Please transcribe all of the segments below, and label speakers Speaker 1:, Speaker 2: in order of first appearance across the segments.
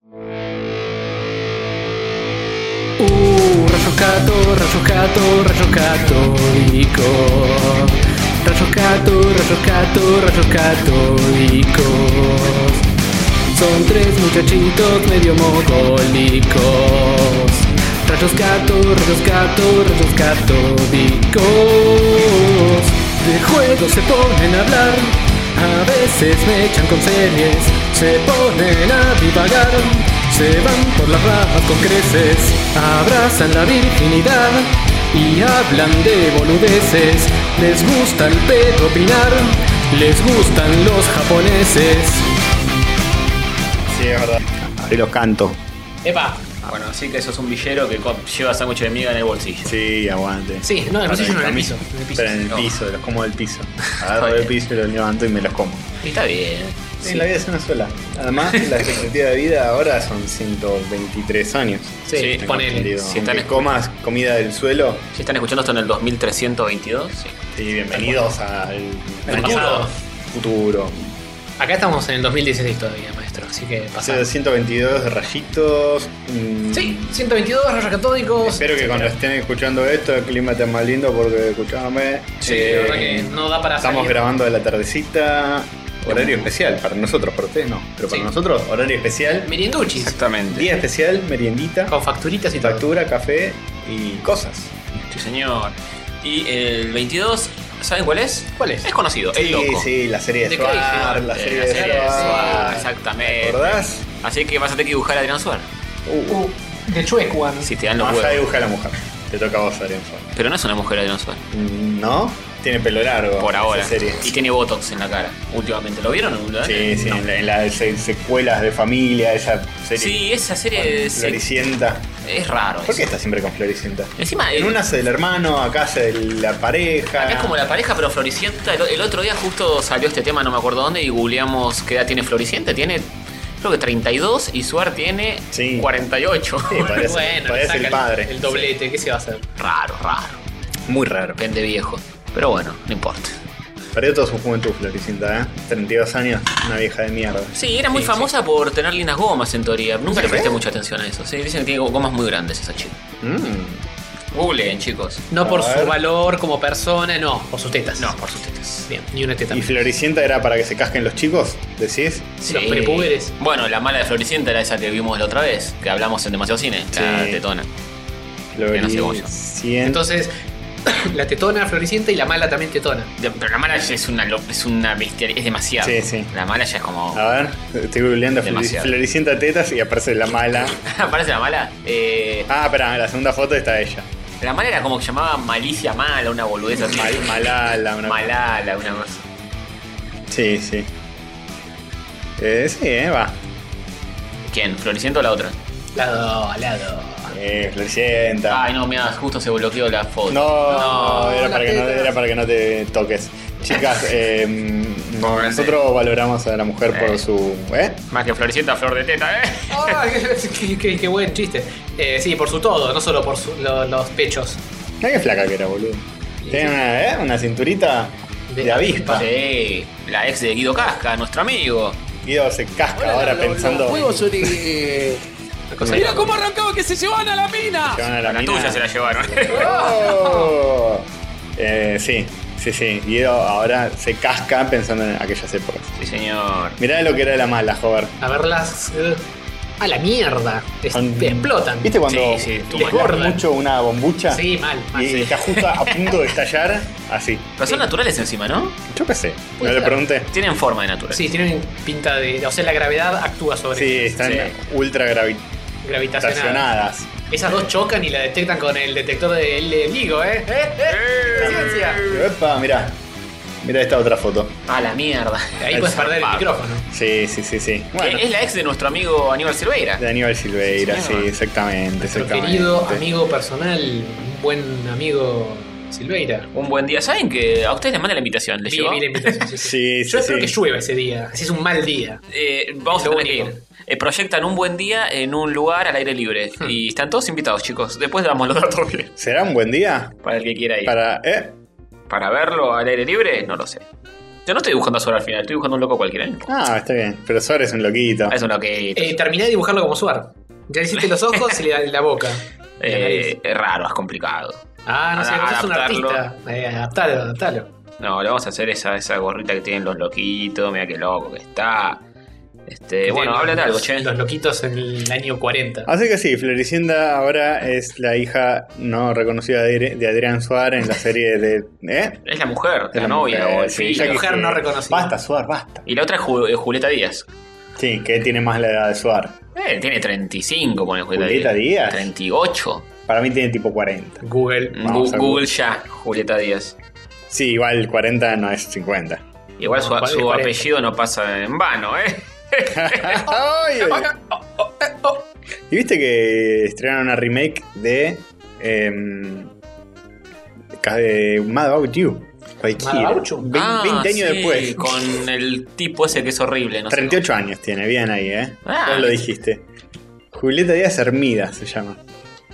Speaker 1: Uh, Rayocato, rayocato, rayocatólico. Rayocato, rayocato, rayocatólicos. Son tres muchachitos medio mogólicos. Rayos gato, rayos gato, rayos catódicos. De juego se ponen a hablar. A veces me echan con series. Se ponen a divagar. Se van por las ramas con creces, abrazan la virginidad y hablan de boludeces. Les gusta el pedo opinar, les gustan los japoneses.
Speaker 2: Sí, es verdad.
Speaker 3: Ahí los canto.
Speaker 4: ¡Epa! Bueno, sí que sos un villero que co- lleva sándwich de miga en el bolsillo.
Speaker 2: Sí, aguante.
Speaker 4: Sí, no, en el bolsillo no, en el
Speaker 2: Para
Speaker 4: piso.
Speaker 2: mí.
Speaker 4: En el piso.
Speaker 2: Pero en el
Speaker 4: No.
Speaker 2: piso, los como del piso. Agarro del
Speaker 4: bien.
Speaker 2: piso y los levanto y me los como.
Speaker 4: Y Está bien.
Speaker 2: Sí, la vida es una sola. Además, la expectativa de vida ahora son 123 años.
Speaker 4: Sí,
Speaker 2: Tengo
Speaker 4: ponele.
Speaker 2: entendido.
Speaker 4: Si
Speaker 2: Aunque
Speaker 4: están escu-
Speaker 2: comas comida del suelo,
Speaker 4: Si están escuchando esto en el 2322, sí.
Speaker 2: sí, bienvenidos al
Speaker 4: Al
Speaker 2: al
Speaker 4: pasado.
Speaker 2: futuro.
Speaker 1: Acá estamos en el 2016 todavía, maestro, así que pasa.
Speaker 2: 122 rayitos. mm,
Speaker 4: Sí, 122 rayos catódicos.
Speaker 2: Espero que cuando estén escuchando esto el clima esté más lindo porque eh, escuchándome.
Speaker 1: Sí, la verdad que no da para
Speaker 2: Estamos
Speaker 1: salir.
Speaker 2: grabando de la tardecita. Horario especial para nosotros, para ustedes no. Pero para
Speaker 1: Sí.
Speaker 2: nosotros, horario especial.
Speaker 1: Mirienduchis,
Speaker 4: Exactamente.
Speaker 2: Día especial, meriendita,
Speaker 1: con facturitas y todo.
Speaker 2: factura, café y cosas.
Speaker 4: Sí, señor. Y el 22, ¿saben cuál es?
Speaker 1: ¿Cuál es?
Speaker 4: Es conocido, el loco.
Speaker 2: sí, la serie de
Speaker 4: De Craig,
Speaker 2: Suar,
Speaker 4: ¿no?
Speaker 2: la
Speaker 4: Eh,
Speaker 2: serie de
Speaker 4: Suar,
Speaker 2: Suar. ¿Te
Speaker 4: Exactamente.
Speaker 2: acordás?
Speaker 4: Así que vas a tener que dibujar a Adrián Suar.
Speaker 2: Uh,
Speaker 1: Uh, de Chuecuan.
Speaker 4: Si te dan los
Speaker 2: más allá
Speaker 4: huevos.
Speaker 2: dibuja a la mujer. Te toca a vos, Adrián Suar.
Speaker 4: Pero no es una mujer Adrián Suar,
Speaker 2: Mm, ¿No? Tiene pelo largo.
Speaker 4: por
Speaker 2: esa
Speaker 4: ahora.
Speaker 2: Serie.
Speaker 4: Y tiene botox en la cara, últimamente. ¿Lo vieron alguna
Speaker 2: Sí,
Speaker 4: vez?
Speaker 2: sí,
Speaker 4: No.
Speaker 2: en la- en las se- secuelas de familia, esa serie.
Speaker 4: Sí, esa
Speaker 2: con
Speaker 4: serie es,
Speaker 2: Floricienta.
Speaker 4: es raro.
Speaker 2: ¿Por qué
Speaker 4: eso.
Speaker 2: está siempre con Floricienta?
Speaker 4: Encima,
Speaker 2: En
Speaker 4: eh,
Speaker 2: una hace del hermano, acá hace de la pareja.
Speaker 4: Acá es como la pareja, pero Floricienta. El, el otro día justo salió este tema, no me acuerdo dónde, y googleamos qué edad tiene Floricienta. Tiene, creo que 32 y Suar tiene
Speaker 2: Sí.
Speaker 4: 48.
Speaker 2: Sí, parece,
Speaker 1: Bueno,
Speaker 2: parece
Speaker 1: saca
Speaker 2: el padre.
Speaker 1: El doblete, ¿qué se va a hacer?
Speaker 4: Raro, raro.
Speaker 2: Muy raro.
Speaker 4: Pende viejo. Pero bueno, no importa.
Speaker 2: Perdió toda su juventud, Floricienta, ¿eh? 32 años, una vieja de mierda.
Speaker 4: Sí, era muy famosa por tener lindas gomas en teoría. Nunca le presté mucha atención a eso. Sí, dicen que tiene gomas muy grandes esa chica.
Speaker 2: Mm.
Speaker 4: Googleen, chicos.
Speaker 1: No
Speaker 2: A
Speaker 1: por su
Speaker 2: ver.
Speaker 1: valor como persona, no, por sus tetas.
Speaker 4: No, por sus tetas.
Speaker 1: Bien, ni una teta.
Speaker 2: ¿Y Floricienta era para que se casquen los chicos? ¿Decís?
Speaker 1: Los prepúberes.
Speaker 4: Bueno, la mala de Floricienta era esa que vimos la otra vez, que hablamos en demasiado cine. La
Speaker 2: Sí.
Speaker 4: tetona. la cebolla.
Speaker 2: Floricienta.
Speaker 1: Entonces, la tetona floreciente y la mala también tetona.
Speaker 4: De- Pero la mala ya es una, lo- es una bestialidad, es demasiado.
Speaker 2: Sí, sí. Ah.
Speaker 4: La mala ya es como.
Speaker 2: A ver, estoy googleando Flori-
Speaker 4: Demasiado.
Speaker 2: Floricienta Tetas y aparece la mala.
Speaker 4: Aparece la mala. Eh,
Speaker 2: Ah, espera, la segunda foto está ella.
Speaker 4: la mala era como que llamaba malicia mala, una boludez así.
Speaker 2: Mal- Malala, una
Speaker 4: Malala, una cosa.
Speaker 2: Sí, sí. Eh, sí, eh, va.
Speaker 4: ¿Quién? ¿Floricienta o la otra?
Speaker 1: Lado, lado.
Speaker 2: Eh, Floricienta.
Speaker 4: Ay, no, mira, justo se bloqueó la foto.
Speaker 2: no,
Speaker 1: No,
Speaker 2: era,
Speaker 1: las
Speaker 2: para que no
Speaker 1: tetas.
Speaker 2: era para que no te toques. Chicas, eh,
Speaker 4: Pobre
Speaker 2: nosotros valoramos a la mujer por
Speaker 4: Eh.
Speaker 2: su. ¿Eh?
Speaker 4: Más que Floricienta, flor de teta, ¿eh?
Speaker 1: Ah, qué, qué- qué buen chiste. Eh, sí, por su todo, no solo por su- lo- los pechos.
Speaker 2: Mirá qué flaca que era, boludo. Tiene una, ¿eh? una cinturita de,
Speaker 1: De
Speaker 2: avispa.
Speaker 4: Sí, la ex de Guido Casca, nuestro amigo.
Speaker 2: Guido se casca ahora pensando.
Speaker 1: Una cosa
Speaker 5: Mira
Speaker 1: loca.
Speaker 5: eh, cómo arrancaba que se llevan a la mina.
Speaker 2: que van a
Speaker 4: La,
Speaker 2: la mina.
Speaker 4: tuya se la llevaron.
Speaker 2: Oh. Eh, sí, sí, sí. Guido ahora se casca pensando en aquellas épocas.
Speaker 4: sí, señor.
Speaker 2: Mirá lo que era la mala, joder.
Speaker 1: A verlas. eh, a la mierda. Es-
Speaker 2: Son-
Speaker 1: Explotan.
Speaker 2: ¿Viste cuando
Speaker 4: Sí, sí, tú
Speaker 2: le
Speaker 4: mandaste.
Speaker 2: corre mucho una bombucha?
Speaker 1: Sí, mal. mal,
Speaker 2: Y
Speaker 1: Ah, sí.
Speaker 2: está justo a punto de estallar, así.
Speaker 4: Pero son naturales encima, ¿no?
Speaker 2: Yo qué sé, no
Speaker 1: Puede
Speaker 2: le
Speaker 1: ser.
Speaker 2: pregunté.
Speaker 4: Tienen forma de natural.
Speaker 1: Sí, tienen pinta de. O sea, la gravedad actúa sobre
Speaker 2: Sí, están
Speaker 4: Sí.
Speaker 2: ultra
Speaker 1: gravitacional.
Speaker 2: gravitacionadas.
Speaker 1: Esas dos chocan y la detectan con el detector del de LIGO, ¿eh? ¡Eh, eh! Ciencia.
Speaker 2: Epa, mirá. Mirá esta otra foto.
Speaker 4: A la mierda.
Speaker 1: Ahí puedes perder el
Speaker 4: Zarpado.
Speaker 1: micrófono.
Speaker 2: Sí, sí, sí, sí. Bueno,
Speaker 4: Es la ex de nuestro amigo Aníbal Silveira.
Speaker 2: de Aníbal Silveira,
Speaker 4: Sí,
Speaker 2: sí,
Speaker 4: señor.
Speaker 2: exactamente,
Speaker 1: Nuestro
Speaker 2: exactamente.
Speaker 1: querido amigo personal, un buen amigo Silveira.
Speaker 4: Un buen día. ¿Saben que a ustedes les manda la invitación? ¿Les
Speaker 1: Vi-
Speaker 4: llegó?
Speaker 1: vi la invitación, sí, sí.
Speaker 2: Sí,
Speaker 1: Yo
Speaker 2: sí,
Speaker 1: espero
Speaker 2: sí.
Speaker 1: que llueva ese día. Así es un mal día.
Speaker 4: Eh, vamos a
Speaker 1: Lo
Speaker 4: tener que
Speaker 1: único.
Speaker 4: ir. Eh, proyectan un buen día en un lugar al aire libre. Y están todos invitados, chicos. Después damos los datos bien.
Speaker 2: ¿Será un buen día?
Speaker 4: Para el que quiera ir. Para,
Speaker 2: Para. ¿Eh?
Speaker 4: verlo al aire libre, no lo sé. Yo no estoy buscando a Sora al final, estoy buscando un loco cualquiera. ¿eh?
Speaker 2: Ah, está bien. Pero Suárez es un loquito.
Speaker 4: Ah, Es un loquito.
Speaker 1: Eh, terminé de dibujarlo como Suar. Ya le hiciste los ojos y la, la boca.
Speaker 4: Eh, es raro, es complicado.
Speaker 1: Ah, no sé,
Speaker 4: Ad-
Speaker 1: vos sos un
Speaker 4: adaptarlo.
Speaker 1: artista. Eh, adaptalo, adaptalo.
Speaker 2: Eh,
Speaker 4: No, le vamos a hacer esa, esa gorrita que tienen los loquitos, mira qué loco que está. Este, bueno,
Speaker 1: Los-
Speaker 4: habla de algo, che.
Speaker 1: Los loquitos en el año 40.
Speaker 2: Así que sí, Floricienda ahora es la hija no reconocida de Adri- de Adrián Suárez en la serie de. ¿Eh?
Speaker 4: Es la mujer,
Speaker 2: De
Speaker 4: la novia
Speaker 2: mujer,
Speaker 4: o el
Speaker 2: sí,
Speaker 4: filho.
Speaker 2: ya que
Speaker 1: mujer
Speaker 2: se-
Speaker 1: no reconocida.
Speaker 2: Basta, Suar, basta.
Speaker 4: Y la otra es Ju- eh, Julieta Díaz.
Speaker 2: Sí, que tiene más la edad de Suar.
Speaker 4: Eh, tiene 35, pone Julieta,
Speaker 2: ¿Julieta Díaz?
Speaker 4: 38.
Speaker 2: Para mí tiene tipo 40.
Speaker 1: Google.
Speaker 4: Gu-
Speaker 2: Vamos a
Speaker 4: Google,
Speaker 2: Google.
Speaker 4: ya, Julieta Díaz.
Speaker 2: Sí, igual 40 no es 50.
Speaker 4: Igual
Speaker 1: No,
Speaker 4: su,
Speaker 1: ¿cuál es
Speaker 4: su
Speaker 1: 40?
Speaker 4: apellido no pasa en vano, ¿eh?
Speaker 2: Ay, ay.
Speaker 4: Oh,
Speaker 2: Y viste que estrenaron una remake de. em, ca- de Mad About You. Cualquiera.
Speaker 1: Mad About You.
Speaker 2: eh. Ve- 20,
Speaker 4: Ah,
Speaker 2: años
Speaker 4: sí,
Speaker 2: después.
Speaker 4: Con el tipo ese que es horrible, no sé.
Speaker 2: 38 años tiene, bien ahí, ¿eh?
Speaker 4: Ah.
Speaker 2: Vos lo dijiste. Julieta Díaz Hermida se llama.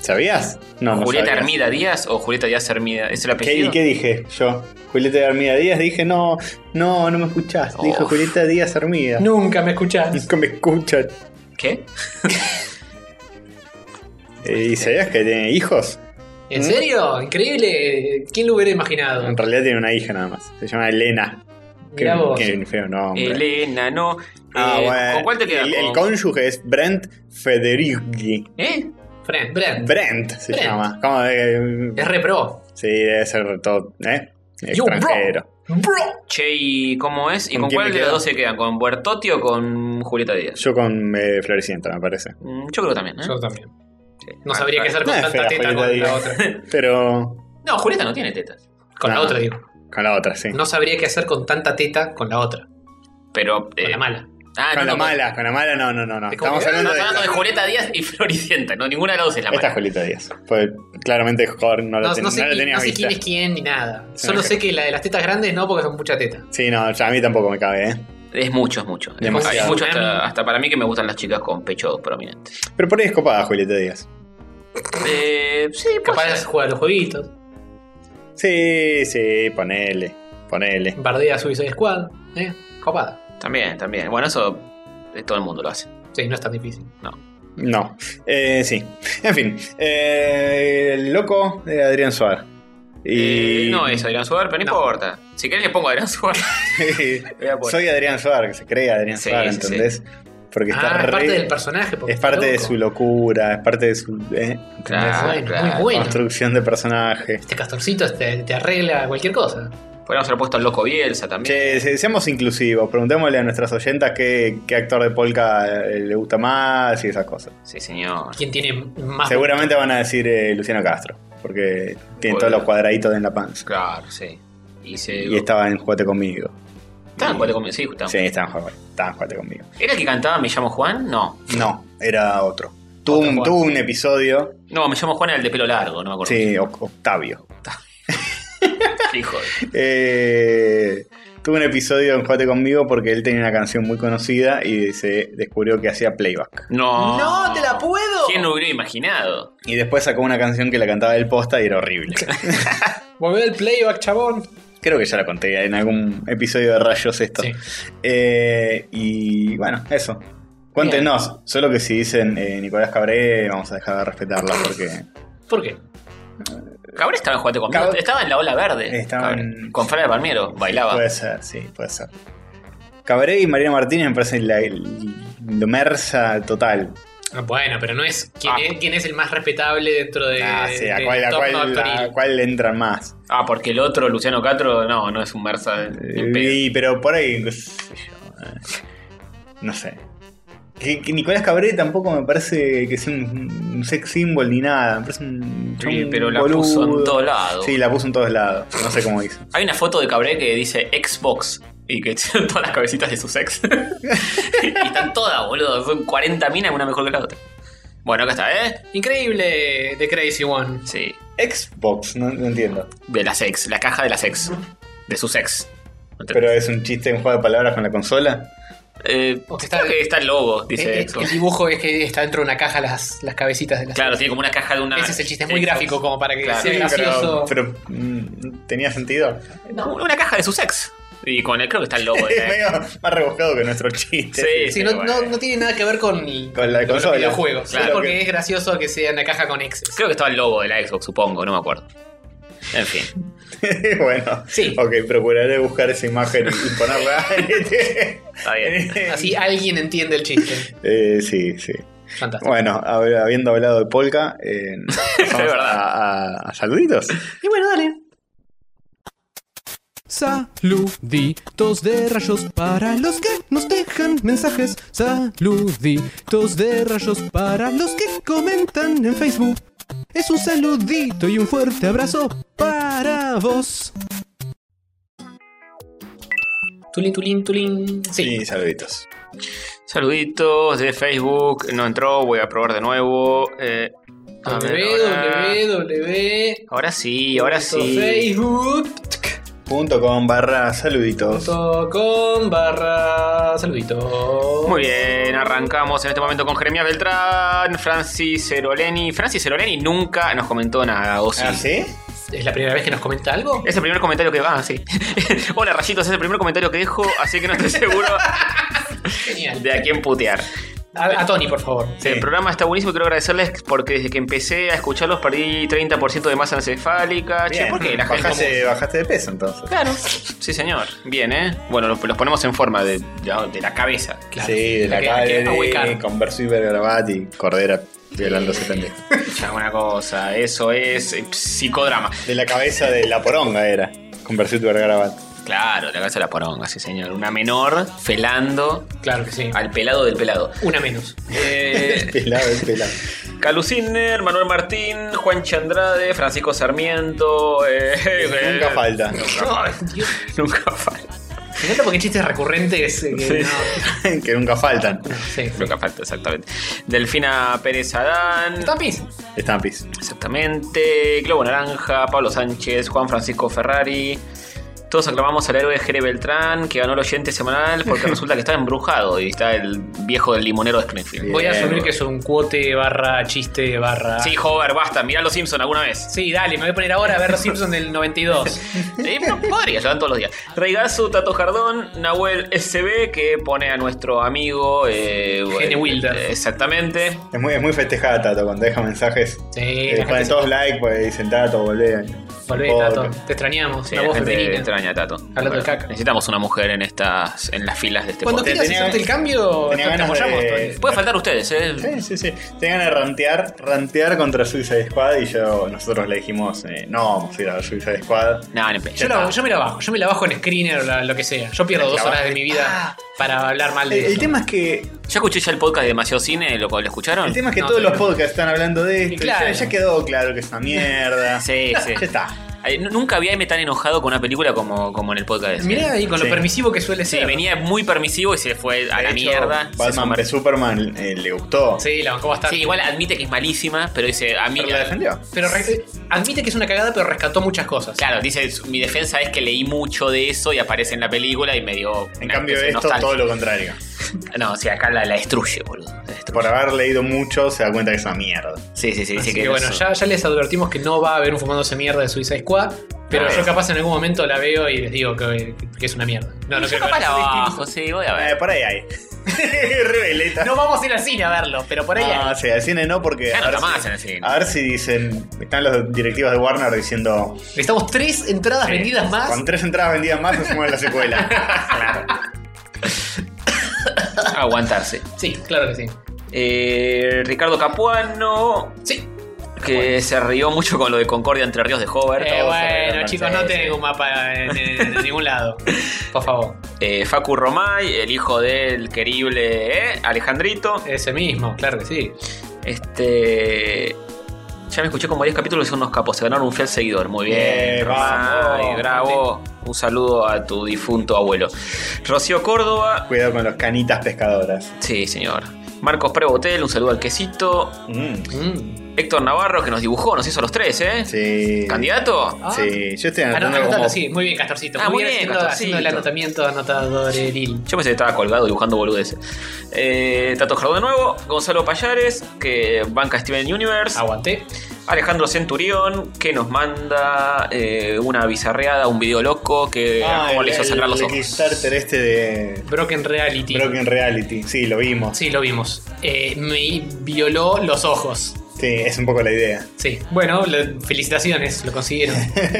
Speaker 2: ¿Sabías? No, no
Speaker 4: Julieta
Speaker 2: sabías.
Speaker 4: Hermida Díaz o Julieta Díaz Hermida. ¿Es el
Speaker 2: ¿Qué,
Speaker 4: apellido?
Speaker 2: ¿Y qué dije yo? Julieta Hermida Díaz, dije, no, no, no me escuchás. Dijo
Speaker 4: Uf.
Speaker 2: Julieta Díaz Hermida.
Speaker 1: Ah, Nunca me escuchás.
Speaker 2: Nunca me escuchas.
Speaker 4: ¿Qué?
Speaker 2: Eh, ¿Y sabías que tiene hijos?
Speaker 1: ¿En serio? Increíble. ¿Quién lo hubiera imaginado?
Speaker 2: Mm. En realidad tiene una hija nada más. Se llama Elena.
Speaker 1: Mirá
Speaker 2: Qué-
Speaker 1: vos.
Speaker 2: Qué feo nombre.
Speaker 4: Elena, no.
Speaker 2: Ah,
Speaker 4: Eh,
Speaker 2: bueno.
Speaker 4: ¿Con cuál te quedas?
Speaker 2: el, el
Speaker 4: ¿Con-
Speaker 2: cónyuge es Brent Federighi.
Speaker 4: ¿Eh?
Speaker 1: Fran, Bran.
Speaker 2: Brent se
Speaker 1: Brent.
Speaker 2: llama. ¿Cómo? eh,
Speaker 1: Es re pro.
Speaker 2: sí, debe ser todo. ¿Eh?
Speaker 1: Yo, bro.
Speaker 2: Extranjero.
Speaker 1: Bro.
Speaker 4: Che, ¿y cómo es? ¿Y
Speaker 2: ¿Con
Speaker 4: con,
Speaker 2: quién me
Speaker 4: cuál de
Speaker 2: quedo?
Speaker 4: las dos se quedan? ¿Con Bertotti o con Julieta Díaz?
Speaker 2: Yo con eh, Floricienta, me parece.
Speaker 4: Mm, Yo creo también, ¿eh?
Speaker 1: Yo también.
Speaker 4: Sí.
Speaker 1: No
Speaker 4: Ah,
Speaker 1: sabría qué hacer
Speaker 4: claro.
Speaker 1: con
Speaker 2: No es
Speaker 1: tanta
Speaker 2: fea,
Speaker 1: teta con
Speaker 2: Julieta
Speaker 1: la otra.
Speaker 2: Pero
Speaker 4: No, Julieta no tiene tetas.
Speaker 1: Con la
Speaker 2: No.
Speaker 1: otra, digo.
Speaker 2: con la otra, sí.
Speaker 1: No sabría qué hacer con tanta teta con la otra.
Speaker 4: Pero. eh,
Speaker 1: Con la mala.
Speaker 4: Ah,
Speaker 2: con
Speaker 4: no,
Speaker 2: la
Speaker 4: no,
Speaker 2: mala, con la mala, no, no, no. no.
Speaker 1: Es como
Speaker 2: Estamos
Speaker 1: que,
Speaker 2: hablando
Speaker 4: Estamos
Speaker 2: de.
Speaker 4: hablando de Julieta Díaz y Floricienta. No, ninguna de las dos es la
Speaker 2: Esta
Speaker 4: mala.
Speaker 2: es Julieta Díaz. Pues claramente Jorge no,
Speaker 1: No,
Speaker 2: la ten-
Speaker 1: no sé,
Speaker 2: no la
Speaker 1: quién,
Speaker 2: tenía
Speaker 1: no sé
Speaker 2: vista.
Speaker 1: quién es quién ni nada. Solo
Speaker 2: Ok.
Speaker 1: sé que la de las tetas grandes no, porque son mucha teta.
Speaker 2: Sí, no, ya a mí tampoco me cabe, ¿eh?
Speaker 4: Es mucho, es mucho. Es mucho,
Speaker 2: Demasiado.
Speaker 4: es mucho hasta, hasta para mí que me gustan las chicas con pecho prominente.
Speaker 2: Pero por ahí es copada Julieta Díaz.
Speaker 4: Eh, sí, puede
Speaker 1: Capaz
Speaker 4: ser.
Speaker 1: juega a los jueguitos,
Speaker 2: Sí, sí, ponele. Ponele.
Speaker 1: bardea a Suicide Squad, ¿eh? Copada.
Speaker 4: También, también. Bueno, eso eh, todo el mundo lo hace.
Speaker 1: Sí, no es tan difícil.
Speaker 2: No. Eh, sí. En fin. eh, el loco de Adrián Suárez. Y.
Speaker 4: Eh, no es Adrián Suárez, pero no, importa. Si querés le pongo a Adrián Suárez. Voy a poner.
Speaker 2: Soy Adrián Suárez, que se cree Adrián
Speaker 4: Sí,
Speaker 2: Suárez,
Speaker 4: sí, sí.
Speaker 2: ¿entendés? Porque está
Speaker 1: Ah, es
Speaker 2: re-
Speaker 1: parte del personaje. porque
Speaker 2: es parte
Speaker 1: está
Speaker 2: de
Speaker 1: loco.
Speaker 2: su locura, es parte de su eh,
Speaker 4: Claro,
Speaker 1: Bueno,
Speaker 4: claro.
Speaker 1: muy bueno.
Speaker 2: construcción de personaje.
Speaker 1: Este castorcito te, te arregla cualquier cosa.
Speaker 4: Podríamos haber puesto al loco Bielsa también.
Speaker 2: Che, se- seamos inclusivos, preguntémosle a nuestras oyentas qué, qué actor de polka eh, le gusta más y esas cosas.
Speaker 4: Sí, señor.
Speaker 1: ¿Quién tiene más?
Speaker 2: Seguramente van a decir eh, Luciano Castro, porque tiene
Speaker 4: Bueno.
Speaker 2: todos los cuadraditos en la panza.
Speaker 4: Claro, sí. Y
Speaker 1: Eh,
Speaker 4: se.
Speaker 2: Y estaba en Juguete Conmigo.
Speaker 4: Estaban jugando conmigo, sí, justamente.
Speaker 2: Sí, estaba en Juguete, estaba en Juguete Conmigo.
Speaker 4: ¿Era el que cantaba Me llamo Juan? No.
Speaker 2: No, era otro. Tuvo,
Speaker 1: Otro
Speaker 2: un,
Speaker 1: Juan.
Speaker 2: tuvo un episodio,
Speaker 4: No, Me llamo Juan era el de pelo largo, no me acuerdo. Ah,
Speaker 2: sí, Oc- Octavio.
Speaker 4: Hijo de-
Speaker 2: Eh, tuvo un episodio en Juguete Conmigo porque él tenía una canción muy conocida y se descubrió que hacía playback.
Speaker 4: No.
Speaker 1: ¡No te la puedo!
Speaker 4: ¿Quién lo hubiera imaginado?
Speaker 2: Y después sacó una canción que la cantaba él posta y era horrible.
Speaker 1: Volver el playback, chabón.
Speaker 2: Creo que ya la conté en algún episodio de Rayos esto.
Speaker 1: Sí.
Speaker 2: Eh, y bueno, eso. Cuéntenos, solo que si dicen eh, Nicolás Cabré, vamos a dejar de respetarla porque
Speaker 1: ¿Por qué?
Speaker 4: Cabré estaba en Jugate conmigo.
Speaker 2: Cab-
Speaker 4: Estaba en la ola verde.
Speaker 2: Estaba
Speaker 4: Cabré.
Speaker 2: en- pues.
Speaker 4: Con Fran de Palmiero. Bailaba.
Speaker 2: puede ser, sí, puede ser. Cabré y María Martínez me parecen la, la merza total.
Speaker 1: Ah, Bueno, pero no es quién,
Speaker 4: Ah.
Speaker 1: es quién es el más respetable dentro de.
Speaker 2: ah, sí, a
Speaker 1: del
Speaker 2: cuál, a
Speaker 1: top
Speaker 2: cuál-
Speaker 1: actoril.
Speaker 2: a cuál le entran más.
Speaker 4: Ah, porque el otro, Luciano Castro, no, no es un Mersa. ni
Speaker 2: Eh,
Speaker 4: en pedo.
Speaker 2: Y- pero por ahí, qué sé yo, eh, no sé. Que, que Nicolás Cabré tampoco me parece que sea un, un sex symbol ni nada. Me parece un,
Speaker 4: Sí,
Speaker 2: un
Speaker 4: pero la puso en
Speaker 2: boludo.
Speaker 4: todos lados.
Speaker 2: Sí, la puso en todos lados. No sé cómo hizo.
Speaker 4: Hay una foto de Cabré que dice Xbox y que tiene todas las cabecitas de sus ex. y están todas, boludo. Son 40 minas, una mejor que la otra. Bueno, acá está, ¿eh?
Speaker 1: Increíble The Crazy One.
Speaker 4: Sí.
Speaker 2: Xbox, no, no entiendo.
Speaker 4: De las ex, la caja de las ex. De sus ex. No te-
Speaker 2: Pero es un chiste, un juego de palabras con la consola.
Speaker 4: Eh,
Speaker 1: O que está-
Speaker 4: está, que está el logo, dice
Speaker 1: Eh, eh, el
Speaker 4: Xbox.
Speaker 1: dibujo es que está dentro de una caja las, las cabecitas de las.
Speaker 4: Claro, tiene como una caja de una.
Speaker 1: Ese es el chiste, es muy
Speaker 4: Xbox.
Speaker 1: gráfico como para que
Speaker 4: Claro.
Speaker 1: sea
Speaker 4: Sí,
Speaker 2: pero,
Speaker 1: gracioso.
Speaker 2: pero, mm, tenía sentido.
Speaker 4: No, una caja de sus ex. Y con el, creo que está el logo de
Speaker 2: Es
Speaker 4: la
Speaker 2: medio más rebuscado que nuestro chiste.
Speaker 4: Sí.
Speaker 1: Sí, no,
Speaker 4: pero bueno.
Speaker 1: no- no tiene nada que ver con, el-
Speaker 2: Con la
Speaker 1: los
Speaker 2: consola.
Speaker 1: videojuegos.
Speaker 2: Claro
Speaker 1: Es porque
Speaker 2: que-
Speaker 1: es gracioso que sea una caja con exes.
Speaker 4: Creo que estaba el logo de la Xbox, supongo, no me acuerdo. En fin.
Speaker 2: bueno,
Speaker 1: Sí.
Speaker 2: ok, procuraré buscar esa imagen y ponerla en este.
Speaker 4: Está bien.
Speaker 1: Así alguien entiende el chiste.
Speaker 2: Eh, sí, sí.
Speaker 1: Fantástico.
Speaker 2: Bueno, hab- habiendo hablado de Polka, eh, pasamos
Speaker 4: Es verdad.
Speaker 2: A, a- a saluditos.
Speaker 1: Y bueno, dale.
Speaker 6: Saluditos de rayos para los que nos dejan mensajes. Saluditos de rayos para los que comentan en Facebook. Es un saludito y un fuerte abrazo para vos.
Speaker 1: Tulín, tulín, tulín. Sí.
Speaker 2: Sí, saluditos.
Speaker 4: Saluditos de Facebook. No entró, voy a probar de nuevo. Eh, a ver, ahora...
Speaker 1: www.
Speaker 4: ahora sí, ahora sí.
Speaker 1: Facebook.com
Speaker 2: Punto com barra saluditos.
Speaker 1: barra saludito.
Speaker 4: Muy bien, arrancamos en este momento con Jeremías Beltrán, Francis Ceroleni. Francis Ceroleni nunca nos comentó nada, o sí.
Speaker 2: ¿Ah, sí?
Speaker 1: ¿Es la primera vez que nos comenta algo?
Speaker 4: Es el primer comentario que va, sí. Hola, rayitos, es el primer comentario que dejo, así que no estoy seguro
Speaker 1: Genial.
Speaker 4: de a quién putear.
Speaker 1: A, a Tony, por favor.
Speaker 4: El programa está buenísimo, quiero agradecerles porque desde que empecé a escucharlos perdí 30% de masa encefálica. Ah, Che,
Speaker 2: Bien.
Speaker 4: ¿por qué la gente
Speaker 2: bajaste, bajaste de peso entonces.
Speaker 4: Claro. Sí, señor. Bien, ¿eh? Bueno, los, los ponemos en forma de, de- de la cabeza.
Speaker 1: Claro.
Speaker 2: Sí, de la
Speaker 1: Hay que- hay que
Speaker 2: calle,
Speaker 1: ahuecar.
Speaker 2: con verso y vergarabat y cordera violando ese pendejo.
Speaker 4: Ya, una cosa. Eso es eh, psicodrama.
Speaker 2: De la cabeza de la poronga era. Con verso y vergarabat.
Speaker 4: Claro, la cabeza de la poronga, sí, señor. Una menor felando
Speaker 1: Claro que sí.
Speaker 4: al pelado del pelado.
Speaker 1: Una menos.
Speaker 4: Eh,
Speaker 2: Pelado, el pelado.
Speaker 4: Caluciner, Manuel Martín, Juan Chandrade, Francisco Sarmiento. eh,
Speaker 2: Nunca
Speaker 4: eh,
Speaker 2: falta.
Speaker 4: Nunca, nunca falta.
Speaker 1: Me encanta porque chistes recurrentes. eh, que
Speaker 4: Sí.
Speaker 1: no-
Speaker 2: que nunca faltan.
Speaker 1: no sé.
Speaker 4: Nunca falta, exactamente. Delfina Pérez Adán.
Speaker 1: Tapis.
Speaker 2: Estampis.
Speaker 4: Exactamente. Globo Naranja, Pablo Sánchez, Juan Francisco Ferrari. Todos aclamamos al héroe Jere Beltrán, que ganó el oyente semanal, porque resulta que está embrujado y está el viejo del limonero de Springfield.
Speaker 1: Voy a
Speaker 2: Bien.
Speaker 1: asumir que es un cuote barra chiste barra.
Speaker 4: Sí, Hover, basta, mirá los Simpson alguna vez.
Speaker 1: Sí, dale, me voy a poner ahora a ver los Simpsons del 92.
Speaker 4: Eh, no, podría, lo dan todos los días. Reigazu, Tato Jardón, Nahuel SB, que pone a nuestro amigo. eh,
Speaker 1: Gene Wilder.
Speaker 4: Exactamente.
Speaker 2: Es muy, es muy festejada Tato cuando deja mensajes.
Speaker 1: Sí,
Speaker 2: Eh,
Speaker 1: la
Speaker 2: ponen
Speaker 1: gente
Speaker 2: todos like, pues dicen Tato, volvé.
Speaker 1: se- Volvé,
Speaker 2: Por-
Speaker 1: Tato. Te extrañamos.
Speaker 4: Sí,
Speaker 1: la
Speaker 4: la
Speaker 1: voz
Speaker 4: gente
Speaker 1: femenina.
Speaker 4: extraña a Tato.
Speaker 1: Hablando de
Speaker 4: Bueno,
Speaker 1: caca.
Speaker 4: Necesitamos una mujer en estas, en las filas de este
Speaker 1: Cuando
Speaker 4: podcast.
Speaker 1: quieras
Speaker 2: tenía-
Speaker 1: hacerte el cambio,
Speaker 2: tenía
Speaker 1: te
Speaker 2: ganas
Speaker 1: apoyamos.
Speaker 2: de-
Speaker 1: Tony.
Speaker 4: Puede faltar ustedes, ¿eh?
Speaker 2: Sí, sí, sí. Tenían a rantear, rantear contra Suicide Squad y yo, nosotros le dijimos, eh, no, vamos a ir a ver Suicide Squad.
Speaker 4: No, ni pe-
Speaker 1: Yo, la- yo me la bajo, yo me la bajo en screener o la- lo que sea. Yo pierdo
Speaker 2: La
Speaker 1: dos horas
Speaker 2: bajas.
Speaker 1: de mi vida para hablar mal de
Speaker 2: El, el
Speaker 1: eso.
Speaker 2: tema es que,
Speaker 4: Ya escuché ya el podcast de Demasiado Cine, ¿lo, lo escucharon?
Speaker 2: el tema es que
Speaker 1: No,
Speaker 2: todos
Speaker 1: pero-
Speaker 2: los podcasts están hablando de esto. y
Speaker 1: Claro.
Speaker 2: ya, ya quedó claro que es una mierda.
Speaker 4: Sí, sí.
Speaker 2: Ya está.
Speaker 4: Ay, n- Nunca había me tan enojado con una película como, como en el podcast. ese.
Speaker 1: Mirá ahí con
Speaker 2: Sí.
Speaker 1: lo permisivo que suele
Speaker 4: Sí,
Speaker 1: ser.
Speaker 4: venía muy permisivo y se fue a
Speaker 2: De
Speaker 4: la
Speaker 2: hecho,
Speaker 4: mierda. Se
Speaker 2: Batman
Speaker 4: sumer-
Speaker 2: vs Superman eh, le gustó.
Speaker 1: Ah, Sí, la bancó bastante.
Speaker 4: Sí, igual admite que es malísima, pero dice, a mí...
Speaker 2: Pero la defendió.
Speaker 1: Pero re- admite que es una cagada, pero rescató muchas cosas.
Speaker 4: Claro, dice, mi defensa es que leí mucho de eso y aparece en la película y me dio...
Speaker 2: En
Speaker 4: una
Speaker 2: cambio,
Speaker 4: especie de
Speaker 2: esto
Speaker 4: nostalgia.
Speaker 2: todo lo contrario.
Speaker 4: No, o sea, acá la, la destruye, boludo. La destruye.
Speaker 2: Por haber leído mucho, se da cuenta que es una mierda.
Speaker 4: Sí, sí, sí. Dice
Speaker 1: Así
Speaker 4: que
Speaker 1: que bueno,
Speaker 4: eso-
Speaker 1: ya, ya les advertimos que no va a haber un fumándose mierda de Suicide Squad, pero
Speaker 4: Ah,
Speaker 1: yo
Speaker 4: es.
Speaker 1: capaz en algún momento la veo y les digo que, que es una mierda. No, no
Speaker 4: Yo
Speaker 1: creo que
Speaker 4: capaz la
Speaker 1: vaya a ser
Speaker 4: bajo, sí, voy a
Speaker 2: Eh,
Speaker 4: ver.
Speaker 2: por ahí hay. Rebeleta.
Speaker 1: distinto. No vamos a ir al cine a verlo, pero por ahí
Speaker 2: Ah,
Speaker 1: hay.
Speaker 2: sí, al cine no, porque.
Speaker 4: Ya
Speaker 2: a,
Speaker 4: no
Speaker 2: ver
Speaker 4: está más
Speaker 2: si,
Speaker 4: en el cine.
Speaker 2: a ver si dicen. Están los directivos de Warner diciendo.
Speaker 1: Necesitamos tres entradas
Speaker 4: Sí.
Speaker 1: vendidas más.
Speaker 2: Con tres entradas vendidas más, hacemos la secuela. Ah.
Speaker 4: Aguantarse.
Speaker 1: Sí, claro que sí.
Speaker 4: Eh, Ricardo Capuano,
Speaker 1: Sí.
Speaker 4: que se rió mucho con lo de Concordia entre Ríos de Hover.
Speaker 1: Eh,
Speaker 4: Todos se
Speaker 1: bueno,
Speaker 4: rieron,
Speaker 1: chicos,
Speaker 4: sí,
Speaker 1: no
Speaker 4: sí.
Speaker 1: tengo un mapa en, en- en ningún lado. Por favor.
Speaker 4: Eh, Facu Romay, el hijo del querible eh, Alejandrito.
Speaker 1: Ese mismo, claro que sí.
Speaker 4: Este. Ya me escuché como 10 capítulos y son unos capos. Se ganaron un fiel seguidor. Muy bien.
Speaker 1: Eh,
Speaker 2: Bien,
Speaker 4: Romay,
Speaker 2: vamos.
Speaker 4: bravo. Un saludo a tu difunto abuelo. Rocío Córdoba.
Speaker 2: Cuidado con los canitas pescadoras.
Speaker 4: Sí, señor. Marcos Prebotel, un saludo al quesito.
Speaker 2: Mm,
Speaker 1: Mm.
Speaker 4: Héctor Navarro, que nos dibujó, nos hizo los tres, ¿eh.
Speaker 2: sí.
Speaker 4: ¿Candidato?
Speaker 1: Ah.
Speaker 2: Sí, yo estoy
Speaker 1: Ah, no,
Speaker 2: anotando
Speaker 1: anotando,
Speaker 2: como.
Speaker 1: sí, muy bien, Castorcito.
Speaker 4: Ah,
Speaker 1: muy
Speaker 4: muy
Speaker 1: bien,
Speaker 4: bien,
Speaker 1: haciendo, haciendo el
Speaker 4: Castorcito.
Speaker 1: anotamiento anotadoril.
Speaker 4: Yo pensé que estaba colgado dibujando boludeces.
Speaker 2: Ah,
Speaker 4: Eh, Tato Jardón de nuevo, Gonzalo Payares, que banca Steven Universe,
Speaker 1: Aguanté.
Speaker 4: Alejandro Centurión, que nos manda eh, una bizarreada, un video loco que a
Speaker 2: Ah,
Speaker 4: Juan
Speaker 2: el,
Speaker 4: le hizo
Speaker 2: el-
Speaker 4: cerrar los
Speaker 2: el
Speaker 4: ojos.
Speaker 2: Kickstarter este de
Speaker 1: Broken Reality.
Speaker 2: Broken Reality. Sí, lo vimos. Sí.
Speaker 1: Sí, lo vimos. Eh, me violó los ojos.
Speaker 2: es un poco la idea.
Speaker 1: Sí. Bueno, le- felicitaciones, lo consiguieron.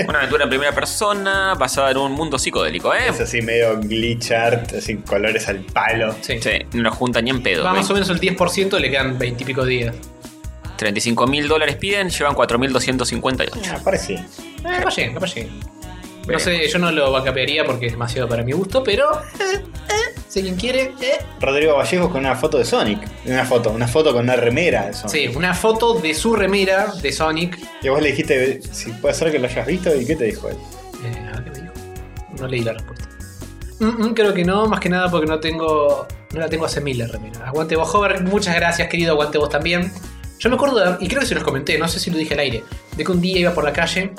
Speaker 4: Una aventura en primera persona basada en un mundo psicodélico, ¿eh?
Speaker 2: Es así medio glitch art, así colores al palo.
Speaker 1: Sí.
Speaker 4: Sí, no nos junta ni en pedo. ¿eh?
Speaker 1: Va más o menos el 10%, le quedan 20 y pico días.
Speaker 4: 35 mil dólares piden, llevan 4.258.
Speaker 2: Ah, parece.
Speaker 1: Eh, capaz llegue, capaz llegue. No
Speaker 4: Veremos.
Speaker 1: sé, yo no lo vacapearía porque es demasiado para mi gusto, pero. eh, eh, si alguien quiere. eh.
Speaker 2: Rodrigo Vallejos con una foto de Sonic. Una foto, una foto con una remera de Sonic.
Speaker 1: Sí, una foto de su remera de Sonic.
Speaker 2: Y vos le dijiste si puede ser que lo hayas visto y qué te dijo él.
Speaker 1: Eh, ¿a ¿Qué me dijo? No leí la respuesta. Mm, mm, creo que no, más que nada porque no tengo. No la tengo hace mil la remera. Aguante vos, Hover. Muchas gracias, querido. Aguante vos también. Yo me acuerdo, y creo que se los comenté, no sé si lo dije al aire, de que un día iba por la calle,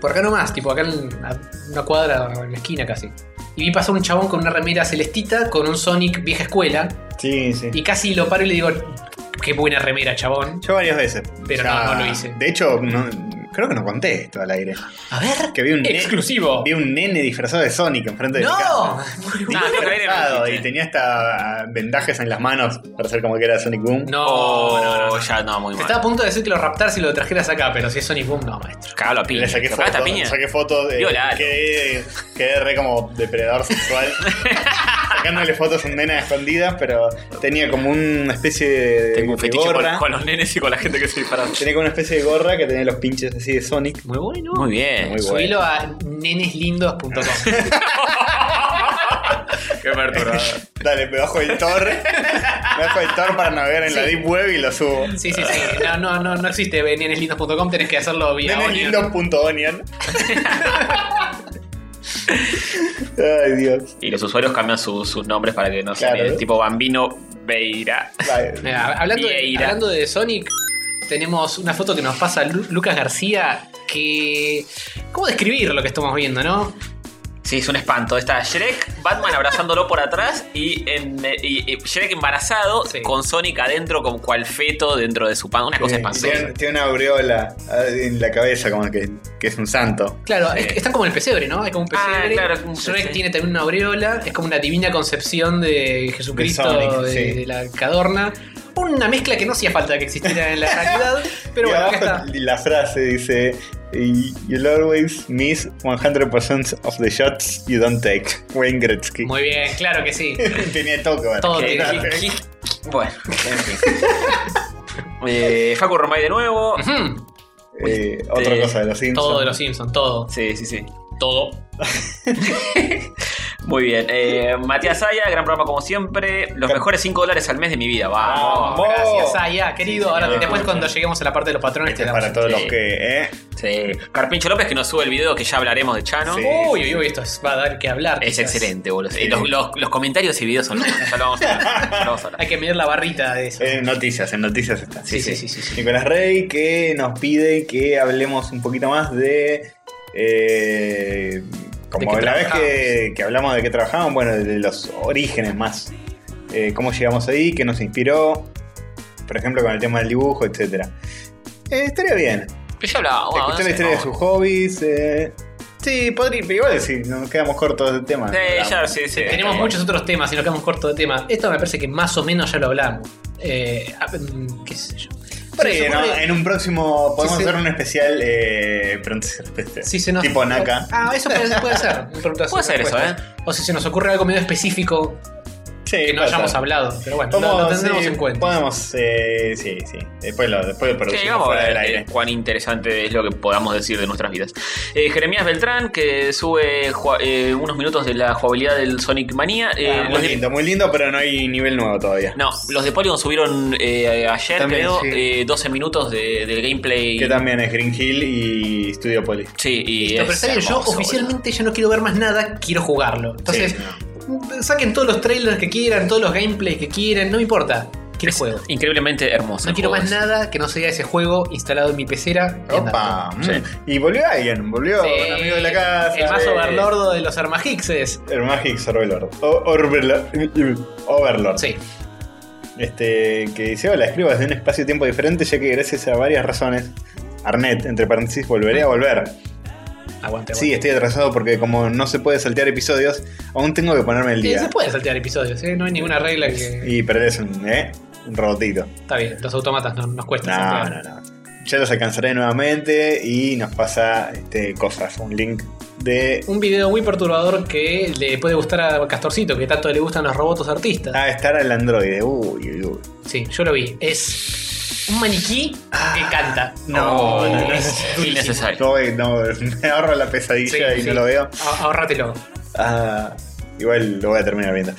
Speaker 1: por acá nomás, tipo acá en a una cuadra, en la esquina casi. Y vi pasar un chabón con una remera celestita, con un Sonic vieja escuela,
Speaker 2: Sí, sí.
Speaker 1: y casi lo paro y le digo, qué buena remera, chabón.
Speaker 2: Yo varias veces.
Speaker 1: Pero no, no lo hice.
Speaker 2: De hecho, no- creo que no conté esto al aire.
Speaker 1: A ver,
Speaker 2: Que vi un, ne-
Speaker 1: exclusivo.
Speaker 2: vi un nene disfrazado de Sonic enfrente de mi
Speaker 1: Oh. No, Ah,
Speaker 2: casa.
Speaker 4: No, creo que al aire no
Speaker 2: Disfrazado, y
Speaker 4: dijiste.
Speaker 2: tenía hasta vendajes en las manos para hacer como que era Sonic Boom.
Speaker 1: no,
Speaker 4: Oh,
Speaker 1: no, no, no.
Speaker 4: ya no, muy
Speaker 1: Te
Speaker 4: mal.
Speaker 1: estaba a punto de decir que lo raptaras y lo trajeras acá, pero si es Sonic Boom, no, maestro.
Speaker 4: Cagalo a
Speaker 2: Y
Speaker 4: piña.
Speaker 2: le saqué
Speaker 4: ¿Te cagaste a
Speaker 2: fotos.
Speaker 4: piña?
Speaker 2: Saqué fotos. eh,
Speaker 4: Violalo.
Speaker 2: quedé, quedé re como depredador sexual. Sacándole fotos a un nena escondida, pero tenía como una especie de,
Speaker 4: Tengo un
Speaker 2: de
Speaker 4: fetiche con,
Speaker 2: gorra.
Speaker 4: con los nenes y con la gente que se dispara.
Speaker 2: Tenía como una especie de gorra que tenía los pinches así de Sonic.
Speaker 1: Muy bueno.
Speaker 4: Muy bien.
Speaker 2: Muy
Speaker 1: Subilo a neneslindos.com.
Speaker 4: Qué perturbador.
Speaker 2: Dale, me bajo el Tor. me bajo el Tor para navegar en la
Speaker 1: Sí.
Speaker 2: Deep Web y lo subo.
Speaker 1: Sí, sí, sí. No, no, no, no existe neneslindos.com, tenés que hacerlo vía Onion.
Speaker 2: Neneslindos.onion. Ay, Dios.
Speaker 4: Y los usuarios cambian su- sus nombres para que no sean
Speaker 2: Claro.
Speaker 4: eh, tipo Bambino Beira.
Speaker 2: Vale.
Speaker 1: Mira, hablando, de,
Speaker 4: Vieira.
Speaker 1: hablando de Sonic, tenemos una foto que nos pasa Lu- Lucas García que... ¿Cómo describir lo que estamos viendo, no?
Speaker 4: Sí, es un espanto. Está Shrek, Batman abrazándolo por atrás y, en, eh, y- y Shrek embarazado
Speaker 1: Sí.
Speaker 4: con Sonic adentro como cual feto dentro de su pan. Una cosa
Speaker 2: Eh,
Speaker 4: espantosa.
Speaker 2: Tiene, tiene una aureola ah, en la cabeza, como que, que es un santo.
Speaker 1: Claro,
Speaker 4: Sí.
Speaker 1: es que están como en el pesebre, ¿no? Es como un
Speaker 4: Ah,
Speaker 1: pesebre.
Speaker 4: claro, es como un
Speaker 1: Shrek
Speaker 4: pesebre.
Speaker 1: tiene también una aureola, es como una divina concepción de Jesucristo
Speaker 2: De
Speaker 1: de,
Speaker 2: Sonic, sí.
Speaker 1: de la cadorna. Una mezcla que no hacía falta que existiera en la realidad, pero
Speaker 2: y
Speaker 1: bueno, acá
Speaker 2: abajo
Speaker 1: está.
Speaker 2: la frase dice: You'll always miss 100% of the shots you don't take. Wayne Gretzky.
Speaker 1: Muy bien, claro que sí.
Speaker 2: Tenía todo que ver.
Speaker 1: Todo
Speaker 4: Que-
Speaker 1: tiene-
Speaker 4: que- que- Bueno, en fin. Eh, Facu Romay de nuevo.
Speaker 1: Ujú.
Speaker 2: Eh, otra
Speaker 4: Este,
Speaker 2: cosa de los Simpsons.
Speaker 1: Todo de los Simpsons, todo.
Speaker 4: Sí, sí, sí.
Speaker 1: Todo.
Speaker 4: Muy bien. Eh, Matías Aya, gran programa como siempre. Los mejores 5 dólares al mes de mi vida. Vamos.
Speaker 2: Vamos.
Speaker 1: Oh, Gracias, Aya, querido. Ahora,
Speaker 4: Oh, señor.
Speaker 1: después, cuando lleguemos a la parte de los patrones,
Speaker 2: Este
Speaker 1: te
Speaker 2: es
Speaker 1: damos.
Speaker 2: para todos
Speaker 4: Sí.
Speaker 2: los que. eh,
Speaker 4: Sí. Carpincho López que nos sube el video que ya hablaremos de Chano.
Speaker 2: Sí.
Speaker 1: Uy, uy, uy, esto es- va a dar que hablar.
Speaker 4: Es
Speaker 1: quizás.
Speaker 4: excelente, boludo.
Speaker 2: Sí.
Speaker 4: Los, los- los comentarios y videos son locos. Ya lo vamos a hablar. Ya lo vamos a hablar.
Speaker 1: Hay que medir la barrita de eso.
Speaker 2: en noticias, en noticias está.
Speaker 1: sí, sí, sí, sí, sí.
Speaker 2: Nicolás Rey que nos pide que hablemos un poquito más de. eh, como
Speaker 1: ¿De qué
Speaker 2: la vez que,
Speaker 1: trabajamos?
Speaker 2: que hablamos de que trabajaban, bueno, de los orígenes más. Eh, cómo llegamos ahí, qué nos inspiró, por ejemplo, con el tema del dibujo, etcétera Eh, estaría bien.
Speaker 4: Pero ya hablábamos.
Speaker 2: Escuchar
Speaker 4: no sé,
Speaker 2: la historia de
Speaker 4: no.
Speaker 2: sus hobbies. eh, sí, podría, pero igual sí, nos quedamos cortos del tema.
Speaker 4: Sí, ya,
Speaker 2: Hablamos.
Speaker 4: sí, sí.
Speaker 1: Tenemos
Speaker 2: Eh,
Speaker 4: Sí.
Speaker 1: muchos otros temas y nos quedamos corto de temas. Esto me parece que más o menos ya lo hablamos. Eh, a- mm, ¿Qué sé yo?
Speaker 2: Por ahí,
Speaker 1: Se
Speaker 2: ¿no?
Speaker 1: supone-
Speaker 2: En un próximo podemos
Speaker 1: Sí, sí.
Speaker 2: hacer un especial eh, pronto se respete.
Speaker 1: si se nos-
Speaker 2: tipo Naka.
Speaker 1: Ah, eso puede, puede ser.
Speaker 4: Puede ser eso, ¿eh?
Speaker 1: O si se nos ocurre algo medio específico
Speaker 2: Sí,
Speaker 1: que no
Speaker 2: pasa.
Speaker 1: hayamos hablado. Pero bueno,
Speaker 2: Vamos,
Speaker 1: lo, lo tendremos
Speaker 2: sí,
Speaker 1: en cuenta.
Speaker 2: Podemos, eh, sí, sí. Después lo, después lo
Speaker 4: Sí,
Speaker 2: producimos
Speaker 4: vamos
Speaker 2: fuera
Speaker 4: a
Speaker 2: del
Speaker 4: ver
Speaker 2: aire.
Speaker 4: eh, cuán interesante es lo que podamos decir de nuestras vidas. Eh, Jeremías Beltrán, que sube ju- eh, unos minutos de la jugabilidad del Sonic Manía. Eh,
Speaker 2: Ah,
Speaker 4: los
Speaker 2: muy
Speaker 4: de-
Speaker 2: lindo, muy lindo, pero no hay nivel nuevo todavía.
Speaker 4: no, los de Polygon subieron eh, ayer,
Speaker 2: También,
Speaker 4: creo,
Speaker 2: sí.
Speaker 4: eh, 12 minutos de- del gameplay.
Speaker 2: Que también es Green Hill y Studio Poli.
Speaker 4: Sí, y
Speaker 1: Listo, pero
Speaker 4: es
Speaker 1: está bien, yo
Speaker 4: hermoso, boludo.
Speaker 1: oficialmente ya no quiero ver más nada, quiero jugarlo. Entonces,
Speaker 2: Sí,
Speaker 1: saquen todos los trailers que quieran, todos los gameplays que quieran, no me importa. Quiero
Speaker 4: Es
Speaker 1: juego.
Speaker 4: Increíblemente hermoso.
Speaker 1: No
Speaker 4: el
Speaker 1: quiero
Speaker 4: juego
Speaker 1: más
Speaker 4: ese.
Speaker 1: nada que no sea ese juego instalado en mi pecera. y andando.
Speaker 2: Opa, mm.
Speaker 4: Sí.
Speaker 2: Y volvió alguien, volvió un amigo de la casa.
Speaker 1: El más
Speaker 2: eh,
Speaker 1: overlordo de los Armagixes.
Speaker 2: El Magic Overlord. O- Overlord. Overlord.
Speaker 1: Sí.
Speaker 2: Este, que dice, hola, escribo desde un espacio-tiempo diferente, ya que gracias a varias razones Arnett, entre paréntesis, volveré a volver.
Speaker 1: Aguante, aguante.
Speaker 2: Sí, estoy atrasado porque como no se puede saltear episodios, aún tengo que ponerme el
Speaker 1: Sí, se
Speaker 2: día.
Speaker 1: puede saltear episodios, ¿eh? no hay ninguna regla que.
Speaker 2: Y perdés un, ¿eh? un robotito.
Speaker 1: Está bien, los automatas no- nos cuestan.
Speaker 2: No,
Speaker 1: saltear.
Speaker 2: no, no. Ya los alcanzaré nuevamente y nos pasa este, cosas. Un link de.
Speaker 1: Un video muy perturbador que le puede gustar a Castorcito, que tanto le gustan los robots artistas.
Speaker 2: Ah, estar el androide. Uy, uy, uy.
Speaker 1: Sí, yo lo vi. Es un maniquí que canta.
Speaker 2: Ah. No,
Speaker 4: Oh,
Speaker 2: no, no,
Speaker 4: es innecesario.
Speaker 2: No, no, me ahorro la pesadilla
Speaker 1: Sí,
Speaker 2: y
Speaker 1: sí.
Speaker 2: no lo veo.
Speaker 1: Ah, Ahorratelo.
Speaker 2: Ah, igual lo voy a terminar viendo.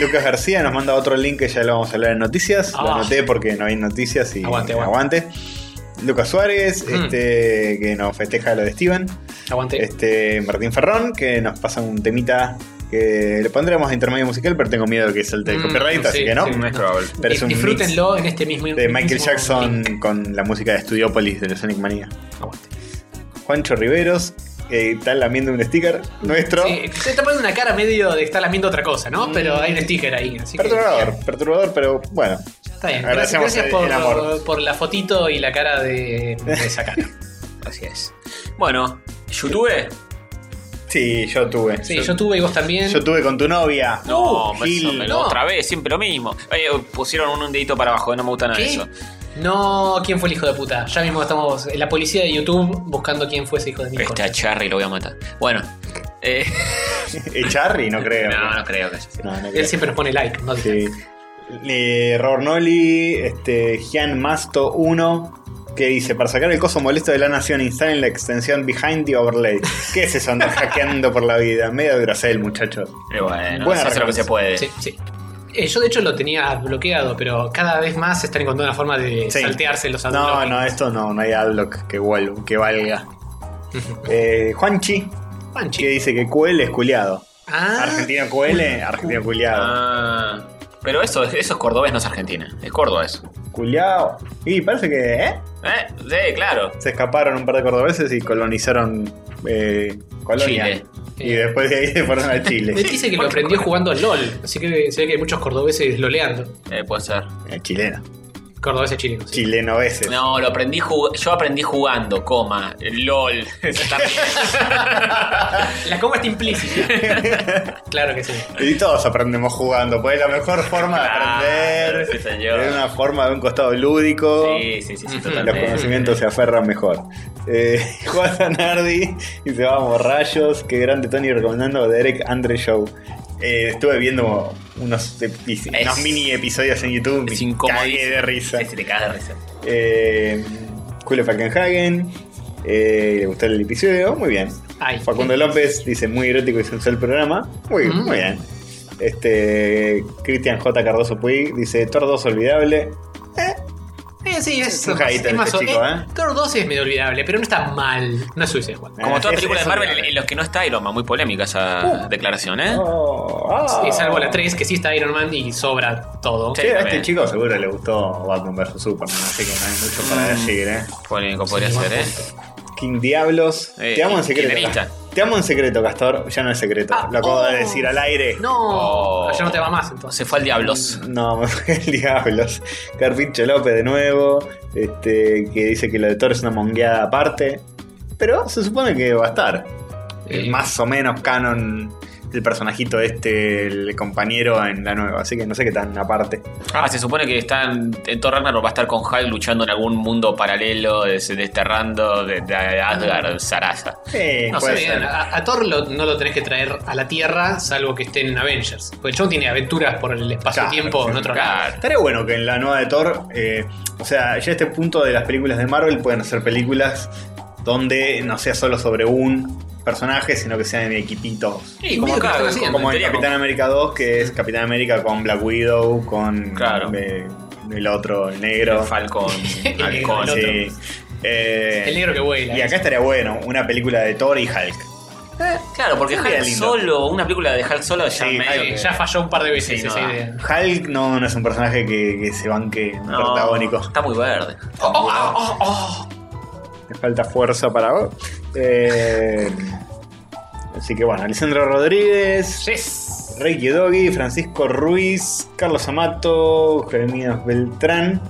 Speaker 2: Lucas García nos manda otro link que ya lo vamos a hablar en noticias. Lo
Speaker 1: Ah.
Speaker 2: anoté porque no hay noticias y
Speaker 1: Aguante, aguante.
Speaker 2: Lucas Suárez,
Speaker 1: Mm.
Speaker 2: este, que nos festeja lo de Steven.
Speaker 1: Aguante.
Speaker 2: Este, Martín Ferrón, que nos pasa un temita que le pondremos de intermedio musical, pero tengo miedo que salte el
Speaker 1: Mm,
Speaker 2: copyright, así
Speaker 1: sí,
Speaker 2: que no.
Speaker 1: sí.
Speaker 4: No es probable.
Speaker 2: Pero es un mix
Speaker 1: Disfrútenlo en este mismo
Speaker 2: De Michael
Speaker 1: mismo
Speaker 2: Jackson
Speaker 1: link.
Speaker 2: con la música de Studiopolis de los Sonic Mania.
Speaker 1: Aguante.
Speaker 2: Juancho Riveros, que está lamiendo un sticker nuestro.
Speaker 1: Sí, te está poniendo una cara medio de estar lamiendo otra cosa,
Speaker 2: Mm.
Speaker 1: ¿no? Pero hay un sticker ahí. Así que,
Speaker 2: Perturbador, perturbador, pero bueno.
Speaker 1: está bien. Gracias,
Speaker 2: Agradecemos
Speaker 1: gracias
Speaker 2: el- el amor.
Speaker 1: por, por la fotito y la cara de, de esa cara.
Speaker 4: Así es. Bueno, YouTube.
Speaker 2: Sí, yo tuve.
Speaker 1: Sí, yo tuve y vos también.
Speaker 2: Yo tuve con tu novia.
Speaker 4: No,
Speaker 2: Uh,
Speaker 4: eso
Speaker 2: Gil,
Speaker 4: me lo-
Speaker 1: no.
Speaker 4: otra vez, siempre lo mismo. Oye, pusieron un, un dedito para abajo, eh, no me gusta nada
Speaker 1: ¿Qué?
Speaker 4: de eso.
Speaker 1: No, ¿quién fue el hijo de puta? Ya mismo estamos en la policía de YouTube buscando quién fue ese hijo de mil
Speaker 4: Este a
Speaker 1: conchas.
Speaker 4: Charry lo voy a matar. Bueno, eh,
Speaker 2: Echarri, no creo.
Speaker 4: no, no creo que haya sido.
Speaker 2: No, no creo.
Speaker 1: Él siempre nos pone like, no dislike.
Speaker 2: Sí. Eh, Robert Nolli, este, Gian Masto 1, que dice, para sacar el coso molesto de la nación, instalen la extensión Behind the Overlay. ¿Qué es eso? Andar hackeando por la vida. Medio grosel, muchacho.
Speaker 4: Pero Eh, bueno,
Speaker 2: Buena
Speaker 4: se hace lo que
Speaker 2: recompensa.
Speaker 4: se puede.
Speaker 1: Sí, sí. Eh, yo de hecho lo tenía bloqueado, pero cada vez más están encontrando una forma de
Speaker 2: Sí.
Speaker 1: saltearse los
Speaker 2: No,
Speaker 1: adblockings.
Speaker 2: no, esto no, no hay adblock que, vuel- que valga. Eh, Juanchi,
Speaker 1: Panchi.
Speaker 2: que dice que QL es culiado.
Speaker 1: Ah,
Speaker 2: Argentino QL, argentino culiado.
Speaker 4: Ah, pero eso, eso es cordobés, no es Argentina. Es Córdoba eso.
Speaker 2: Culiado. Y parece que, ¿eh?
Speaker 4: ¿Eh? Sí, claro.
Speaker 2: Se escaparon un par de cordobeses y colonizaron eh, Colonia.
Speaker 4: Chile.
Speaker 2: Y después de ahí se fueron a
Speaker 1: me
Speaker 2: Chile.
Speaker 1: dice que lo aprendió jugando al LOL, así que se ve que hay muchos cordobeses loleando.
Speaker 4: Eh, puede ser.
Speaker 2: Eh, Chileno.
Speaker 1: Cordobeses chilenos. sí.
Speaker 2: Chileno veces.
Speaker 4: No, lo aprendí jug- yo aprendí jugando, coma, LOL.
Speaker 1: La coma está implícita. claro que sí.
Speaker 2: Y todos aprendemos jugando, pues es la mejor forma de
Speaker 4: Claro,
Speaker 2: aprender.
Speaker 4: sí, señor.
Speaker 2: Es una forma de un costado lúdico.
Speaker 4: sí, sí, sí, sí,
Speaker 2: Los
Speaker 4: totalmente.
Speaker 2: conocimientos se aferran mejor. Eh, Juan Zanardi dice: Vamos, rayos. Qué grande Tony recomendando Derek Andre Show. Eh, estuve viendo unos, epi- unos mini episodios en YouTube.
Speaker 4: Es
Speaker 2: me
Speaker 4: incómodo.
Speaker 2: cagué de risa.
Speaker 4: Sí, se te cae de risa.
Speaker 2: Eh, Julio Falkenhagen. Eh, le gustó el episodio, muy bien.
Speaker 1: Ay.
Speaker 2: Facundo López dice muy erótico y sensual el programa. Muy,
Speaker 1: Mm.
Speaker 2: muy bien. Este Cristian J. Cardoso Puig dice Tordos olvidable.
Speaker 1: Eh, sí, es,
Speaker 2: un
Speaker 1: es,
Speaker 2: jadito
Speaker 1: más
Speaker 2: este chico, ¿eh?
Speaker 1: Thor 2 es medio olvidable, pero no está mal. No es Suicide Squad.
Speaker 4: Como toda
Speaker 2: Es-
Speaker 4: película
Speaker 2: es
Speaker 4: de Marvel, en,
Speaker 2: olvidable.
Speaker 4: en los que no está Iron Man, muy polémica esa declaración, ¿eh?
Speaker 2: Oh, ah.
Speaker 1: Sí, salvo la 3, que sí está Iron Man y sobra todo.
Speaker 4: Sí.
Speaker 2: Che, a este
Speaker 4: también.
Speaker 2: chico seguro le gustó Batman vs Superman, así que no hay mucho
Speaker 1: Mm.
Speaker 2: para decir, ¿eh?
Speaker 4: Polémico podría ser, ¿eh?
Speaker 2: King Diablos.
Speaker 4: Eh,
Speaker 2: Te amo en
Speaker 4: King-
Speaker 2: secreto.
Speaker 4: kirchnerista.
Speaker 2: Cas- Te amo en secreto, Castor. Ya no es secreto.
Speaker 1: Ah,
Speaker 2: Lo acabo
Speaker 1: oh.
Speaker 2: de decir al aire.
Speaker 1: No,
Speaker 4: Oh.
Speaker 1: ya no te va más entonces.
Speaker 4: Se fue al diablos.
Speaker 2: No, me fue el diablos. Carpincho López de nuevo, este, que dice que lo de Thor es una mongueada aparte. Pero se supone que va a estar. Eh,
Speaker 1: Eh.
Speaker 2: Más o menos canon el personajito este, el compañero en la nueva. Así que no sé qué tan aparte.
Speaker 4: Ah, se supone que está en, en Thor Ragnarok va a estar con Hulk luchando en algún mundo paralelo, des- desterrando de, de Asgard, Sarasa.
Speaker 2: Eh,
Speaker 1: No sé,
Speaker 2: puede
Speaker 1: bien,
Speaker 2: ser.
Speaker 1: a, a Thor lo- no lo tenés que traer a la Tierra, salvo que esté en Avengers. Porque John tiene aventuras por el espacio-tiempo
Speaker 2: Claro,
Speaker 1: en otro
Speaker 4: claro.
Speaker 1: lado.
Speaker 2: Estaría bueno que en la nueva de Thor, eh, o sea, ya a este punto de las películas de Marvel pueden hacer películas donde no sea solo sobre un personaje, sino que sean equipitos.
Speaker 4: Sí, como acá,
Speaker 1: Medio que
Speaker 4: como,
Speaker 1: lo
Speaker 2: Como en
Speaker 4: teoría,
Speaker 2: Capitán América 2, que es Capitán América con Black Widow, con
Speaker 4: Claro.
Speaker 2: eh, el otro, el negro.
Speaker 4: como Falcon, Halcón.
Speaker 1: el otro.
Speaker 4: sí.
Speaker 2: Sí. Eh,
Speaker 1: El negro que vuela.
Speaker 2: y acá estaría bueno, una película de Thor y Hulk.
Speaker 4: Claro, porque
Speaker 2: Sería
Speaker 4: Hulk
Speaker 2: lindo.
Speaker 4: solo, una película de Hulk solo ya
Speaker 2: Sí,
Speaker 4: medio
Speaker 1: Sí,
Speaker 4: que-
Speaker 1: eh, ya falló un par de veces
Speaker 4: Sí, no
Speaker 1: esa
Speaker 4: da.
Speaker 1: idea.
Speaker 2: Hulk no, no es un personaje que, que se banque un
Speaker 4: No,
Speaker 2: protagónico.
Speaker 4: Está muy verde.
Speaker 1: Oh, oh, oh, oh, oh.
Speaker 2: Le falta fuerza para vos. Eh, así que bueno, Alessandro Rodríguez,
Speaker 1: Yes.
Speaker 2: Reiki Doggy, Francisco Ruiz, Carlos Amato, Jeremías Beltrán,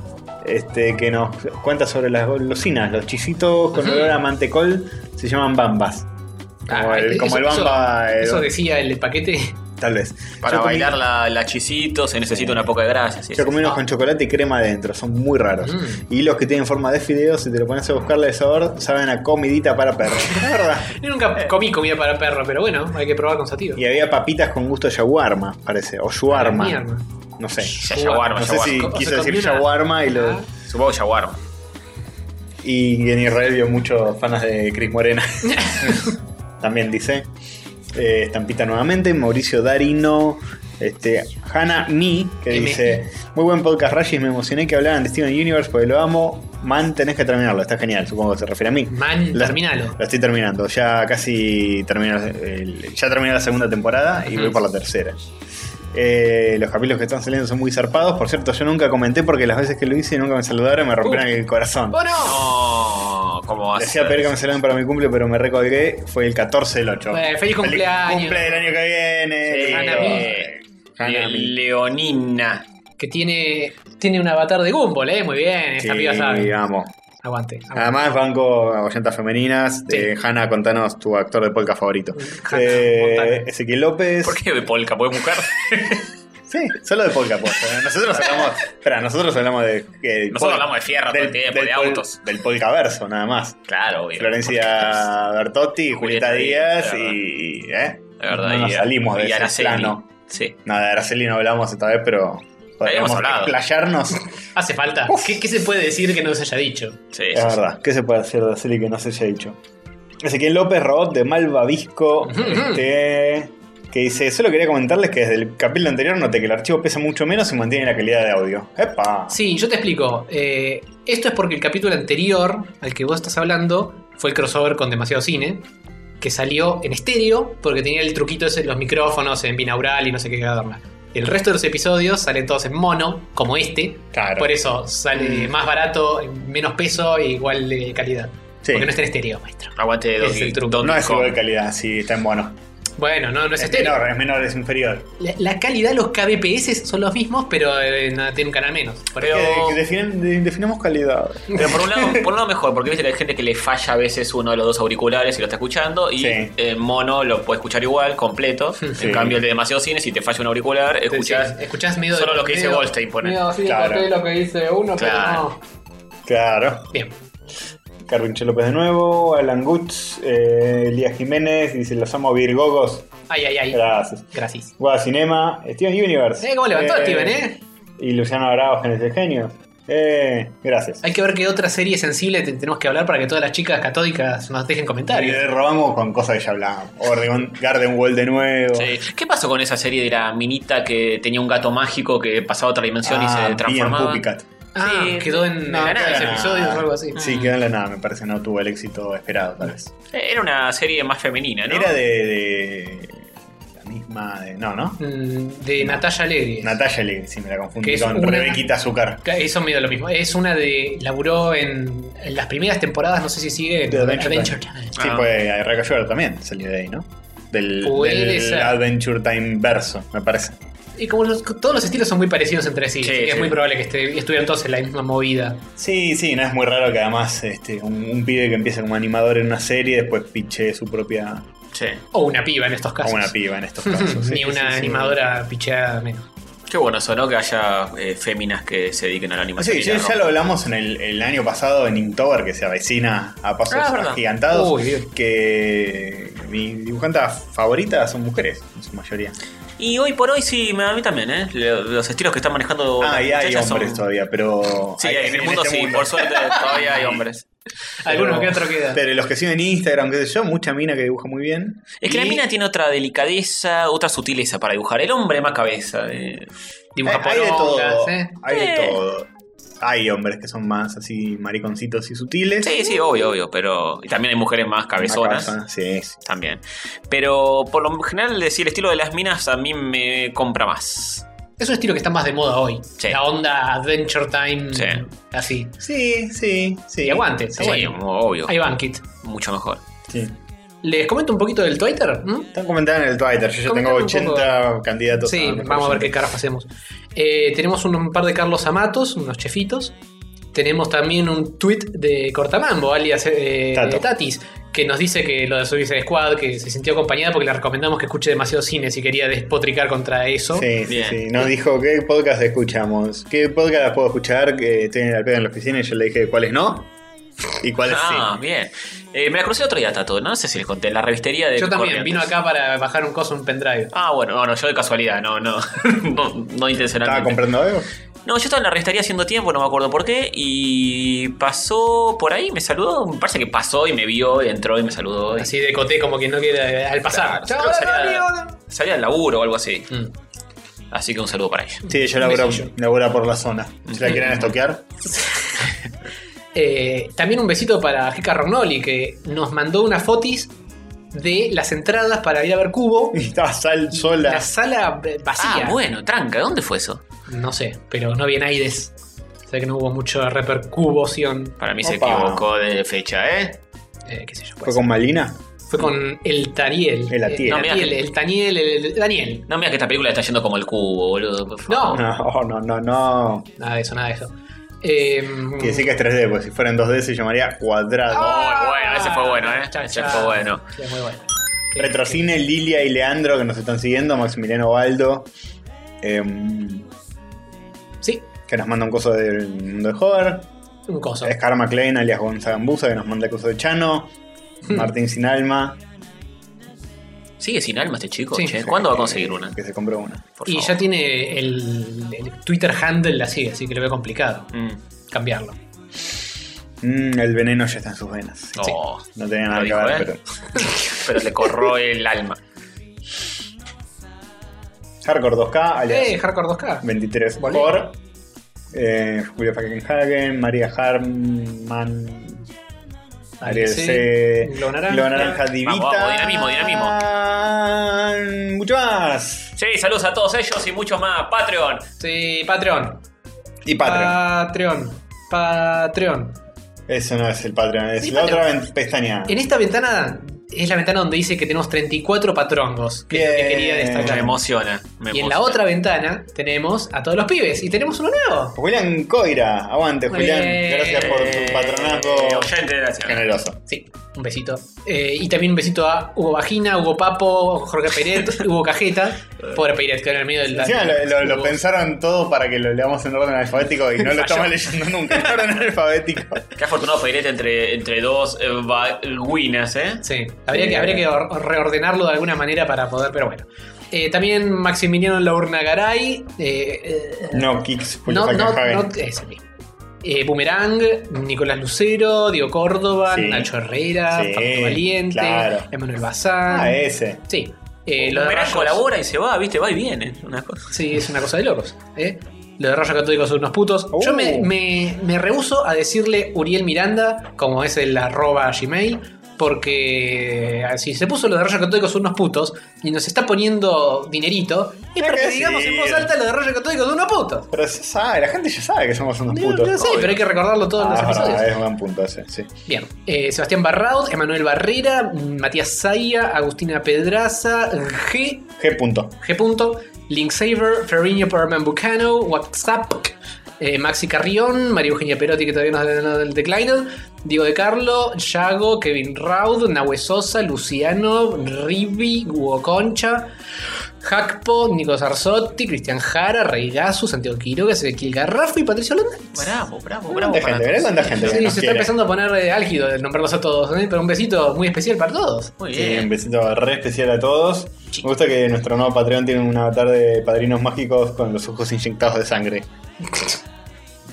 Speaker 2: este, que nos cuenta sobre las golosinas. Los chisitos con olor a mantecol se llaman bambas. Como
Speaker 1: Ah,
Speaker 2: el,
Speaker 1: eso-
Speaker 2: como el bamba.
Speaker 1: Eso,
Speaker 2: el-
Speaker 1: eso decía el paquete.
Speaker 2: tal vez.
Speaker 4: Para
Speaker 2: Yo comí-
Speaker 4: bailar la, la chisito se necesita una poca de grasa. sí,
Speaker 2: Yo
Speaker 4: sí.
Speaker 2: comí unos con chocolate y crema adentro, son muy raros.
Speaker 1: Mm.
Speaker 2: Y los que tienen forma de fideos, si te lo pones a buscarle de sabor, saben a comidita para perros. Es verdad.
Speaker 1: Yo nunca comí comida para perro, pero bueno, hay que probar con sativa.
Speaker 2: Eh. Y había papitas con gusto shawarma, parece. O shawarma.
Speaker 1: Ah, Mierda.
Speaker 2: No sé.
Speaker 4: Ya, Shawarma,
Speaker 2: No sé
Speaker 4: shawarma.
Speaker 2: si
Speaker 1: O sea,
Speaker 2: quiso decir
Speaker 1: comí una-
Speaker 2: shawarma y lo.
Speaker 1: Ah.
Speaker 4: Supongo shawarma.
Speaker 2: Y en Israel vio muchos fanas de Cris Morena. También dice. Eh, estampita nuevamente, Mauricio Darino, este, Hannah Mi, que
Speaker 1: M.
Speaker 2: dice: Muy buen podcast, Rayis. Me emocioné que hablaran de Steven Universe porque lo amo. Man, tenés que terminarlo, está genial. Supongo que se refiere a mí.
Speaker 1: Man,
Speaker 2: La-
Speaker 1: terminalo.
Speaker 2: Lo estoy terminando, ya casi termino, el- ya terminé la segunda temporada y
Speaker 1: Ujú.
Speaker 2: voy por la tercera. Eh, los capítulos que están saliendo son muy zarpados. Por cierto, yo nunca comenté porque las veces que lo hice nunca me saludaron y me rompieron el corazón.
Speaker 1: ¡Oh no!
Speaker 4: No, ¿cómo vas? a
Speaker 2: Decía
Speaker 4: hacer?
Speaker 2: pedir que me salgan para mi cumple, pero me recolgué. Fue el 14 del 8.
Speaker 1: Eh, feliz cumpleaños.
Speaker 2: Cumple del año que viene.
Speaker 4: Sí,
Speaker 2: lindo.
Speaker 4: eh,
Speaker 2: Hanami.
Speaker 4: Leonina.
Speaker 1: Que tiene, tiene un avatar de Gumball, ¿eh? Muy bien, esta piba
Speaker 2: Sí,
Speaker 1: sabe.
Speaker 2: amo.
Speaker 1: Aguante. aguante.
Speaker 2: Además, banco a oyentas femeninas.
Speaker 1: Sí.
Speaker 2: Eh, Hanna, contanos tu actor de polka favorito.
Speaker 1: Hannah
Speaker 2: Eh,
Speaker 1: Montana.
Speaker 2: Ezequiel López.
Speaker 4: ¿Por qué de polka? ¿Puedes buscar?
Speaker 2: Sí, solo de polka, pues. Pero Nosotros hablamos, espera, nosotros hablamos de. eh,
Speaker 4: Nosotros
Speaker 2: polka-
Speaker 4: hablamos de fierro todo el tiempo, de
Speaker 2: pol-
Speaker 4: autos.
Speaker 2: Del polka verso, nada más.
Speaker 4: Claro, obvio.
Speaker 2: Florencia Bertotti, Julieta
Speaker 4: Julieta
Speaker 2: Díaz
Speaker 4: Díaz,
Speaker 2: y. y- ¿eh?
Speaker 4: De verdad,
Speaker 2: no nos
Speaker 4: y-
Speaker 2: salimos de
Speaker 4: y
Speaker 2: ese
Speaker 4: Araceli.
Speaker 2: plano.
Speaker 4: Sí.
Speaker 2: No, de Araceli no hablamos esta vez, pero. Podríamos
Speaker 4: hablado.
Speaker 2: explayarnos.
Speaker 1: Hace falta. ¿Qué, qué se puede decir que no se haya dicho?
Speaker 4: Sí,
Speaker 2: es
Speaker 4: sí, sí.
Speaker 2: verdad, ¿qué se puede hacer de Araceli que no se haya dicho? Ezequiel López, robot de Malvavisco,
Speaker 1: Ujú, ujú.
Speaker 2: este, que dice: Solo quería comentarles que desde el capítulo anterior noté que el archivo pesa mucho menos y mantiene la calidad de audio. ¡Epa!
Speaker 1: Sí, yo te explico. Eh, esto es porque el capítulo anterior al que vos estás hablando fue el crossover con Demasiado Cine, que salió en estéreo porque tenía el truquito ese, los micrófonos en binaural y no sé qué adorna. El resto de los episodios salen todos en mono, como este.
Speaker 2: Claro.
Speaker 1: Por eso sale
Speaker 2: Mm.
Speaker 1: más barato, menos peso e igual de calidad.
Speaker 2: Sí.
Speaker 1: Porque no está en estéreo, maestro.
Speaker 4: Aguante
Speaker 1: Es el truco.
Speaker 4: Donkey
Speaker 2: No es
Speaker 4: Kong.
Speaker 2: igual de calidad, sí, está en bueno.
Speaker 1: Bueno, no, no es
Speaker 2: Es
Speaker 1: estéreo.
Speaker 2: menor, es menor, es inferior.
Speaker 1: La, la calidad, los kbps son los mismos, pero eh, nada, tiene un canal menos. Por
Speaker 4: Pero-
Speaker 1: eso-
Speaker 2: Que definen- de- definamos calidad.
Speaker 4: Pero por un, lado, por un lado mejor, porque viste que hay gente que le falla a veces uno de los dos auriculares y lo está escuchando, y
Speaker 2: Sí.
Speaker 4: eh, mono lo puede escuchar igual, completo. En cambio, el de demasiado cine, si te falla un auricular, escuchás.
Speaker 1: Sí, escuchás medio
Speaker 4: solo
Speaker 1: de-
Speaker 4: lo que dice
Speaker 1: medio-
Speaker 4: Goldstein, ponen.
Speaker 1: medio así de
Speaker 2: Claro.
Speaker 1: corte lo que dice uno,
Speaker 4: Claro.
Speaker 1: pero
Speaker 2: Claro.
Speaker 1: no. Bien.
Speaker 2: Carvinche López de nuevo, Alan Gutz, eh, Elías Jiménez, dice los amo Virgogos.
Speaker 1: Ay, ay, ay.
Speaker 2: Gracias.
Speaker 1: Gracias.
Speaker 2: Guada Cinema, Steven Universe.
Speaker 1: Eh, ¿Cómo levantó Steven, eh?
Speaker 2: Y Luciano Bravo, Genes de Genio. Eh, gracias.
Speaker 1: Hay que ver qué otra serie sensible te- tenemos que hablar para que todas las chicas catódicas nos dejen
Speaker 2: Y le
Speaker 1: comentarios.
Speaker 2: robamos con cosas que ya hablábamos. Oregon Garden Wall de nuevo.
Speaker 4: Sí. ¿Qué pasó con esa serie de la minita que tenía un gato mágico que pasaba a otra dimensión
Speaker 2: Ah,
Speaker 4: y se
Speaker 2: bien,
Speaker 4: transformaba?
Speaker 2: Pupicat.
Speaker 1: Ah,
Speaker 4: Sí,
Speaker 1: quedó en
Speaker 4: no,
Speaker 1: en
Speaker 4: quedó en
Speaker 1: varios
Speaker 4: la-
Speaker 1: episodios o algo así. Ah.
Speaker 2: Sí, quedó en la nada, me parece, no tuvo el éxito esperado, tal vez.
Speaker 4: Era una serie más femenina, ¿no?
Speaker 2: Era de, de la misma. de- no, ¿no?
Speaker 1: Mm, De Natalia Alegre.
Speaker 2: Natalia Lee, si me la confundí
Speaker 1: Que es
Speaker 2: con
Speaker 1: una-
Speaker 2: Rebequita Azúcar.
Speaker 1: Eso es medio lo mismo. Es una de. Laburó en, en las primeras temporadas, no sé si sigue. en
Speaker 2: De Adventure
Speaker 1: Time.
Speaker 2: Sí,
Speaker 4: Ah.
Speaker 2: pues Rebecca Sugar también salió de ahí, ¿no? Del,
Speaker 1: Puede
Speaker 2: del
Speaker 1: ser.
Speaker 2: Adventure Time verso, me parece.
Speaker 1: Y como los- todos los estilos son muy parecidos entre sí,
Speaker 4: Sí,
Speaker 1: así que es
Speaker 4: sí.
Speaker 1: muy probable que esté- estuvieran todos en la misma movida.
Speaker 2: Sí, sí, no es muy raro que además este, un, un pibe que empieza como animador en una serie después piche su propia.
Speaker 4: Sí.
Speaker 1: O una piba en estos casos.
Speaker 2: como una piba en estos casos. sí,
Speaker 1: Ni una
Speaker 2: sí, sí.
Speaker 1: animadora picheada menos.
Speaker 4: Qué bueno eso, ¿no? Que haya eh, féminas que se dediquen a la
Speaker 2: Ah,
Speaker 4: animación.
Speaker 2: Sí,
Speaker 4: y
Speaker 2: ya,
Speaker 4: la
Speaker 2: ya
Speaker 4: ropa.
Speaker 2: lo hablamos en el, el año pasado en Inktober, que se avecina a pasos
Speaker 4: Ah, es verdad.
Speaker 2: agigantados.
Speaker 1: Uy, Dios.
Speaker 2: que mi dibujanta favorita son mujeres, en su mayoría.
Speaker 4: Y hoy por hoy sí, me- a mí también, ¿eh? Lo- Los estilos que están manejando.
Speaker 2: Ah,
Speaker 4: las
Speaker 2: y hay
Speaker 4: muchachas son-
Speaker 2: hombres todavía, pero.
Speaker 4: Sí,
Speaker 2: hay-
Speaker 4: en el mundo
Speaker 2: este
Speaker 4: sí,
Speaker 2: mundo.
Speaker 4: por suerte todavía hay hombres.
Speaker 1: Alguno
Speaker 2: Pero-
Speaker 1: que otro queda.
Speaker 2: Pero los que siguen Instagram, qué sé yo, mucha mina que dibuja muy bien.
Speaker 4: Es que la
Speaker 2: Y-
Speaker 4: mina tiene otra delicadeza, otra sutileza para dibujar. El hombre más cabeza. eh.
Speaker 1: Dibuja
Speaker 2: Eh, hay de
Speaker 1: porongas,
Speaker 2: todo.
Speaker 1: ¿eh?
Speaker 2: Hay de
Speaker 4: Eh.
Speaker 2: todo. Hay hombres que son más así mariconcitos y sutiles.
Speaker 4: Sí, sí, obvio, obvio, pero y también hay mujeres más cabezonas.
Speaker 2: Una cabeza, Sí, sí.
Speaker 4: También. Pero por lo general, decir el estilo de las minas a mí me compra más.
Speaker 1: Es un estilo que está más de moda hoy.
Speaker 4: Sí.
Speaker 1: La onda Adventure Time.
Speaker 4: Sí.
Speaker 1: Así.
Speaker 2: Sí, sí, sí.
Speaker 1: Y aguante, está
Speaker 4: Sí,
Speaker 1: bueno.
Speaker 4: obvio.
Speaker 1: Ahí van, Kit.
Speaker 4: Mucho mejor.
Speaker 2: Sí.
Speaker 1: ¿Les comento un poquito del Twitter? ¿Mm?
Speaker 2: Están comentando en el Twitter. Yo ya tengo
Speaker 1: Comentame un
Speaker 2: 80 candidatos. Ah,
Speaker 1: Sí,
Speaker 2: mejor
Speaker 1: vamos a ver
Speaker 2: oyente.
Speaker 1: qué caras hacemos. Eh, tenemos un, un par de Carlos Amatos, unos chefitos. Tenemos también un tweet de Cortamambo, alias eh,
Speaker 2: Tato.
Speaker 1: Tatis, que nos dice que lo de Suicide Squad, que se sintió acompañada porque le recomendamos que escuche demasiado cine si quería despotricar contra eso.
Speaker 2: Sí, sí,
Speaker 4: Bien.
Speaker 2: sí. Nos dijo qué podcast escuchamos. ¿Qué podcast puedo escuchar? Que estoy al pedo en la oficina y yo le dije cuáles no y cuáles
Speaker 4: Ah,
Speaker 2: sí.
Speaker 4: bien. Eh, me la crucé otro día, Tato. No sé si les conté. La revistería de.
Speaker 1: Yo también,
Speaker 4: Corrientes.
Speaker 1: vino acá para bajar un coso, un pendrive.
Speaker 4: Ah, bueno, no, no, yo de casualidad, no, no. no, no
Speaker 2: ¿Estaba
Speaker 4: intencionalmente.
Speaker 2: comprando algo?
Speaker 4: No, yo estaba en la revistería haciendo tiempo, no me acuerdo por qué. Y pasó por ahí, me saludó. Me parece que pasó y me vio, y entró y me saludó. y-
Speaker 1: Así de coté, como que no quiere eh, al pasar.
Speaker 4: Claro, creo que salía, salía del laburo o algo así.
Speaker 1: Mm.
Speaker 4: Así que un saludo para ella.
Speaker 2: Sí, yo laburo,
Speaker 1: besillo.
Speaker 2: laburo por la zona. Si la quieren estoquear,
Speaker 1: Eh, también un besito para Jica Rognoli, que nos mandó unas fotis de las entradas para ir a ver Cubo.
Speaker 2: y estaba sal
Speaker 1: La
Speaker 2: sola.
Speaker 1: sala eh, vacía.
Speaker 4: Ah, bueno, tranca, ¿dónde fue eso?
Speaker 1: No sé, pero no bien Aides. O sea que no hubo mucha repercusión.
Speaker 4: Para mí se
Speaker 2: Opa.
Speaker 4: equivocó de fecha, ¿eh?
Speaker 1: eh, qué sé yo.
Speaker 2: ¿Fue
Speaker 1: puede ser.
Speaker 2: con Malina?
Speaker 1: Fue con el Tariel.
Speaker 2: El Atiel.
Speaker 1: Eh,
Speaker 4: No, mirá que-
Speaker 1: Atiel, el Taniel, el, el Daniel.
Speaker 4: No, mira que esta película está yendo como el cubo, boludo. por favor.
Speaker 1: No.
Speaker 2: No, no, no, no.
Speaker 1: Nada de eso, nada de eso. Em,
Speaker 2: Quiere decir que es 3D, porque si fuera en 2D se llamaría cuadrado.
Speaker 1: ¡Ah!
Speaker 4: Muy bueno, ese fue bueno, ¿eh?
Speaker 1: Cha,
Speaker 4: Ese
Speaker 1: cha.
Speaker 4: fue bueno.
Speaker 1: Sí, muy bueno. Que-
Speaker 2: Retrocine, Lilia y Leandro que nos están siguiendo, Maximiliano Baldo, em,
Speaker 1: Sí,
Speaker 2: que nos manda un coso del mundo de Hover,
Speaker 1: un
Speaker 4: Ah.
Speaker 1: coso.
Speaker 2: Scar McLean alias Gonzagambusa que nos manda coso de Chano,
Speaker 4: Hmm.
Speaker 2: Martín Sin Alma,
Speaker 4: Sigue sin alma este chico,
Speaker 1: Sí.
Speaker 4: che. ¿Cuándo va a conseguir una?
Speaker 2: que se compró una.
Speaker 4: Por
Speaker 1: Y
Speaker 4: favor.
Speaker 1: ya tiene el, el Twitter handle así, así que lo veo complicado
Speaker 4: Mm.
Speaker 1: cambiarlo.
Speaker 2: Mm, el veneno ya está en sus venas.
Speaker 4: Oh,
Speaker 2: No tenía
Speaker 4: Lo
Speaker 2: nada que
Speaker 4: dijo,
Speaker 2: ver,
Speaker 4: ¿eh?
Speaker 2: pero.
Speaker 4: pero le corroe el alma.
Speaker 2: Hardcore 2K, alias
Speaker 1: Eh, Hardcore 2K.
Speaker 2: 23
Speaker 1: Bolero.
Speaker 2: por eh, Julio Fackenhagen, María Harman, Ariel
Speaker 1: Sí,
Speaker 2: C,
Speaker 1: Lo Naranja.
Speaker 2: Divita.
Speaker 4: Vamos, dinamismo,
Speaker 2: dinamismo. Mucho más.
Speaker 4: Sí, saludos a todos ellos y muchos más. Patreon.
Speaker 1: Sí, Patreon.
Speaker 2: Y Patreon.
Speaker 1: Patreon. Patreon.
Speaker 2: Eso no es el Patreon, es
Speaker 1: Sí,
Speaker 2: la
Speaker 1: Patreon.
Speaker 2: otra ven- pestaña.
Speaker 1: En esta ventana es la ventana donde dice que tenemos 34 patrongos. Que es lo que
Speaker 2: Bien.
Speaker 1: quería
Speaker 4: Me
Speaker 1: destacar.
Speaker 4: emociona. me
Speaker 1: Y en
Speaker 4: emociona.
Speaker 1: la otra ventana tenemos a todos los pibes. Y tenemos uno nuevo.
Speaker 2: Julián Coira, aguante
Speaker 1: Muy
Speaker 2: Julián,
Speaker 1: bien.
Speaker 2: gracias por tu
Speaker 4: Eh,
Speaker 2: patronazgo
Speaker 4: oyente, gracias.
Speaker 2: generoso.
Speaker 1: Sí, un besito. Eh, y también un besito a Hugo Vagina, Hugo Papo, Jorge Peret, Hugo Cajeta. Pobre Peret, que era en el medio del.
Speaker 2: Encima lo, lo- lo
Speaker 1: Hugo.
Speaker 2: pensaron todo para que lo leamos en orden alfabético y no lo
Speaker 4: Falló.
Speaker 2: estamos leyendo nunca en orden alfabético.
Speaker 4: Qué afortunado Fairet entre, entre dos eh, baguinas, ¿eh?
Speaker 1: Sí, habría que, habría que or- reordenarlo de alguna manera para poder, pero bueno. Eh, también Maximiliano Laurnagaray. Eh, eh,
Speaker 2: No kicks, Julio
Speaker 1: no, no, no,
Speaker 2: Fackenhagen.
Speaker 1: ese mismo. Eh, Boomerang, Nicolás Lucero, Diego Córdoba,
Speaker 2: Sí.
Speaker 1: Nacho Herrera,
Speaker 2: Sí,
Speaker 1: Facundo Valiente,
Speaker 2: claro.
Speaker 1: Emanuel Bazán.
Speaker 2: Ah, ese.
Speaker 1: Sí, eh, lo de
Speaker 4: Verán
Speaker 1: Rayos-
Speaker 4: colabora y se va, viste, va y viene. Una cosa.
Speaker 1: Sí, es una cosa de locos. ¿eh? Lo de Rayo Católico son unos putos. Yo
Speaker 2: Uh.
Speaker 1: me, me, me rehuso a decirle Uriel Miranda, como es el arroba Gmail, porque eh, si se puso lo de Rayo Católico son unos putos y nos está poniendo dinerito, es para que
Speaker 2: que
Speaker 1: digamos en
Speaker 2: decir.
Speaker 1: voz alta lo de Rayo Católico son unos putos.
Speaker 2: Pero se sabe, la gente ya sabe que somos unos
Speaker 1: No,
Speaker 2: putos.
Speaker 1: no sé,
Speaker 4: obvio.
Speaker 1: pero hay que recordarlo todos
Speaker 2: Ah,
Speaker 1: los
Speaker 2: es verdad,
Speaker 1: episodios.
Speaker 2: es un buen punto ese, sí.
Speaker 1: Bien, eh, Sebastián Barraud, Emanuel Barrera, Matías Zaya, Agustina Pedraza, G.
Speaker 2: G punto.
Speaker 1: G. punto, Linksaver, Ferriño Perman Bucano, WhatsApp, eh, Maxi Carrión, María Eugenia Perotti, que todavía nos no del declinado, Diego de Carlo, Yago, Kevin Raud, Nahue Sosa, Luciano, Ribi, Hugo Concha, Jacpo, Nico Sarzotti, Cristian Jara, Reigazu, Santiago Quiroga, Ezequiel Garrafo y Patricio Landa.
Speaker 4: Bravo, bravo, bravo.
Speaker 2: ¿Cuánta
Speaker 4: para
Speaker 2: gente? ¿Verdad
Speaker 4: todos.
Speaker 2: cuánta gente?
Speaker 1: Sí,
Speaker 2: que nos
Speaker 1: se está
Speaker 2: quiere?
Speaker 1: empezando a poner eh, álgido de nombrarlos a todos, ¿eh? pero un besito muy especial para todos.
Speaker 4: Muy
Speaker 2: Sí, un
Speaker 4: bien.
Speaker 2: besito re especial a todos. Me gusta que nuestro nuevo Patreon tiene un avatar de padrinos mágicos con los ojos inyectados de sangre.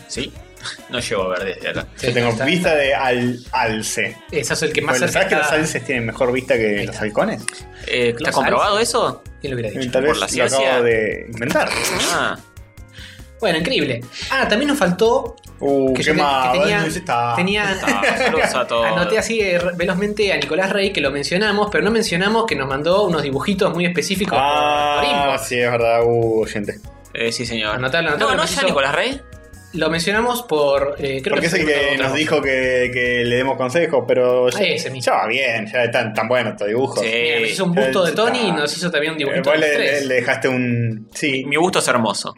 Speaker 4: Sí. No llego a ver desde acá.
Speaker 1: Sí,
Speaker 2: Yo tengo
Speaker 1: está-
Speaker 2: vista de al, alce.
Speaker 1: Ese es el que más
Speaker 2: Bueno,
Speaker 1: cerca
Speaker 2: ¿Sabes que los
Speaker 1: está-
Speaker 2: alces tienen mejor vista que
Speaker 1: Ahí
Speaker 2: los
Speaker 1: está.
Speaker 2: halcones? Eh,
Speaker 4: Eh, ¿Está
Speaker 1: ¿Los
Speaker 4: comprobado eso?
Speaker 1: ¿Quién lo hubiera dicho?
Speaker 2: Tal
Speaker 4: por
Speaker 2: vez
Speaker 4: la
Speaker 2: lo
Speaker 4: ciencia.
Speaker 2: acabo de inventar.
Speaker 4: Ah,
Speaker 1: Bueno, increíble. Ah, también nos faltó
Speaker 2: Uh,
Speaker 1: que
Speaker 2: qué
Speaker 1: yo te-
Speaker 2: mal.
Speaker 1: que tenía,
Speaker 2: no está.
Speaker 1: tenía-
Speaker 4: está. Saludos a todos.
Speaker 1: anoté así eh, re- velozmente a Nicolás Rey que lo mencionamos, pero no mencionamos que nos mandó unos dibujitos muy específicos. por- por
Speaker 2: Ah,
Speaker 1: inbox.
Speaker 2: sí, es verdad, uh, oyente.
Speaker 4: Eh, sí, señor.
Speaker 1: Anotalo, anotalo,
Speaker 4: No, no,
Speaker 1: que
Speaker 4: ya
Speaker 1: hizo-
Speaker 4: Nicolás Rey.
Speaker 1: Lo mencionamos por. eh, creo
Speaker 2: Porque
Speaker 1: que
Speaker 2: es el
Speaker 1: fue
Speaker 2: que
Speaker 1: otro-
Speaker 2: nos dijo que, que le demos consejos, pero ya,
Speaker 1: Ah, Ese mismo.
Speaker 2: ya va bien, ya están tan buenos tus dibujos.
Speaker 4: Sí.
Speaker 2: Eh,
Speaker 1: Mira, nos hizo un
Speaker 2: Ah.
Speaker 1: busto de Tony y nos hizo también un dibujito. de
Speaker 2: Vos
Speaker 1: los
Speaker 2: le,
Speaker 1: tres.
Speaker 2: le- le dejaste un. Sí,
Speaker 4: Mi gusto es hermoso.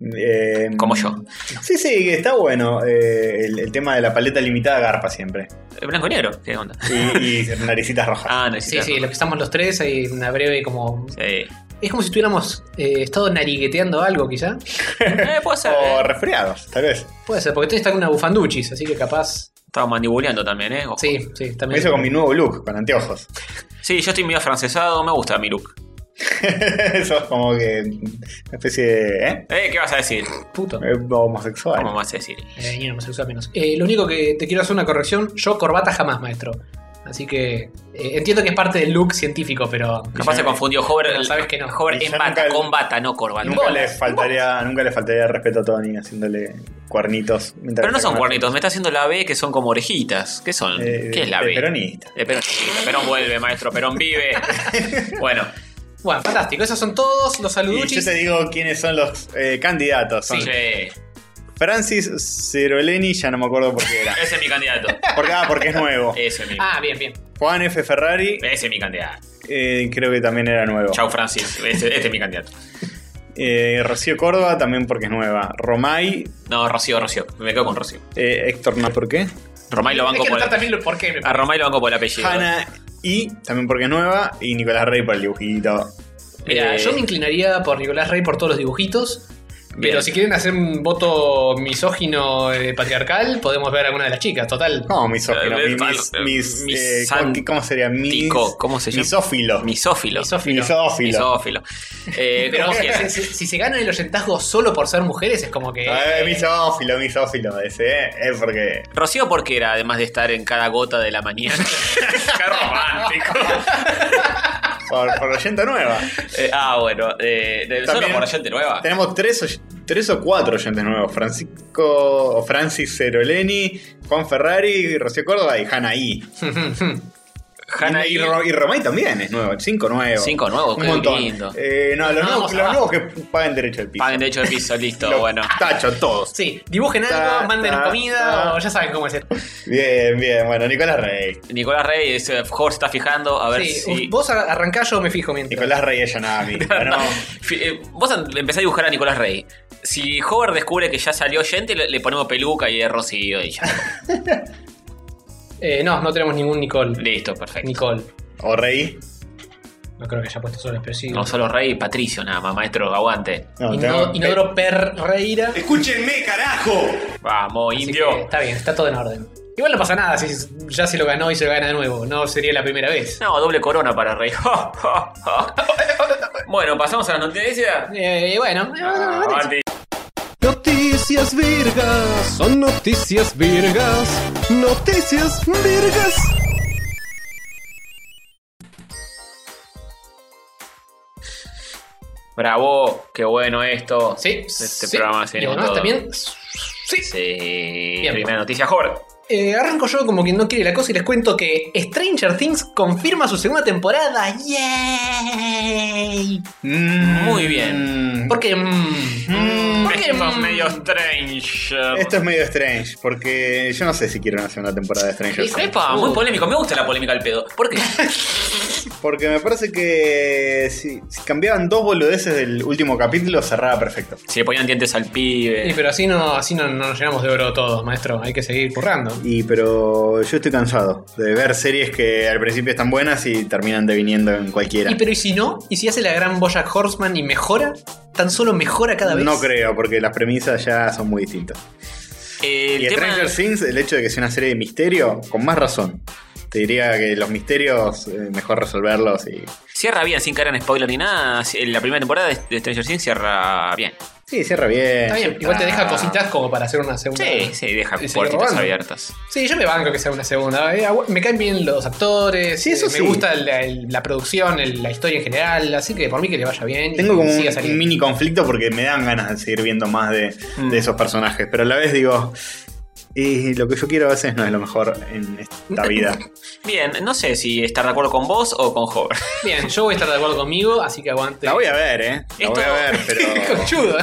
Speaker 2: Eh,
Speaker 4: Como yo.
Speaker 2: Sí, sí, está bueno eh, el, el tema de la paleta limitada garpa siempre.
Speaker 4: Eh, Blanco y negro, ¿qué onda?
Speaker 2: Y, y naricitas rojas.
Speaker 4: Ah, no
Speaker 1: Sí,
Speaker 4: necesitas-
Speaker 1: sí, lo que estamos los tres, hay una breve como.
Speaker 4: Sí.
Speaker 1: Es como si tuviéramos eh, estado narigueteando algo, quizá.
Speaker 4: Eh, puede ser.
Speaker 2: o
Speaker 4: eh.
Speaker 2: resfriados, tal vez.
Speaker 1: Puede ser, porque tú estás con una bufanduchis, así que capaz.
Speaker 4: Estaba mandibuleando también, ¿eh? Ojo.
Speaker 1: Sí, sí,
Speaker 2: Me
Speaker 1: también.
Speaker 2: hizo con mi nuevo look, con anteojos.
Speaker 4: Sí, yo estoy medio afrancesado, me gusta mi look.
Speaker 2: Eso es como que una especie de. ¿eh?
Speaker 4: Eh, ¿qué vas a decir?
Speaker 1: Puto.
Speaker 2: Eh, Homosexual.
Speaker 4: ¿Cómo vas a decir?
Speaker 1: Eh, y homosexual menos. Eh, lo único que te quiero hacer una corrección, yo corbata jamás, maestro. Así que eh, entiendo que es parte del look científico, pero...
Speaker 4: Capaz se confundió Hover.
Speaker 1: Pero sabes que no.
Speaker 4: Hover
Speaker 2: Y
Speaker 4: en
Speaker 2: yo
Speaker 4: bata,
Speaker 2: nunca-
Speaker 4: con bata, no corbata.
Speaker 2: Nunca
Speaker 1: Bola,
Speaker 2: le, faltaría, nunca le faltaría respeto a Tony haciéndole cuernitos. mientras
Speaker 4: Pero no
Speaker 2: está
Speaker 4: son
Speaker 2: con-
Speaker 4: cuernitos, me está haciendo la B que son como orejitas. ¿Qué son?
Speaker 2: Eh,
Speaker 4: ¿Qué es la
Speaker 2: de
Speaker 4: B?
Speaker 2: peronista.
Speaker 4: De Eh, Perón. Perón vuelve, maestro. Perón vive. bueno,
Speaker 1: Bueno, fantástico. Esos son todos los
Speaker 2: Y yo
Speaker 1: saluduchis.
Speaker 2: te digo quiénes son los eh, candidatos. Son
Speaker 4: sí,
Speaker 2: Francis Ceroleni, ya no me acuerdo por qué era.
Speaker 4: ese es mi candidato.
Speaker 2: Porque, ah, porque es nuevo.
Speaker 4: Ese es mi,
Speaker 1: Ah, bien, bien.
Speaker 2: Juan F. Ferrari,
Speaker 4: ese es mi candidato.
Speaker 2: eh, creo que también era nuevo.
Speaker 4: Chau, Francis. Este, este es mi candidato.
Speaker 2: Eh, Rocío Córdoba, también porque es nueva. Romay,
Speaker 4: No, Rocío, Rocío. Me quedo con Rocío.
Speaker 2: eh, Héctor, no, ¿por qué?
Speaker 4: Romay lo
Speaker 1: Hay
Speaker 4: banco
Speaker 1: que
Speaker 4: por
Speaker 1: notar
Speaker 4: el,
Speaker 1: también lo- por qué. me
Speaker 4: A
Speaker 1: parece.
Speaker 4: Romay lo banco por el apellido.
Speaker 2: Hanna y también porque es nueva. Y Nicolás Rey por el dibujito.
Speaker 1: Mira,
Speaker 4: Eh,
Speaker 1: yo me inclinaría por Nicolás Rey por todos los dibujitos. Pero
Speaker 4: Bien.
Speaker 1: si quieren hacer un voto misógino eh, patriarcal, podemos ver a alguna de las chicas, total.
Speaker 2: No, misógino.
Speaker 4: Eh,
Speaker 2: mi-
Speaker 4: tal-
Speaker 2: mis-
Speaker 4: eh,
Speaker 2: mis, eh,
Speaker 4: misán-
Speaker 2: ¿cómo- ¿Cómo sería? Mis-
Speaker 4: Tico, ¿cómo se llama?
Speaker 2: Misófilo.
Speaker 4: Misófilo.
Speaker 1: Misófilo.
Speaker 2: Misófilo.
Speaker 4: Misófilo. Eh,
Speaker 1: Pero
Speaker 4: ¿cómo
Speaker 1: si,
Speaker 4: quiere?
Speaker 1: si- si se ganan el oyentazgo solo por ser mujeres, es como que.
Speaker 2: Eh, Misófilo, misófilo. Ese eh, es porque.
Speaker 4: Rocío, ¿por qué era? Además de estar en cada gota de la mañana. Qué romántico.
Speaker 2: Por, por oyenta nueva.
Speaker 4: Eh, ah, bueno. Eh, del solo
Speaker 2: También-
Speaker 4: por gente nueva.
Speaker 2: Tenemos tres, oy- tres o cuatro oyentes nuevos. Francisco o Francis Ceroleni, Juan Ferrari, Rocío Córdoba y Hanna I.
Speaker 4: Hanna
Speaker 2: y,
Speaker 4: y-
Speaker 2: y Ro- y Romay también es nuevo, cinco nuevos.
Speaker 4: Cinco nuevos,
Speaker 2: un
Speaker 4: qué
Speaker 2: montón.
Speaker 4: lindo. ah.
Speaker 2: Eh, no, los,
Speaker 1: No,
Speaker 2: nuevos,
Speaker 1: vamos
Speaker 2: los
Speaker 1: abajo.
Speaker 2: nuevos que paguen derecho al piso.
Speaker 4: Paguen derecho de piso, listo,
Speaker 2: Los
Speaker 4: bueno.
Speaker 2: Tacho, todos.
Speaker 1: Sí, dibujen algo,
Speaker 2: Ta,
Speaker 1: mándenos
Speaker 2: ta,
Speaker 1: comida,
Speaker 2: ta.
Speaker 1: o ya saben cómo es esto.
Speaker 2: Bien, bien. Bueno, Nicolás Rey.
Speaker 4: Nicolás Rey, ese Jorge está fijando, a ver
Speaker 1: Sí,
Speaker 4: si.
Speaker 1: Vos ar- arrancás, yo me fijo mientras.
Speaker 2: Nicolás Rey es Yanami. bueno,
Speaker 4: Fi- eh, Vos an- empezá a dibujar a Nicolás Rey. Si Hover descubre que ya salió gente, le, le ponemos peluca y es Rocío y ya.
Speaker 1: Eh, no, no tenemos ningún Nicole.
Speaker 4: Listo, perfecto.
Speaker 1: Nicole.
Speaker 2: o Rey.
Speaker 1: No creo que haya puesto solo, pero sí.
Speaker 4: No solo Rey y Patricio nada más, maestro, aguante.
Speaker 2: No,
Speaker 1: Ino-
Speaker 2: tengo-
Speaker 1: Inodoro Perreira. Así
Speaker 7: Escúchenme, carajo.
Speaker 4: Vamos,
Speaker 1: que
Speaker 4: indio.
Speaker 1: Está bien, está todo en orden. Igual no pasa nada si ya se lo ganó y se lo gana de nuevo. No sería la primera vez.
Speaker 4: No, doble corona para Rey. bueno, pasamos a las noticias.
Speaker 1: Eh, bueno, eh, bueno, bueno,
Speaker 4: Avanti.
Speaker 6: Noticias virgas, son noticias virgas, noticias virgas.
Speaker 4: Bravo, qué bueno esto.
Speaker 1: sí.
Speaker 4: Este
Speaker 1: sí.
Speaker 4: programa se
Speaker 1: Y
Speaker 4: viene con
Speaker 1: además
Speaker 4: todo.
Speaker 1: también. Sí.
Speaker 4: Sí.
Speaker 1: Bien.
Speaker 4: Primera noticia, Hover.
Speaker 1: Eh, arranco yo como quien no quiere la cosa y les cuento que Stranger Things confirma su segunda temporada. ¡Yay!
Speaker 2: Mm,
Speaker 4: Muy bien.
Speaker 1: Porque. mm,
Speaker 2: Mm,
Speaker 1: porque,
Speaker 4: Esto es
Speaker 1: mm,
Speaker 4: medio strange.
Speaker 2: Esto es medio strange, porque yo no sé si quiero una segunda temporada de Stranger
Speaker 4: Sí,
Speaker 2: Things.
Speaker 4: Epa, muy polémico. Me gusta la polémica al pedo. ¿Por qué?
Speaker 2: Porque me parece que si, si cambiaban dos boludeces del último capítulo, cerraba perfecto.
Speaker 4: Si le ponían dientes al
Speaker 1: Sí,
Speaker 4: pibe.
Speaker 1: pero así no, así no, no nos llenamos de oro todos, maestro. Hay que seguir currando.
Speaker 2: Y pero yo estoy cansado de ver series que al principio están buenas y terminan deviniendo en cualquiera.
Speaker 1: Y pero y si no, y si hace la gran Bojack Horseman y mejora, tan solo mejora cada vez.
Speaker 2: No creo, porque las premisas ya son muy distintas.
Speaker 4: El
Speaker 2: y
Speaker 4: tema-
Speaker 2: Stranger Things, el hecho de que sea una serie de misterio, con más razón. Te diría que los misterios, eh, mejor resolverlos y.
Speaker 4: Cierra bien, sin caer en spoiler ni nada. Si- La primera temporada de de Stranger Things cierra bien.
Speaker 2: Sí, cierra bien.
Speaker 1: Está bien, igual te deja
Speaker 2: Ah.
Speaker 1: cositas como para hacer una segunda.
Speaker 4: Sí, sí, deja
Speaker 1: Y sigue
Speaker 4: puertitas
Speaker 1: robando.
Speaker 4: abiertas.
Speaker 1: Sí, yo me banco que sea una segunda. eh, agu- Me caen bien los actores.
Speaker 2: Sí, eso
Speaker 1: eh, me
Speaker 2: sí.
Speaker 1: gusta la, el- la producción, el- la historia en general. Así que por mí que le vaya bien. y
Speaker 2: Tengo como un,
Speaker 1: siga saliendo.
Speaker 2: un mini conflicto porque me dan ganas de seguir viendo más de,
Speaker 4: Mm.
Speaker 2: de esos personajes. Pero a la vez digo. Y lo que yo quiero a veces no es lo mejor en esta vida.
Speaker 4: Bien, no sé si estar de acuerdo con vos o con Hover.
Speaker 1: Bien, yo voy a estar de acuerdo conmigo, así que aguante.
Speaker 2: La voy a ver, ¿eh? La voy a ver, pero.
Speaker 1: Conchudo.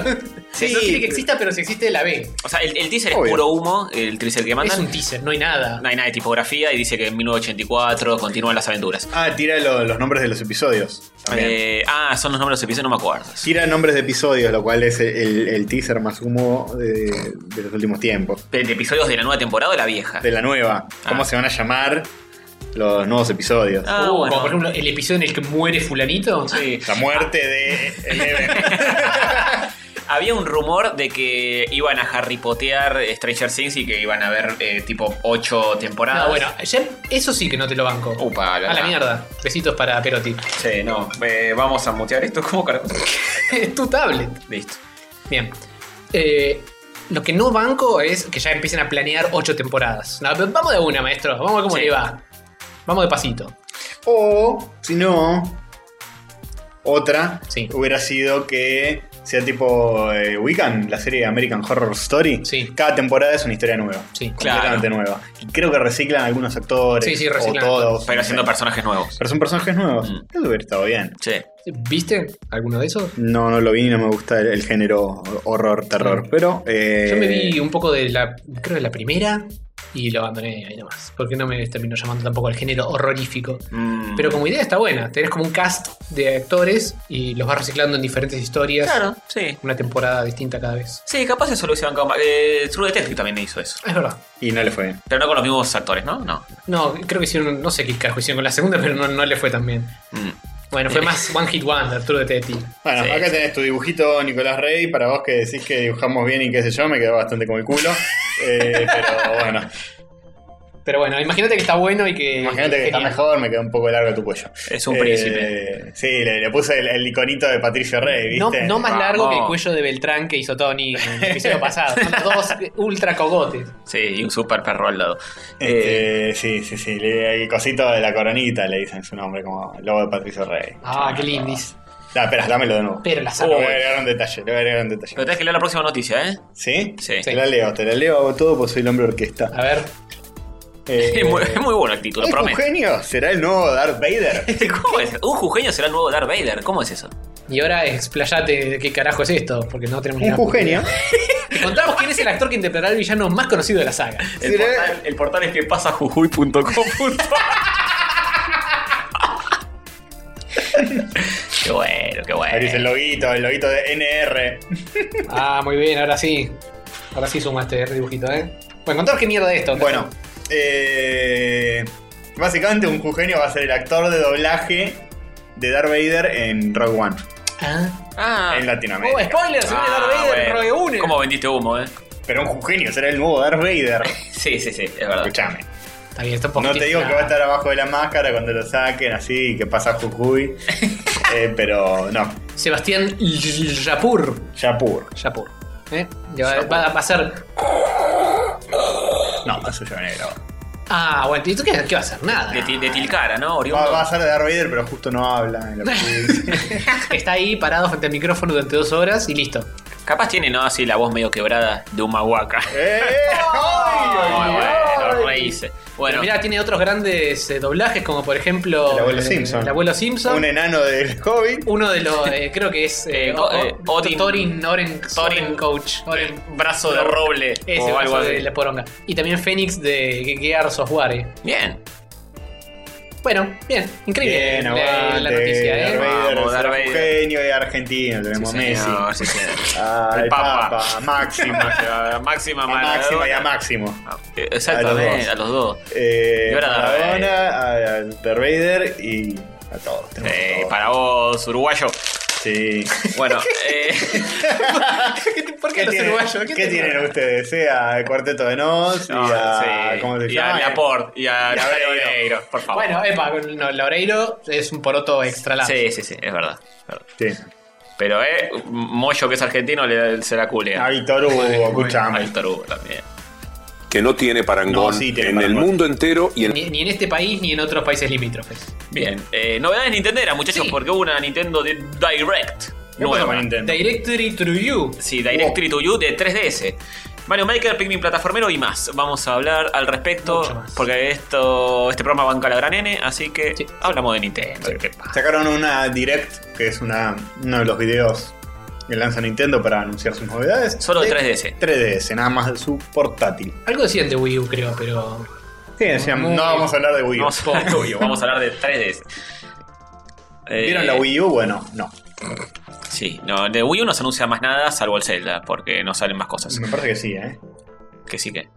Speaker 1: Sí, no quiere que exista, pero si existe, la ve.
Speaker 4: O sea, el, el teaser
Speaker 2: Obvio.
Speaker 4: es puro humo, el teaser que
Speaker 1: Es
Speaker 4: mandan.
Speaker 1: un teaser, no hay nada.
Speaker 4: No hay nada de tipografía y dice que en 1984 continúan las aventuras.
Speaker 2: Ah, tira lo- los nombres de los episodios. también.
Speaker 4: Eh, ah, son los nombres de los episodios, no me acuerdo.
Speaker 2: Tira nombres de episodios, lo cual es el, el teaser más humo de, de los últimos tiempos.
Speaker 4: ¿De de episodios de la nueva temporada o la vieja?
Speaker 2: De la nueva. ¿Cómo
Speaker 4: Ah.
Speaker 2: se van a llamar los nuevos episodios?
Speaker 4: Ah,
Speaker 1: Uh,
Speaker 4: bueno.
Speaker 1: Como por ejemplo, el episodio en el que muere Fulanito.
Speaker 4: Sí.
Speaker 2: La muerte de Eleven.
Speaker 4: Había un rumor de que iban a harrypotear Stranger Things y que iban a haber eh, tipo 8 temporadas.
Speaker 1: No, Ah, bueno, ya- eso sí que no te lo banco.
Speaker 4: Upa, la-
Speaker 1: a la mierda. Besitos para Perotti.
Speaker 4: Sí, no. eh, vamos a mutear esto. ¿Cómo carajo?
Speaker 1: es tu tablet.
Speaker 4: Listo.
Speaker 1: Bien. Eh, lo que no banco es que ya empiecen a planear ocho temporadas. No, pero vamos de una, maestro. Vamos a ver cómo
Speaker 4: Sí.
Speaker 1: le va. Vamos de pasito.
Speaker 2: O, si no, otra
Speaker 1: Sí.
Speaker 2: hubiera sido que sea tipo eh, Wiccan, la serie American Horror Story.
Speaker 1: Sí.
Speaker 2: Cada temporada es una historia nueva.
Speaker 1: Sí.
Speaker 2: Completamente nueva. Y creo que reciclan algunos actores.
Speaker 1: Sí, sí, reciclan.
Speaker 2: O todos.
Speaker 4: Pero
Speaker 2: no
Speaker 4: haciendo
Speaker 2: sé.
Speaker 4: personajes nuevos.
Speaker 2: Pero son personajes nuevos.
Speaker 4: Mm.
Speaker 2: Eso hubiera estado bien.
Speaker 4: Sí.
Speaker 1: ¿Viste alguno de esos?
Speaker 2: No, no lo vi, no me gusta el, el género horror, terror. Pero. eh,
Speaker 1: Yo me vi un poco de la, creo de la primera y lo abandoné ahí nomás. Porque no me terminó llamando tampoco al género horrorífico.
Speaker 4: Mm.
Speaker 1: Pero como idea está buena. Tenés como un cast de actores y los vas reciclando en diferentes historias.
Speaker 4: Claro, sí.
Speaker 1: Una temporada distinta cada vez.
Speaker 4: Sí, capaz eso lo hicieron con... Eh, True Detective también hizo eso.
Speaker 1: Ah, Es verdad.
Speaker 2: Y no le fue bien.
Speaker 4: Pero no con los mismos actores, ¿no? No.
Speaker 1: No, creo que hicieron, no sé qué carajo hicieron con la segunda, pero no, no le fue tan bien.
Speaker 4: Mm.
Speaker 1: Bueno,
Speaker 2: Eh.
Speaker 1: fue más One Hit Wonder, True Detective.
Speaker 2: Bueno,
Speaker 4: Sí.
Speaker 2: acá tenés tu dibujito, Nicolás Rey. Para vos que decís que dibujamos bien y qué sé yo, me quedó bastante como el culo. Eh, pero bueno,
Speaker 1: Pero bueno, imagínate que está bueno y que.
Speaker 2: imagínate que está
Speaker 1: genial.
Speaker 2: mejor, me quedó un poco largo tu cuello.
Speaker 4: Es un
Speaker 2: Eh,
Speaker 4: príncipe.
Speaker 2: Sí, le, le puse el, el iconito de Patricio Rey,
Speaker 1: No,
Speaker 2: ¿viste?
Speaker 1: no más
Speaker 4: Vamos.
Speaker 1: largo que el cuello de Beltrán que hizo Tony en el episodio pasado. Son dos ultra cogotes.
Speaker 4: Sí, y un super perro al lado. Eh,
Speaker 2: Este, sí, sí, sí. le- el cosito de la coronita le dicen su nombre, como logo de Patricio Rey.
Speaker 1: Ah, qué lindis.
Speaker 2: Ah, espera, dámelo de nuevo.
Speaker 1: Pero la
Speaker 2: Le
Speaker 1: salvo.
Speaker 2: voy a agregar un detalle, le voy a agregar un detalle.
Speaker 4: pero tenés que leer la próxima noticia, ¿eh?
Speaker 2: ¿Sí?
Speaker 4: Sí.
Speaker 2: Te la leo, te la leo hago todo porque soy el hombre orquesta.
Speaker 1: A ver,
Speaker 2: Eh,
Speaker 4: Es muy, es muy bueno el título,
Speaker 2: ¿es un
Speaker 4: prometo.
Speaker 2: genio? ¿Será el nuevo Darth Vader?
Speaker 4: ¿Cómo es? ¿Un jujeño será el nuevo Darth Vader? ¿Cómo es eso?
Speaker 1: y ahora explayate de qué carajo es esto, porque no tenemos ni
Speaker 2: Un
Speaker 1: idea.
Speaker 2: jugenio.
Speaker 1: Te contamos quién es el actor que interpretará al villano más conocido de la saga.
Speaker 4: El,
Speaker 2: Será-
Speaker 4: portal, el portal es que pasa jujuy.com. qué bueno, qué
Speaker 2: Abrís el
Speaker 4: bueno.
Speaker 2: loguito, el loguito de NR.
Speaker 1: Ah, muy bien, ahora sí. Ahora sí suma este dibujito, ¿eh? Bueno, contanos qué mierda es esto.
Speaker 2: Bueno, eh, básicamente un jugenio va a ser el actor de doblaje de Darth Vader en Rogue One,
Speaker 1: Ah.
Speaker 4: Ah,
Speaker 2: en
Speaker 1: Oh,
Speaker 2: Latinoamérica.
Speaker 1: spoiler, se viene
Speaker 2: Ah,
Speaker 1: Darth Vader,
Speaker 4: bueno.
Speaker 1: reúne.
Speaker 4: ¿Cómo vendiste humo, eh?
Speaker 2: Pero un jugenio será el nuevo Darth Vader.
Speaker 4: Sí, sí, sí, es verdad.
Speaker 2: Escuchame.
Speaker 1: Está bien, está un
Speaker 2: No
Speaker 1: poquitito-
Speaker 2: te digo que va a estar abajo de la máscara cuando lo saquen así y que pasa Jujuy. Eh, pero no,
Speaker 1: Sebastián L- Yapur.
Speaker 2: Yapur.
Speaker 1: Yapur. ¿Eh? Y va- Va, va a ser.
Speaker 2: No, eso yo negro.
Speaker 1: Ah, bueno, ¿y tú qué, qué va a hacer? Nada.
Speaker 4: De, Til- de Tilcara, ¿no?
Speaker 2: Va,
Speaker 4: Oriundo.
Speaker 2: va a ser de Darth Vader, pero justo no habla. en la película.
Speaker 1: Está ahí parado frente al micrófono durante dos horas y listo.
Speaker 4: Capaz tiene, ¿no? Así la voz medio quebrada de un mahuaca.
Speaker 2: ¡Eh! ¡Ay, ay,
Speaker 4: Muy bueno,
Speaker 2: ay!
Speaker 4: reíse.
Speaker 1: Pero
Speaker 4: Bueno,
Speaker 1: Mirá, tiene otros grandes eh, doblajes, como por ejemplo.
Speaker 2: El abuelo
Speaker 1: eh,
Speaker 2: Simpson.
Speaker 1: El abuelo Simpson.
Speaker 2: Un eh, enano del Hobbit.
Speaker 1: Uno de los. eh, creo que es. eh,
Speaker 4: Eh, o-
Speaker 1: o-
Speaker 4: eh, Odin-
Speaker 1: Torin. Oren, Soren Coach. Oren.
Speaker 4: brazo de roble
Speaker 1: Ese
Speaker 4: o algo
Speaker 1: brazo
Speaker 4: así.
Speaker 1: de la poronga. Y también Fénix de Gear Software.
Speaker 4: Bien.
Speaker 1: Bueno, bien, increíble
Speaker 2: Bien,
Speaker 1: la- la,
Speaker 2: aguante.
Speaker 1: noticia, ¿eh?
Speaker 2: Darth Vader,
Speaker 4: Vamos,
Speaker 2: será
Speaker 4: Darth
Speaker 2: un
Speaker 4: Vader.
Speaker 2: genio de Argentina, tenemos
Speaker 4: Sí,
Speaker 2: Messi.
Speaker 4: señor, sí, señor.
Speaker 2: Ah,
Speaker 4: El
Speaker 2: el,
Speaker 4: Papa.
Speaker 2: Papa. Máxima.
Speaker 4: Máxima, máxima
Speaker 2: a Máxima y a
Speaker 4: Maradona.
Speaker 2: Máximo.
Speaker 4: Ah, eh, Exactamente,
Speaker 2: A
Speaker 4: a los dos.
Speaker 2: Eh,
Speaker 4: Y ahora Darth
Speaker 2: Maradona, a- a Darth Vader y a todos. tenemos a
Speaker 4: Eh,
Speaker 2: todos.
Speaker 4: para vos, uruguayo.
Speaker 2: Sí.
Speaker 4: Bueno, eh,
Speaker 1: ¿Por qué, los
Speaker 2: tienen-
Speaker 1: uruguayos?
Speaker 2: ¿Qué,
Speaker 1: te-
Speaker 2: tienen ustedes? Eh, a Cuarteto de Nos
Speaker 4: no,
Speaker 2: y a.
Speaker 4: sí.
Speaker 2: ¿Cómo se
Speaker 4: y a
Speaker 2: llama?
Speaker 4: Laporte y a
Speaker 2: Y a
Speaker 4: Nazario
Speaker 2: Oreiro.
Speaker 4: Oreiro, por favor.
Speaker 1: Bueno, epa, con- no, Laureiro es un poroto extra largo.
Speaker 4: sí, sí, sí, es verdad. es verdad.
Speaker 2: Sí.
Speaker 4: Pero, eh, Moyo, que es argentino, le, se la culea.
Speaker 2: A Víctor Hugo, escuchame.
Speaker 4: Víctor Hugo también.
Speaker 7: que no tiene parangón
Speaker 2: No, sí tiene
Speaker 7: en
Speaker 2: parangón.
Speaker 7: el mundo entero y en
Speaker 1: Ni, ni en este país ni en otros países limítrofes.
Speaker 4: Bien, eh, novedades Nintendera, muchachos,
Speaker 1: Sí.
Speaker 4: porque hubo una Nintendo Di- Direct
Speaker 2: ¿Qué pasó con
Speaker 4: nueva.
Speaker 2: Nintendo?
Speaker 1: Directory to You.
Speaker 4: Sí, Directory to You de 3DS. Mario Maker, Pikmin plataformero y más. Vamos a hablar al
Speaker 1: Mucho
Speaker 4: respecto
Speaker 1: más.
Speaker 4: porque esto este programa banca la gran N, así que
Speaker 1: Sí.
Speaker 4: hablamos de Nintendo. ¿qué pasa?
Speaker 2: Sacaron una Direct, que es una, uno de los videos que lanza Nintendo para anunciar sus novedades.
Speaker 4: Solo
Speaker 2: de
Speaker 4: 3DS.
Speaker 2: 3DS, nada más de su portátil.
Speaker 1: Algo decían de Wii U, creo, pero.
Speaker 2: Sí, decían, no vamos a hablar de Wii U.
Speaker 4: Vamos a, obvio, vamos a hablar de 3DS. Eh,
Speaker 2: ¿Vieron la Wii U? Bueno, no.
Speaker 4: Sí, no, de Wii U no se anuncia más nada salvo el Zelda, porque no salen más cosas.
Speaker 2: Me parece que sí, ¿eh?
Speaker 4: Que sí que.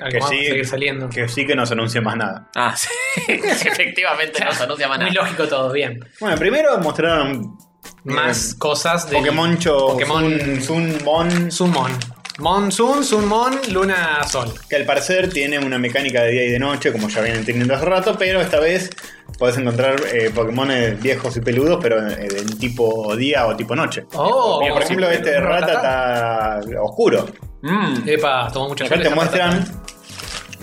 Speaker 1: Algo
Speaker 2: Que
Speaker 1: más
Speaker 2: sí,
Speaker 1: va a seguir saliendo.
Speaker 2: que sí que no se anuncia más nada.
Speaker 4: Ah, sí. Efectivamente no se anuncia más
Speaker 1: Muy
Speaker 4: nada.
Speaker 1: lógico todo, bien.
Speaker 2: Bueno, primero mostraron
Speaker 1: Más
Speaker 2: eh,
Speaker 1: cosas de.
Speaker 2: Pokémoncho,
Speaker 1: Pokémon-
Speaker 2: Sun, Sun Mon,
Speaker 1: Sunmon. Mon Sun, Sunmon, Luna Sol.
Speaker 2: que al parecer tiene una mecánica de día y de noche, como ya vienen teniendo hace rato, pero esta vez podés encontrar eh, Pokémones viejos y peludos, pero eh, de tipo día o tipo noche.
Speaker 1: Oh,
Speaker 2: Como por ejemplo este de rata está oscuro.
Speaker 4: Mm,
Speaker 1: Epa, tomó mucha
Speaker 2: Acá
Speaker 1: suerte
Speaker 2: te
Speaker 1: esa
Speaker 2: muestran
Speaker 1: Ratata.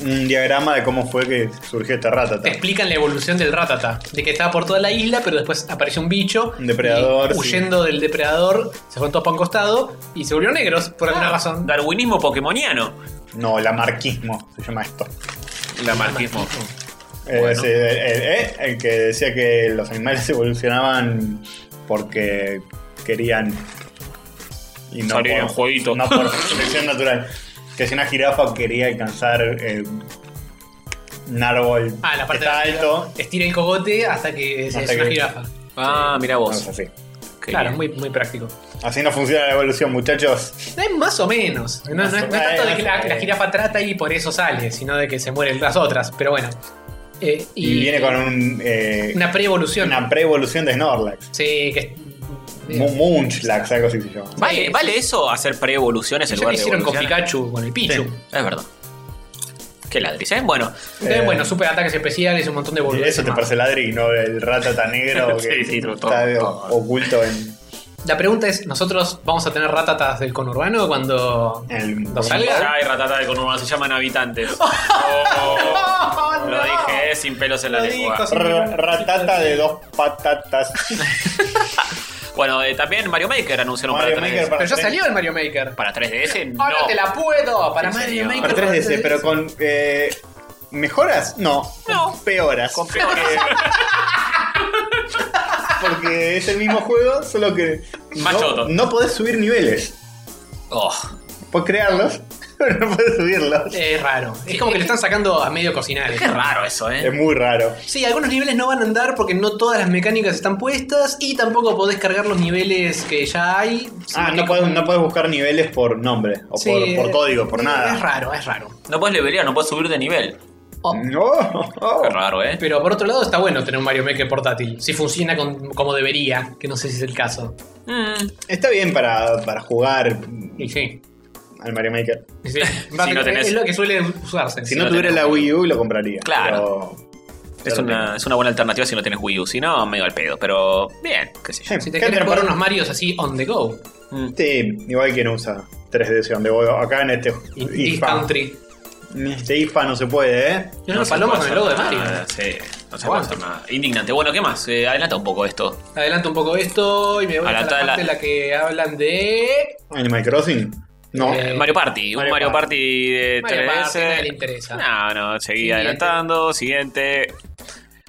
Speaker 2: un diagrama de cómo fue que surgió este esta rata.
Speaker 1: Te explican la evolución del ratata. De que estaba por toda la isla, pero después apareció un bicho.
Speaker 2: Un depredador,
Speaker 1: y
Speaker 2: sí.
Speaker 1: huyendo del depredador, se fueron todos para un costado y se volvieron negros, por
Speaker 4: Ah.
Speaker 1: alguna razón.
Speaker 4: Darwinismo pokemoniano.
Speaker 2: No, la marquismo se llama esto.
Speaker 4: Lamarquismo.
Speaker 2: Eh,
Speaker 4: Bueno.
Speaker 2: sí, el, el- eh, el que decía que los animales evolucionaban porque querían y
Speaker 4: Salir en jueguito.
Speaker 2: no por selección natural. Que si una jirafa quería alcanzar eh, un árbol
Speaker 1: Ah, la
Speaker 2: que
Speaker 1: parte
Speaker 2: está
Speaker 1: de arriba.
Speaker 2: alto,
Speaker 1: Estira el cogote hasta que se
Speaker 2: Hasta
Speaker 1: es una
Speaker 2: que-
Speaker 1: jirafa.
Speaker 4: Ah, mira
Speaker 2: no
Speaker 4: vos.
Speaker 2: es así.
Speaker 4: Qué
Speaker 1: claro,
Speaker 4: bien.
Speaker 1: muy, muy práctico.
Speaker 2: Así no funciona la evolución, muchachos.
Speaker 1: Eh, Más o menos. No, no es, no es tanto de que la, la jirafa trata y por eso sale, sino de que se mueren las otras. Pero bueno. Eh,
Speaker 2: Y, viene con un, eh,
Speaker 1: una pre-evolución.
Speaker 2: una pre-evolución de Snorlax.
Speaker 1: Sí, que. eh,
Speaker 2: Mu- Munchlax, algo así se llama.
Speaker 4: ¿Vale, ¿Vale eso hacer pre-evoluciones en
Speaker 1: Ya lo
Speaker 4: lugar de
Speaker 1: hicieron con
Speaker 4: evoluciones?
Speaker 1: Pikachu, con el Pichu.
Speaker 2: Sí.
Speaker 4: Es verdad. Qué ladris, ¿eh? Bueno,
Speaker 1: Entonces,
Speaker 2: Eh,
Speaker 1: bueno, super ataques especiales, un montón de
Speaker 2: Y
Speaker 1: boludeces.
Speaker 2: Eso te
Speaker 1: más.
Speaker 2: parece ladri y no el ratata negro
Speaker 4: Sí,
Speaker 2: que
Speaker 4: sí, todo,
Speaker 2: está
Speaker 4: todo.
Speaker 2: oculto en,
Speaker 1: La pregunta es: ¿nosotros vamos a tener ratatas del conurbano cuando.?
Speaker 2: en el.
Speaker 1: ¿No sale? Salga.
Speaker 4: Ay, ratata de conurbano, se llaman habitantes.
Speaker 1: ¡Oh,
Speaker 4: Oh,
Speaker 1: no!
Speaker 4: Lo dije sin pelos en la
Speaker 1: Lo
Speaker 4: lengua.
Speaker 1: dijo, sí.
Speaker 2: R- Ratata de dos patatas.
Speaker 4: Bueno, eh, también Mario Maker anunciaron
Speaker 2: Mario
Speaker 4: para 3DS.
Speaker 2: Maker
Speaker 1: Pero ya
Speaker 2: tres-
Speaker 1: salió el Mario Maker.
Speaker 4: Para 3DS, no.
Speaker 1: ¡Ah, no te la puedo! Para
Speaker 4: Sí,
Speaker 1: Mario
Speaker 4: señor.
Speaker 1: Maker.
Speaker 2: Para 3DS, pero con. eh, ¿Mejoras? No.
Speaker 4: No.
Speaker 2: Peoras. Eh,
Speaker 4: Con peores.
Speaker 2: Porque es el mismo juego, solo que.
Speaker 4: Más
Speaker 2: no,
Speaker 4: choto.
Speaker 2: no podés subir niveles.
Speaker 4: Oh,
Speaker 2: Podés crearlos, pero no podés subirlos.
Speaker 1: Es raro. Es como que le están sacando a medio cocinar.
Speaker 4: qué raro eso, ¿eh?
Speaker 2: Es muy raro.
Speaker 1: Sí, algunos niveles no van a andar porque no todas las mecánicas están puestas y tampoco podés cargar los niveles que ya hay.
Speaker 2: Ah,
Speaker 1: sino
Speaker 2: no
Speaker 1: que
Speaker 2: podés,
Speaker 1: como-
Speaker 2: no podés buscar niveles por nombre, o
Speaker 1: Sí,
Speaker 2: por, por código, por
Speaker 1: Es
Speaker 2: nada.
Speaker 1: raro, es raro.
Speaker 4: No puedes levelear, no puedes subir de nivel.
Speaker 1: Oh,
Speaker 2: No. Oh.
Speaker 4: Qué raro, ¿eh?
Speaker 1: Pero por otro lado está bueno tener un Mario Maker portátil, si funciona con- como debería, que no sé si es el caso.
Speaker 4: Mm,
Speaker 2: Está bien para, para jugar
Speaker 1: Y sí.
Speaker 2: al Mario Maker.
Speaker 1: y sí.
Speaker 4: no tenés-
Speaker 1: Es lo que suele usarse.
Speaker 2: Si
Speaker 4: Sí,
Speaker 2: no
Speaker 4: lo
Speaker 2: tuviera
Speaker 4: tenemos.
Speaker 2: la Wii U, lo compraría.
Speaker 4: Claro.
Speaker 2: pero-
Speaker 4: es,
Speaker 2: pero
Speaker 4: una, es una buena alternativa si no tenés Wii U. Si no, medio al pedo. Pero bien, qué sé yo.
Speaker 2: Sí,
Speaker 1: Si te
Speaker 2: gente,
Speaker 1: quieres
Speaker 2: para-
Speaker 1: jugar unos Marios así on the go.
Speaker 4: Mm.
Speaker 2: Sí, este igual quien usa 3DS donde voy acá en este
Speaker 1: Y This
Speaker 2: IFA.
Speaker 1: Country.
Speaker 2: En este IFA no se puede, ¿eh?
Speaker 1: Y unas palomas con el logo de Mario.
Speaker 4: Ah, sí, no se puede
Speaker 1: Aguanta.
Speaker 4: hacer nada. Indignante. Bueno, ¿qué más? Eh, adelanta un poco esto.
Speaker 1: Adelanto un poco esto y me voy a, la
Speaker 4: Adelantá
Speaker 1: parte
Speaker 4: la-
Speaker 1: en la que hablan de.
Speaker 2: Animal Crossing. No.
Speaker 1: Eh,
Speaker 4: Mario Party,
Speaker 2: Mario
Speaker 4: un
Speaker 2: Party.
Speaker 4: Mario Party, de
Speaker 1: Mario
Speaker 4: 3DS.
Speaker 1: Party, nadie le interesa.
Speaker 4: No, no, seguí
Speaker 1: Siguiente.
Speaker 4: adelantando. Siguiente.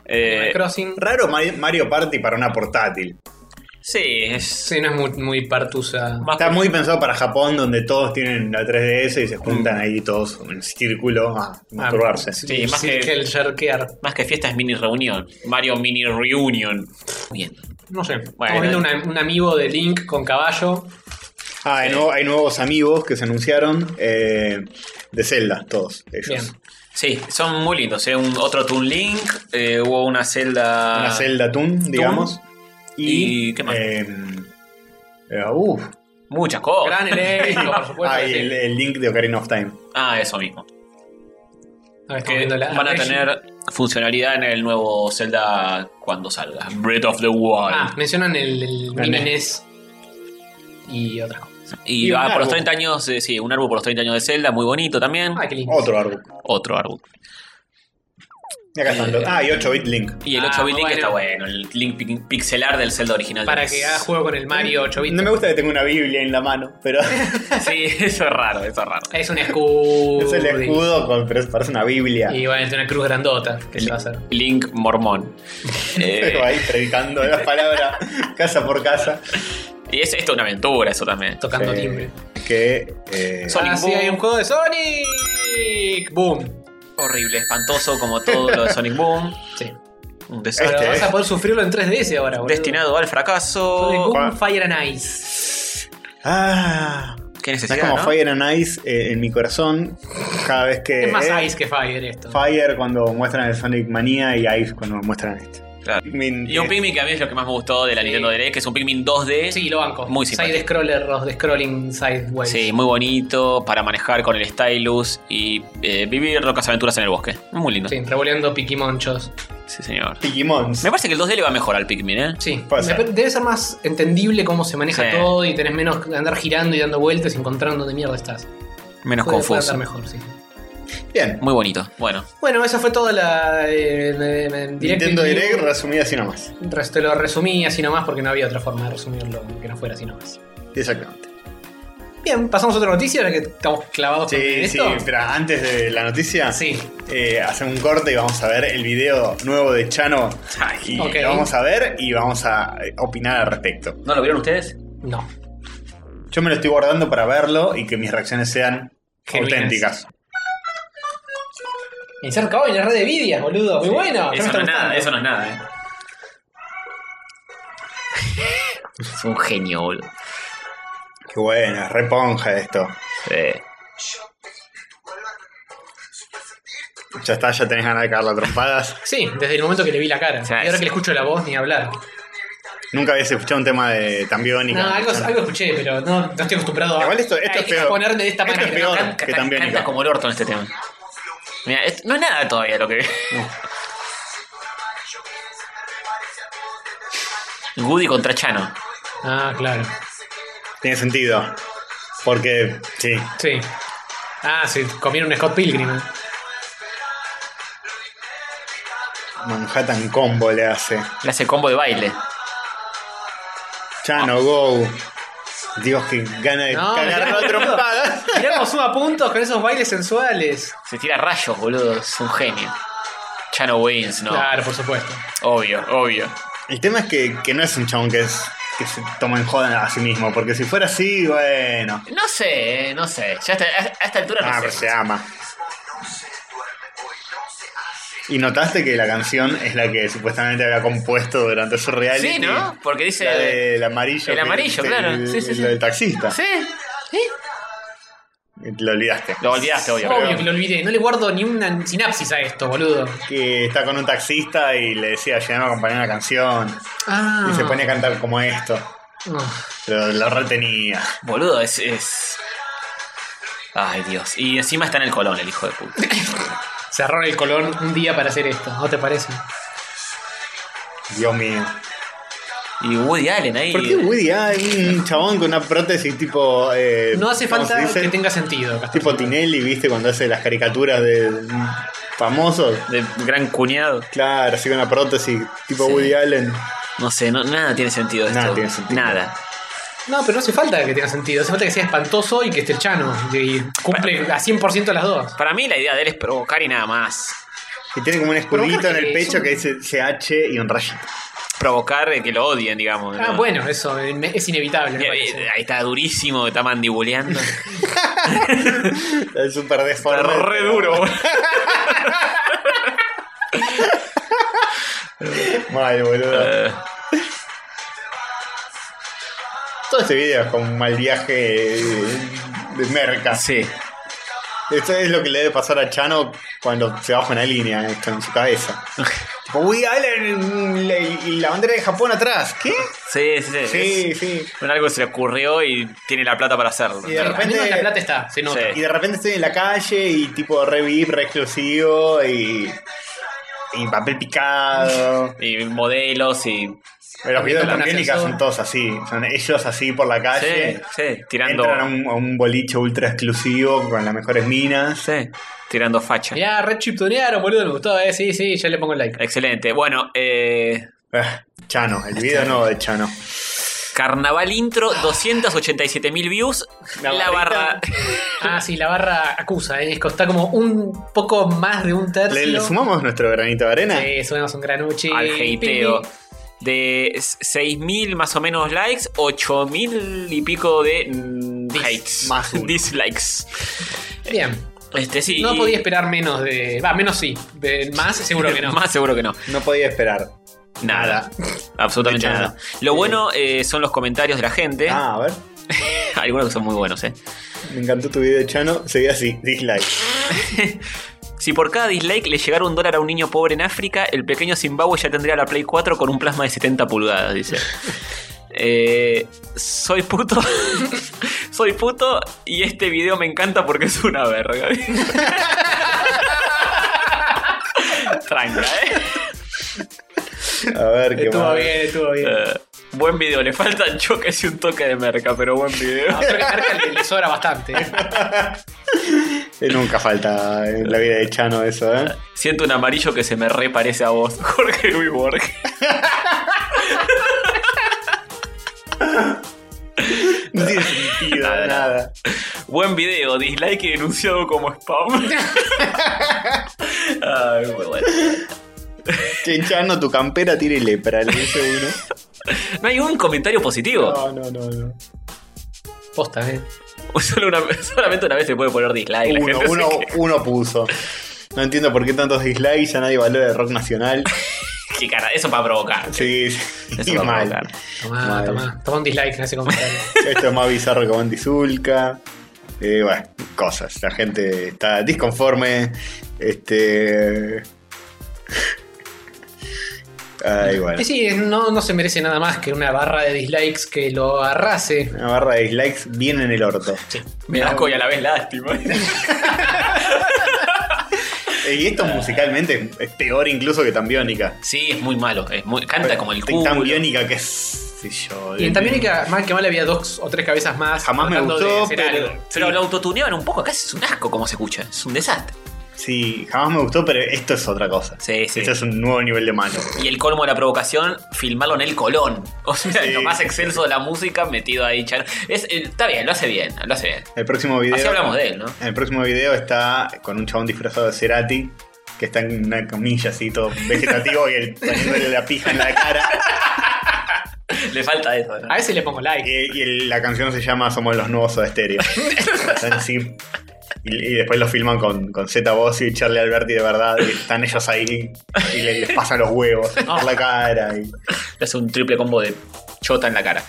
Speaker 4: Eh,
Speaker 1: Animal Crossing.
Speaker 2: Raro Mari- Mario Party para una portátil.
Speaker 4: sí, es
Speaker 1: Sí, no es muy, muy partusa.
Speaker 4: más
Speaker 2: Está muy pensado para Japón, donde todos tienen la 3DS y se
Speaker 1: Mm.
Speaker 2: juntan ahí todos en círculo
Speaker 1: Ah,
Speaker 2: a masturbarse.
Speaker 4: Sí, más
Speaker 1: que...
Speaker 4: que-
Speaker 1: el jerkear.
Speaker 4: Más que fiesta es mini reunión. Mario mini reunion. Bien.
Speaker 1: No sé. Estamos
Speaker 4: Bueno.
Speaker 1: viendo una- un amigo de Link con caballo.
Speaker 2: Ah, hay, nuevo- hay nuevos amigos que se anunciaron eh, de Zelda, todos ellos.
Speaker 1: Bien.
Speaker 4: Sí, son muy lindos. ¿eh? Un, otro Toon Link, eh, hubo una celda.
Speaker 1: Ah,
Speaker 2: Una Zelda Toon, digamos. Y,
Speaker 4: ¿Y qué más?
Speaker 2: eh, eh, uf.
Speaker 4: Muchas cosas.
Speaker 1: Gran elenco, por supuesto.
Speaker 2: Ah, y
Speaker 1: sí.
Speaker 2: el, el link de Ocarina of Time.
Speaker 4: Ah, eso mismo.
Speaker 1: Ahora estamos
Speaker 4: Que
Speaker 1: viendo la-
Speaker 4: van
Speaker 1: la-
Speaker 4: a tener funcionalidad en el nuevo Zelda cuando salga. Breath of the Wild.
Speaker 1: Ah, mencionan el, el
Speaker 2: La
Speaker 1: mini
Speaker 2: NES.
Speaker 1: NES y otra cosa.
Speaker 4: y
Speaker 2: y un
Speaker 4: va por los
Speaker 2: árbol.
Speaker 4: 30 años, eh, sí, un árbol por los 30 años de Zelda, muy bonito también.
Speaker 1: Ah, qué lindo.
Speaker 2: Otro árbol.
Speaker 4: Otro árbol.
Speaker 2: Y acá están los- Ah, y 8-bit link.
Speaker 4: Y el
Speaker 1: Ah,
Speaker 4: 8-bit
Speaker 1: muy
Speaker 4: Link
Speaker 1: bueno.
Speaker 4: está bueno, el Link pi- pixelar del Zelda original. de E
Speaker 1: Para
Speaker 4: NES.
Speaker 1: que haga juego con el Mario 8 bits.
Speaker 2: No me gusta que tenga una Biblia en la mano, pero
Speaker 4: Sí, eso es raro, eso es raro.
Speaker 1: Es un escudo.
Speaker 2: es el escudo, con- pero parece una Biblia.
Speaker 1: Y bueno, es una cruz grandota. ¿Qué se va a hacer?
Speaker 4: Link mormón. Eh,
Speaker 2: Pero ahí predicando las palabras casa por casa.
Speaker 4: Y es, esto es una aventura, eso también.
Speaker 1: Tocando
Speaker 2: Sí.
Speaker 1: timbre.
Speaker 2: Que. eh,
Speaker 4: Sonic
Speaker 1: ah, sí,
Speaker 4: Boom.
Speaker 1: hay un juego de Sonic. Boom.
Speaker 4: Horrible, espantoso, como todo lo de Sonic Boom.
Speaker 1: Sí.
Speaker 4: Un
Speaker 1: Pero
Speaker 4: desastre.
Speaker 2: Este,
Speaker 1: vas
Speaker 2: eh.
Speaker 1: a poder sufrirlo en 3DS ahora, boludo.
Speaker 4: Destinado al
Speaker 1: Sonic
Speaker 4: fracaso.
Speaker 1: Boom,
Speaker 2: Juan.
Speaker 1: Fire and Ice.
Speaker 2: ah.
Speaker 4: Qué
Speaker 2: Es
Speaker 4: necesidad,
Speaker 2: como
Speaker 4: ¿no?
Speaker 2: Fire and Ice eh, en mi corazón. Cada vez que.
Speaker 1: Es más
Speaker 2: eh,
Speaker 1: Ice que Fire esto.
Speaker 2: Fire cuando muestran el Sonic Mania y Ice cuando muestran este.
Speaker 4: Claro.
Speaker 2: Pikmin
Speaker 4: Y un
Speaker 2: diez.
Speaker 4: Pikmin que a mí es lo que más me gustó de la
Speaker 1: Sí.
Speaker 4: Nintendo Direct, que es un Pikmin 2D.
Speaker 1: Sí, lo banco.
Speaker 4: Muy
Speaker 1: Side
Speaker 4: simpático.
Speaker 1: scroller, los de scrolling sideways.
Speaker 4: Sí, muy bonito para manejar con el stylus y eh, vivir locas aventuras en el bosque. Muy lindo. Sí,
Speaker 1: Sí, revoleando piquimonchos.
Speaker 4: señor.
Speaker 2: Digimons.
Speaker 4: Me parece que el 2D le va mejor al Pikmin, ¿eh?
Speaker 1: Sí,
Speaker 2: Puede
Speaker 1: me
Speaker 2: ser.
Speaker 1: pa- debe ser más entendible cómo se maneja
Speaker 4: Sí.
Speaker 1: todo y tenés menos que andar girando y dando vueltas y encontrando dónde mierda estás.
Speaker 4: Menos
Speaker 1: Puede- puede
Speaker 4: confuso.
Speaker 1: andar mejor, sí.
Speaker 2: Bien.
Speaker 4: Muy bonito. Bueno,
Speaker 1: Bueno, esa fue toda la eh, eh, eh, Direct
Speaker 2: Nintendo
Speaker 1: Review.
Speaker 2: Direct resumida así nomás.
Speaker 1: Res- Te lo resumí así nomás porque no había otra forma de resumirlo que no fuera así nomás.
Speaker 2: Exactamente.
Speaker 1: Bien, pasamos a otra noticia ahora que estamos clavados con
Speaker 2: Sí, sí,
Speaker 1: esto.
Speaker 2: pero antes de la noticia,
Speaker 1: Sí.
Speaker 2: eh, hacemos un corte y vamos a ver el video nuevo de Chano. Y
Speaker 1: ok.
Speaker 2: lo vamos a ver y vamos a eh, opinar al respecto.
Speaker 4: ¿no lo vieron ustedes?
Speaker 1: No.
Speaker 2: Yo me lo estoy guardando para verlo y que mis reacciones sean
Speaker 1: Genuinas.
Speaker 2: auténticas.
Speaker 1: Insert cabo en la red de Vidia, boludo. Muy bueno. ya me
Speaker 4: Eso
Speaker 1: está
Speaker 4: no es
Speaker 1: gustando.
Speaker 4: nada, eso no es nada, ¿eh? Es un genio, boludo.
Speaker 2: Qué bueno, es reponja esto.
Speaker 4: Sí.
Speaker 2: Ya está, ya tenés ganas de cagar las trompadas.
Speaker 1: Sí, desde el momento que le vi la cara.
Speaker 4: Sí,
Speaker 1: y ahora
Speaker 4: sí.
Speaker 1: que le escucho la voz ni hablar.
Speaker 2: Nunca habías escuchado un tema de Tambiónica.
Speaker 1: No, algo, algo escuché, pero no, no estoy acostumbrado a,
Speaker 2: Igual esto- esto
Speaker 1: a
Speaker 2: es peor.
Speaker 1: exponerme de esta
Speaker 2: Esto
Speaker 1: manera.
Speaker 2: es peor.
Speaker 1: No, can-
Speaker 2: Que también,
Speaker 4: canta
Speaker 2: Nico.
Speaker 4: como el orto en este tema. Mira, no es nada todavía lo que. Woody contra Chano.
Speaker 1: Ah, claro.
Speaker 2: Tiene sentido. Porque, sí.
Speaker 1: Sí. Ah, sí, comieron un Scott Pilgrim.
Speaker 2: Manhattan Combo le hace.
Speaker 4: Le hace combo de baile.
Speaker 2: Chano, go. Dios, Eh, que gana de
Speaker 1: No,
Speaker 2: cagar
Speaker 1: mirá,
Speaker 2: la trompada.
Speaker 1: Mirá cómo suma puntos con esos bailes sensuales.
Speaker 4: Se tira rayos, boludo. Es un genio. Chano wins, ¿no?
Speaker 1: Claro, por supuesto.
Speaker 4: Obvio, obvio.
Speaker 2: El tema es que, que no es un chabón que, es, que se toma en joda a sí mismo. Porque si fuera así, bueno.
Speaker 4: No sé, eh, no sé. Ya hasta- a, a esta altura no
Speaker 2: Ah, pero
Speaker 4: sé.
Speaker 2: se ama. Y notaste que la canción es la que supuestamente había compuesto durante su reality.
Speaker 4: Sí, ¿no? Porque dice-
Speaker 2: La del amarillo.
Speaker 4: El
Speaker 2: que-
Speaker 4: amarillo,
Speaker 2: que-
Speaker 4: claro. Sí, sí, sí.
Speaker 2: Lo del taxista.
Speaker 4: ¿Sí? ¿Sí?
Speaker 2: Lo olvidaste.
Speaker 4: Lo olvidaste, obvio.
Speaker 1: Obvio que lo olvidé. No le guardo ni una sinapsis a esto, boludo.
Speaker 2: que está con un taxista y le decía, llévame a acompañar una canción.
Speaker 1: Ah.
Speaker 2: Y se pone a cantar como esto.
Speaker 1: Ah.
Speaker 2: Pero lo retenía.
Speaker 4: Boludo, es, es. Ay, Dios. Y encima está en el colón, el hijo de puta.
Speaker 1: Cerraron el colón un día para hacer esto, ¿no te parece?
Speaker 2: Dios mío.
Speaker 4: Y Woody Allen ahí.
Speaker 2: ¿Por qué Woody hay un chabón con una prótesis tipo. eh,
Speaker 1: No hace
Speaker 2: ¿cómo
Speaker 1: falta
Speaker 2: se dice?
Speaker 1: que tenga sentido. Castor.
Speaker 2: Tipo Tinelli, viste, cuando hace las caricaturas de mm, famosos.
Speaker 4: De gran cuñado.
Speaker 2: Claro, así con una prótesis tipo
Speaker 4: Sí.
Speaker 2: Woody Allen.
Speaker 4: No sé, no- nada tiene sentido esto.
Speaker 2: Nada tiene sentido.
Speaker 4: Nada.
Speaker 1: No, pero no hace falta que tenga sentido. Hace falta que sea espantoso y que esté el chano. Y cumple a 100% las dos.
Speaker 4: Para mí la idea de él es provocar y nada más.
Speaker 2: Y tiene como un escudito
Speaker 1: Provocar
Speaker 2: en el
Speaker 1: que
Speaker 2: pecho
Speaker 1: son-
Speaker 2: que dice CH y un rayito.
Speaker 4: Provocar eh, que lo odien, digamos.
Speaker 1: Ah,
Speaker 4: ¿no?
Speaker 1: bueno, eso eh, me- es inevitable. me
Speaker 4: Eh,
Speaker 1: parece.
Speaker 4: eh, Ahí está durísimo, está mandibuleando. está
Speaker 2: Es súper deforme.
Speaker 4: re duro. boludo.
Speaker 2: Mal, boludo.
Speaker 4: Eh,
Speaker 2: Todo este video es como un mal viaje de merca.
Speaker 4: sí.
Speaker 2: Esto es lo que le debe pasar a Chano cuando se baja una línea esto en su cabeza. Tipo, Woody Allen la- y la bandera de Japón atrás. ¿Qué?
Speaker 4: Sí, sí, sí.
Speaker 2: Sí, sí.
Speaker 4: Es- bueno, algo se le ocurrió y tiene la plata para hacerlo.
Speaker 2: Sí,
Speaker 1: Al
Speaker 2: de repente-
Speaker 1: menos la plata está, se nota.
Speaker 4: Sí.
Speaker 2: Y de repente estoy en la calle y tipo re VIP, re exclusivo y. y papel picado.
Speaker 4: Y modelos y.
Speaker 2: Pero los videos de
Speaker 1: Con
Speaker 2: la clínica
Speaker 1: ascensor.
Speaker 2: son todos así. Son ellos así por la
Speaker 4: Sí,
Speaker 2: calle.
Speaker 4: sí, tirando.
Speaker 2: Ah, Entran a un, a un boliche ultra exclusivo con las mejores minas.
Speaker 4: Sí, tirando facha.
Speaker 1: Mirá, red chiptonearon, boludo, me gustó, eh. Sí, sí, ya le pongo el like.
Speaker 4: Excelente. Bueno, eh,
Speaker 2: Ah, Chano, el video nuevo de Chano.
Speaker 4: Carnaval intro, 287.000 views.
Speaker 2: La
Speaker 4: La, barra.
Speaker 1: Ah, sí, la barra acusa, eh. Está como un poco más de un tercio.
Speaker 2: ¿Le, le sumamos nuestro granito de arena?
Speaker 1: Sí, subimos un granuche.
Speaker 4: Al
Speaker 1: Pi, pi.
Speaker 4: heiteo. De 6.000 más o menos likes, 8.000 y pico de mm, hates.
Speaker 2: más uno.
Speaker 4: Dislikes.
Speaker 1: Bien.
Speaker 4: Este sí.
Speaker 1: No podía esperar menos de. Va, menos sí. De más, seguro que no.
Speaker 4: Más seguro que no.
Speaker 2: No podía esperar.
Speaker 4: Nada. Absolutamente
Speaker 2: De hecho,
Speaker 4: nada.
Speaker 2: nada.
Speaker 4: Lo bueno eh, son los comentarios de la gente.
Speaker 2: Ah, a ver.
Speaker 4: Algunos que son muy buenos, ¿eh?
Speaker 2: Me encantó tu video, Chano. Seguí así, dislike.
Speaker 4: Si por cada dislike le llegara un dólar a un niño pobre en África, el pequeño Zimbabue ya tendría la Play 4 con un plasma de 70 pulgadas, dice. Eh, soy puto. soy puto y este video me encanta porque es una verga. Tranca, ¿eh?
Speaker 2: A ver qué
Speaker 1: Estuvo
Speaker 2: más.
Speaker 1: bien, estuvo bien.
Speaker 4: Eh, Buen video, le faltan choques y un toque de merca, pero buen video.
Speaker 1: No, creo que a Merkel le- le sobra bastante.
Speaker 2: Eh, Nunca falta en la vida de Chano eso, ¿eh?
Speaker 4: Siento un amarillo que se me reparece a vos, Jorge Luis Borges.
Speaker 2: No tiene sentido,
Speaker 4: Nada,
Speaker 2: nada.
Speaker 4: Buen video, dislike y denunciado como spam. Ay, muy bueno.
Speaker 2: Che, Chano, tu campera tiene lepra, le dice uno.
Speaker 4: No hay un comentario positivo.
Speaker 2: No, no, no, no.
Speaker 1: Posta, eh.
Speaker 4: Solo una- solamente una vez se puede poner dislike. la
Speaker 2: Uno,
Speaker 4: gente, así
Speaker 2: uno,
Speaker 4: que-
Speaker 2: uno puso. No entiendo por qué tantos dislikes, ya nadie valora el rock nacional.
Speaker 4: qué cara, eso para provocar.
Speaker 2: Sí, sí,
Speaker 4: Eso para
Speaker 2: mal.
Speaker 4: provocar.
Speaker 1: Tomá,
Speaker 2: Mal.
Speaker 1: tomá. Tomá un dislike en ese comentario.
Speaker 2: Esto es más bizarro que Bandy Zulka. Eh, bueno, cosas. La gente está disconforme. Este. Ah, igual.
Speaker 1: Y sí, eh, no, no se merece nada más que una barra de dislikes que lo arrase.
Speaker 2: Una barra de dislikes bien en el orto.
Speaker 4: Me da asco y a la vez lástima.
Speaker 2: Y
Speaker 4: Ah.
Speaker 2: esto musicalmente es peor incluso que tan biónica.
Speaker 4: sí, es muy malo. Es muy, canta como el
Speaker 2: Tan- Tan
Speaker 4: culo.
Speaker 2: biónica que es. sí, yo, este,
Speaker 1: Y en Tambiónica, mal que mal, había dos o tres cabezas más.
Speaker 2: Jamás me
Speaker 1: tratando
Speaker 2: gustó,
Speaker 1: de hacer
Speaker 2: pero-
Speaker 1: algo.
Speaker 4: Pero lo autotuneaban un poco. Acá es un asco como se escucha. Es un desastre.
Speaker 2: Sí, jamás me gustó, pero esto es otra cosa.
Speaker 4: Sí,
Speaker 2: Esto
Speaker 4: sí.
Speaker 2: Este es un nuevo nivel de mano.
Speaker 4: Y el colmo de la provocación, filmarlo en el Colón. O sea,
Speaker 2: Sí.
Speaker 4: lo más excelso de la música metido ahí, Chano. Es, eh, está bien, lo hace bien, lo hace bien.
Speaker 2: El próximo video.
Speaker 4: Así hablamos de él, ¿no?
Speaker 2: En el próximo video está con un chabón disfrazado de Cerati, que está en una camilla así, todo vegetativo, y el, poniéndole la pija en la cara.
Speaker 4: Le falta eso, ¿no?
Speaker 1: A veces le pongo like.
Speaker 2: Y, y el- la canción se llama Somos los nuevos Soda Stereo. Están así, y, y después lo filman con, con Z Bossi y Charlie Alberti de verdad, y están ellos ahí, y le- les pasan los huevos por la cara. y-
Speaker 4: Le hace un triple combo de chota en la cara.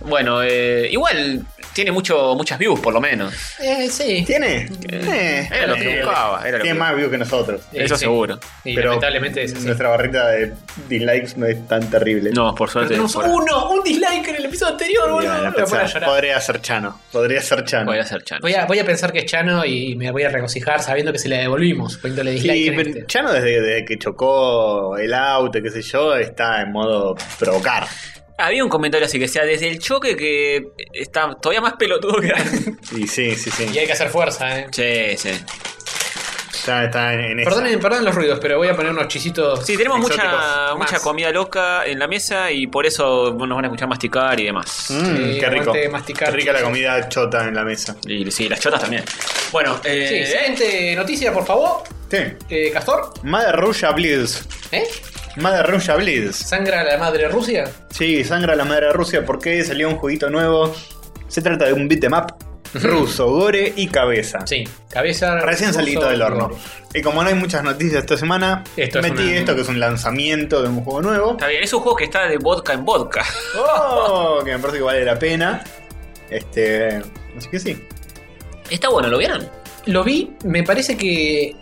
Speaker 4: Bueno, eh, igual tiene mucho, muchas views, por lo menos.
Speaker 1: Eh, sí.
Speaker 2: ¿Tiene? Eh,
Speaker 4: Era lo que
Speaker 2: tiene-
Speaker 4: buscaba, era lo
Speaker 2: Tiene
Speaker 4: que-
Speaker 2: más views que nosotros.
Speaker 1: Eh,
Speaker 4: Eso
Speaker 1: sí.
Speaker 4: seguro.
Speaker 1: Y
Speaker 2: Pero
Speaker 1: lamentablemente es así.
Speaker 2: Nuestra barrita de dislikes no es tan terrible.
Speaker 4: No, por
Speaker 1: Pero
Speaker 4: suerte.
Speaker 1: tenemos
Speaker 4: por-
Speaker 1: uno, un dislike en el episodio anterior,
Speaker 2: Y van
Speaker 1: boludo.
Speaker 2: a
Speaker 1: Me voy a
Speaker 2: pensar,
Speaker 1: llorar.
Speaker 2: podría ser Chano. Podría ser Chano.
Speaker 4: Voy a hacer Chano.
Speaker 1: Voy a, voy a pensar que es Chano y me voy a regocijar sabiendo que se le devolvimos, poniéndole dislike.
Speaker 2: Sí,
Speaker 1: en
Speaker 2: pero
Speaker 1: este.
Speaker 2: Chano desde, desde que chocó el auto, qué sé yo, está en modo provocar.
Speaker 4: Había un comentario así que sea desde el choque que está todavía más pelotudo que
Speaker 2: Y sí, sí, sí.
Speaker 1: Y hay que hacer fuerza, eh.
Speaker 4: Sí, sí.
Speaker 2: Está, está en, en esa.
Speaker 1: Perdonen, perdonen los ruidos, pero voy a poner unos chisitos.
Speaker 4: Sí, tenemos mucha,
Speaker 1: exóticos
Speaker 4: mucha
Speaker 1: más.
Speaker 4: comida loca en la mesa y por eso nos van a escuchar masticar y demás.
Speaker 2: Mm,
Speaker 1: Sí,
Speaker 2: qué rico.
Speaker 1: eh, aguante masticar.
Speaker 2: Qué rica la comida chota en la mesa.
Speaker 4: Y sí, las chotas también. Bueno, eh,
Speaker 1: Sí, siguiente noticia, por favor.
Speaker 2: Sí.
Speaker 1: Eh, Castor,
Speaker 2: Madre Rusia Bleeds.
Speaker 1: ¿eh?
Speaker 2: Madre Rusia Bleeds.
Speaker 1: ¿Sangra la madre Rusia?
Speaker 2: Sí, sangra la madre Rusia porque salió un juguito nuevo. Se trata de un beat em up ruso, gore y cabeza.
Speaker 1: Sí, cabeza.
Speaker 2: Recién
Speaker 1: ruso,
Speaker 2: salito del horno.
Speaker 1: gordo.
Speaker 2: Y como no hay muchas noticias esta semana,
Speaker 1: Esto es
Speaker 2: metí
Speaker 1: una-
Speaker 2: esto que es un lanzamiento de un juego nuevo.
Speaker 4: Está bien, es un juego que está de vodka en vodka.
Speaker 2: Oh, que me parece que vale la pena. Este. Así que sí.
Speaker 4: Está bueno, ¿lo vieron?
Speaker 1: Lo vi, me parece que.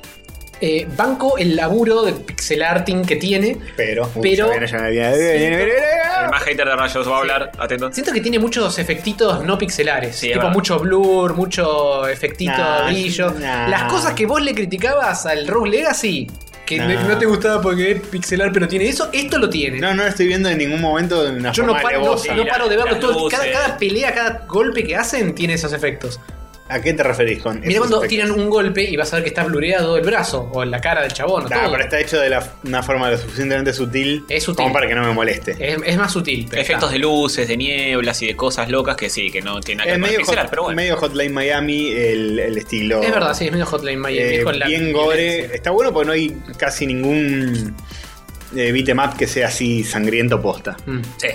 Speaker 1: eh, banco el laburo de pixel arting que tiene.
Speaker 2: Pero. Uy,
Speaker 1: Pero-
Speaker 2: ya viene, ya viene, viene, viene, viene,
Speaker 4: El
Speaker 2: viene.
Speaker 4: más hater de rayos va a hablar, atento.
Speaker 1: Siento que tiene muchos efectitos no pixelares.
Speaker 4: Sí, es
Speaker 1: tipo
Speaker 4: verdad.
Speaker 1: mucho blur, mucho efectito
Speaker 2: Nah,
Speaker 1: brillo.
Speaker 2: nah.
Speaker 1: Las cosas que vos le criticabas al Rogue Legacy, que
Speaker 2: Nah.
Speaker 1: no te gustaba porque es pixelar, pero tiene eso, esto lo tiene.
Speaker 2: No, no estoy viendo en ningún momento de una
Speaker 1: Yo no
Speaker 2: forma
Speaker 1: paro, no-
Speaker 2: alevosa.
Speaker 1: no
Speaker 4: la-
Speaker 1: paro de verlo
Speaker 4: las
Speaker 1: todo.
Speaker 4: luces.
Speaker 1: Cada, cada pelea, cada golpe que hacen tiene esos efectos.
Speaker 2: ¿A qué te referís con
Speaker 1: Mira cuando tiran un golpe y vas a ver que está blureado el brazo o la cara del chabón. o
Speaker 2: Nah,
Speaker 1: todo.
Speaker 2: pero está hecho de la- una forma lo suficientemente sutil,
Speaker 1: Es sutil.
Speaker 2: como para que no me moleste.
Speaker 1: es, es más sutil. pero
Speaker 4: Efectos
Speaker 1: está.
Speaker 4: de luces, de nieblas y de cosas locas que sí, que no tiene nada
Speaker 2: Es
Speaker 4: que ver con
Speaker 2: medio,
Speaker 4: el pixelar,
Speaker 2: hot-
Speaker 4: pero bueno.
Speaker 2: medio Hotline Miami el, el estilo.
Speaker 1: Es verdad, sí, es medio Hotline Miami.
Speaker 2: Eh,
Speaker 1: con la
Speaker 2: bien gore.
Speaker 1: violencia.
Speaker 2: Está bueno porque no hay casi ningún eh, beat em up que sea así sangriento posta.
Speaker 1: Mm.
Speaker 4: Sí.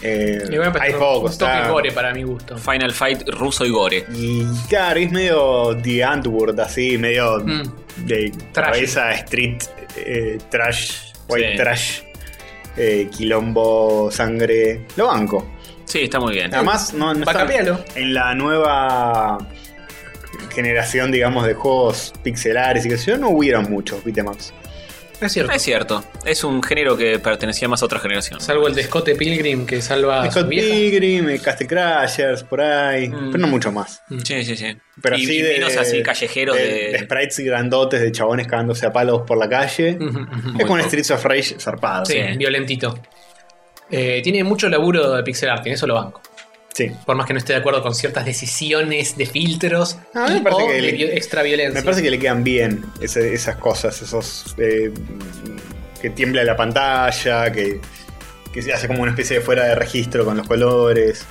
Speaker 2: Eh,
Speaker 1: Le voy a
Speaker 2: hay
Speaker 1: empezar con
Speaker 2: pocos.
Speaker 1: un toque
Speaker 2: está-
Speaker 1: gore para mi gusto.
Speaker 4: Final Fight ruso y gore.
Speaker 2: Y claro, es medio The Antwoord, así, medio
Speaker 1: Mm.
Speaker 2: de
Speaker 1: Trash.
Speaker 2: cabeza street, eh, trash, white
Speaker 4: Sí.
Speaker 2: trash, eh, quilombo, sangre. Lo banco.
Speaker 4: Sí, está muy bien.
Speaker 2: Además, no, no está-
Speaker 1: Bacapealo.
Speaker 2: en la nueva generación, digamos, de juegos pixelares y que yo, no hubieron muchos beatemaps.
Speaker 1: Es cierto.
Speaker 4: Es cierto, es un género que pertenecía más a otra generación.
Speaker 1: Salvo el de Scott Pilgrim que
Speaker 4: Ah,
Speaker 1: salva a su
Speaker 2: Scott
Speaker 1: vieja.
Speaker 2: Pilgrim, eh, Castle Crashers, por ahí,
Speaker 4: Mm.
Speaker 2: pero no mucho más.
Speaker 4: Sí, sí, sí.
Speaker 2: Pero
Speaker 4: y,
Speaker 2: así
Speaker 4: y
Speaker 2: de,
Speaker 4: menos así callejeros de,
Speaker 2: de sprites grandotes de chabones cagándose a palos por la calle.
Speaker 1: Ujú, ujú.
Speaker 2: Es como un
Speaker 4: poco.
Speaker 2: Streets of Rage zarpado.
Speaker 1: Sí,
Speaker 4: Sí.
Speaker 1: violentito. Eh, tiene mucho laburo de pixel art, en eso lo banco.
Speaker 2: Sí.
Speaker 1: Por más que no esté de acuerdo con ciertas decisiones de filtros
Speaker 2: Ah, me
Speaker 1: y
Speaker 2: parece
Speaker 1: o
Speaker 2: que
Speaker 1: de
Speaker 2: le-
Speaker 1: vi- extra violencia.
Speaker 2: Me parece que le quedan bien ese- esas cosas, esos eh, que tiembla la pantalla, que, que se hace como una especie de fuera de registro con los colores.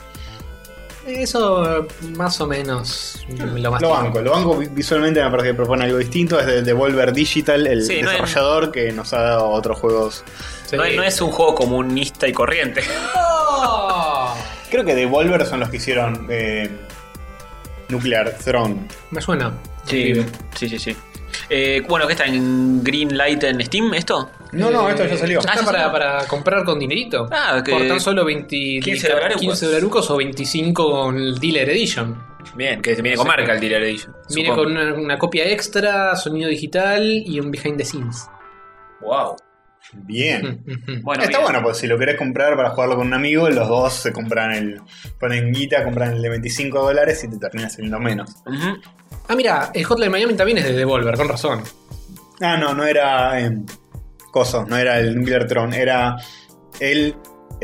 Speaker 1: Eso eh, más o menos lo más
Speaker 2: Ah, Lo banco, lo banco vi- visualmente me parece que propone algo distinto, es de Devolver Digital, el
Speaker 4: Sí, no es-
Speaker 2: desarrollador que nos ha dado otros juegos.
Speaker 4: No, es- no es un juego comunista y corriente.
Speaker 1: ¡Oh!
Speaker 2: Creo que Devolver son los que hicieron eh, Nuclear Throne.
Speaker 1: Me suena.
Speaker 4: sí, sí, sí. Eh, bueno, ¿qué está en Green Light en Steam esto?
Speaker 2: No, no, esto ya salió.
Speaker 1: Ah,
Speaker 4: ya
Speaker 1: para,
Speaker 4: salió.
Speaker 1: para comprar con dinerito.
Speaker 4: Ah, que-
Speaker 1: Por tan solo 20,
Speaker 4: 15 dolarucos.
Speaker 1: 15 dolarucos o 25 con el Dealer Edition.
Speaker 4: Bien, que viene con
Speaker 1: Sí.
Speaker 4: marca el Dealer Edition.
Speaker 1: Viene
Speaker 4: supongo.
Speaker 1: con una, una copia extra, sonido digital y un behind the scenes.
Speaker 4: Wow.
Speaker 2: Bien.
Speaker 1: Mm, mm, mm.
Speaker 4: Bueno,
Speaker 2: Está
Speaker 4: bien.
Speaker 2: bueno, pues si lo querés comprar para jugarlo con un amigo, los dos se compran el. ponen guita, compran el de 25 dólares y te termina saliendo menos.
Speaker 4: Ujú.
Speaker 1: Ah, mira, el Hotline Miami también es de Devolver, con razón.
Speaker 2: Ah, no, no era. em, coso, no era el Nuclear Throne, era el.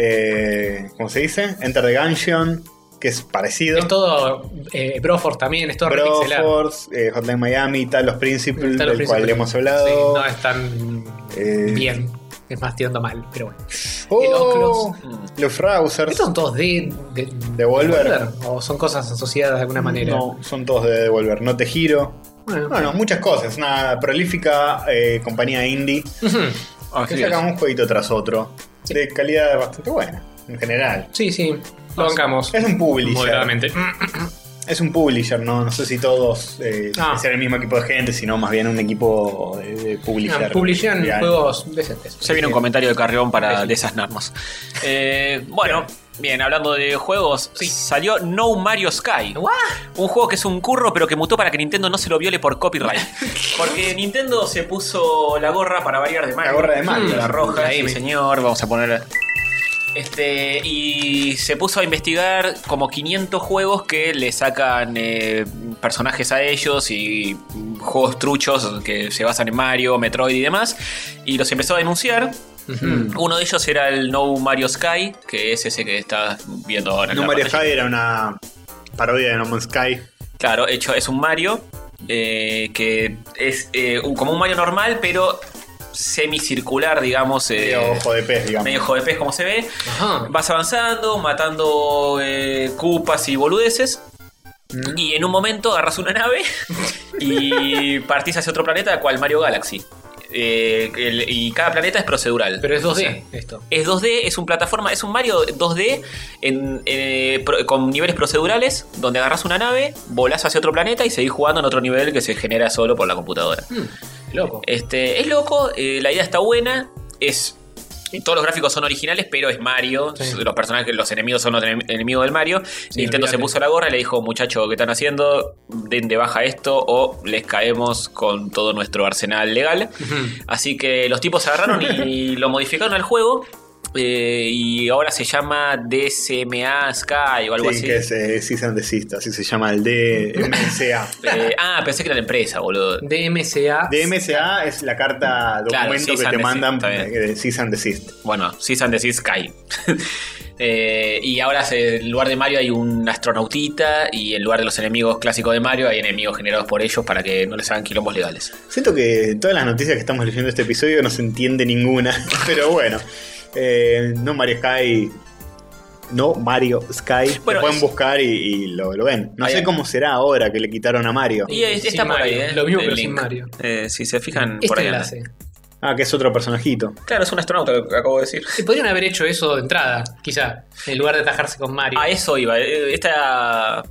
Speaker 2: eh, ¿Cómo se dice? Enter the Gungeon, que es parecido.
Speaker 1: Es todo eh, Broforce también, es todo repixelado.
Speaker 2: Broforce, eh, Hotline Miami, Talos Principle,
Speaker 1: Está
Speaker 2: del
Speaker 1: los
Speaker 2: cual
Speaker 1: principios.
Speaker 2: hemos
Speaker 1: Sí,
Speaker 2: hablado.
Speaker 1: no es tan
Speaker 2: Eh,
Speaker 1: bien. Es más tirando mal, pero bueno.
Speaker 2: ¡Oh!
Speaker 4: el Oculus.
Speaker 2: Los Rousers.
Speaker 1: ¿Estos son todos de, de-
Speaker 2: Devolver.
Speaker 1: ¿O son cosas asociadas de alguna manera?
Speaker 2: No, Ah. son todos de Devolver. No te giro.
Speaker 1: Bueno.
Speaker 2: Bueno, muchas cosas. Una prolífica eh, compañía indie
Speaker 1: Ujú.
Speaker 2: que
Speaker 4: Así
Speaker 2: saca
Speaker 4: es.
Speaker 2: un jueguito tras otro. De calidad bastante buena, en general.
Speaker 1: Sí, sí, lo bancamos.
Speaker 2: Es un publisher.
Speaker 1: Moderadamente.
Speaker 2: Es un publisher, ¿no? No sé si todos eh,
Speaker 1: Ah.
Speaker 2: sean el mismo equipo de gente, sino más bien un equipo de, de publisher.
Speaker 1: Publishan
Speaker 2: Bien.
Speaker 1: Ah, juegos decentes.
Speaker 4: Ya viene un comentario de Carrión para desasnarnos. Eh, bueno, bien, hablando de juegos, salió No Mario Sky. Un juego que es un curro, pero que mutó para que Nintendo no se lo viole por copyright. Porque Nintendo se puso la gorra para variar de Mario.
Speaker 2: La gorra de Mario.
Speaker 4: La roja,
Speaker 1: La
Speaker 4: sí,
Speaker 1: M.
Speaker 4: señor. Vamos a poner. Este, y se puso a investigar como 500 juegos que le sacan eh, personajes a ellos y mm, juegos truchos que se basan en Mario, Metroid y demás. Y los empezó a denunciar. Uno de ellos era el No Mario Sky, que es ese que estás viendo ahora. en
Speaker 2: No
Speaker 4: la
Speaker 2: Mario
Speaker 4: pantalla.
Speaker 2: Sky era una parodia de No Man's Sky.
Speaker 4: Claro, hecho es un Mario eh, que es eh, un- como un Mario normal, pero semicircular, digamos. eh,
Speaker 2: Medio ojo de pez, digamos.
Speaker 4: medio ojo de pez, como se ve.
Speaker 1: Ajá.
Speaker 4: Vas avanzando, matando eh, cupas y boludeces. Y en un momento agarras una nave y partís hacia otro planeta, cual Mario Galaxy. Eh, el- y cada planeta es procedural.
Speaker 1: Pero es 2D
Speaker 4: O sea,
Speaker 1: esto.
Speaker 4: es 2D, es un plataforma, es un Mario 2D en- eh, pro- con niveles procedurales, donde agarras una nave, volás hacia otro planeta y seguís jugando en otro nivel que se genera solo por la computadora.
Speaker 1: Mm, loco.
Speaker 4: Este, es loco, eh, la idea está buena, es. Todos los gráficos son originales, pero es Mario.
Speaker 1: Sí.
Speaker 4: Los personajes, los enemigos son los enem- enemigos del Mario. Nintendo
Speaker 1: olvídate.
Speaker 4: se puso la gorra y le dijo, muchacho, ¿qué están haciendo? Den de baja esto o les caemos con todo nuestro arsenal legal.
Speaker 1: Ujú.
Speaker 4: Así que los tipos agarraron y lo modificaron al juego. eh, y ahora se llama DCMA Sky o algo
Speaker 2: Sí,
Speaker 4: así.
Speaker 2: que es eh, Cease and Desist, así se llama el DMCA.
Speaker 4: Eh, ah, pensé que era la empresa, boludo.
Speaker 1: DMCA.
Speaker 2: DMCA es la carta
Speaker 4: Claro,
Speaker 2: documento
Speaker 4: Cease
Speaker 2: que
Speaker 4: and
Speaker 2: te
Speaker 4: Desist,
Speaker 2: mandan
Speaker 4: está bien.
Speaker 2: eh, de Cease and Desist.
Speaker 4: Bueno, Season de Sky. Eh, y ahora se- en lugar de Mario hay un astronautita y en lugar de los enemigos clásicos de Mario hay enemigos generados por ellos para que no les hagan quilombos legales.
Speaker 2: Siento que todas las noticias que estamos leyendo este episodio no se entiende ninguna, pero bueno. Eh, no Mario Sky. No Mario Sky.
Speaker 4: Bueno,
Speaker 2: lo pueden
Speaker 4: es-
Speaker 2: buscar y, y lo, lo ven. No
Speaker 4: Ahí-
Speaker 2: sé cómo será ahora que le quitaron a Mario.
Speaker 4: Y es-
Speaker 1: Este Sin
Speaker 4: está por ahí,
Speaker 1: Mario,
Speaker 4: eh,
Speaker 1: lo mismo,
Speaker 4: el
Speaker 1: pero sin
Speaker 4: link.
Speaker 1: Mario.
Speaker 4: Eh, si se fijan,
Speaker 1: Este
Speaker 4: por ahí anda.
Speaker 1: enlace.
Speaker 2: Ah, que es otro personajito.
Speaker 4: Claro, es un astronauta lo que acabo de decir.
Speaker 1: Sí, Podrían haber hecho eso de entrada, quizá, en lugar de atajarse con Mario.
Speaker 4: A eso iba. Eh, Esta,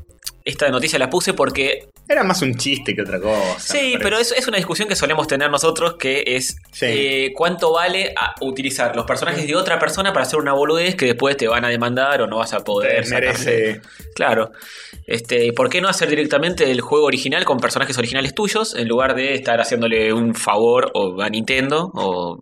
Speaker 4: esta noticia la puse porque.
Speaker 2: Era más un chiste que otra cosa.
Speaker 4: Sí,
Speaker 2: me parece.
Speaker 4: pero es, es una discusión que solemos tener nosotros, que es
Speaker 2: Sí.
Speaker 4: eh, cuánto vale a utilizar los personajes de otra persona para hacer una boludez que después te van a demandar o no vas a poder.
Speaker 2: Te
Speaker 4: sacarle.
Speaker 2: merece.
Speaker 4: Claro. Este, ¿y ¿Por qué no hacer directamente el juego original con personajes originales tuyos en lugar de estar haciéndole un favor o a Nintendo o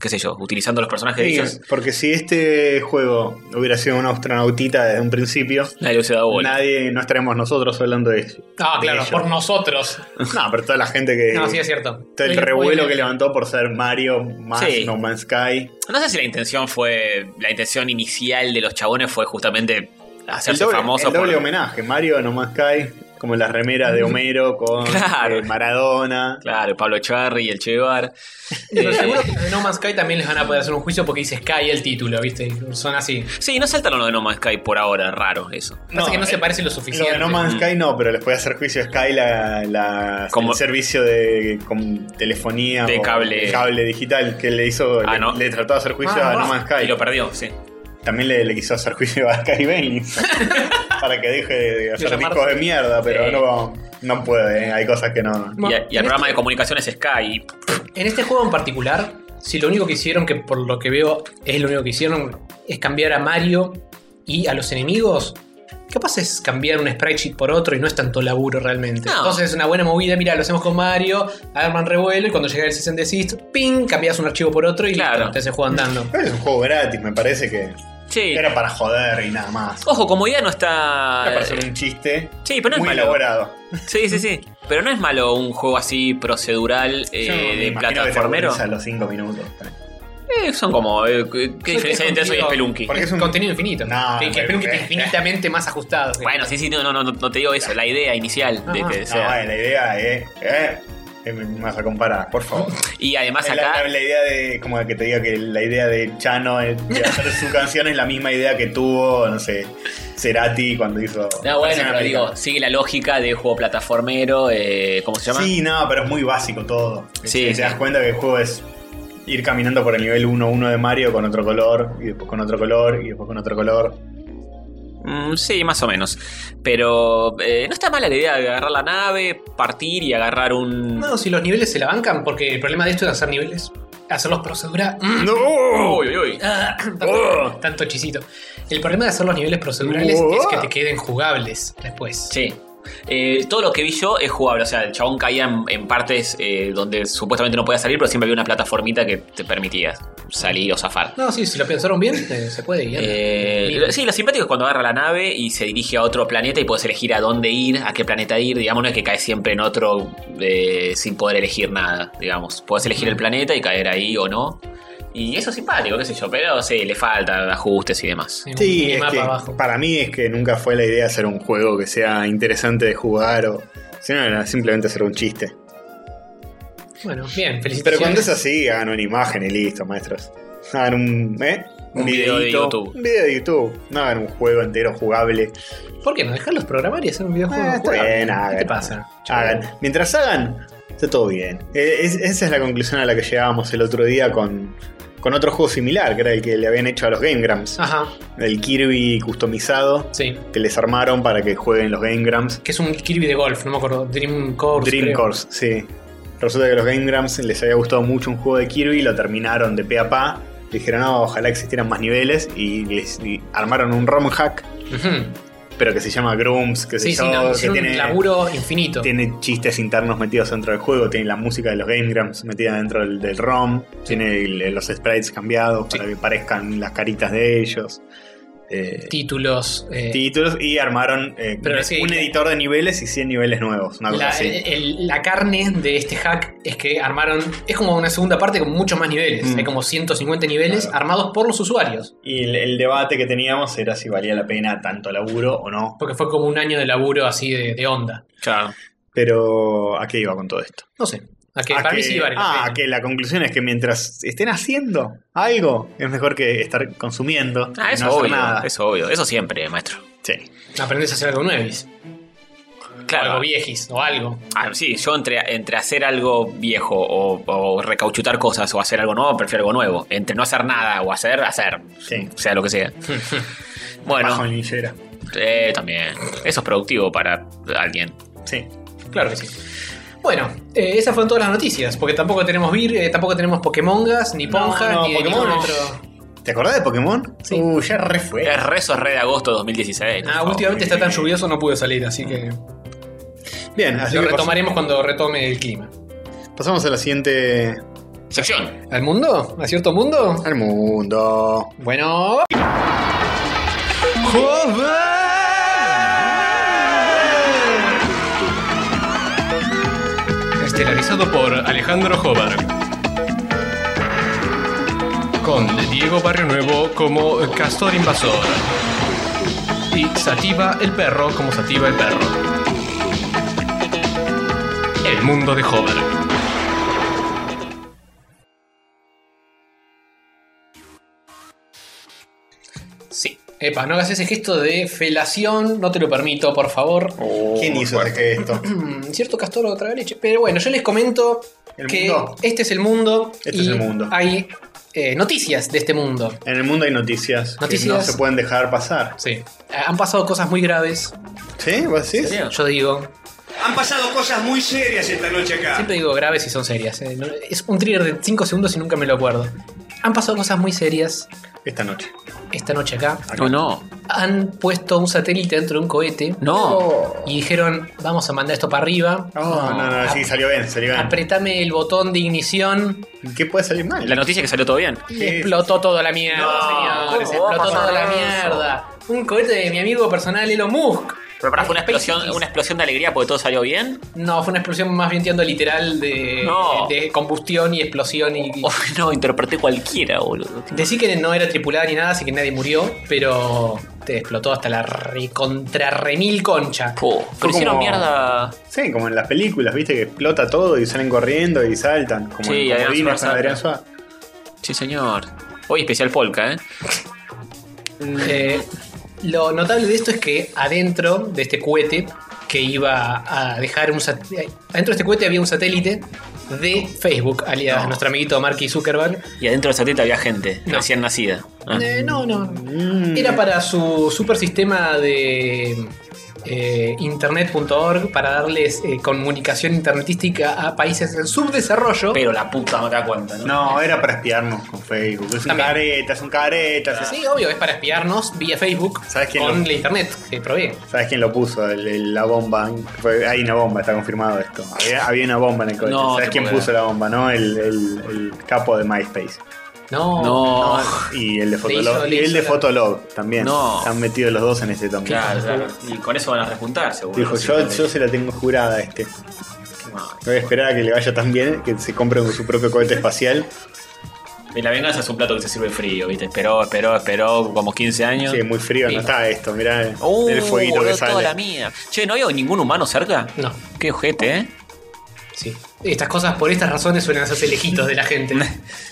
Speaker 4: qué sé yo, utilizando los personajes
Speaker 2: Sí,
Speaker 4: de ellos?
Speaker 2: porque si este juego hubiera sido una astronautita desde un principio,
Speaker 4: Nadie hubiese dado bola.
Speaker 2: nadie no estaremos nosotros hablando de eso.
Speaker 1: Ah,
Speaker 2: de
Speaker 1: claro,
Speaker 2: ello.
Speaker 1: por nosotros.
Speaker 2: No, pero toda la gente que.
Speaker 1: No, sí, es cierto.
Speaker 2: Todo el
Speaker 1: Oye,
Speaker 2: revuelo
Speaker 1: oye,
Speaker 2: que levantó por ser Mario más
Speaker 4: Sí.
Speaker 2: No Man's Sky.
Speaker 4: No sé si la intención fue. La intención inicial de los chabones fue justamente
Speaker 2: El
Speaker 4: hacerse
Speaker 2: doble,
Speaker 4: famoso
Speaker 2: el doble
Speaker 4: por.
Speaker 2: homenaje, Mario No Man's Sky, como las remeras de Homero con
Speaker 4: Claro.
Speaker 2: eh, Maradona.
Speaker 4: Claro, Pablo Charri y el Che Guevara.
Speaker 1: Pero
Speaker 4: Eh,
Speaker 1: seguro que de No Man's Sky también les van a poder hacer un juicio porque dice Sky el título, ¿viste? Son así.
Speaker 4: sí, no saltaron lo de No Man's Sky por ahora, raro eso.
Speaker 1: Pasa que no
Speaker 2: eh,
Speaker 1: se parecen lo
Speaker 2: Lo
Speaker 1: suficiente.
Speaker 2: de No Man's Sky no, pero les puede hacer juicio a Sky la, la-
Speaker 4: Como-
Speaker 2: el servicio de con telefonía
Speaker 4: De
Speaker 2: o
Speaker 4: cable.
Speaker 2: cable digital que le hizo,
Speaker 4: Ah,
Speaker 2: le,
Speaker 4: no.
Speaker 2: le trató de hacer juicio
Speaker 1: Ah,
Speaker 2: a No
Speaker 1: va.
Speaker 2: Man's Sky.
Speaker 4: Y lo perdió, sí.
Speaker 2: También le, le quiso hacer juicio a Sky Bailey para que deje de hacer
Speaker 1: llamarse.
Speaker 2: discos de mierda, pero
Speaker 4: Sí.
Speaker 2: no, no puede, ¿eh? hay cosas que no.
Speaker 4: Y,
Speaker 1: Bueno,
Speaker 4: a- y el
Speaker 1: en
Speaker 4: programa
Speaker 1: este-
Speaker 4: de comunicaciones Sky.
Speaker 1: En este juego en particular, si lo único que hicieron, que por lo que veo es lo único que hicieron, es cambiar a Mario y a los enemigos, capaz es cambiar un sprite sheet por otro y no es tanto laburo realmente.
Speaker 4: No.
Speaker 1: Entonces es una buena movida, mira, lo hacemos con Mario, arman revuelo y cuando llega el season desist, ping, cambias un archivo por otro y
Speaker 4: Claro.
Speaker 1: listo, te hace el juego andando.
Speaker 2: Pero Es un juego gratis, me parece que
Speaker 4: Sí.
Speaker 2: era para joder y nada más.
Speaker 4: Ojo, como idea no está.
Speaker 2: Era para hacer un chiste
Speaker 4: eh, Sí, pero no es
Speaker 2: muy
Speaker 4: malo.
Speaker 2: elaborado.
Speaker 4: Sí, sí, sí. Pero no es malo un juego así procedural eh,
Speaker 2: Yo me
Speaker 4: de
Speaker 2: imagino que te
Speaker 4: plataformero.
Speaker 2: aburrís A los 5 minutos.
Speaker 4: Eh, son como. eh, ¿Qué qué diferencia hay entre eso y
Speaker 1: contigo.
Speaker 4: Spelunky?
Speaker 2: Porque es un-
Speaker 1: contenido infinito.
Speaker 2: No,
Speaker 1: que, que
Speaker 2: pero-
Speaker 1: Spelunky es infinitamente más ajustado.
Speaker 4: Bueno, sí, sí, no, no, no, no te digo eso. La idea inicial de
Speaker 1: Ah,
Speaker 4: que
Speaker 1: ah,
Speaker 2: No,
Speaker 4: sea.
Speaker 2: eh, la idea es. Eh, eh, me vas a comparar, por favor.
Speaker 4: Y además
Speaker 2: La,
Speaker 4: acá.
Speaker 2: la- la idea de. Como que te diga que la idea de Chano eh, de hacer su canción es la misma idea que tuvo, no sé, Cerati cuando hizo.
Speaker 4: No, Ah, bueno,
Speaker 2: Canción
Speaker 4: pero
Speaker 2: Americana.
Speaker 4: digo, sigue la lógica de juego plataformero, eh, ¿cómo se llama?
Speaker 2: Sí, no, pero es muy básico todo.
Speaker 4: Sí,
Speaker 2: Si te
Speaker 4: sí.
Speaker 2: das cuenta que el juego es ir caminando por el nivel 1-1 de Mario con otro color, y después con otro color, y después con otro color.
Speaker 4: Mm, sí, más o menos. Pero eh, no está mala la idea de agarrar la nave, partir y agarrar un...
Speaker 1: No, si los niveles se la bancan, porque el problema de esto es hacer niveles, hacerlos procedura.
Speaker 4: ¡No! Uy, uy, uy.
Speaker 1: Ah,
Speaker 4: Oh.
Speaker 1: tanto, tanto chisito. El problema de hacer los niveles procedurales
Speaker 2: Oh.
Speaker 1: es que te queden jugables después.
Speaker 4: Sí. Eh, todo lo que vi yo es jugable, o sea, el chabón caía en, en partes eh, donde supuestamente no podía salir, pero siempre había una plataformita que te permitía salir o zafar.
Speaker 1: No, sí, si lo pensaron bien, eh, se puede guiar.
Speaker 4: Eh,
Speaker 1: Bien.
Speaker 4: lo- sí, lo simpático es cuando agarra la nave y se dirige a otro planeta y puedes elegir a dónde ir, a qué planeta ir, digamos, no es que caes siempre en otro eh, sin poder elegir nada, digamos. Puedes elegir el planeta y caer ahí o no. Y eso es simpático, qué sé yo, pero sí, le faltan ajustes y demás.
Speaker 1: Sí,
Speaker 2: Sí,
Speaker 1: un
Speaker 2: es
Speaker 1: mapa
Speaker 2: que
Speaker 1: abajo.
Speaker 2: para mí es que nunca fue la idea hacer un juego que sea interesante de jugar o. sino era simplemente hacer un chiste.
Speaker 1: Bueno, bien, felicitaciones.
Speaker 2: Pero cuando es así, hagan una imagen y listo, maestros. Hagan un. ¿eh?
Speaker 4: Un video de
Speaker 2: videíto,
Speaker 4: YouTube.
Speaker 2: Un video de YouTube. No hagan un juego entero jugable.
Speaker 1: ¿Por qué no dejarlos programar y hacer un videojuego?
Speaker 2: Eh, está
Speaker 1: jugable?
Speaker 2: bien,
Speaker 1: ¿Qué
Speaker 2: hagan.
Speaker 1: te pasa?
Speaker 2: Hagan. Mientras hagan, está todo bien. Eh, es- esa es la conclusión a la que llegábamos el otro día con, con otro juego similar, que era el que le habían hecho a los Game Grumps.
Speaker 1: Ajá,
Speaker 2: El Kirby customizado
Speaker 1: sí.
Speaker 2: que les armaron para que jueguen los Game Grumps.
Speaker 1: Que es un Kirby de golf, no me acuerdo. Dream Course.
Speaker 2: Dream
Speaker 1: creo.
Speaker 2: Course, sí. Resulta que a los Game Grumps les había gustado mucho un juego de Kirby, lo terminaron de pe a pa. Dijeron, no, ojalá existieran más niveles y les y armaron un ROM hack,
Speaker 1: Ujú. pero
Speaker 2: pero que se llama Grooms, que se
Speaker 1: Sí, sí, no,
Speaker 2: que
Speaker 1: hicieron un
Speaker 2: tiene-
Speaker 1: laburo infinito.
Speaker 2: Tiene chistes internos metidos dentro del juego, tiene la música de los Game Grumps metida dentro del, del ROM, tiene el- los sprites cambiados para que parezcan las caritas de ellos. eh,
Speaker 1: Títulos. eh,
Speaker 2: títulos y armaron eh,
Speaker 1: Pero
Speaker 2: un-
Speaker 1: sí,
Speaker 2: un
Speaker 1: que-
Speaker 2: editor de niveles y 100 niveles nuevos, una cosa
Speaker 1: La, eh,
Speaker 2: así.
Speaker 1: el- la carne de este hack es que armaron. Es como una segunda parte con muchos más niveles.
Speaker 2: Mm.
Speaker 1: Hay como 150 niveles
Speaker 2: Claro.
Speaker 1: armados por los usuarios.
Speaker 2: y el, el debate que teníamos era si valía la pena tanto laburo o no.
Speaker 1: Porque fue como un año de laburo así de, de onda.
Speaker 4: Claro.
Speaker 2: Pero, ¿a qué iba con todo esto?
Speaker 1: No sé. A que
Speaker 2: A
Speaker 1: para
Speaker 2: que-
Speaker 1: mí sí vale la
Speaker 2: ah,
Speaker 1: pena.
Speaker 2: que la conclusión es que mientras estén haciendo algo, es mejor que estar consumiendo.
Speaker 4: Ah,
Speaker 2: y
Speaker 4: eso
Speaker 2: no hacer
Speaker 4: obvio,
Speaker 2: nada.
Speaker 4: eso obvio, eso siempre, maestro.
Speaker 2: Sí.
Speaker 1: Aprendes a hacer algo nuevo.
Speaker 4: Claro.
Speaker 1: Algo viejis o algo.
Speaker 4: Ah, sí, yo entre, entre hacer algo viejo o, o recauchutar cosas o hacer algo nuevo, prefiero algo nuevo. Entre no hacer nada o hacer, hacer.
Speaker 2: Sí.
Speaker 4: Sea lo que sea.
Speaker 2: Bajo
Speaker 4: bueno,
Speaker 2: niñera.
Speaker 4: eh, también. Eso es productivo para alguien.
Speaker 2: Sí.
Speaker 1: Claro que sí. Bueno, eh, esas fueron todas las noticias, porque tampoco tenemos Vir, eh, tampoco tenemos Pokémongas, ni Ponja,
Speaker 2: no,
Speaker 1: ni de
Speaker 2: Pokémon
Speaker 1: ningún
Speaker 2: no.
Speaker 1: otro.
Speaker 2: ¿Te acordás de Pokémon?
Speaker 1: Sí.
Speaker 2: Uh, ya re fue.
Speaker 4: El rezo es re de agosto de 2016. por
Speaker 1: Ah,
Speaker 4: favor.
Speaker 1: últimamente está tan lluvioso, no pude salir, así que
Speaker 2: Bien, así
Speaker 1: lo
Speaker 2: que pas-
Speaker 1: retomaremos cuando retome el clima.
Speaker 2: pasamos a la siguiente.
Speaker 4: Sección.
Speaker 1: ¿Al mundo? ¿A cierto mundo?
Speaker 2: Al mundo.
Speaker 1: Bueno.
Speaker 8: Estelarizado por Alejandro Jobar. Con Diego Barrio Nuevo como Castor Invasor. Y Sativa el Perro como Sativa el Perro. El mundo de Jobar.
Speaker 4: Sí.
Speaker 1: Epa, no hagas ese gesto de felación, no te lo permito, por favor.
Speaker 2: ¿Quién hizo este gesto?
Speaker 1: Mm, Cierto castor otra leche. Pero bueno, yo les comento
Speaker 2: El
Speaker 1: que
Speaker 2: mundo.
Speaker 1: este es el mundo.
Speaker 2: Este
Speaker 1: y
Speaker 2: es el mundo.
Speaker 1: Hay eh, noticias de este mundo.
Speaker 2: En el mundo hay noticias, que
Speaker 1: Noticias.
Speaker 2: no se pueden dejar pasar.
Speaker 1: Sí. Eh, Han pasado cosas muy graves,
Speaker 2: ¿Sí? ¿Vos decís?
Speaker 4: ¿En serio?
Speaker 1: yo digo.
Speaker 9: Han pasado cosas muy serias esta noche acá.
Speaker 1: Siempre digo graves y son serias. eh, no- Es un trigger de 5 segundos y nunca me lo acuerdo. Han pasado cosas muy serias
Speaker 2: Esta noche.
Speaker 1: esta noche acá.
Speaker 4: No, Oh, no.
Speaker 1: Han puesto un satélite dentro de un cohete.
Speaker 4: No.
Speaker 1: Y dijeron, vamos a mandar esto para arriba.
Speaker 2: no, no, no, sí, salió bien, salió bien.
Speaker 1: Apretame el botón de ignición.
Speaker 2: ¿Qué puede salir mal?
Speaker 4: La noticia es que salió todo bien.
Speaker 1: Y
Speaker 2: Sí.
Speaker 1: explotó toda la mierda,
Speaker 4: No,
Speaker 1: señores.
Speaker 4: ¿cómo va a
Speaker 1: Explotó toda la
Speaker 4: pasar eso?
Speaker 1: mierda. Un cohete de mi amigo personal, Elon Musk.
Speaker 4: Pero pará, fue una
Speaker 1: SpaceX.
Speaker 4: explosión, una explosión de alegría porque todo salió bien.
Speaker 1: No, fue una explosión más bien entiendo literal de,
Speaker 4: No.
Speaker 1: de combustión y explosión y.
Speaker 4: Oh, no, interpreté cualquiera, boludo.
Speaker 1: Decí que no era tripulada ni nada, así que nadie murió, pero te explotó hasta la recontra remil concha.
Speaker 4: Po, pero
Speaker 2: como-
Speaker 4: hicieron mierda.
Speaker 2: Sí, como en las películas, viste que explota todo y salen corriendo y saltan. Como
Speaker 4: Sí,
Speaker 2: en
Speaker 4: Adrián
Speaker 2: comodines con
Speaker 4: Suárez
Speaker 2: Adrián
Speaker 4: salta.
Speaker 2: Suárez.
Speaker 4: Sí, señor. Hoy especial polka, ¿eh?
Speaker 1: Eh, lo notable de esto es que adentro de este cohete que iba a dejar un sat- eh, adentro de este cohete había un satélite de Facebook, alias nuestro amiguito Marky Zuckerberg.
Speaker 4: Y adentro del satélite había gente
Speaker 1: No.
Speaker 4: recién nacida. Ah.
Speaker 1: Eh, no, no.
Speaker 2: Mm.
Speaker 1: Era para su super sistema de eh, internet.org para darles eh, comunicación internetística a países en subdesarrollo.
Speaker 4: Pero la puta no te da cuenta, ¿no?
Speaker 2: No, era para espiarnos con Facebook. Es un
Speaker 1: También.
Speaker 2: careta, es un careta.
Speaker 1: Sí, obvio, es para espiarnos vía Facebook
Speaker 2: ¿Sabes quién
Speaker 1: con
Speaker 2: lo-
Speaker 1: la internet que provee.
Speaker 2: ¿Sabes quién lo puso? El- el- la bomba. Fue- hay una bomba, está confirmado esto. Había, había una bomba en el cohete.
Speaker 4: No,
Speaker 2: ¿Sabes
Speaker 4: te
Speaker 2: quién
Speaker 4: puedo
Speaker 2: puso la bomba? ¿No? El, el- el capo de MySpace.
Speaker 1: No.
Speaker 4: No.
Speaker 2: Y el de
Speaker 1: hizo-
Speaker 2: Fotolog.
Speaker 1: le
Speaker 2: Y el
Speaker 1: hizo
Speaker 2: de
Speaker 1: la-
Speaker 2: Fotolog también.
Speaker 4: No.
Speaker 2: Están metidos los dos en este también.
Speaker 4: Claro, claro. Y con eso van a repuntar, seguro.
Speaker 2: Dijo,
Speaker 4: Sí,
Speaker 2: yo,
Speaker 4: claro.
Speaker 2: yo se la tengo jurada a este.
Speaker 4: Qué mal.
Speaker 2: Voy a esperar a que le vaya tan bien, que se compre su propio cohete espacial.
Speaker 4: Y la venganza es un plato que se sirve frío, ¿viste? Esperó, esperó, esperó como 15 años.
Speaker 2: Sí, muy frío,
Speaker 1: Sí.
Speaker 2: no está esto, mirá
Speaker 4: Uh,
Speaker 2: el fueguito que
Speaker 4: boludo, toda la
Speaker 2: sale.
Speaker 4: mía. Che, ¿no había ningún humano cerca?
Speaker 1: No.
Speaker 4: Qué ojete, ¿eh?
Speaker 1: Sí. Estas cosas por estas razones suelen hacerse lejitos de la gente.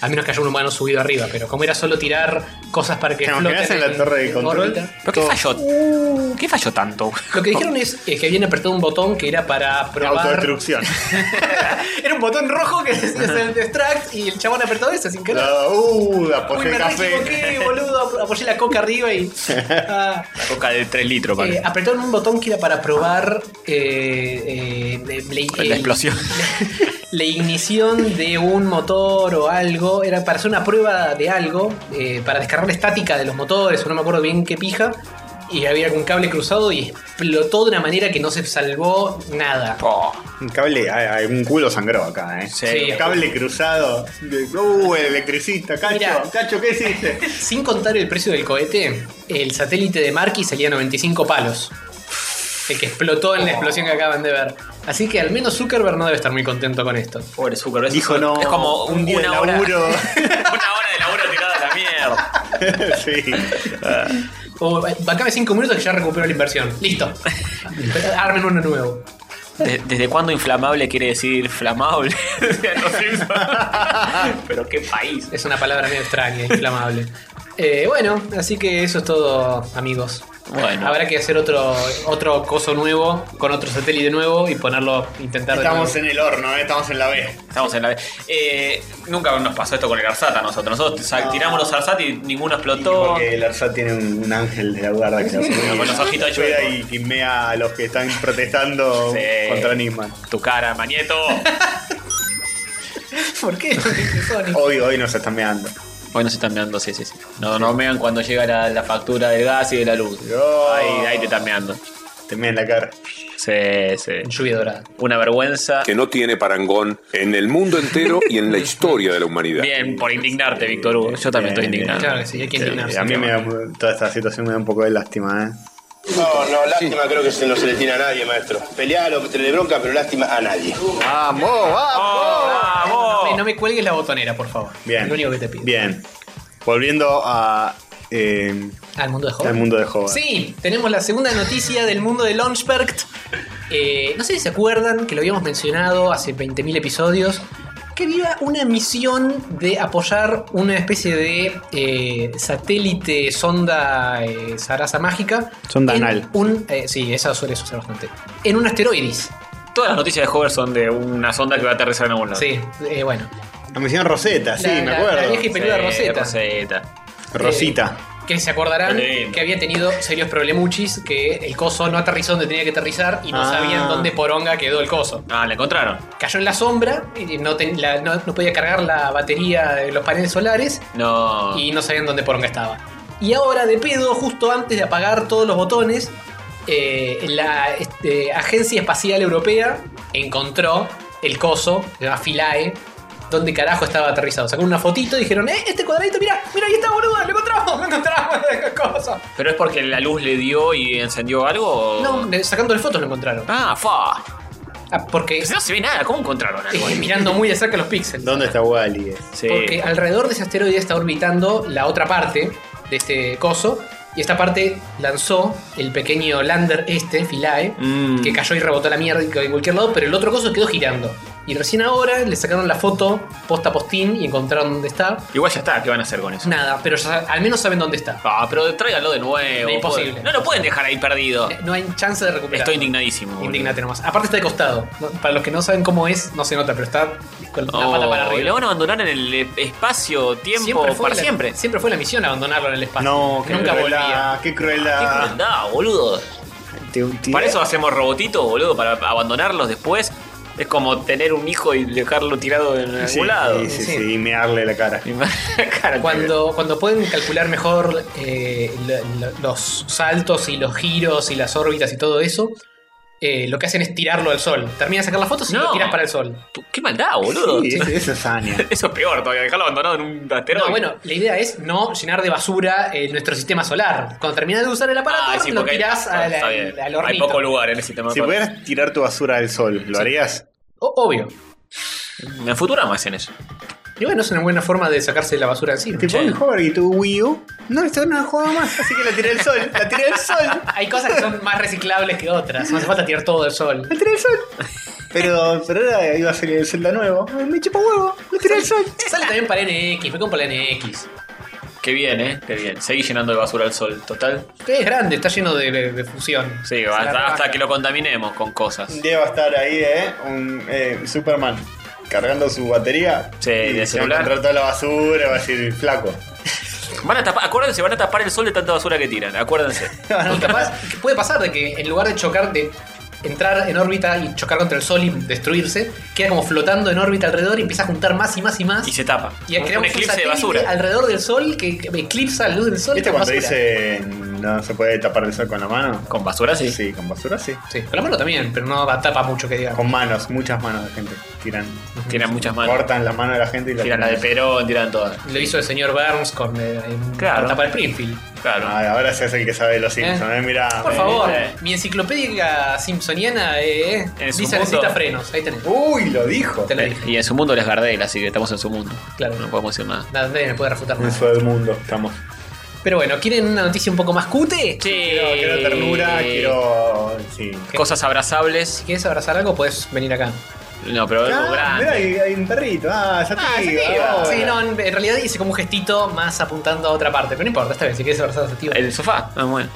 Speaker 1: A menos que haya un humano subido arriba, pero como era solo tirar cosas para que
Speaker 2: ¿Te imaginas
Speaker 1: floten
Speaker 2: en la torre de control?
Speaker 1: órbita.
Speaker 4: ¿Pero qué
Speaker 2: Todo
Speaker 4: falló? uh, ¿Qué falló tanto?
Speaker 1: Lo que dijeron es, eh, que habían apretado un botón que era para probar.
Speaker 2: Autodestrucción.
Speaker 1: era un botón rojo que decía el extract y el chabón apretó ese sin querer.
Speaker 2: La- uh, apoyé
Speaker 1: Uy, me
Speaker 2: el
Speaker 1: re
Speaker 2: café.
Speaker 1: equivoqué, boludo. Apoyé la coca arriba y. Ah.
Speaker 4: La coca de 3 litros,
Speaker 1: Eh,
Speaker 4: padre.
Speaker 1: apretaron un botón que era para probar eh, eh, eh,
Speaker 4: La explosión.
Speaker 1: la ignición de un motor o algo. Era para hacer una prueba de algo, eh, para descargar la estática de los motores, o no me acuerdo bien qué pija. Y había algún cable cruzado y explotó de una manera que no se salvó nada.
Speaker 4: Oh,
Speaker 2: Un cable, hay, hay un culo sangró acá, eh.
Speaker 4: sí.
Speaker 1: Sí.
Speaker 2: Un cable cruzado. de- Uh, el electricista, cacho,
Speaker 1: Mirá.
Speaker 2: cacho, ¿qué hiciste?
Speaker 1: Sin contar el precio del cohete, el satélite de Marky salía a 95 palos. El que explotó
Speaker 2: Oh.
Speaker 1: en la explosión que acaban de ver. Así que al menos Zuckerberg no debe estar muy contento con esto.
Speaker 4: Pobre Zuckerberg.
Speaker 2: Dijo no.
Speaker 4: Es como un,
Speaker 2: un día de
Speaker 4: una hora.
Speaker 2: laburo.
Speaker 4: Una hora de laburo tirada a la mierda.
Speaker 2: sí.
Speaker 1: O eh, bancame 5 minutos que ya recupero la inversión. Listo. Armen uno nuevo.
Speaker 4: De- ¿Desde cuándo inflamable quiere decir flamable? Decían los Simpson. Pero qué país.
Speaker 1: Es una palabra medio extraña, inflamable. Eh, bueno, así que eso es todo, amigos.
Speaker 4: Bueno,
Speaker 1: Habrá que hacer otro, otro coso nuevo con otro satélite nuevo y ponerlo, intentar de
Speaker 2: Estamos
Speaker 1: nuevo.
Speaker 2: en el horno, eh, estamos en la B.
Speaker 4: estamos en la. Eh, nunca nos pasó esto con el Arsat a nosotros. Nosotros o sea, tiramos los Arsat y ninguno explotó.
Speaker 2: Porque el Arsat tiene un, un ángel de la guarda que se asomea
Speaker 4: Con los ojitos
Speaker 2: y cuida
Speaker 4: chuecos.
Speaker 2: y quimea a los que están protestando
Speaker 4: Sí.
Speaker 2: contra Nisman.
Speaker 4: Tu cara, Mañeto.
Speaker 1: ¿Por qué? Sonic.
Speaker 2: Hoy, hoy nos están meando.
Speaker 4: Bueno, se están meando, sí, sí, sí. No, no mean cuando llega la, la factura del gas y de la luz.
Speaker 2: Oh.
Speaker 4: Ahí, ahí te están meando.
Speaker 2: Te mean la cara.
Speaker 4: Sí, sí.
Speaker 1: Lluvia dorada.
Speaker 4: Una vergüenza.
Speaker 7: que no tiene parangón en el mundo entero y en la historia de la humanidad.
Speaker 4: Bien, por indignarte, Víctor Hugo. Yo también estoy
Speaker 2: Bien, bien.
Speaker 4: indignado.
Speaker 1: Claro que sí, hay que indignarse.
Speaker 2: Ah. a mí me da, mu- toda esta situación me da un poco de lástima, ¿eh?
Speaker 9: No, no, lástima creo que se- no se le tiene a nadie, maestro. Pelear o tener bronca, pero lástima a nadie.
Speaker 10: ¡Vamos,
Speaker 4: ¡Oh,
Speaker 10: vamos!
Speaker 1: No me,
Speaker 4: vamos!
Speaker 1: no me cuelgues la botonera, por favor.
Speaker 2: Bien.
Speaker 1: Lo único que te pido.
Speaker 2: Bien. Volviendo a. eh,
Speaker 1: Al mundo de Hobbit.
Speaker 2: al mundo de Hobbit.
Speaker 1: Sí, tenemos la segunda noticia del mundo de Launchberg. Eh, no sé si se acuerdan que lo habíamos mencionado hace 20.000 episodios. Que viva una misión de apoyar una especie de eh, satélite sonda eh, zaraza mágica.
Speaker 2: Sonda
Speaker 1: en
Speaker 2: anal.
Speaker 1: Un, eh, sí, esa suele suceder bastante. En un asteroides.
Speaker 4: Todas las noticias de Hover son de una sonda que va a aterrizar en algún lado.
Speaker 1: Sí, eh, bueno.
Speaker 2: La misión Ah, Rosetta, sí,
Speaker 1: La-
Speaker 2: me
Speaker 1: la-
Speaker 2: acuerdo.
Speaker 1: la vieja y peluda Rosetta.
Speaker 4: Rosetta.
Speaker 2: Rosita.
Speaker 1: que se acordarán
Speaker 4: Qué lindo.
Speaker 1: que había tenido serios problemuchis, que el coso no aterrizó donde tenía que aterrizar y no
Speaker 2: Ah.
Speaker 1: sabían dónde poronga quedó el coso.
Speaker 4: Ah, la encontraron.
Speaker 1: Cayó en la sombra y no, ten- la- no- no podía cargar la batería de los paneles solares
Speaker 4: No.
Speaker 1: y no sabían dónde poronga estaba. Y ahora, de pedo, justo antes de apagar todos los botones, eh, la este, Agencia Espacial Europea encontró el coso, se llama Philae, donde carajo estaba aterrizado. Sacaron una fotito y dijeron, eh, este cuadradito, mira, mira, ahí está, boludo, lo encontramos, lo encontramos, el coso.
Speaker 4: ¿Pero es porque la luz le dio y encendió algo? o-
Speaker 1: No, le- sacándole fotos lo encontraron.
Speaker 4: Ah, fa.
Speaker 1: Ah, porque
Speaker 4: Pues no se ve nada. ¿Cómo encontraron algo?
Speaker 1: eh,
Speaker 4: ahí?
Speaker 1: mirando muy de cerca los píxeles.
Speaker 2: ¿Dónde está Wally?
Speaker 4: Sí.
Speaker 1: Porque alrededor de ese asteroide está orbitando la otra parte de este coso. Y esta parte lanzó el pequeño lander este, Philae,
Speaker 4: Mm.
Speaker 1: que cayó y rebotó a la mierda en cualquier lado, pero el otro coso quedó girando. Y recién ahora le sacaron la foto posta postín y encontraron dónde está. Pues
Speaker 4: Igual ya está. ¿Qué van a hacer con eso?
Speaker 1: Nada, pero ya- al menos saben dónde está.
Speaker 4: Ah, pero tráiganlo de nuevo.
Speaker 1: Es imposible.
Speaker 4: Pueden- No lo pueden dejar ahí perdido.
Speaker 1: Eh, No hay chance de recuperar.
Speaker 4: Estoy indignadísimo. boludo.
Speaker 1: Indignate nomás. Aparte está de costado. No- para los que no saben cómo es, no se nota, pero está con la
Speaker 4: Oh,
Speaker 1: pata para
Speaker 4: y lo
Speaker 1: arriba.
Speaker 4: van a abandonar en el eh, espacio, tiempo, para
Speaker 1: la,
Speaker 4: siempre.
Speaker 1: Siempre fue la misión abandonarlo en el espacio.
Speaker 2: No, qué
Speaker 1: Nunca volvía.
Speaker 2: crueldad, qué
Speaker 4: Qué
Speaker 2: crueldad.
Speaker 4: crueldad, boludo.
Speaker 2: Te- te-
Speaker 4: Ah. Para eso hacemos robotitos, boludo, para abandonarlos después. Es como tener un hijo y dejarlo tirado en algún
Speaker 2: Sí,
Speaker 4: lado.
Speaker 2: Sí, sí,
Speaker 1: Sí.
Speaker 2: sí, y mearle la cara.
Speaker 4: Mi madre, cara,
Speaker 1: Cuando, cuando pueden calcular mejor eh, lo- lo- los saltos y los giros y las órbitas y todo eso, eh, lo que hacen es tirarlo al sol. Termina de sacar las fotos y
Speaker 4: No.
Speaker 1: lo tiras para el sol.
Speaker 4: tío. Qué maldad, boludo.
Speaker 2: Sí, ese- eso es Anya.
Speaker 4: Eso es peor todavía, dejarlo abandonado en un asteroide.
Speaker 1: No, bueno, la idea es no llenar de basura eh, nuestro sistema solar. Cuando terminas de usar el aparato,
Speaker 4: Ah, sí,
Speaker 1: lo
Speaker 4: porque hay-
Speaker 1: tirás
Speaker 4: ah,
Speaker 1: al,
Speaker 4: está
Speaker 1: al, al
Speaker 4: bien. Hay
Speaker 1: hornito.
Speaker 4: poco lugar en el sistema.
Speaker 2: Si
Speaker 4: solar.
Speaker 2: pudieras tirar tu basura al sol, ¿lo harías?
Speaker 1: O- obvio.
Speaker 4: En Futurama hacen eso.
Speaker 1: Y bueno, es una buena forma de sacarse la basura encima.
Speaker 2: Te
Speaker 4: Sí.
Speaker 2: pones Hover y tu Wii U. No, esto no juega más, así que la tiré al sol, la tiré al sol,
Speaker 1: Hay cosas que son más reciclables que otras. No hace falta tirar todo del sol.
Speaker 2: la tiré al sol. Pero, pero ahora iba a salir el Zelda nuevo. Ay, Me chupa huevo, la tiré al sol.
Speaker 1: Sale también para NX, me compro la NX.
Speaker 4: Qué bien, eh. Qué bien. Seguí llenando de basura al sol. Total.
Speaker 1: Es grande, está lleno de, de- de fusión.
Speaker 4: Sí,
Speaker 1: Se la
Speaker 4: hasta,
Speaker 1: rebaja.
Speaker 4: hasta que lo contaminemos con cosas.
Speaker 2: Un día va a estar ahí, ¿eh? Un eh, Superman cargando su batería.
Speaker 4: Sí,
Speaker 2: y
Speaker 4: de
Speaker 2: se va a
Speaker 4: celular.
Speaker 2: encontrar toda la basura, va a decir flaco.
Speaker 4: Van a tapar, acuérdense, van a tapar el sol de tanta basura que tiran. Acuérdense.
Speaker 1: Y capaz, puede pasar de que en lugar de chocar, de entrar en órbita y chocar contra el sol y destruirse, queda como flotando en órbita alrededor y empieza a juntar más y más y más.
Speaker 4: Y se tapa.
Speaker 1: y
Speaker 4: un,
Speaker 1: crea
Speaker 4: un eclipse de
Speaker 1: satélite
Speaker 4: basura.
Speaker 1: alrededor del sol que que eclipsa la luz del sol.
Speaker 2: ¿Viste
Speaker 1: con
Speaker 2: cuando
Speaker 1: basura.
Speaker 2: dice no se puede tapar el sol con la mano?
Speaker 4: Con basura, sí.
Speaker 2: Sí, con basura sí.
Speaker 1: Sí, con la mano también, pero no la tapa mucho que diga.
Speaker 2: Con manos, muchas manos de gente. Tiran,
Speaker 4: Tiran muchas manos.
Speaker 2: cortan las manos de la gente y la
Speaker 4: Tiran la de Perón, tiran todas.
Speaker 1: Lo hizo el señor Burns con eh, en-
Speaker 4: Claro.
Speaker 1: la tapa de Springfield.
Speaker 4: Claro.
Speaker 2: Ay, ahora se hace el que sabe de los Simpsons, ¿eh? Mirá.
Speaker 1: Por
Speaker 2: eh.
Speaker 1: favor,
Speaker 4: eh.
Speaker 1: mi enciclopedia simpsoniana eh,
Speaker 4: En su
Speaker 1: dice
Speaker 4: mundo-
Speaker 1: necesita frenos. Ahí tenés.
Speaker 2: Uy, lo dijo. Eh,
Speaker 1: Te lo dije.
Speaker 4: Y en su mundo les Gardel, así que estamos en su mundo.
Speaker 1: Claro.
Speaker 4: No podemos decir nada.
Speaker 1: Nada, nadie me puede refutar
Speaker 2: En
Speaker 1: nada.
Speaker 2: su del mundo estamos.
Speaker 1: Pero bueno, ¿quieren una noticia un poco más cute?
Speaker 4: Sí.
Speaker 2: Quiero, quiero ternura,
Speaker 4: Eh.
Speaker 2: quiero. Sí.
Speaker 4: Cosas abrazables.
Speaker 1: Si quieres abrazar algo, puedes venir acá.
Speaker 4: No, pero algo
Speaker 2: Ah, mirá,
Speaker 4: grande.
Speaker 2: hay, hay un perrito. Ah, ya
Speaker 1: Sí, no, en en realidad hice como un gestito más apuntando a otra parte, pero no importa, está bien, si quieres abrazar a ese tío.
Speaker 4: El sofá. Ah, bueno.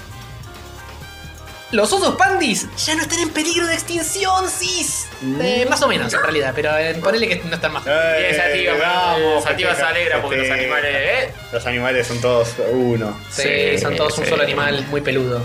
Speaker 1: Los osos pandis ya no están en peligro de extinción, sis.
Speaker 4: Mm.
Speaker 1: Eh, más o menos, en realidad, pero eh, ponele que no están más.
Speaker 2: Eh,
Speaker 4: Bien, Sativa,
Speaker 2: vamos,
Speaker 4: Sativa se
Speaker 2: festeja-
Speaker 4: alegra porque los
Speaker 2: festeja.
Speaker 4: animales. ¿eh?
Speaker 2: Los animales son todos uno.
Speaker 1: Sí,
Speaker 4: Sí,
Speaker 1: son todos un
Speaker 4: sí.
Speaker 1: solo animal muy peludo.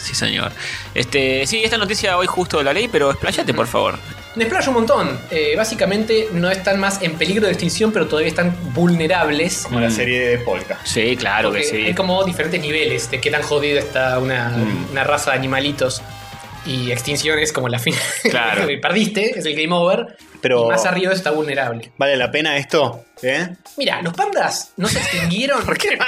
Speaker 4: Sí, señor. Este, sí, esta noticia hoy justo de la ley, pero expláyate, por favor.
Speaker 1: Desplaya un montón. Eh, básicamente no están más en peligro de extinción, pero todavía están vulnerables.
Speaker 2: Como la
Speaker 4: Mm.
Speaker 2: serie de Polka.
Speaker 4: Sí, claro
Speaker 1: Porque
Speaker 4: que sí.
Speaker 1: Hay como diferentes niveles de qué tan jodida está una,
Speaker 4: Mm.
Speaker 1: una raza de animalitos. Y extinción es como la fin.
Speaker 4: Claro.
Speaker 1: Perdiste, es el game over.
Speaker 2: Pero-
Speaker 1: Y más arriba de eso está vulnerable.
Speaker 2: ¿Vale la pena esto? ¿Eh?
Speaker 1: Mira, los pandas no se extinguieron. ¿Por qué no?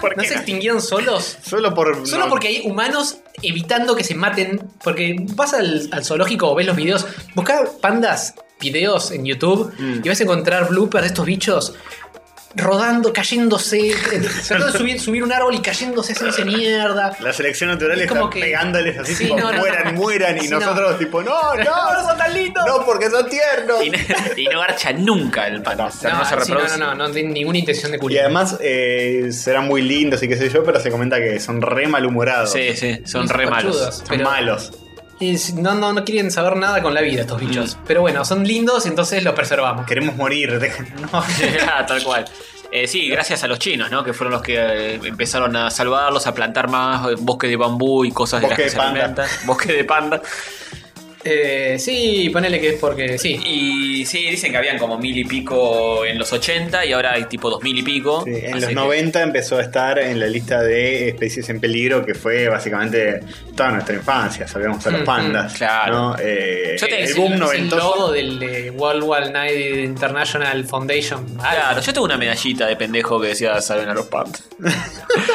Speaker 4: ¿Por qué
Speaker 1: se
Speaker 4: no?
Speaker 1: extinguieron solos.
Speaker 2: Solo por.
Speaker 1: Solo
Speaker 2: no-
Speaker 1: porque hay humanos evitando que se maten. Porque vas al, al zoológico o ves los videos. Busca pandas, videos en YouTube
Speaker 2: Mm.
Speaker 1: y vas a encontrar bloopers de estos bichos rodando, cayéndose. tratando de subir, subir un árbol y cayéndose, haciéndose mierda.
Speaker 2: La selección natural
Speaker 1: Es
Speaker 2: está
Speaker 1: como que-
Speaker 2: pegándoles así,
Speaker 1: Sí,
Speaker 2: tipo,
Speaker 1: no, no,
Speaker 2: mueran,
Speaker 1: no.
Speaker 2: mueran. Y
Speaker 1: Sí, no.
Speaker 2: nosotros, tipo, no, no,
Speaker 1: ¡No, no
Speaker 2: no,
Speaker 1: son tan lindos!
Speaker 2: porque son tiernos.
Speaker 4: Y no, y no garcha nunca el panda. O sea, no, se
Speaker 1: sí, no,
Speaker 4: reproduce.
Speaker 1: no, no, no tienen ninguna intención de
Speaker 2: Y
Speaker 1: culiar.
Speaker 2: además eh, serán muy lindos y qué sé yo, pero se comenta que son re malhumorados.
Speaker 4: Sí, sí,
Speaker 1: Son
Speaker 4: son re malos.
Speaker 1: conchudos.
Speaker 2: Son
Speaker 1: pero-
Speaker 2: malos.
Speaker 1: Y si- No, no, no quieren saber nada con la vida estos bichos.
Speaker 2: Mm.
Speaker 1: Pero bueno, son lindos, entonces los preservamos.
Speaker 2: Queremos morir, déjenos. No.
Speaker 4: Ah, Tal cual. Eh, sí, gracias a los chinos, ¿no? Que fueron los que eh, empezaron a salvarlos, a plantar más eh, bosque de bambú y cosas
Speaker 2: Bosque
Speaker 4: de las
Speaker 2: de
Speaker 4: que se
Speaker 2: panda.
Speaker 4: alimentan. Bosque de panda.
Speaker 1: Eh, sí, ponele que es porque sí.
Speaker 4: Y sí, dicen que habían como mil y pico en los 80 y ahora hay tipo dos mil y pico.
Speaker 2: Sí, en
Speaker 4: Así
Speaker 2: los
Speaker 4: que-
Speaker 2: 90 empezó a estar en la lista de especies en peligro, que fue básicamente toda nuestra infancia. Sabíamos a los
Speaker 1: Mm,
Speaker 2: pandas.
Speaker 4: mm, claro.
Speaker 2: ¿no? Eh,
Speaker 4: Yo te-
Speaker 2: el
Speaker 4: es
Speaker 2: boom
Speaker 1: Es el
Speaker 2: noventoso.
Speaker 1: logo del eh, World Wide Night International Foundation. Ah,
Speaker 4: Claro, yo tengo una medallita de pendejo que decía saben a los pandas.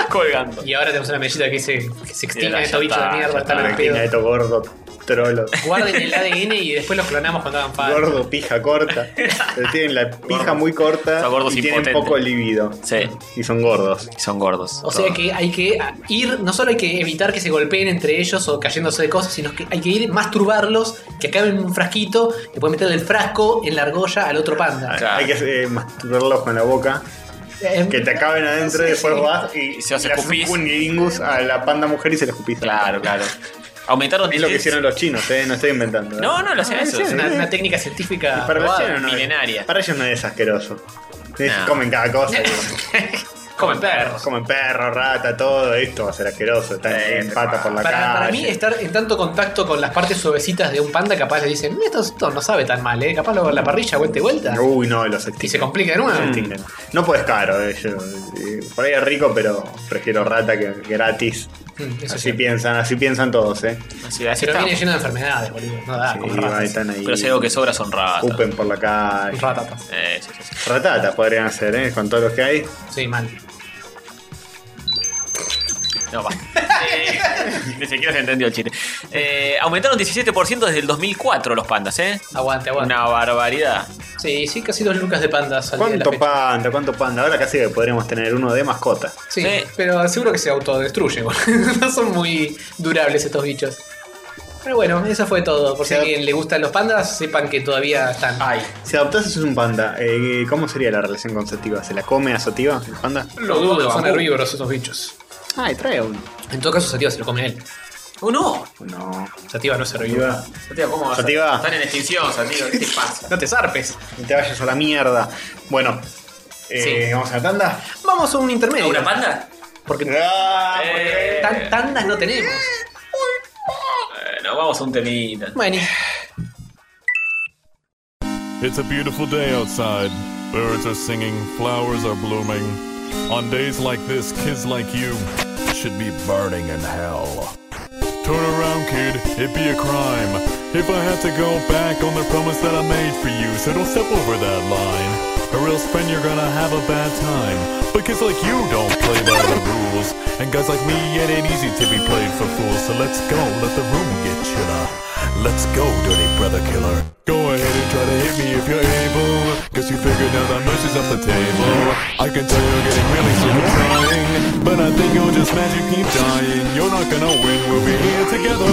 Speaker 4: Colgando.
Speaker 1: Y ahora tenemos una medallita que se, que se extinga
Speaker 4: Mira, ya
Speaker 1: estos bichos de
Speaker 4: está, ya
Speaker 1: mierda,
Speaker 4: está,
Speaker 1: están al
Speaker 2: Argentina,
Speaker 1: pedo.
Speaker 2: esto gordo, trolo.
Speaker 1: Guarden el ADN y después los clonamos cuando hagan falta.
Speaker 2: Gordo, pija corta. Pero tienen la pija muy corta
Speaker 4: Son gordos
Speaker 2: y tienen
Speaker 4: impotentes.
Speaker 2: poco libido.
Speaker 4: Sí.
Speaker 2: Y son gordos.
Speaker 4: Son gordos.
Speaker 1: O sea
Speaker 4: todos.
Speaker 1: que hay que ir, no solo hay que evitar que se golpeen entre ellos o cayéndose de cosas, sino que hay que ir masturbarlos, que acaben en un frasquito, y pueden meter el frasco en la argolla al otro panda.
Speaker 4: Claro.
Speaker 2: Hay que eh, masturbarlos con la boca.
Speaker 1: Eh,
Speaker 2: Que te acaben adentro
Speaker 1: sí,
Speaker 2: y después
Speaker 1: sí.
Speaker 2: vas y,
Speaker 4: Y se hace
Speaker 2: le haces
Speaker 4: pupis.
Speaker 2: un lingus a la panda mujer y se la escupís.
Speaker 4: Claro, claro. Aumentaron
Speaker 2: Es lo que
Speaker 4: diez-
Speaker 2: hicieron los chinos, eh, no estoy inventando.
Speaker 4: No, no, lo hacían
Speaker 1: Eso
Speaker 4: eso.
Speaker 1: es una,
Speaker 4: sí.
Speaker 1: una técnica científica.
Speaker 2: Para los
Speaker 4: Probado,
Speaker 2: chinos no es-
Speaker 4: milenaria.
Speaker 2: para ellos no es asqueroso. Es-
Speaker 4: No.
Speaker 2: Comen cada cosa.
Speaker 1: Comen perros.
Speaker 2: comen perro, rata, todo. Esto va a ser asqueroso. Están
Speaker 4: Sí,
Speaker 2: en patas por la
Speaker 1: Para,
Speaker 2: calle.
Speaker 1: para mí, estar en tanto contacto con las partes suavecitas de un panda, capaz le dicen, "Mira, esto, esto no sabe tan mal, ¿eh? Capaz lo la parrilla, vuelta y vuelta.
Speaker 2: Uy, no, los
Speaker 1: Y
Speaker 2: extinguen.
Speaker 1: se complica de nuevo.
Speaker 2: Los extinguen. No puedes caro. eh, yo- eh, por ahí es rico, pero prefiero rata que que gratis.
Speaker 1: Mm, eso
Speaker 2: Así
Speaker 1: sí.
Speaker 2: piensan, así piensan todos, ¿eh?
Speaker 4: Así, así
Speaker 1: Pero
Speaker 4: está.
Speaker 1: viene lleno de enfermedades, boludo. No da, Ah,
Speaker 2: Sí,
Speaker 1: como
Speaker 2: ahí
Speaker 1: ratas.
Speaker 2: están ahí.
Speaker 4: Pero si algo que sobra son ratas.
Speaker 2: Upen por la calle.
Speaker 1: Ratatas.
Speaker 4: Eh, sí, sí, sí.
Speaker 2: Ratatas podrían hacer, ¿eh? Con todos los que hay.
Speaker 1: Sí, mal.
Speaker 4: No, va. Eh, ni siquiera se entendió el chiste. Eh, aumentaron 17% desde el 2004 los pandas, ¿eh?
Speaker 1: Aguante, aguante.
Speaker 4: Una barbaridad.
Speaker 1: Sí, sí, casi dos lucas de pandas al día de la
Speaker 2: ¿Cuánto
Speaker 1: fecha.
Speaker 2: panda? ¿Cuánto panda? Ahora casi que podríamos tener uno de mascota.
Speaker 1: Sí,
Speaker 4: Sí.
Speaker 1: pero seguro que se autodestruye, boludo. No son muy durables estos bichos. Pero bueno, eso fue todo. Por si a alguien le gustan los pandas, sepan que todavía están.
Speaker 2: Ah,
Speaker 1: Ay.
Speaker 2: Si adoptases un panda, eh, ¿cómo sería la relación conceptiva? ¿Se la come a Sativa el panda?
Speaker 1: Lo dudo, son herbívoros esos bichos.
Speaker 2: Ay, trae uno.
Speaker 1: En todo caso, Sativa se lo come él.
Speaker 4: ¡Oh, no!
Speaker 2: No.
Speaker 1: Sativa no es herbívoro.
Speaker 2: Sativa,
Speaker 4: Sativa, ¿cómo vas? a-
Speaker 2: Sativa.
Speaker 4: Están en extinción, Sativa. ¿Qué te pasa?
Speaker 1: No te zarpes.
Speaker 2: no te vayas a la mierda. Bueno, eh,
Speaker 1: Sí.
Speaker 2: ¿vamos a la tanda?
Speaker 1: Vamos a un intermedio.
Speaker 4: ¿A una panda?
Speaker 1: Porque
Speaker 2: Ah,
Speaker 4: Eh,
Speaker 1: tan- tandas no tenemos.
Speaker 4: Bueno, vamos a un temita.
Speaker 1: Bueno,
Speaker 10: It's a beautiful day outside. Birds are singing, flowers are blooming. On days like this, kids like you should be burning in hell. Turn around, kid, it'd be a crime. If I had to go back on the promise that I made for you, so don't step over that line. Or else, friend, you're gonna have a bad time. But kids like you don't play by the rules. And guys like me, it ain't easy to be played for fools. So let's go, let the room get chiller. Let's go, dirty brother killer. Go ahead and try to hit me if you're able. Cause you figured out I'm mercy's off the table. I can tell you're getting really sick of trying. But I think you'll just magically dying. You're not gonna win, we'll be here together.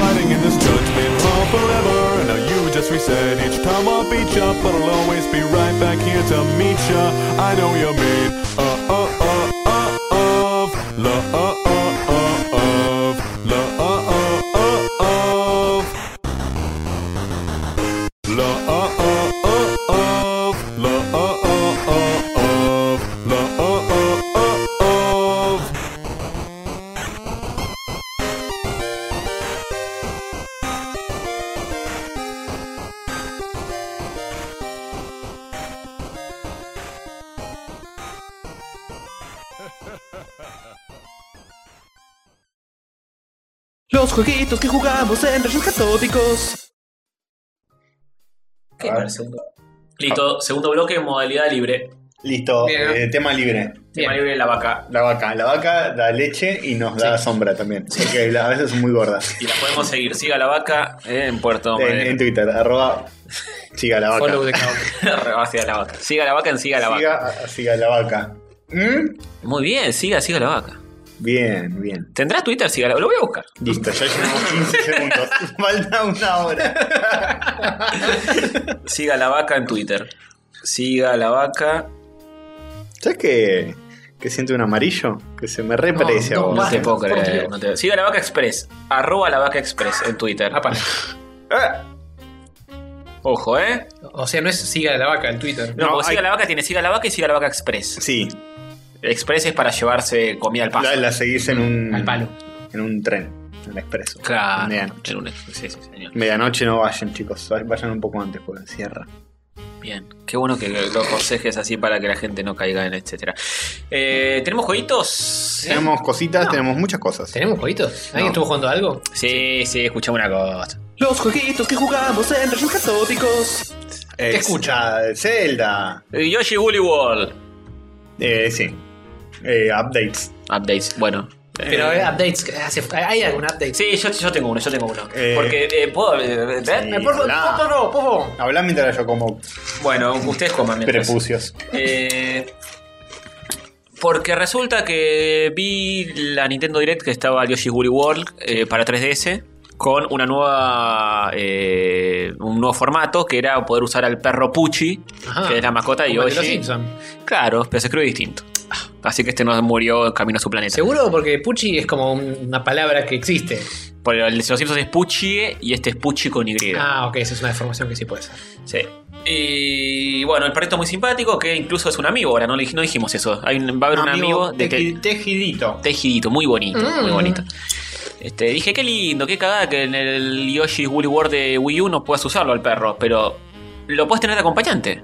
Speaker 10: Fighting in this judgment hall forever. And now you just reset each time I'll beat ya. But I'll always be right back here to meet ya. I know you're made uh, uh, uh, uh, of love. Love. uh, uh,
Speaker 6: Los jueguitos que jugamos en rayos catódicos.
Speaker 4: ¿Qué parece?
Speaker 1: Ah.
Speaker 4: Listo, segundo bloque, modalidad libre.
Speaker 2: Listo,
Speaker 1: Bien.
Speaker 2: eh, tema libre.
Speaker 4: Tema libre la vaca.
Speaker 2: La vaca. La vaca da leche y nos da sombra también. Porque a veces son muy gordas.
Speaker 4: Y la podemos seguir. Siga la vaca eh, en Puerto
Speaker 2: En, en
Speaker 4: Madero.
Speaker 2: Twitter, arroba siga la vaca.
Speaker 1: Follow the cow.
Speaker 4: Arroba Siga la vaca. Siga la vaca en Siga la vaca.
Speaker 2: Siga, siga la vaca. ¿Mm?
Speaker 4: Muy bien, siga, siga la vaca.
Speaker 2: Bien, bien.
Speaker 4: ¿Tendrás Twitter? Siga la Lo voy a buscar.
Speaker 2: Listo, ya llevamos 15 segundos. Falta una hora.
Speaker 4: Siga la vaca en Twitter. Siga la vaca.
Speaker 2: ¿Sabes qué? Que siento un amarillo que se me reprecia
Speaker 1: No, no,
Speaker 4: No
Speaker 2: vos.
Speaker 4: te
Speaker 1: Basta,
Speaker 4: puedo
Speaker 1: por
Speaker 4: creer.
Speaker 1: Dios.
Speaker 4: no te- Siga la vaca express. Arroba la vaca express en Twitter.
Speaker 1: Apa.
Speaker 4: Ojo, ¿eh?
Speaker 1: O sea, no es siga la vaca en Twitter.
Speaker 4: No,
Speaker 2: No,
Speaker 4: porque
Speaker 2: hay-
Speaker 4: siga la vaca tiene siga la vaca y siga la vaca express.
Speaker 2: Sí,
Speaker 4: Express es para llevarse comida al paso.
Speaker 2: la, la seguís en un.
Speaker 1: Al palo.
Speaker 2: En un tren, en el expreso.
Speaker 4: Claro.
Speaker 2: Medianoche.
Speaker 4: en un- sí, sí, señor.
Speaker 2: Medianoche no vayan, chicos. Vayan un poco antes porque cierra.
Speaker 4: Bien. Qué bueno que lo aconsejes así para que la gente no caiga en etcétera. Eh, ¿Tenemos jueguitos?
Speaker 2: Tenemos cositas,
Speaker 4: No.
Speaker 2: tenemos muchas cosas.
Speaker 1: ¿Tenemos jueguitos? ¿Alguien
Speaker 2: No.
Speaker 1: estuvo jugando algo?
Speaker 4: Eh. Sí, sí, escuchame una cosa.
Speaker 6: Los jueguitos que jugamos en rayos catódicos.
Speaker 2: Te escucha. Eh, ah, Zelda.
Speaker 4: Eh, Yoshi Woolly World.
Speaker 2: Eh, sí. Eh, updates.
Speaker 4: Updates. Bueno.
Speaker 1: Pero eh, updates, que hace- ¿hay algún update?
Speaker 4: Sí, yo, yo tengo uno, yo tengo uno.
Speaker 2: Eh,
Speaker 4: Porque eh, puedo. eh, eh,
Speaker 2: sí.
Speaker 4: eh,
Speaker 1: Por favor,
Speaker 2: Nah.
Speaker 1: por favor, por favor.
Speaker 2: Habla mientras yo como
Speaker 4: Bueno, ustedes coman mientras.
Speaker 2: prepucios.
Speaker 4: Eh, porque resulta que vi la Nintendo Direct que estaba Yoshi's Woolly World eh, para 3DS con una nueva eh, un nuevo formato que era poder usar al perro Pucci,
Speaker 1: Ajá.
Speaker 4: que es la mascota de
Speaker 1: Como el de los
Speaker 4: Yoshi.
Speaker 1: Simpson.
Speaker 4: Claro, pero se escribe distinto. Así que este no murió en camino a su planeta.
Speaker 1: Seguro porque Pucci es como un- una palabra que existe.
Speaker 4: Pero el de los Simpsons es Pucci y este es Pucci con Y.
Speaker 1: Ah, ok, esa es una deformación que sí puede ser.
Speaker 4: Sí. Y bueno, el perrito muy simpático que incluso es un amigo. Ahora no, le- no dijimos eso. Hay un- va a haber un amigo de que-
Speaker 2: teji- tejidito.
Speaker 4: tejidito, muy bonito, muy
Speaker 1: Mm.
Speaker 4: bonito. Este, dije, qué lindo, qué cagada que en el Yoshi Woolly World de Wii U no puedas usarlo al perro, pero lo puedes tener de acompañante.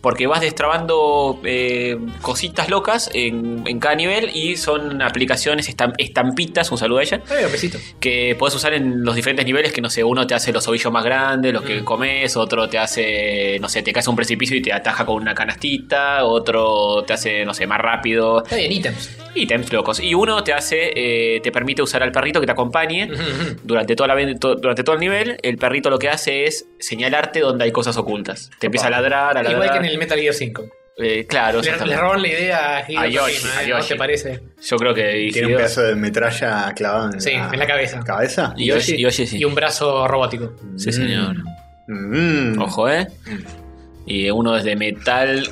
Speaker 4: Porque vas destrabando eh, cositas locas en, en cada nivel y son aplicaciones, estam- estampitas, un saludo a ella,
Speaker 1: Eh, un besito.
Speaker 4: que puedes usar en los diferentes niveles que, no sé, uno te hace los ovillos más grandes, los que comes, otro te hace, no sé, te caes a un precipicio y te ataja con una canastita, otro te hace, no sé, más rápido,
Speaker 1: Está bien, ítems.
Speaker 4: ítems locos. Y uno te hace, eh, te permite usar al perrito que te acompañe.
Speaker 1: Ujú, ujú.
Speaker 4: Durante, toda la, ven- to- durante todo el nivel, el perrito lo que hace es señalarte donde hay cosas ocultas. Te empieza a ladrar, a ladrar.
Speaker 1: Igual que en el Metal Gear 5.
Speaker 4: Eh, claro,
Speaker 1: Le, le
Speaker 4: exactamente.
Speaker 1: roban la idea a Hideo
Speaker 4: A Yoshi,
Speaker 1: Kojima,
Speaker 4: a
Speaker 1: ¿eh? ¿No
Speaker 4: Yoshi.
Speaker 1: te parece?
Speaker 4: Yo creo que
Speaker 2: Tiene un
Speaker 4: Hideo-
Speaker 2: pedazo de metralla clavado en,
Speaker 1: Sí, en la cabeza.
Speaker 2: ¿Cabeza?
Speaker 4: Yoshi, Yoshi sí.
Speaker 1: Y un brazo robótico.
Speaker 4: Sí, señor.
Speaker 2: Mm.
Speaker 4: Ojo, ¿eh? Y uno es de metal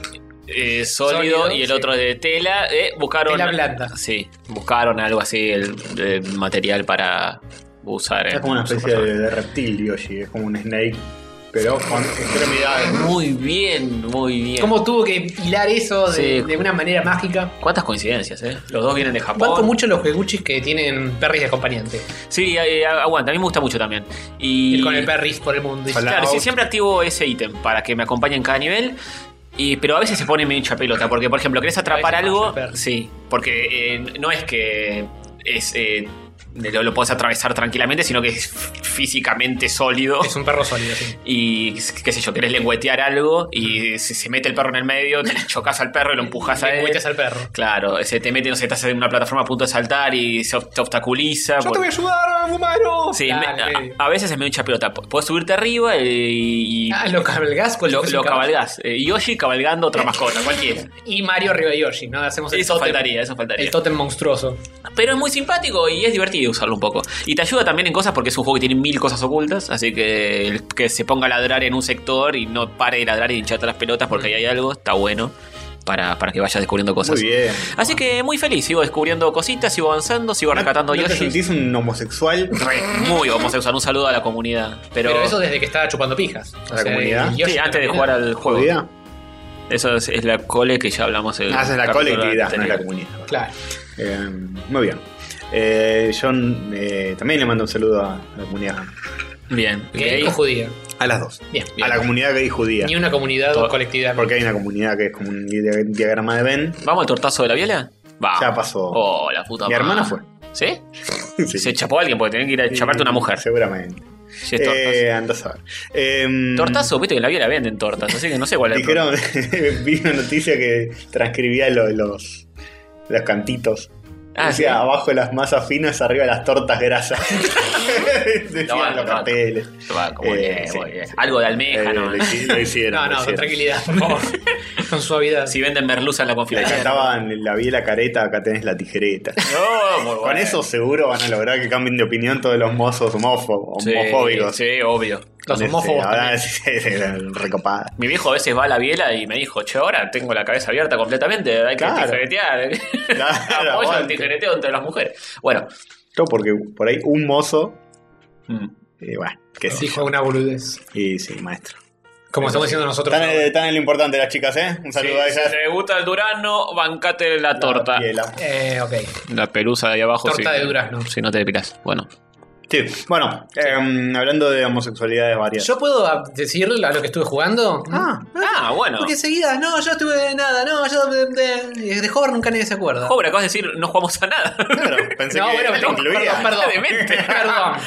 Speaker 4: eh, sólido,
Speaker 1: Sólido,
Speaker 4: y el
Speaker 1: sí.
Speaker 4: otro es de tela. Eh, buscaron.
Speaker 1: Tela blanda.
Speaker 4: Sí, buscaron algo así, el, el material para usar.
Speaker 2: Es
Speaker 4: en
Speaker 2: como una
Speaker 4: su
Speaker 2: especie de, de reptil, Yoshi. Es como un snake. Pero con extremidades.
Speaker 4: Muy bien, muy bien.
Speaker 1: ¿Cómo tuvo que hilar eso de,
Speaker 4: Sí.
Speaker 1: de una manera mágica?
Speaker 4: ¿Cuántas coincidencias, eh? Los dos vienen de Japón.
Speaker 1: Banco mucho los jueguchis que tienen perris de acompañante.
Speaker 4: Sí, eh, aguanta, a mí me gusta mucho también. Y
Speaker 1: Ir con el perris por el mundo. y-
Speaker 2: Hola.
Speaker 4: Claro,
Speaker 2: out.
Speaker 4: sí, siempre activo ese ítem para que me acompañe en cada nivel. Y, pero a veces se pone medio hincha pelota, porque por ejemplo, querés atrapar
Speaker 1: A veces
Speaker 4: algo.
Speaker 1: pasa, perro.
Speaker 4: Sí, porque eh, no es que es, eh, lo, lo podés atravesar tranquilamente, sino que es f- físicamente sólido.
Speaker 1: Es un perro sólido, sí.
Speaker 4: Y qué sé yo, querés lengüetear algo y se, se mete el perro en el medio, te chocas al perro y lo empujas a
Speaker 1: Le
Speaker 4: él.
Speaker 1: cuentas al perro.
Speaker 4: Claro, se te mete, no sé, estás en una plataforma a punto de saltar y se ob- te obstaculiza. por-
Speaker 1: ayudar, Bumaro!
Speaker 4: Sí,
Speaker 1: Ah,
Speaker 4: me-
Speaker 1: en medio.
Speaker 4: a, a veces es medio hincha pelota. P- Podés subirte arriba eh, y. y-
Speaker 1: Ah, lo cabalgas con
Speaker 4: lo, lo cabalgás. Eh, Yoshi cabalgando otra mascota, cualquiera.
Speaker 1: Y Mario arriba de Yoshi, ¿no? Hacemos el
Speaker 4: Eso
Speaker 1: tótem-
Speaker 4: faltaría, eso faltaría.
Speaker 1: El tótem monstruoso.
Speaker 4: Pero es muy simpático y es divertido usarlo un poco. Y te ayuda también en cosas porque es un juego que tiene mil cosas ocultas. Así que el que se ponga a ladrar en un sector y no pare de ladrar y hincharte las pelotas
Speaker 1: Mm.
Speaker 4: porque ahí hay algo, está bueno para, para que vayas descubriendo cosas.
Speaker 2: Muy bien.
Speaker 4: Así que muy feliz, sigo descubriendo cositas, sigo avanzando, sigo rescatando
Speaker 2: ¿No te
Speaker 4: Yoshi.
Speaker 2: sentís un homosexual?
Speaker 4: Re, muy homosexual. Un saludo a la comunidad. Pero,
Speaker 1: Pero, eso desde que estaba chupando pijas. O
Speaker 2: la comunidad.
Speaker 1: el
Speaker 4: Sí,
Speaker 1: Yoshi
Speaker 4: antes de
Speaker 1: también.
Speaker 4: jugar al juego.
Speaker 2: ¿Judía?
Speaker 4: Eso es, es la cole que ya hablamos. el
Speaker 2: Ah, esa es la
Speaker 4: capítulo
Speaker 2: colectividad, no es
Speaker 4: anterior.
Speaker 2: la comunidad.
Speaker 1: Claro.
Speaker 2: Eh, muy bien. Eh, yo eh, también le mando un saludo a la comunidad.
Speaker 4: Bien.
Speaker 1: Gay
Speaker 4: Gay.
Speaker 1: o judía.
Speaker 2: A las dos.
Speaker 1: Bien.
Speaker 2: A la comunidad gay judía.
Speaker 1: Ni una comunidad
Speaker 4: Todo.
Speaker 1: o colectividad.
Speaker 2: Porque hay una comunidad que es como un dia- diagrama de Ben.
Speaker 4: ¿Vamos al tortazo de la biela? Va.
Speaker 2: Ya pasó.
Speaker 4: Ah. Oh, la puta
Speaker 2: Mi
Speaker 4: madre.
Speaker 2: hermana fue.
Speaker 4: ¿Sí?
Speaker 2: Sí.
Speaker 4: Se chapó a alguien porque tenía que ir a chaparte a una mujer.
Speaker 2: Seguramente.
Speaker 4: Si es tortas.
Speaker 2: Eh, andá a saber. Em,
Speaker 4: Tortazo, viste que en la vida venden tortas, así que no sé cuál es el
Speaker 2: Dijeron, vi una noticia que transcribía lo- los, los cantitos.
Speaker 4: Ah,
Speaker 2: Decía
Speaker 4: sí.
Speaker 2: abajo las masas finas, arriba las tortas grasas. Decían
Speaker 4: No,
Speaker 2: los
Speaker 4: no.
Speaker 2: carteles.
Speaker 4: Va, como
Speaker 2: Eh,
Speaker 4: bien,
Speaker 2: sí,
Speaker 4: muy bien.
Speaker 2: sí.
Speaker 4: Algo de almeja,
Speaker 2: Eh,
Speaker 4: ¿no?
Speaker 2: lo hici- lo hicieron,
Speaker 1: No,
Speaker 2: lo
Speaker 1: no, con
Speaker 2: hicieron.
Speaker 1: tranquilidad, por
Speaker 4: Oh.
Speaker 1: favor. con suavidad.
Speaker 4: Si venden merluza en la
Speaker 2: Le
Speaker 4: confitería.
Speaker 2: cantaban, la vi la careta, acá tenés la tijereta.
Speaker 4: No, Oh, muy
Speaker 2: Con
Speaker 4: bueno.
Speaker 2: eso seguro van a lograr que cambien de opinión todos los mozos homófobos,
Speaker 4: Sí,
Speaker 2: homofóbicos.
Speaker 4: Sí, obvio.
Speaker 1: Los
Speaker 2: Este,
Speaker 1: homófobos
Speaker 2: ahora
Speaker 1: también.
Speaker 2: sí, sí, sí, recopada.
Speaker 4: Mi viejo a veces va a la biela y me dijo, che, ahora tengo la cabeza abierta completamente, hay que
Speaker 2: Claro.
Speaker 4: tijeretear.
Speaker 2: Claro,
Speaker 4: Apoyo el
Speaker 2: aguante.
Speaker 4: tijereteo entre las mujeres. Bueno,
Speaker 2: Todo porque por ahí un mozo,
Speaker 4: mm,
Speaker 2: y bueno, que sí.
Speaker 1: Dijo una boludez.
Speaker 2: Y sí, maestro.
Speaker 1: Como estamos diciendo nosotros.
Speaker 2: Están, en- están en lo eh, importante las chicas, ¿eh? Un saludo a
Speaker 4: si
Speaker 2: ellas. Ah,
Speaker 4: si te gusta el durano, bancate la torta.
Speaker 2: Y la-
Speaker 1: Eh, ok.
Speaker 4: La pelusa de ahí abajo.
Speaker 1: Torta
Speaker 4: sí.
Speaker 1: de durazno.
Speaker 4: Si no te depilás. Bueno.
Speaker 2: Sí, bueno, em, hablando de homosexualidades varias.
Speaker 1: Yo puedo ah, decir a lo que estuve jugando.
Speaker 2: Ah,
Speaker 4: Ah, bueno.
Speaker 1: Porque seguidas, no, yo estuve de nada, no, yo de, de, de Hover nunca nadie se acuerda.
Speaker 4: Cobra, acabas de decir, no jugamos a nada.
Speaker 2: claro, pensé
Speaker 1: no,
Speaker 2: que
Speaker 1: bueno,
Speaker 2: me
Speaker 1: perdón,
Speaker 2: incluía.
Speaker 1: perdón, perdón,
Speaker 4: Demente.
Speaker 1: perdón,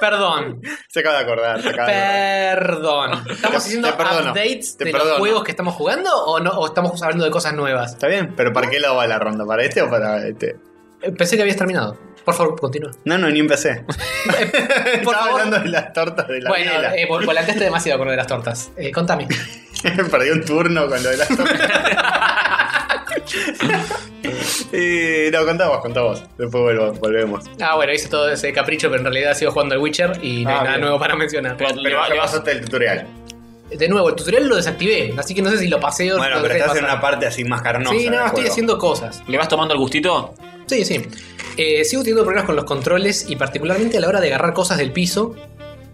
Speaker 1: perdón,
Speaker 2: Se acaba de acordar, se acaba de acordar.
Speaker 1: perdón. ¿Estamos
Speaker 2: Te-
Speaker 1: haciendo
Speaker 2: te perdono,
Speaker 1: updates
Speaker 2: te
Speaker 1: de
Speaker 2: perdono.
Speaker 1: los juegos que estamos jugando o, no, o estamos hablando de cosas nuevas?
Speaker 2: Está bien, pero ¿para qué lado va la ronda? ¿Para este o para este?
Speaker 1: Eh, Pensé que habías terminado. Por favor, continúa.
Speaker 2: No, no, ni empecé.
Speaker 1: Por
Speaker 2: Estaba
Speaker 1: favor.
Speaker 2: hablando de las tortas de la
Speaker 1: Bueno,
Speaker 2: biela.
Speaker 1: eh, vol- volanteaste demasiado con lo de las tortas. Eh, contame.
Speaker 2: Perdí un turno con lo de las tortas. Eh, no, contá vos, contá vos. Después vuelvo- volvemos.
Speaker 1: Ah, bueno, hice todo ese capricho, pero en realidad sigo jugando al Witcher y no hay
Speaker 2: Ah,
Speaker 1: nada
Speaker 2: bien.
Speaker 1: nuevo para mencionar.
Speaker 4: Pero le
Speaker 2: Pero
Speaker 4: va-
Speaker 2: ya
Speaker 4: le vas-
Speaker 2: pasaste el tutorial.
Speaker 1: De nuevo, el tutorial lo desactivé, así que no sé si lo pasé o
Speaker 2: Bueno,
Speaker 1: lo
Speaker 2: pero
Speaker 1: dejé
Speaker 2: estás en
Speaker 1: pasar.
Speaker 2: una parte así más carnosa.
Speaker 1: Sí, no,
Speaker 2: del
Speaker 1: estoy
Speaker 2: juego.
Speaker 1: haciendo cosas.
Speaker 4: ¿Le vas tomando el gustito?
Speaker 1: Sí, sí. Eh, sigo teniendo problemas con los controles y particularmente a la hora de agarrar cosas del piso.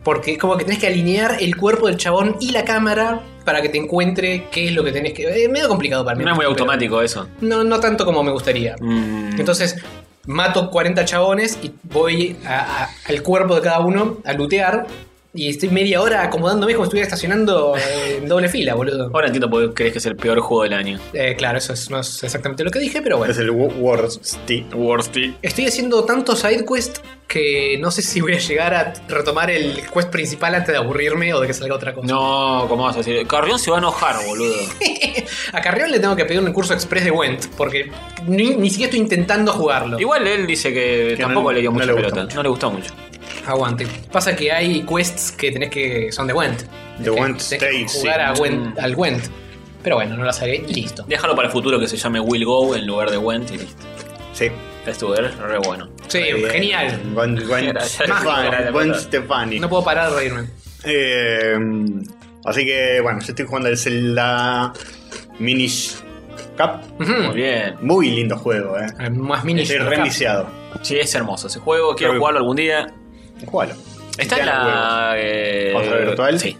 Speaker 1: Porque es como que tenés que alinear el cuerpo del chabón y la cámara para que te encuentre qué es lo que tenés que... Es medio complicado para mí.
Speaker 4: No es muy
Speaker 1: Pero
Speaker 4: automático eso.
Speaker 1: No, no tanto como me gustaría.
Speaker 4: Mm.
Speaker 1: Entonces mato 40 chabones y voy a- a- al cuerpo de cada uno a lootear. Y estoy media hora acomodándome como si estuviera estacionando eh, en doble fila, boludo.
Speaker 4: Ahora entiendo por qué crees que es el peor juego del año.
Speaker 1: Eh, claro, eso es- no es exactamente lo que dije, pero bueno.
Speaker 2: Es el wo- Warsty.
Speaker 4: Worsty.
Speaker 1: Estoy haciendo tantos side quest que no sé si voy a llegar a retomar el quest principal antes de aburrirme o de que salga otra cosa.
Speaker 4: No, ¿cómo vas a decir? Carrión se va a enojar, boludo.
Speaker 1: A Carrión le tengo que pedir un curso express de Went porque ni, ni siquiera estoy intentando jugarlo.
Speaker 4: Igual él dice que,
Speaker 2: Que
Speaker 4: tampoco
Speaker 2: no-
Speaker 4: le dio
Speaker 2: no
Speaker 4: mucha
Speaker 2: le gustó
Speaker 4: pelota.
Speaker 2: mucho.
Speaker 4: No le gustó mucho.
Speaker 1: Aguante. Pasa que hay quests que tenés que son de Went.
Speaker 2: De
Speaker 1: Que
Speaker 2: Went
Speaker 1: tenés que
Speaker 2: State,
Speaker 1: Jugar a
Speaker 2: sí.
Speaker 1: Went- al Went. Pero bueno, no la saqué y listo.
Speaker 4: Déjalo para el futuro que se llame Will Go en lugar de Went y listo.
Speaker 2: Sí.
Speaker 4: Estuvo es re bueno.
Speaker 1: Sí,
Speaker 2: Bien.
Speaker 1: genial.
Speaker 2: Gwen, Gwen,
Speaker 4: Gracias.
Speaker 2: Stefani,
Speaker 4: Gracias.
Speaker 2: Gwen Stefani.
Speaker 1: No puedo parar de reírme.
Speaker 2: Eh, así que, bueno, yo estoy jugando el Zelda Minish Cup.
Speaker 4: Muy
Speaker 1: Ujú.
Speaker 4: bien.
Speaker 2: Muy lindo juego, eh.
Speaker 1: Más mini.
Speaker 2: Estoy remiciado.
Speaker 4: Sí, es hermoso ese juego. Quiero
Speaker 2: Pero-
Speaker 4: jugarlo algún día.
Speaker 2: Jugalo.
Speaker 4: Está
Speaker 2: Ya
Speaker 4: en
Speaker 2: lo
Speaker 4: la. eh,
Speaker 2: ¿Contra virtual?
Speaker 4: Sí.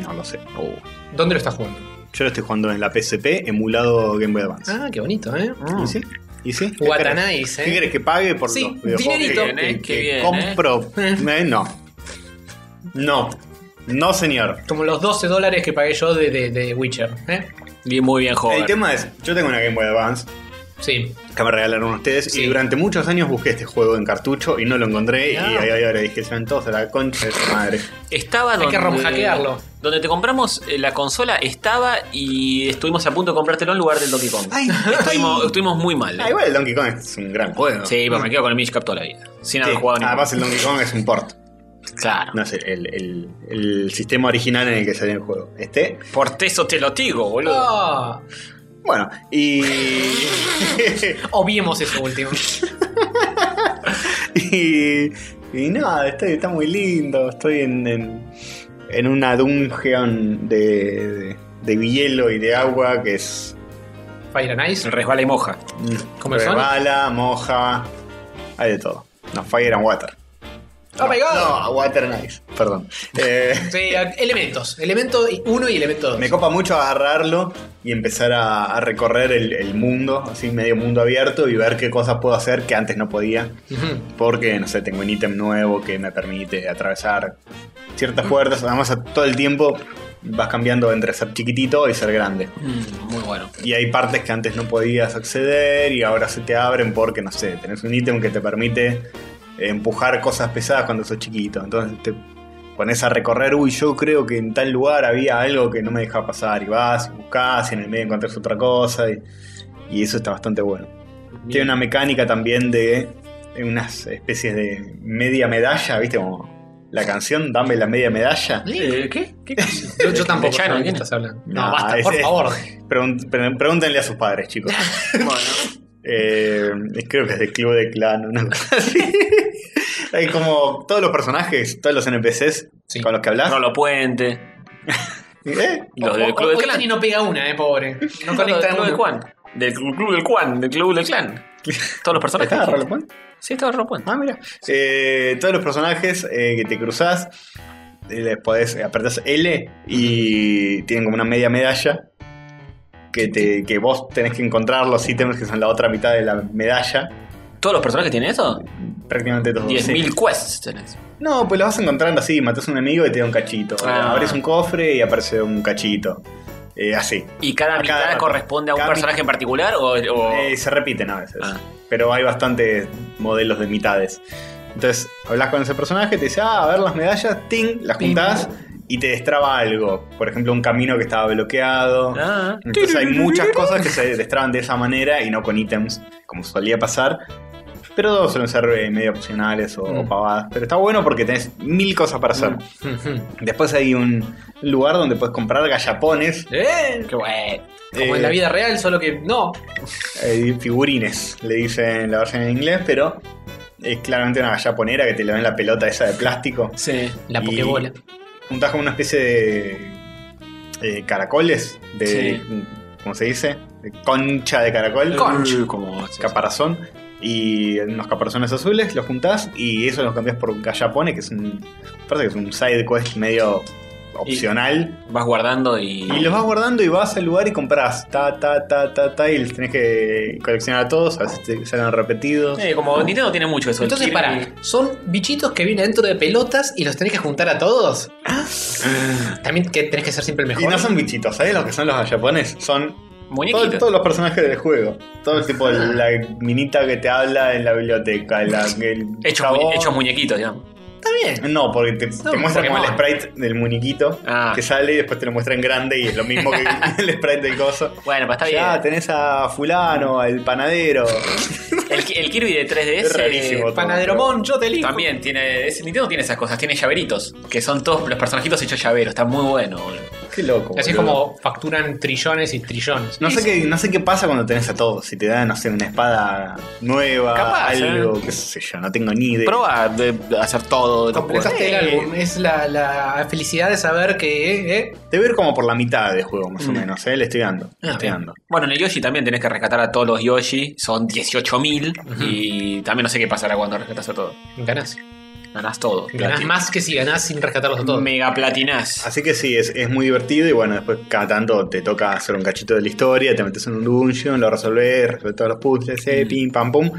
Speaker 2: No lo sé.
Speaker 1: ¿Dónde lo estás jugando?
Speaker 2: Yo lo estoy jugando en la PSP, emulado Game Boy Advance.
Speaker 1: Ah, qué bonito, ¿eh?
Speaker 4: Mm.
Speaker 2: ¿Y sí? ¿Y sí? ¿Qué querés?
Speaker 1: Guatanais,
Speaker 2: ¿Qué
Speaker 1: ¿eh?
Speaker 2: querés que pague por
Speaker 1: Sí,
Speaker 2: los videojuegos
Speaker 1: dinerito.
Speaker 2: que-
Speaker 4: Qué bien, eh,
Speaker 2: que,
Speaker 4: qué
Speaker 2: que
Speaker 4: bien, eh.
Speaker 2: compro?
Speaker 1: Eh.
Speaker 2: Eh, no. No. No, señor.
Speaker 1: Como los 12 dólares que pagué yo de, de- de Witcher. ¿eh?
Speaker 4: Y muy bien
Speaker 2: El
Speaker 4: joven.
Speaker 2: tema es, yo tengo una Game Boy Advance
Speaker 1: Sí.
Speaker 2: que me regalaron ustedes
Speaker 1: Sí.
Speaker 2: y durante muchos años busqué este juego en cartucho y no lo encontré
Speaker 1: Ah.
Speaker 2: y ahí ahora dije, se van todos a la concha de su madre.
Speaker 4: Estaba donde.
Speaker 1: que romhackearlo.
Speaker 4: Donde te compramos eh, la consola estaba y estuvimos a punto de comprártelo en lugar del Donkey Kong.
Speaker 2: Ay,
Speaker 4: estuvimos, estuvimos muy mal.
Speaker 2: Ah, igual el Donkey Kong es un gran juego.
Speaker 4: Sí, pero me quedo con el Minish Cap toda la vida.
Speaker 2: Sí,
Speaker 4: Sin haber jugado ninguno.
Speaker 2: Además el Donkey Kong es un port.
Speaker 4: Claro.
Speaker 2: No sé, el, el- el sistema original en el que salió el juego. Este.
Speaker 4: Por eso te lo digo, boludo.
Speaker 1: Ah,
Speaker 2: Bueno, y.
Speaker 1: obviemos eso último.
Speaker 2: y. Y nada, estoy- está muy lindo. Estoy en. en, en una dungeon de, de, de hielo y de agua que es.
Speaker 1: Fire and Ice.
Speaker 4: Resbala y moja.
Speaker 1: ¿Como el Sonic?
Speaker 2: Rebala, moja. Hay de todo. No, Fire and Water.
Speaker 1: Oh my god.
Speaker 2: No, Water and Ice, perdón. Eh,
Speaker 1: Sí, a- elementos. Elemento 1 y elemento 2.
Speaker 2: Me copa mucho agarrarlo y empezar a, a recorrer el, el mundo, así medio mundo abierto y ver qué cosas puedo hacer que antes no podía. Porque, no sé, tengo un ítem nuevo que me permite atravesar ciertas puertas. Además, a- todo el tiempo vas cambiando entre ser chiquitito y ser grande.
Speaker 4: Mm, muy bueno.
Speaker 2: Y hay partes que antes no podías acceder y ahora se te abren porque, no sé, tenés un ítem que te permite eh, empujar cosas pesadas cuando sos chiquito. Entonces te pones a recorrer, uy, yo creo que en tal lugar había algo que no me dejaba pasar. Y vas, y buscas, y en el medio encontrás otra cosa. Y, y eso está bastante bueno. Tiene una mecánica también de unas especies de media medalla, ¿viste? Como la canción, dame la media medalla.
Speaker 1: ¿Qué? ¿Qué? ¿Qué? Yo, yo tampoco. sé de
Speaker 4: Chano,
Speaker 1: ¿Qué
Speaker 4: ¿quién
Speaker 1: estás hablando? No,
Speaker 2: Nah,
Speaker 1: basta,
Speaker 2: es-
Speaker 1: por
Speaker 2: es-
Speaker 1: favor.
Speaker 2: Pregun- pre- pregúntenle a sus padres, chicos. Eh, creo que es del club de clan, una cosa así. Hay como todos los personajes, todos los NPCs
Speaker 1: Sí.
Speaker 2: con los que hablas.
Speaker 4: Rolo Puente.
Speaker 2: ¿Eh?
Speaker 4: y Los del
Speaker 1: O-
Speaker 4: Club
Speaker 1: o-
Speaker 4: del
Speaker 1: hoy
Speaker 4: Clan.
Speaker 1: Tony no pega una, eh, pobre. No conecta
Speaker 4: del Club del
Speaker 1: una.
Speaker 4: Juan. Del cl- Club del Juan, del Club del Clan. Todos los personajes.
Speaker 2: ¿Está Rolo Puente?
Speaker 4: Sí, estaba Rolo Puente.
Speaker 2: Ah, mira. Eh, todos los personajes eh, que te cruzás, eh, les podés, eh, apretás L y tienen como una media medalla. Que, te, que vos tenés que encontrar los ítems que son la otra mitad de la medalla.
Speaker 4: ¿Todos los personajes tienen eso?
Speaker 2: Prácticamente todos.
Speaker 4: 10.000
Speaker 2: Sí.
Speaker 4: quests tenés.
Speaker 2: No, pues lo vas encontrando así, matás a un enemigo y te da un cachito.
Speaker 4: Ah.
Speaker 2: Abres un cofre y aparece un cachito. Eh, así.
Speaker 4: ¿Y cada
Speaker 2: A cada
Speaker 4: habilidad
Speaker 2: rato.
Speaker 4: corresponde a un
Speaker 2: Cada
Speaker 4: personaje en particular? ¿O, o-
Speaker 2: Eh, se repiten a veces.
Speaker 4: Oh. Ah.
Speaker 2: Pero hay bastantes modelos de mitades. Entonces, hablas con ese personaje, te dice, ah, a ver las medallas, ting, las
Speaker 1: Pim.
Speaker 2: juntás y te destraba algo. Por ejemplo, un camino que estaba bloqueado.
Speaker 4: Ah.
Speaker 2: Entonces hay muchas cosas que se destraban de esa manera y no con ítems, como solía pasar. Pero todos suelen ser eh, medio opcionales o, o
Speaker 1: Mm.
Speaker 2: pavadas. Pero está bueno porque tenés mil cosas para hacer.
Speaker 4: Mm.
Speaker 1: Ujú.
Speaker 2: Después hay un lugar donde puedes comprar gallapones,
Speaker 1: ¿Eh?
Speaker 4: Qué bueno.
Speaker 1: Como
Speaker 2: Eh,
Speaker 1: en la vida real, solo que no.
Speaker 2: eh, figurines, le dicen la versión en inglés, pero es claramente una gallaponera que te le ven la pelota esa de plástico.
Speaker 4: Sí.
Speaker 1: La
Speaker 2: Y-
Speaker 1: pokebola.
Speaker 2: Juntás como una especie de eh, caracoles, de.
Speaker 4: Sí.
Speaker 2: ¿Cómo se dice? De concha de caracol.
Speaker 4: Conch. Como, sí, sí.
Speaker 2: Caparazón. Y unos caparazones azules, los juntás y eso los cambias por gallapone, que es un. Parece que es un side quest medio opcional.
Speaker 4: Vas guardando y.
Speaker 2: Y los vas guardando y vas al lugar y compras. Ta, ta, ta, ta, ta. Y los tenés que coleccionar a todos. A veces te salen repetidos.
Speaker 4: Sí, como Nintendo tiene mucho eso. el
Speaker 1: Entonces,
Speaker 4: Kirby.
Speaker 1: pará, ¿son bichitos que vienen dentro de pelotas y los tenés que juntar a todos? También que tenés que ser siempre el
Speaker 2: Ah. Y
Speaker 1: mejor.
Speaker 2: no son bichitos, ¿sabes lo que son los japoneses? Son todo-
Speaker 4: Muñequitos.
Speaker 2: todos los personajes del juego. Todo tipo, la minita que te habla en la biblioteca. La, el
Speaker 4: Hechos,
Speaker 2: chabón.
Speaker 4: muñe- hechos muñequitos, digamos.
Speaker 1: Está bien.
Speaker 2: No, porque te, te muestra como el
Speaker 4: Pokémon.
Speaker 2: sprite del muñequito
Speaker 4: Ah.
Speaker 2: que sale y después te lo muestra en grande y es lo mismo que el sprite del coso.
Speaker 4: Bueno, pero está
Speaker 2: Ya,
Speaker 4: bien.
Speaker 2: tenés a fulano, al panadero.
Speaker 4: El, ki- el Kirby de 3DS.
Speaker 2: Es rarísimo.
Speaker 4: eh,
Speaker 1: Panaderomón, yo te elijo.
Speaker 4: También tiene. ese Nintendo tiene esas cosas. Tiene llaveritos. Que son todos los personajitos hechos llaveros. Está muy bueno, boludo.
Speaker 2: Qué loco.
Speaker 1: Así es
Speaker 2: boludo.
Speaker 1: como facturan trillones y trillones.
Speaker 2: No sé, qué, no sé qué pasa cuando tenés a todos. Si te dan, no sé, una espada nueva,
Speaker 4: Capaz, ¿eh?
Speaker 2: algo, qué sé yo, no tengo ni idea.
Speaker 4: Proba de hacer todo.
Speaker 1: Completaste
Speaker 4: Eh.
Speaker 1: el
Speaker 2: Sí.
Speaker 1: álbum. Es la, la felicidad de saber que. eh, eh,
Speaker 2: Debe ir como por la mitad de juego,
Speaker 4: Mm.
Speaker 2: más o menos, ¿eh? Le estoy dando. le
Speaker 4: Ah,
Speaker 2: estoy
Speaker 1: bien.
Speaker 2: dando.
Speaker 4: Bueno, en el Yoshi también tenés que rescatar a todos los Yoshi. Son 18.000. Y también no sé qué pasará cuando rescatas a todos.
Speaker 1: eh, ganás.
Speaker 4: Ganás todo.
Speaker 1: Ganás más que si ganás sin rescatarlos a todos.
Speaker 4: Mega platinás.
Speaker 2: Así que sí, es, es muy divertido y bueno, después cada tanto te toca hacer un cachito de la historia, te metes en un dungeon, lo resolvés, resolvés todos los puzzles,
Speaker 4: Mm.
Speaker 2: eh, pim, pam, pum.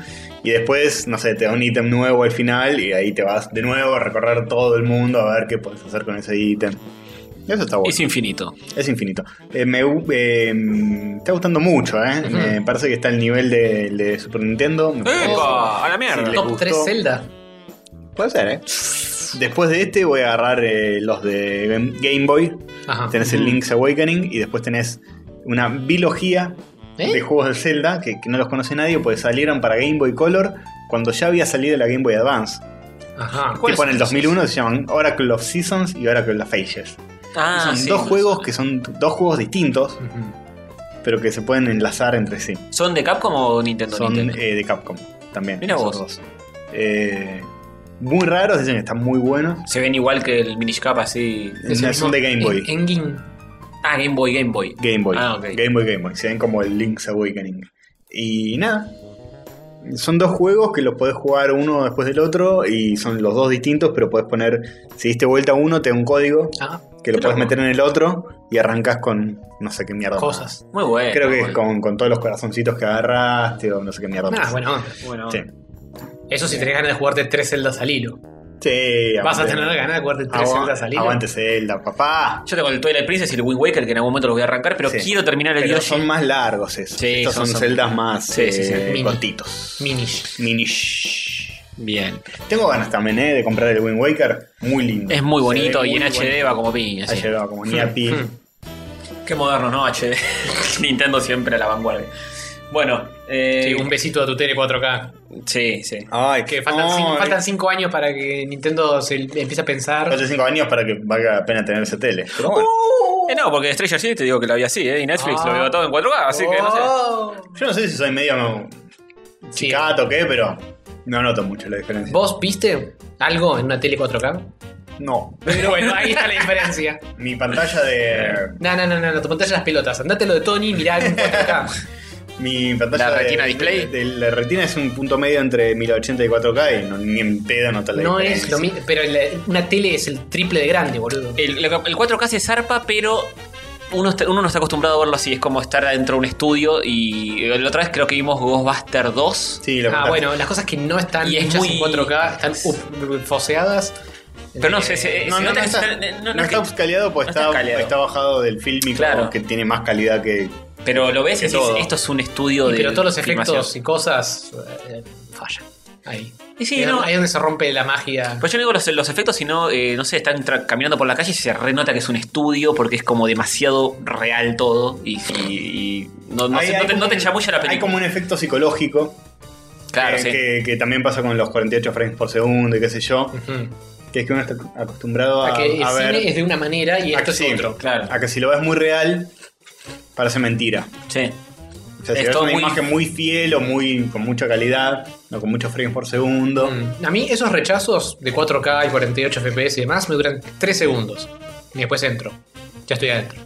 Speaker 2: Y después, no sé, te da un ítem nuevo al final y ahí te vas de nuevo a recorrer todo el mundo a ver qué puedes hacer con ese ítem. Eso está bueno.
Speaker 4: Es infinito.
Speaker 2: Es infinito. Eh, me gu- eh, me está gustando mucho, ¿eh? Me parece que está al nivel de, de Super Nintendo. Me parece-
Speaker 4: ¡Epa! ¡A la mierda!
Speaker 2: Sí, les
Speaker 1: Top
Speaker 2: gustó.
Speaker 1: 3 Zelda.
Speaker 2: Puede ser, ¿eh? Después de este voy a agarrar eh, los de Game- Game Boy.
Speaker 1: Ajá.
Speaker 2: Tenés
Speaker 4: Mm.
Speaker 2: el Link's Awakening y después tenés una biología
Speaker 1: ¿Eh?
Speaker 2: de juegos de Zelda que, que no los conoce nadie, pues salieron para Game Boy Color cuando ya había salido la Game Boy Advance.
Speaker 1: Ajá.
Speaker 4: ¿Cuáles
Speaker 2: Tipo en el
Speaker 4: son esos?
Speaker 2: 2001 se llaman Oracle of Seasons y Oracle of Ages.
Speaker 4: Ah,
Speaker 2: son
Speaker 4: sí,
Speaker 2: dos
Speaker 4: no
Speaker 2: juegos
Speaker 4: sé.
Speaker 2: que son dos juegos distintos,
Speaker 1: Ujú.
Speaker 2: pero que se pueden enlazar entre sí.
Speaker 4: ¿Son de Capcom o Nintendo?
Speaker 2: son
Speaker 4: Nintendo?
Speaker 2: eh, de Capcom también.
Speaker 4: Mira
Speaker 2: esos
Speaker 4: vos.
Speaker 2: dos. Eh, muy raros, dicen que están muy buenos.
Speaker 4: Se ven igual que el Minish Cap así.
Speaker 1: Es el
Speaker 2: son de
Speaker 1: mismo
Speaker 2: Game Boy.
Speaker 1: en- Engine.
Speaker 4: Ah, Game Boy, Game Boy.
Speaker 2: Game Boy.
Speaker 4: Ah, ok.
Speaker 2: Game Boy, Game Boy. Se ven como el Link's Awakening. Y nada. Son dos juegos que los podés jugar uno después del otro y son los dos distintos, pero podés poner, si diste vuelta a uno, te da un código
Speaker 1: Ah,
Speaker 2: que lo
Speaker 4: Claro.
Speaker 2: podés meter en el otro y arrancás con no sé qué mierda. más.
Speaker 1: cosas.
Speaker 4: Muy bueno.
Speaker 2: Creo que es
Speaker 4: Eh, bueno.
Speaker 2: con, con todos los corazoncitos que agarraste o no sé qué mierda.
Speaker 1: Nada,
Speaker 2: más.
Speaker 1: Ah, bueno.
Speaker 4: Bueno,
Speaker 2: Sí.
Speaker 1: Eso si tenés ganas de jugarte 3 Zeldas al hilo.
Speaker 2: Sí,
Speaker 1: Vas a
Speaker 2: aguante.
Speaker 1: tener ganas de jugarte 3
Speaker 2: Agua-
Speaker 1: Zeldas al hilo.
Speaker 2: Aguante Zelda, papá.
Speaker 4: Yo tengo el Twilight Princess y el Wind Waker que en algún momento los voy a arrancar, pero
Speaker 2: Sí.
Speaker 4: quiero terminar el
Speaker 2: Pero
Speaker 4: Yoshi.
Speaker 2: son más largos esos.
Speaker 4: Sí,
Speaker 2: Estos
Speaker 4: son-
Speaker 2: son,
Speaker 4: son-
Speaker 2: celdas más
Speaker 4: Sí, sí, sí.
Speaker 2: eh,
Speaker 1: Mini.
Speaker 2: cortitos.
Speaker 1: Minish.
Speaker 2: Minish.
Speaker 4: Bien.
Speaker 2: Tengo ganas también, ¿eh? De comprar el Wind Waker. Muy lindo.
Speaker 4: Es muy
Speaker 2: Se
Speaker 4: bonito
Speaker 2: ve
Speaker 4: y en
Speaker 2: muy
Speaker 4: HD va como Hmm, piña.
Speaker 2: bonito.
Speaker 4: sí.
Speaker 2: HD va como ni a pi.
Speaker 4: Qué moderno, ¿no? HD. Nintendo siempre a la vanguardia. Bueno, eh,
Speaker 1: Sí, un besito a tu tele 4K.
Speaker 4: sí, sí.
Speaker 2: Ay,
Speaker 1: Que faltan, cinco,
Speaker 2: ay.
Speaker 1: faltan cinco años para que Nintendo se empiece a pensar.
Speaker 2: Faltan cinco años para que valga la pena tener esa tele. Pero bueno.
Speaker 4: Eh, no, porque Stranger Things te digo que la vi así, ¿eh? Y Netflix
Speaker 1: Ah.
Speaker 4: lo veo todo en 4K, así que no sé.
Speaker 1: Oh.
Speaker 2: Yo no sé si soy medio
Speaker 1: Sí.
Speaker 2: chicato o qué, pero no noto mucho la diferencia.
Speaker 1: ¿Vos viste algo en una tele 4K?
Speaker 2: No.
Speaker 1: bueno, ahí está la diferencia.
Speaker 2: Mi pantalla
Speaker 4: Eh.
Speaker 2: de.
Speaker 1: No, no, no, no, no, tu pantalla las pelotas. Andate lo de Tony y mirá algo en 4K.
Speaker 2: Mi pantalla
Speaker 4: ¿La
Speaker 2: de-
Speaker 4: retina
Speaker 2: de-
Speaker 4: display?
Speaker 2: de- la retina es un punto medio entre 1080 y 4K y no- ni en pedo nota la
Speaker 1: No
Speaker 2: diferencia.
Speaker 1: es lo mismo, pero la- una tele es el triple de grande, boludo.
Speaker 4: El, lo que- el 4K se zarpa, pero uno, está- uno no está acostumbrado a verlo así. Es como estar adentro de un estudio. Y eh, la otra vez creo que vimos Ghostbuster 2.
Speaker 2: Sí, lo
Speaker 1: ah,
Speaker 2: contaste.
Speaker 1: bueno, las cosas que no están
Speaker 4: Y es
Speaker 1: hechas
Speaker 4: muy-
Speaker 1: en 4K están up- foseadas.
Speaker 4: Pero no
Speaker 1: Eh,
Speaker 4: sé, se,
Speaker 2: No,
Speaker 4: se
Speaker 2: no,
Speaker 4: nota
Speaker 2: no
Speaker 4: que
Speaker 2: está,
Speaker 4: se- no, no
Speaker 2: no
Speaker 4: es
Speaker 2: está
Speaker 4: que-
Speaker 2: upscaleado porque
Speaker 4: no
Speaker 2: está,
Speaker 4: está upscaleado.
Speaker 2: está bajado del fílmico
Speaker 4: Claro.
Speaker 2: que tiene más calidad que.
Speaker 4: Pero lo ves y
Speaker 2: que
Speaker 4: decís,
Speaker 2: todo.
Speaker 4: esto es un estudio
Speaker 1: y-
Speaker 4: de.
Speaker 1: pero todos los
Speaker 4: filmación.
Speaker 1: efectos y cosas eh, fallan. Ahí.
Speaker 4: Y sí,
Speaker 1: Ahí
Speaker 4: no.
Speaker 1: ahí es donde se rompe la magia.
Speaker 4: Pues yo no digo los, los efectos, sino, eh, no sé, están tra- caminando por la calle y se renota que es un estudio porque es como demasiado real todo y, y- y no, no
Speaker 2: Hay-
Speaker 4: sé, no
Speaker 2: hay
Speaker 4: te,
Speaker 2: como
Speaker 4: no te
Speaker 2: un-
Speaker 4: chamulla la
Speaker 2: Hay
Speaker 4: película.
Speaker 2: como un efecto psicológico
Speaker 4: claro,
Speaker 2: que,
Speaker 4: sí.
Speaker 2: que- que también pasa con los 48 frames por segundo y qué sé yo.
Speaker 1: Ujú.
Speaker 2: Que es que uno está acostumbrado
Speaker 1: A
Speaker 2: a,
Speaker 1: que el
Speaker 2: Ah, a ver.
Speaker 1: cine es de una manera y
Speaker 2: a
Speaker 1: esto
Speaker 2: que
Speaker 1: es
Speaker 2: sí,
Speaker 1: otro.
Speaker 4: claro.
Speaker 2: a que si lo ves muy real, parece mentira.
Speaker 4: sí.
Speaker 2: O sea, si
Speaker 4: Es
Speaker 2: ves
Speaker 4: todo
Speaker 2: una
Speaker 4: muy-
Speaker 2: imagen muy fiel o muy con mucha calidad, o con muchos frames por segundo.
Speaker 1: Mm. A mí esos rechazos de 4K y 48 FPS y demás me duran 3 segundos. Y después entro. Ya estoy adentro.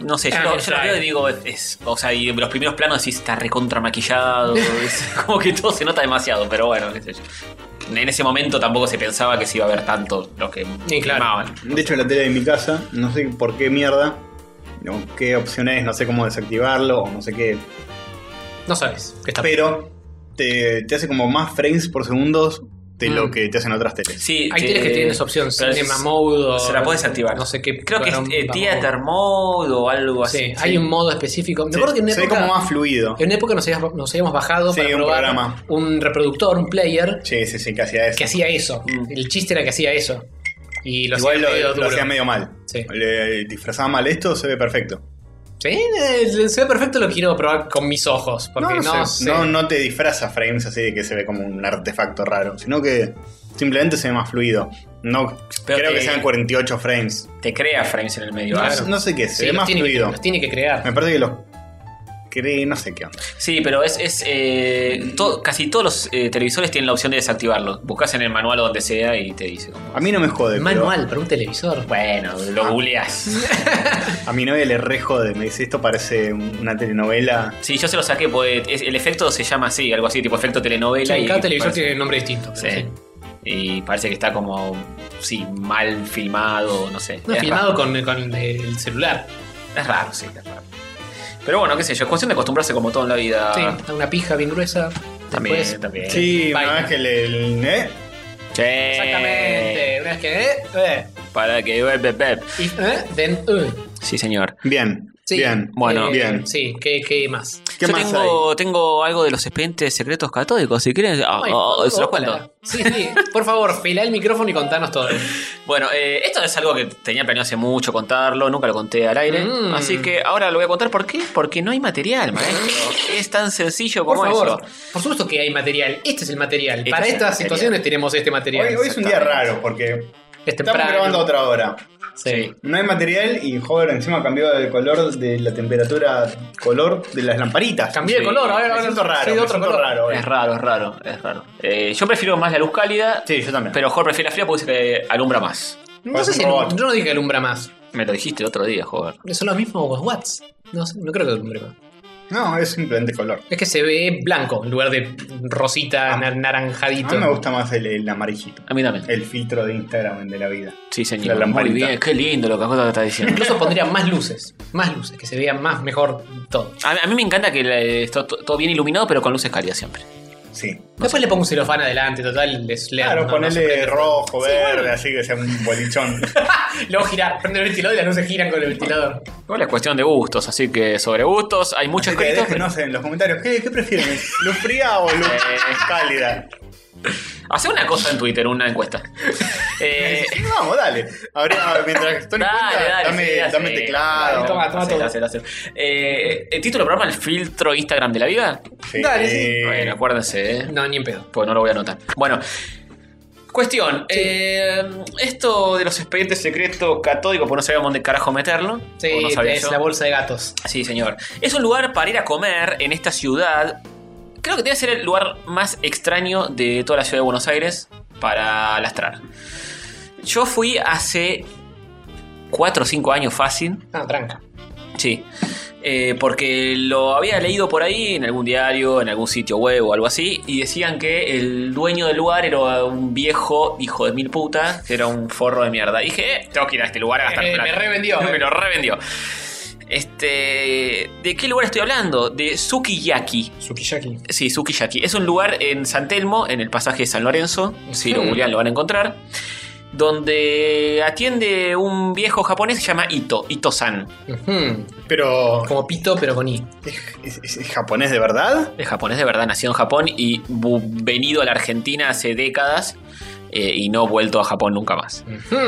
Speaker 4: No sé, yo,
Speaker 1: Ah,
Speaker 4: lo-
Speaker 1: no,
Speaker 4: yo lo
Speaker 1: claro.
Speaker 4: veo y digo, es- es- o sea, y los primeros planos sí está recontra maquillado, es como que todo se nota demasiado, pero bueno, qué sé yo. En ese momento tampoco se pensaba que se iba a ver tanto lo que
Speaker 1: Sí, claro.
Speaker 4: filmaban.
Speaker 2: De hecho, la tele de mi casa, no sé por qué mierda, o qué opción es, no sé cómo desactivarlo, o no sé qué.
Speaker 1: No sabes que está
Speaker 2: Pero te, te hace como más frames por segundos de
Speaker 1: Mm.
Speaker 2: lo que te hacen otras teles.
Speaker 4: Sí,
Speaker 1: Hay tienes que tienen esa opción,
Speaker 4: pero
Speaker 1: Cinema
Speaker 4: es-
Speaker 1: Mode o-
Speaker 4: Se la puedes activar.
Speaker 1: No sé qué.
Speaker 4: Creo que es
Speaker 1: programa-
Speaker 4: eh, Theater Mode o algo
Speaker 1: Sí,
Speaker 4: así.
Speaker 1: hay un modo específico. Me
Speaker 2: Sí,
Speaker 1: acuerdo que en una
Speaker 2: se ve
Speaker 1: época,
Speaker 2: como más fluido.
Speaker 1: en una época nos, habíamos, nos habíamos bajado
Speaker 2: Sí,
Speaker 1: para
Speaker 2: un
Speaker 1: probar
Speaker 2: programa.
Speaker 1: un reproductor, un player,
Speaker 2: Sí, sí, sí, que hacía eso.
Speaker 1: que hacía eso.
Speaker 4: Mm.
Speaker 1: El chiste era que hacía eso. Y lo
Speaker 2: Igual
Speaker 1: hacía
Speaker 2: lo,
Speaker 1: medio
Speaker 2: lo
Speaker 1: duro.
Speaker 2: hacía medio mal.
Speaker 1: Sí.
Speaker 2: Le disfrazaba mal esto, se ve perfecto.
Speaker 1: Sí, eh, se ve perfecto, lo quiero probar con mis ojos. Porque no,
Speaker 2: no, no,
Speaker 1: sé.
Speaker 2: sé. no, no te disfraza frames así de que se ve como un artefacto raro, sino que simplemente se ve más fluido. No
Speaker 4: Pero
Speaker 2: creo
Speaker 4: te-
Speaker 2: que sean 48 frames.
Speaker 4: Te crea frames en el medio.
Speaker 2: No
Speaker 4: ah,
Speaker 2: sé- No sé qué, se
Speaker 1: Sí,
Speaker 2: ve
Speaker 1: los
Speaker 2: más
Speaker 1: tiene que-
Speaker 2: fluido.
Speaker 1: los tiene que crear.
Speaker 2: Me parece que los cre- no sé qué onda.
Speaker 4: Sí, pero es. es, eh, to- casi todos los eh, televisores tienen la opción de desactivarlo. Buscas en el manual o donde sea y te dice. como-
Speaker 2: A mí no me jode. pero
Speaker 1: Manual para un televisor.
Speaker 4: Bueno,
Speaker 1: Ah.
Speaker 4: lo googleás.
Speaker 2: A mi novia le re jode. Me dice, esto parece una telenovela.
Speaker 4: Sí, yo se lo saqué, porque es- el efecto se llama así, algo así, tipo efecto
Speaker 1: Sí,
Speaker 4: telenovela. y
Speaker 1: cada televisor
Speaker 4: parece,
Speaker 1: tiene un nombre distinto. pero sí.
Speaker 4: Sí. Y parece que está como. Sí, mal filmado, no sé.
Speaker 1: No,
Speaker 4: Es
Speaker 1: filmado con, con el celular.
Speaker 4: raro. Es raro, sí, es raro. Pero bueno, qué sé yo, es cuestión de acostumbrarse como todo en la vida.
Speaker 2: Ah.
Speaker 1: Sí, una pija bien gruesa.
Speaker 4: También,
Speaker 1: Después-
Speaker 4: también.
Speaker 2: Sí,
Speaker 1: vaina.
Speaker 2: una vez que le. le- ¿eh?
Speaker 4: Che.
Speaker 1: Exactamente. Una vez que. eh, eh,
Speaker 4: Para que. bep, bep.
Speaker 1: y, eh, then, eh.
Speaker 4: Sí, señor.
Speaker 2: Bien.
Speaker 1: Sí,
Speaker 2: Bien.
Speaker 4: Bueno,
Speaker 1: eh,
Speaker 2: bien.
Speaker 1: Sí, ¿qué, qué más?
Speaker 2: ¿Qué
Speaker 4: Yo
Speaker 2: más hay?
Speaker 4: tengo, tengo algo de los expedientes secretos católicos, si quieren, ah,
Speaker 1: Ay,
Speaker 4: ah,
Speaker 1: por
Speaker 4: se
Speaker 1: favor,
Speaker 4: lo cuento.
Speaker 1: Sí, sí. Por favor, pelá el micrófono y contanos todo.
Speaker 4: Bueno, eh, esto es algo que tenía planeado hace mucho contarlo, nunca lo conté al aire,
Speaker 1: Mm.
Speaker 4: así que ahora lo voy a contar. ¿Por qué? Porque no hay material, maestro. es tan sencillo
Speaker 1: Mm. Por
Speaker 4: como
Speaker 1: favor.
Speaker 4: eso.
Speaker 1: Por supuesto que hay material. Este es el material.
Speaker 4: Este
Speaker 1: Para
Speaker 4: es el
Speaker 1: estas
Speaker 4: material.
Speaker 1: situaciones tenemos este material.
Speaker 2: Hoy, hoy es un día raro porque
Speaker 1: es
Speaker 2: estamos
Speaker 1: temprano.
Speaker 2: grabando a otra hora.
Speaker 1: Sí.
Speaker 2: No hay material y joder, encima cambió el color de la temperatura, color de las lamparitas.
Speaker 1: Cambié de
Speaker 4: Sí.
Speaker 1: color. Ahora
Speaker 2: Me
Speaker 1: ahora
Speaker 2: siento raro,
Speaker 1: soy de
Speaker 2: me
Speaker 1: otro
Speaker 2: siento
Speaker 1: color.
Speaker 2: raro eh. hoy.
Speaker 4: Es raro, es raro, es raro. Eh, yo prefiero más la luz cálida,
Speaker 2: Sí, yo también.
Speaker 4: pero Jorge prefiere la fría porque se le alumbra más.
Speaker 1: No
Speaker 2: Parece
Speaker 1: sé si
Speaker 2: un robot.
Speaker 1: yo no dije alumbra más.
Speaker 4: Me lo dijiste el otro día, Jorge.
Speaker 1: Son los mismos los watts. No, sé, no creo que alumbre más.
Speaker 2: No, es simplemente color.
Speaker 1: Es que se ve blanco en lugar de rosita,
Speaker 2: Ah.
Speaker 1: na-
Speaker 2: A
Speaker 1: naranjadito.
Speaker 2: mí me gusta más el, el amarillito.
Speaker 4: A mí también.
Speaker 2: El filtro de Instagram de la vida.
Speaker 4: Sí,
Speaker 2: La
Speaker 4: señor. Muy
Speaker 2: lamparita.
Speaker 4: bien, qué lindo lo que Jorge está diciendo.
Speaker 1: Incluso pondría más luces. Más luces, que se vea más mejor todo.
Speaker 4: A, a mí me encanta que la- está to- todo bien iluminado, pero con luces cálidas siempre.
Speaker 2: Sí.
Speaker 1: Después le pongo un celofán adelante, total, les leo. no-
Speaker 2: Claro,
Speaker 1: no se
Speaker 2: ponele
Speaker 1: prende.
Speaker 2: rojo, verde, así que sea un bolichón.
Speaker 1: Luego girar, prende el ventilador y las luces giran con el ventilador.
Speaker 4: Igual es cuestión de gustos, así que sobre gustos hay mucho
Speaker 2: Así que
Speaker 4: escrito.
Speaker 2: déjenos en los comentarios. ¿Qué, qué prefieren? ¿Luz fría o luz
Speaker 4: Eh.
Speaker 2: cálida?
Speaker 4: Hace una cosa en Twitter, una encuesta. Eh,
Speaker 2: Vamos, dale. Ahora, mientras Tony cuenta, dame,
Speaker 4: sí,
Speaker 2: dame
Speaker 4: sí.
Speaker 2: teclado.
Speaker 4: Dale,
Speaker 1: Toma, toma
Speaker 4: hacelo,
Speaker 1: todo.
Speaker 4: hacelo, hacelo. Eh, ¿El título del programa? ¿El filtro Instagram de la vida?
Speaker 2: Sí.
Speaker 1: Dale, sí.
Speaker 4: Bueno, acuérdense, ¿eh?
Speaker 1: No, ni en pedo.
Speaker 4: Pues no lo voy a anotar. Bueno. Cuestión, eh, esto de los expedientes secretos catódicos, pues no sabíamos dónde carajo meterlo.
Speaker 1: Sí,
Speaker 4: o no sabía
Speaker 1: es
Speaker 4: yo.
Speaker 1: la bolsa de gatos.
Speaker 4: Sí, señor. Es un lugar para ir a comer en esta ciudad. Creo que debe ser el lugar más extraño de toda la ciudad de Buenos Aires para lastrar. Yo fui hace 4 o 5 años fácil.
Speaker 1: Ah, tranca.
Speaker 4: Sí. Eh, porque lo había leído por ahí en algún diario, en algún sitio web o algo así, y decían que el dueño del lugar era un viejo hijo de mil putas, que era un forro de mierda. Y dije, eh, tengo que ir a este lugar a gastar
Speaker 1: Eh,
Speaker 4: plata.
Speaker 1: me revendió, eh.
Speaker 4: me lo revendió. Este, ¿De qué lugar estoy hablando? De Sukiyaki.
Speaker 1: Tsukiyaki.
Speaker 4: Sí, Sukiyaki. Es un lugar en San Telmo, en el pasaje de San Lorenzo. Si lo
Speaker 1: Ujú.
Speaker 4: googlean lo van a encontrar. Donde atiende un viejo japonés que se llama Ito, Ito-san.
Speaker 1: Ujú.
Speaker 2: Pero,
Speaker 1: Como pito, pero con I.
Speaker 2: ¿es, es- es japonés de verdad?
Speaker 4: Es japonés de verdad, nació en Japón y bu- venido a la Argentina hace décadas eh, y no vuelto a Japón nunca más.
Speaker 1: Ujú.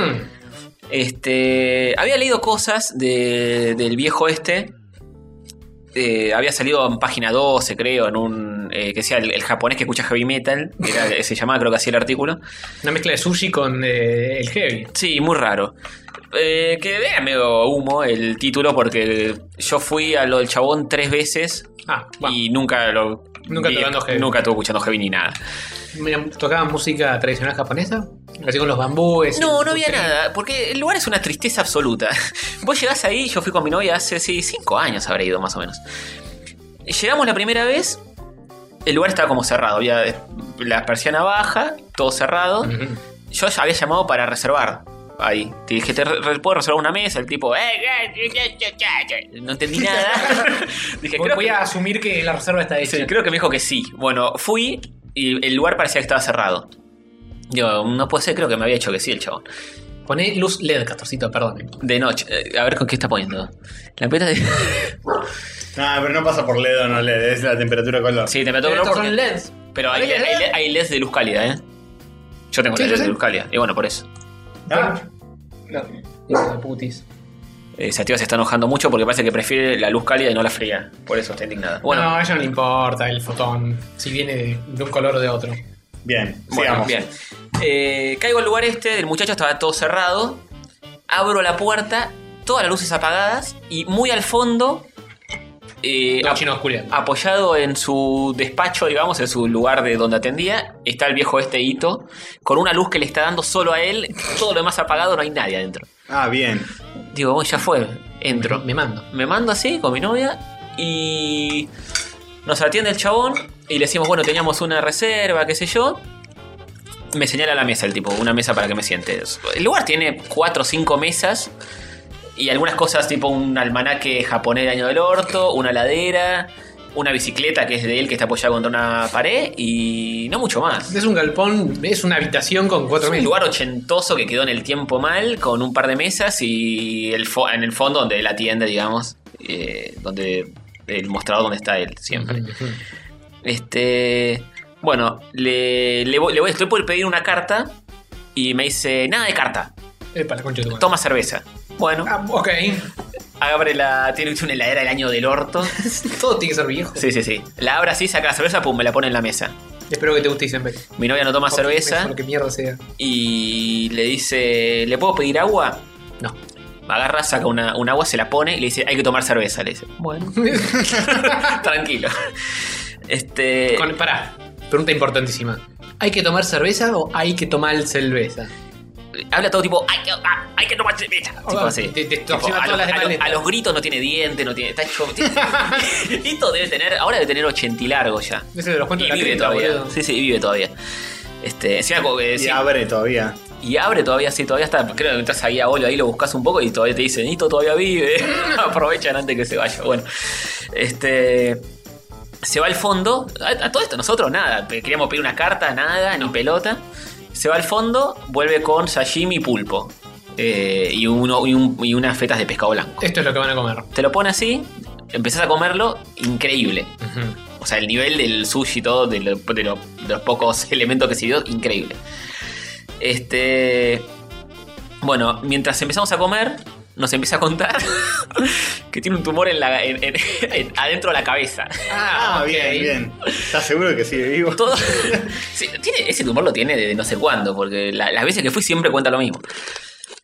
Speaker 4: Este, había leído cosas de- del viejo este. eh, había salido en página 12, creo, en un. eh, que sea el, el japonés que escucha heavy metal. que era- se llamaba, creo que así el artículo.
Speaker 1: Una mezcla de sushi con eh, el heavy.
Speaker 4: Sí, muy raro. Eh, que era medio humo el título porque yo fui a lo del chabón tres veces
Speaker 1: Ah, bueno.
Speaker 4: y nunca lo.
Speaker 1: Nunca
Speaker 4: vi-
Speaker 1: tocando heavy.
Speaker 4: Nunca estuve escuchando heavy ni nada.
Speaker 1: Mira, ¿Tocaban música tradicional japonesa? Así con los bambúes.
Speaker 4: No,
Speaker 1: y-
Speaker 4: no había nada, porque el lugar es una tristeza absoluta. Vos llegás ahí, yo fui con mi novia hace, sí, cinco años habré ido más o menos. Llegamos la primera vez, el lugar estaba como cerrado, había eh, la persiana baja, todo cerrado.
Speaker 1: Ujú.
Speaker 4: Yo ya había llamado para reservar ahí. Te dije, ¿te re- re- puedo reservar una mesa? El tipo, "Eh, eh, eh, eh, eh, eh, eh". no entendí nada. dije,
Speaker 1: Voy,
Speaker 4: creo
Speaker 1: voy
Speaker 4: que-
Speaker 1: a asumir que la reserva está hecha.
Speaker 4: Sí, creo que me dijo que sí. Bueno, fui y el lugar parecía que estaba cerrado. Yo, no puede ser, creo que me había dicho que sí el chabón.
Speaker 1: Poné luz LED, Castorcito, perdón.
Speaker 4: De noche. Eh, A ver con qué está poniendo. La peta de.
Speaker 2: No, pero no pasa por LED o no LED, es la temperatura color.
Speaker 4: sí, te
Speaker 1: Pero
Speaker 4: meto
Speaker 1: estos
Speaker 4: color
Speaker 1: son
Speaker 4: porque...
Speaker 1: LEDs.
Speaker 4: Pero hay,
Speaker 1: Ponele
Speaker 4: hay-
Speaker 1: LED.
Speaker 4: hay LEDs de luz cálida, ¿eh? Yo tengo
Speaker 1: E Sí, yo
Speaker 4: las LEDs de
Speaker 1: sé.
Speaker 4: luz cálida. Y bueno, por eso.
Speaker 2: Ah,
Speaker 1: No, hijo de putis.
Speaker 4: Eh, Sativa se está enojando mucho porque parece que prefiere la luz cálida y no la fría. Por eso está indignada. Bueno,
Speaker 1: No, a ella no le importa el fotón, si viene de, de un color o de otro.
Speaker 4: Eh,
Speaker 2: bien,
Speaker 4: bueno,
Speaker 2: sigamos.
Speaker 4: bien. Eh, caigo al lugar este, el muchacho estaba todo cerrado. Abro la puerta, todas las luces apagadas y muy al fondo. eh,
Speaker 1: La chino oscura.
Speaker 4: apoyado en su despacho, digamos, en su lugar de donde atendía, está el viejo este hito, con una luz que le está dando solo a él, todo lo demás apagado, no hay nadie adentro.
Speaker 2: Ah, bien.
Speaker 4: Digo, bueno, ya fue, entro.
Speaker 1: Me mando.
Speaker 4: Me mando así con mi novia y nos atiende el chabón y le decimos, bueno, teníamos una reserva, qué sé yo. Me señala la mesa el tipo, una mesa para que me siente. El lugar tiene cuatro o cinco mesas y algunas cosas tipo un almanaque japonés de año del orto, una ladera, una bicicleta que es de él que está apoyada contra una pared y no mucho más.
Speaker 1: Es un galpón, es una habitación con cuatro
Speaker 4: Es un
Speaker 1: mil.
Speaker 4: lugar ochentoso que quedó en el tiempo mal, con un par de mesas y el fo- en el fondo donde él atiende, digamos, eh, donde el mostrador donde está él siempre. Este, bueno, le, le voy, le voy- estoy por pedir una carta y me dice nada de carta,
Speaker 1: Epa, la concha de tu madre.
Speaker 4: toma cerveza. Bueno,
Speaker 1: Ah, ok.
Speaker 4: abre la, tiene una heladera del año del orto.
Speaker 1: Todo tiene que ser viejo.
Speaker 4: Sí, sí, sí. La abre así, saca la cerveza, pum, me la pone en la mesa.
Speaker 1: Espero que te guste Isenbeck.
Speaker 4: Mi novia no toma cerveza.
Speaker 1: Lo que mierda sea.
Speaker 4: y le dice, ¿le puedo pedir agua? No. Agarra, saca una, un agua, se la pone y le dice, hay que tomar cerveza. Le dice, bueno, tranquilo. Este,
Speaker 1: Con, pará, pregunta importantísima. ¿Hay que tomar cerveza o hay que tomar cerveza?
Speaker 4: Habla todo tipo, hay que, ah, hay que tomar cerveza. Tipo
Speaker 1: va,
Speaker 4: así.
Speaker 1: te- te
Speaker 4: Tipo,
Speaker 1: distorsiona
Speaker 4: a,
Speaker 1: todas
Speaker 4: los,
Speaker 1: las
Speaker 4: a
Speaker 1: demás
Speaker 4: los-
Speaker 1: letras.
Speaker 4: a los gritos no tiene dientes, no tiene... Está hecho, Esto debe tener, ahora debe tener 80 y largo ya.
Speaker 1: Ese de los cuentos
Speaker 4: Y
Speaker 1: de la
Speaker 4: vive
Speaker 1: cripta,
Speaker 4: todavía.
Speaker 1: boludo.
Speaker 4: Sí, sí, vive todavía. Este, encima como que
Speaker 2: Y
Speaker 4: decía-
Speaker 2: abre todavía.
Speaker 4: Y abre todavía, sí, todavía está. Creo que entras ahí a Olo, ahí lo buscas un poco y todavía te dicen, Nito todavía vive. Aprovechan antes que se vaya. Bueno, este. Se va al fondo. A, a todo esto, nosotros nada. pe- Queríamos pedir una carta, nada, ni pelota. Se va al fondo, vuelve con sashimi y pulpo. eh, y, uno, y, un- y unas fetas de pescado blanco.
Speaker 1: Esto es lo que van a comer.
Speaker 4: Te lo pone así, empezás a comerlo, increíble. O sea, el nivel del sushi y todo, de, lo- de lo- de los pocos elementos que se dio, increíble. Este. Bueno, mientras empezamos a comer, nos empieza a contar que tiene un tumor en la, en- en- en- adentro de la cabeza.
Speaker 2: Ah,
Speaker 1: ok.
Speaker 2: bien, bien. ¿Estás seguro que sigue vivo?
Speaker 4: Todo- Sí, tiene- ese tumor lo tiene desde no sé cuándo, porque la- las veces que fui siempre cuenta lo mismo.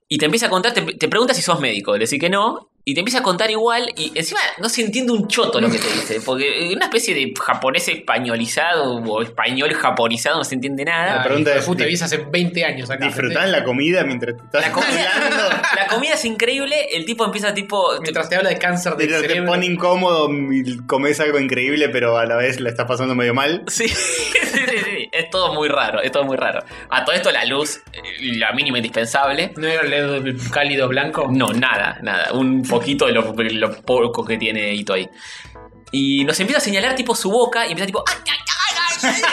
Speaker 4: Y te empieza a contar, te, te pregunta si sos médico, le decís que no, y te empieza a contar igual, y encima no se entiende un choto lo que te dice, porque es una especie de japonés españolizado o español japonizado, no se entiende nada.
Speaker 2: La pregunta
Speaker 1: hijo de
Speaker 2: es,
Speaker 1: puta,
Speaker 2: di-
Speaker 1: vivís hace 20 años acá.
Speaker 2: Disfrutás
Speaker 1: gente.
Speaker 2: la comida mientras te estás
Speaker 4: La comida,
Speaker 2: hablando.
Speaker 4: la comida es increíble, el tipo empieza tipo...
Speaker 1: Mientras te habla de cáncer del
Speaker 2: Mientras te
Speaker 1: cerebro.
Speaker 2: pone incómodo, y comes algo increíble, pero a la vez la estás pasando medio mal.
Speaker 4: Sí, sí, sí, sí, es todo muy raro, es todo muy raro. A todo esto la luz, eh, la mínima indispensable.
Speaker 1: ¿No era el LED cálido blanco?
Speaker 4: No, nada, nada. Un poquito de lo, de lo poco que tiene Ito ahí. Y nos empieza a señalar tipo su boca y empieza tipo... "Ay, ay, ay, ay".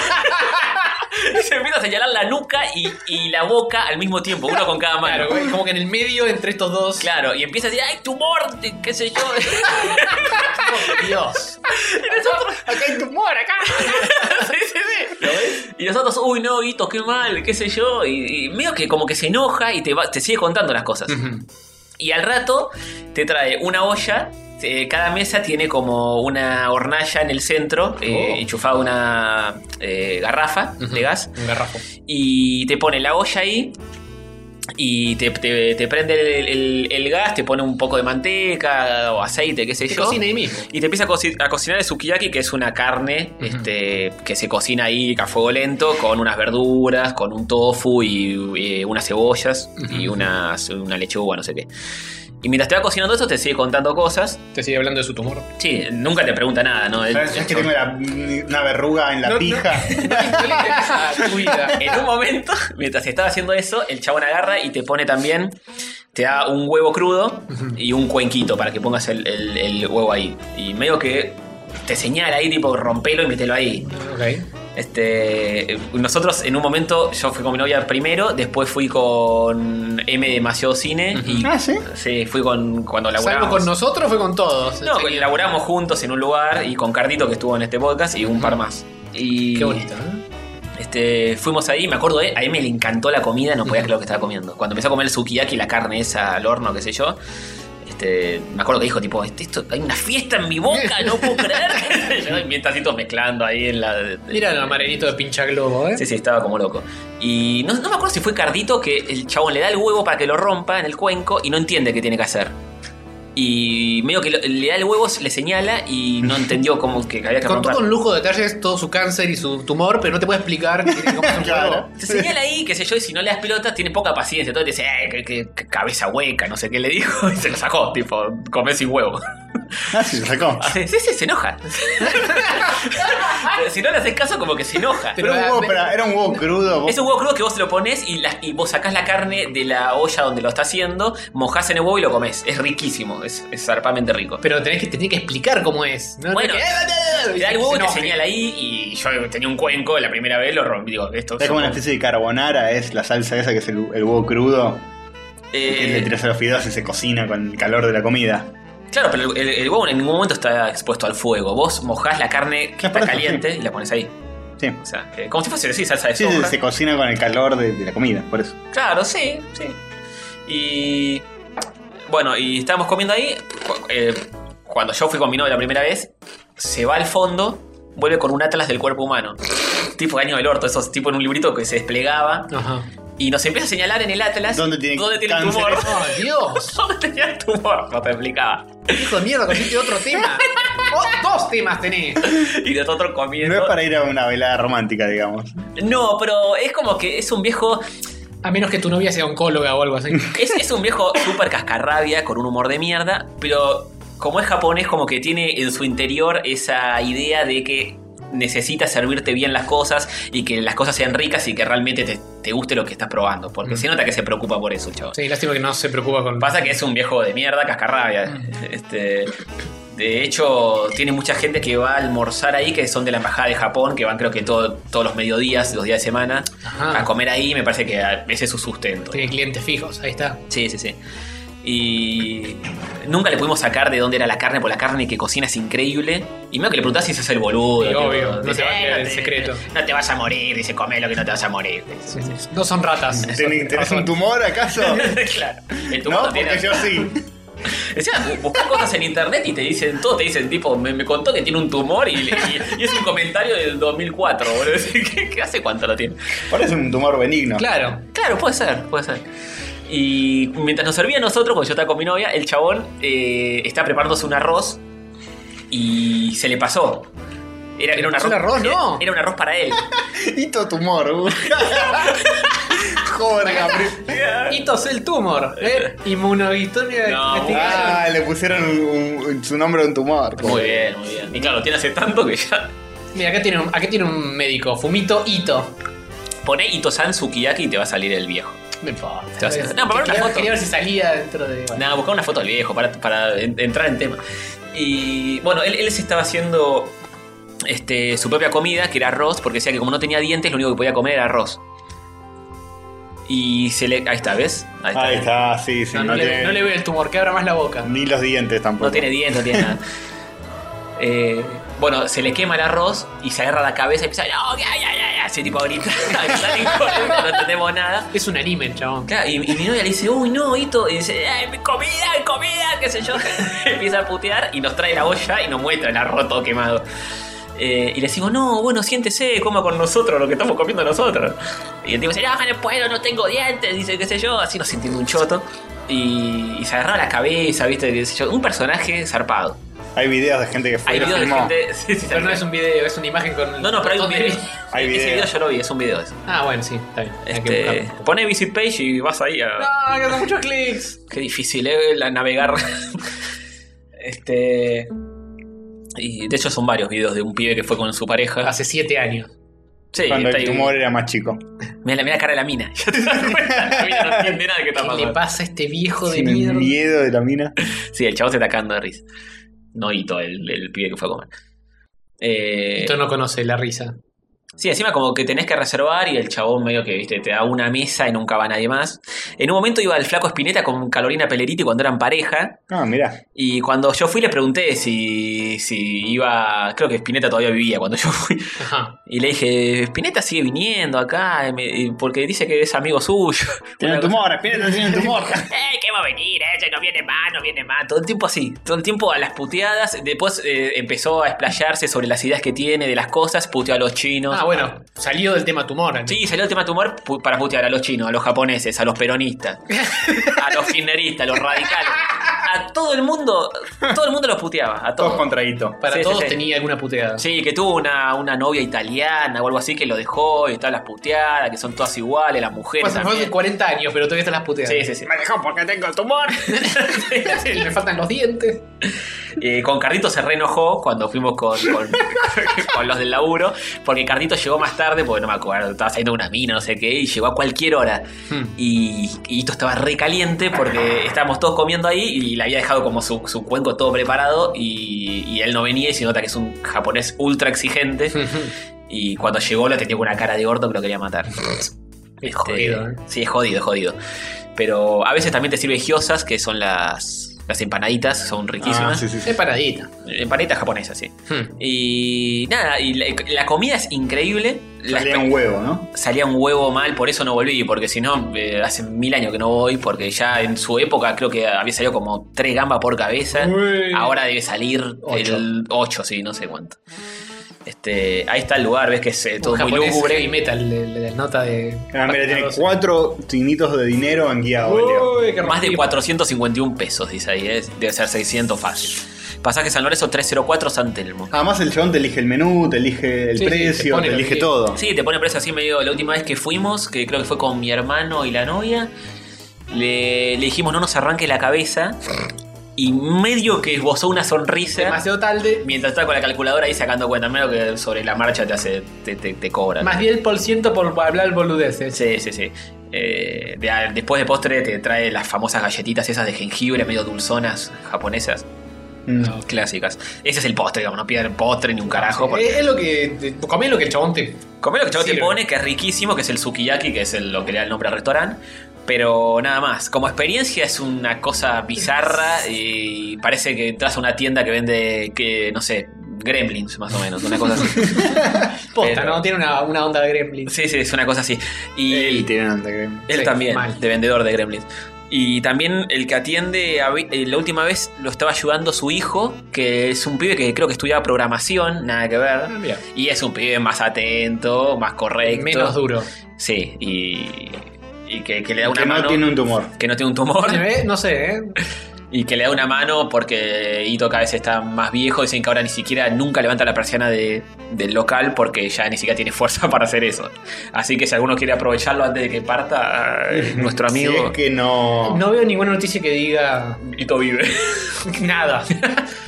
Speaker 4: Y se empieza a señalar la nuca y, y la boca al mismo tiempo, uno con cada mano.
Speaker 1: Claro, güey, como que en el medio entre estos dos.
Speaker 4: Claro, y empieza a decir, ¡ay, tumor! de- ¿Qué sé yo?
Speaker 1: Oh, Dios.
Speaker 4: Y nosotros,
Speaker 2: Acá hay tumor, acá.
Speaker 4: sí, sí, sí. Y nosotros, uy, no, Guito, qué mal, qué sé yo. Y, y medio que como que se enoja y te, va- te sigue contando las cosas. Y al rato te trae una olla. eh, cada mesa tiene como una hornalla en el centro,
Speaker 1: Oh.
Speaker 4: eh, enchufada una eh, garrafa de gas.
Speaker 1: Un garrafo.
Speaker 4: Y te pone la olla ahí. Y te, te- te prende el, el- el gas, te pone un poco de manteca o aceite, qué sé
Speaker 1: Te
Speaker 4: yo.
Speaker 1: cocina ahí mismo.
Speaker 4: Y te empieza a, coci- a cocinar el sukiyaki, que es una carne
Speaker 1: Ujú.
Speaker 4: este, que se cocina ahí a fuego lento, con unas verduras, con un tofu y eh, unas cebollas y unas, una lechuga, no sé qué. Y mientras te va cocinando eso, te sigue contando cosas.
Speaker 1: Te sigue hablando de su tumor.
Speaker 4: Sí, nunca te pregunta nada, ¿no? El-
Speaker 2: ¿Sabes que tengo la- una verruga en la
Speaker 1: No, no.
Speaker 2: pija?
Speaker 1: Ah, tu vida.
Speaker 4: En un momento, mientras estaba haciendo eso, el chabón agarra y te pone también, te da un huevo crudo y un cuenquito para que pongas el, el- el huevo ahí. Y medio que te señala ahí, tipo, rompelo y mételo ahí.
Speaker 1: Ok.
Speaker 4: Este, nosotros en un momento, yo fui con mi novia primero, después fui con M de Demasiado Cine y
Speaker 2: Ah, ¿sí?
Speaker 4: sí, fui con cuando
Speaker 1: ¿Salvo
Speaker 4: laburamos.
Speaker 1: con nosotros fue con todos?
Speaker 4: no, con- laburamos juntos en un lugar y con Cardito que estuvo en este podcast y un par más. Y
Speaker 1: Qué bonito, ¿eh?
Speaker 4: Este, fuimos ahí, me acuerdo, eh, a M le encantó la comida, no podía creer lo que estaba comiendo. Cuando empezó a comer el sukiyaki, la carne esa al horno, qué sé yo. Este, me acuerdo que dijo, tipo, "Este, esto, hay una fiesta en mi boca, no puedo creer. Yo, Mientras y todos mezclando ahí en la.
Speaker 1: Mira el amarelito de pincha globo, ¿eh?
Speaker 4: Sí, sí, estaba como loco. Y no, no me acuerdo si fue Cardito que el chabón le da el huevo para que lo rompa en el cuenco y no entiende qué tiene que hacer. Y medio que lo- le da el huevo, le señala y no entendió cómo que había que
Speaker 1: Contó
Speaker 4: romper.
Speaker 1: con lujo de detalles todo su cáncer y su tumor, pero no te puede explicar que tiene que comerse un
Speaker 2: Claro.
Speaker 1: huevo.
Speaker 4: Te señala ahí, qué sé yo, y si no le das pelotas, tiene poca paciencia. Entonces te dice, "Eh, qué- qué- qué cabeza hueca, no sé qué le dijo. Y se lo sacó, tipo, comé sin huevo.
Speaker 2: Ah, sí, lo sacó.
Speaker 4: Sí, sí, sí, se enoja. Pero si no le haces caso, como que se enoja.
Speaker 2: Pero era un huevo, pero era un huevo crudo. vos-
Speaker 4: Es un huevo crudo que vos te lo pones y, la- y vos sacás la carne de la olla donde lo está haciendo, mojás en el huevo y lo comés. Es riquísimo, es, es zarpamente rico.
Speaker 1: Pero tenés que, te tiene que explicar cómo es. ¿no?
Speaker 4: Bueno,
Speaker 1: Que-
Speaker 4: Te da
Speaker 1: que
Speaker 4: el huevo
Speaker 1: se
Speaker 4: y te
Speaker 1: enoje.
Speaker 4: señala ahí y yo tenía un cuenco la primera vez, lo rompí. Digo, esto
Speaker 2: Es como una
Speaker 4: eh,
Speaker 2: especie de carbonara, es la salsa esa que es el, el huevo crudo. Que
Speaker 4: Eh,
Speaker 2: le tiras a los fideos y se cocina con el calor de la comida.
Speaker 4: Claro, pero el, el- el huevo en ningún momento está expuesto al fuego. Vos mojás la carne que
Speaker 2: Claro,
Speaker 4: está
Speaker 2: por eso,
Speaker 4: caliente y la pones ahí.
Speaker 2: Sí.
Speaker 4: O sea, que- como si fuese sí, salsa de
Speaker 2: Sí,
Speaker 4: soja.
Speaker 2: sí, se cocina con el calor de, de la comida, por eso.
Speaker 4: Claro, sí, sí. Y. Bueno, y estábamos comiendo ahí. cu- eh, cuando yo fui con mi novia la primera vez, se va al fondo, vuelve con un atlas del cuerpo humano. tipo Año del Orto, esos tipo en un librito que se desplegaba.
Speaker 1: Ajá.
Speaker 4: Y nos empieza a señalar en el atlas.
Speaker 2: ¿Dónde tiene
Speaker 4: el
Speaker 2: cáncer?
Speaker 4: tumor?
Speaker 1: Oh, Dios,
Speaker 4: ¿Dónde tenía el tumor? No te explicaba.
Speaker 1: hijo de mierda, cogiste otro tema. Oh, dos temas tenés.
Speaker 4: Y nosotros
Speaker 2: No
Speaker 4: comiendo.
Speaker 2: es para ir a una velada romántica, digamos.
Speaker 4: No, pero es como que es un viejo.
Speaker 1: A menos que tu novia sea oncóloga o algo así.
Speaker 4: Es, es un viejo súper cascarrabia, con un humor de mierda, pero como es japonés, como que tiene en su interior esa idea de que necesita servirte bien las cosas y que las cosas sean ricas y que realmente te, te guste lo que estás probando. Porque
Speaker 1: Mm.
Speaker 4: se nota que se preocupa por eso, chavos.
Speaker 1: Sí, lástima que no se preocupa con.
Speaker 4: Pasa que es un viejo de mierda, cascarrabia.
Speaker 1: Mm.
Speaker 4: Este. De hecho, tiene mucha gente que va a almorzar ahí, que son de la Embajada de Japón, que van creo que todo- todos los mediodías, los días de semana,
Speaker 1: Ajá.
Speaker 4: a comer ahí. Me parece que ese es su sustento.
Speaker 1: Tiene clientes fijos, ahí está.
Speaker 4: Sí, sí, sí. Y nunca le pudimos sacar de dónde era la carne, porque la carne que cocina es increíble. Y medio que le preguntás si sos el boludo.
Speaker 1: Y
Speaker 4: tipo,
Speaker 1: obvio, no te
Speaker 4: dice,
Speaker 1: va a
Speaker 4: "Eh,
Speaker 1: quedar
Speaker 4: no
Speaker 1: el
Speaker 4: te-
Speaker 1: secreto".
Speaker 4: No te vas a morir, dice, comelo que no te vas a morir. Sí, sí,
Speaker 1: No son ratas.
Speaker 2: ¿Tenés, tenés un tumor acaso?
Speaker 4: sí. claro. En tu
Speaker 2: No,
Speaker 4: mundo
Speaker 2: porque
Speaker 4: tiene-
Speaker 2: yo sí.
Speaker 4: Encima, bu- buscás cosas en internet y te dicen, todo te dicen, tipo, me, me contó que tiene un tumor y, le- y- y es un comentario del 2004, boludo. ¿Qué, qué hace cuánto lo tiene?
Speaker 2: Parece un tumor benigno.
Speaker 1: Claro.
Speaker 4: Claro, puede ser, puede ser. Y mientras nos servía a nosotros, cuando yo estaba con mi novia, el chabón eh, está preparándose un arroz y se le pasó. Era, era un
Speaker 1: pasó el
Speaker 4: arroz.
Speaker 1: arroz, no?
Speaker 4: Era, era un arroz para él.
Speaker 2: Hito tumor. uh. Jorga.
Speaker 1: Hitos el tumor. ¿eh? Inmunohistoria.
Speaker 4: No,
Speaker 1: investigada.
Speaker 2: Ah, le pusieron un- un- su nombre a un tumor.
Speaker 4: muy bien, muy bien. Y claro, tiene hace tanto que ya.
Speaker 1: Mira, acá tiene, un, acá tiene un médico. Fumito Hito.
Speaker 4: Pone Ito-san Sukiyaki y te va a salir el viejo.
Speaker 1: No importa.
Speaker 4: Te vas a-
Speaker 1: Es-
Speaker 4: No, pero una
Speaker 1: quería,
Speaker 4: foto.
Speaker 1: quería ver si salía dentro de. bueno.
Speaker 4: Nada, buscaba una foto del viejo para, para en- entrar en tema. Y bueno, él, él se estaba haciendo este, su propia comida, que era arroz, porque decía que como no tenía dientes, lo único que podía comer era arroz. Y se le. Ahí está, ¿ves? Ahí está.
Speaker 2: Ahí está, sí, sí.
Speaker 1: No,
Speaker 2: No,
Speaker 1: no le,
Speaker 2: tiene
Speaker 1: no le veo el tumor, que abra más la boca.
Speaker 2: ni los dientes tampoco.
Speaker 4: No tiene dientes, no tiene nada. Eh, bueno, se le quema el arroz y se agarra la cabeza y empieza "No, ya, ya, ya, ya", Así tipo a gritar, a gritar incoherente, no entendemos nada.
Speaker 1: Es un anime, chabón.
Speaker 4: Claro, y, y mi novia le dice, uy, no, Ito. Y dice, "Ay, mi comida, mi comida, qué sé yo. Empieza a putear y nos trae la olla y nos muestra el arroz todo quemado. Eh, y le decimos, no, bueno, siéntese, coma con nosotros lo que estamos comiendo nosotros. Y el tipo dice, no, no puedo, no tengo dientes, dice, qué sé yo. Así nos entiende un choto. Y, y se agarraba la cabeza, viste, qué sé yo. Un personaje zarpado.
Speaker 2: Hay videos de gente que fue
Speaker 4: Hay
Speaker 2: y lo
Speaker 4: videos de
Speaker 2: filmó.
Speaker 4: gente... sí, sí,
Speaker 1: Pero no es un video, es una imagen con.
Speaker 4: no, no, pero hay un
Speaker 1: con-
Speaker 4: video.
Speaker 2: Hay
Speaker 4: Ese
Speaker 2: video.
Speaker 4: video yo lo vi, es un video ese.
Speaker 1: Ah, bueno, sí, está bien. Hay que
Speaker 4: Este,
Speaker 1: buscarlo.
Speaker 4: pone visit page y vas ahí a...
Speaker 1: Ah, que son muchos clics.
Speaker 4: Qué difícil, ¿eh? La navegar. este. Y de hecho son varios videos de un pibe que fue con su pareja.
Speaker 1: Hace siete años.
Speaker 4: Sí,
Speaker 2: Cuando
Speaker 4: está
Speaker 2: el
Speaker 4: ahí.
Speaker 2: tumor era más chico.
Speaker 4: Mirá la, mirá la cara de la mina. Ya te das cuenta, la mina no entiende nada de qué está
Speaker 1: ¿Qué
Speaker 4: ¿eh?
Speaker 1: le
Speaker 4: pasando.
Speaker 1: pasa a este viejo de
Speaker 2: Sin el
Speaker 1: mierda?
Speaker 2: miedo de la mina.
Speaker 4: Sí, el chavo se está cagando de risa. No hito el, el pibe que fue a comer. Eh,
Speaker 1: Esto no conoce la risa.
Speaker 4: Sí, encima como que tenés que reservar y el chabón medio que viste te da una mesa y nunca va nadie más. En un momento iba el flaco Espineta con Carolina Peleriti cuando eran pareja.
Speaker 2: Ah, mirá.
Speaker 4: Y cuando yo fui le pregunté si, si iba, creo que Spinetta todavía vivía cuando yo fui.
Speaker 1: Ajá.
Speaker 4: Y le dije, Spinetta sigue viniendo acá y me- y porque dice que es amigo suyo.
Speaker 2: Tiene un
Speaker 4: Una cosa-
Speaker 2: tumor, espérate, tiene un tumor.
Speaker 4: ¡Eh, que va a venir! ¡Eh, no viene más, no viene más! Todo el tiempo así, todo el tiempo a las puteadas. Después eh, empezó a explayarse sobre las ideas que tiene, de las cosas, puteó a los chinos.
Speaker 1: Ah, bueno, salió del tema tumor. al
Speaker 4: Sí, salió el tema tumor pu- para putear a los chinos, a los japoneses, a los peronistas, a los kirchneristas, a los radicales. A todo el mundo, todo el mundo los puteaba,
Speaker 2: Todos
Speaker 4: a todos.
Speaker 2: contraguitos.
Speaker 1: Para
Speaker 4: Sí, sí,
Speaker 1: todos
Speaker 4: sí.
Speaker 1: tenía alguna puteada.
Speaker 4: Sí, que tuvo una, una novia italiana o algo así que lo dejó y estaban las puteadas, que son todas iguales, las mujeres.
Speaker 1: Pasan más
Speaker 4: también.
Speaker 1: Pues, de 40 años, pero todavía están las puteadas.
Speaker 4: Sí, sí, sí.
Speaker 2: dejó porque tengo tumor.
Speaker 1: Me faltan los dientes.
Speaker 4: Eh, con Cardito se reenojó cuando fuimos con, con, con los del laburo, porque Cardito llegó más tarde, porque no me acuerdo, estaba saliendo de una mina, no sé qué, y llegó a cualquier hora. Y, y esto estaba re caliente porque estábamos todos comiendo ahí y le había dejado como su, su cuenco todo preparado y, y él no venía y se nota que es un japonés ultra exigente.
Speaker 1: Hmm.
Speaker 4: Y cuando llegó lo tenía con una cara de gordo que lo quería matar. Este,
Speaker 1: jodido, ¿eh?
Speaker 4: Sí, es jodido, es jodido. Pero a veces también te sirve giosas, que son las, las empanaditas, son riquísimas.
Speaker 2: Ah, sí, sí, sí.
Speaker 1: Es paradita.
Speaker 4: Empanaditas japonesas, sí.
Speaker 1: Hmm.
Speaker 4: Y nada, y la, la comida es increíble. La
Speaker 2: Salía
Speaker 4: espe-
Speaker 2: un huevo, ¿no?
Speaker 4: salía un huevo mal, por eso no volví, porque si no, eh, hace mil años que no voy, porque ya en su época creo que había salido como tres gambas por cabeza.
Speaker 1: Uy.
Speaker 4: Ahora debe salir
Speaker 1: Ocho.
Speaker 4: el 8, sí, no sé cuánto. Este, ahí está el lugar, ves que es eh, todo
Speaker 1: Un
Speaker 4: muy
Speaker 1: japonés
Speaker 4: lúgubre.
Speaker 1: heavy metal de, de la nota de.
Speaker 2: Ah, mira, tiene
Speaker 1: Doce.
Speaker 2: cuatro tinitos de dinero banqueado, Leo.
Speaker 1: Uy, qué
Speaker 4: Más de
Speaker 1: rompido.
Speaker 4: 451 pesos, dice ahí, eh, debe ser 600 fácil. Pasaje San Lorenzo 304 San Telmo.
Speaker 2: Además el chabón te elige el menú, te elige el
Speaker 1: Sí, sí, te
Speaker 2: precio,
Speaker 1: pone
Speaker 2: te
Speaker 1: lo que
Speaker 2: elige
Speaker 1: quiere.
Speaker 2: todo.
Speaker 4: Sí, te pone preso así medio la última vez que fuimos, que creo que fue con mi hermano y la novia. Le, le dijimos no nos arranque la cabeza. Y medio que esbozó una sonrisa.
Speaker 1: Demasiado tarde.
Speaker 4: Mientras estaba con la calculadora ahí sacando cuenta, medio que sobre la marcha te hace. te, te, te cobran.
Speaker 1: Más 10% por hablar boludeces.
Speaker 4: Sí, sí, sí. Eh, de- después de postre te trae las famosas galletitas esas de jengibre, medio dulzonas, japonesas,
Speaker 2: No.
Speaker 4: clásicas. Ese es el postre, digamos, no pierden postre ni un carajo. porque-
Speaker 1: Es, es lo que. te- comés lo que el chabón te.
Speaker 4: Comé lo que el chabón te
Speaker 1: Sirve.
Speaker 4: pone, que es riquísimo, que es el sukiyaki, que es el- lo que le da el nombre al restaurante. Pero nada más, como experiencia es una cosa bizarra y parece que entras a una tienda que vende, que no sé, gremlins más o menos, una cosa así.
Speaker 1: Posta,
Speaker 4: Pero-
Speaker 1: ¿no? Tiene una, una onda de Gremlin.
Speaker 4: Sí, sí, es una cosa así. Y
Speaker 2: Él tiene un gremlin.
Speaker 4: Él
Speaker 1: Sí,
Speaker 4: también,
Speaker 1: mal.
Speaker 4: de vendedor de Gremlins. Y también el que atiende, a vi- eh, la última vez lo estaba ayudando su hijo, que es un pibe que creo que estudiaba programación, nada que ver.
Speaker 1: Bien.
Speaker 4: Y es un pibe más atento, más correcto.
Speaker 1: Menos duro.
Speaker 4: Sí, y, y que, que le da una
Speaker 2: Que no
Speaker 4: mano.
Speaker 2: tiene un tumor.
Speaker 4: Que no tiene un tumor.
Speaker 1: Eh, No sé, ¿eh?
Speaker 4: Y que le da una mano porque Ito cada vez está más viejo. Dicen que ahora ni siquiera nunca levanta la persiana de- del local porque ya ni siquiera tiene fuerza para hacer eso. Así que si alguno quiere aprovecharlo antes de que parta, eh, nuestro amigo.
Speaker 2: Si es que no.
Speaker 1: No veo ninguna noticia que diga
Speaker 4: Ito vive.
Speaker 1: nada.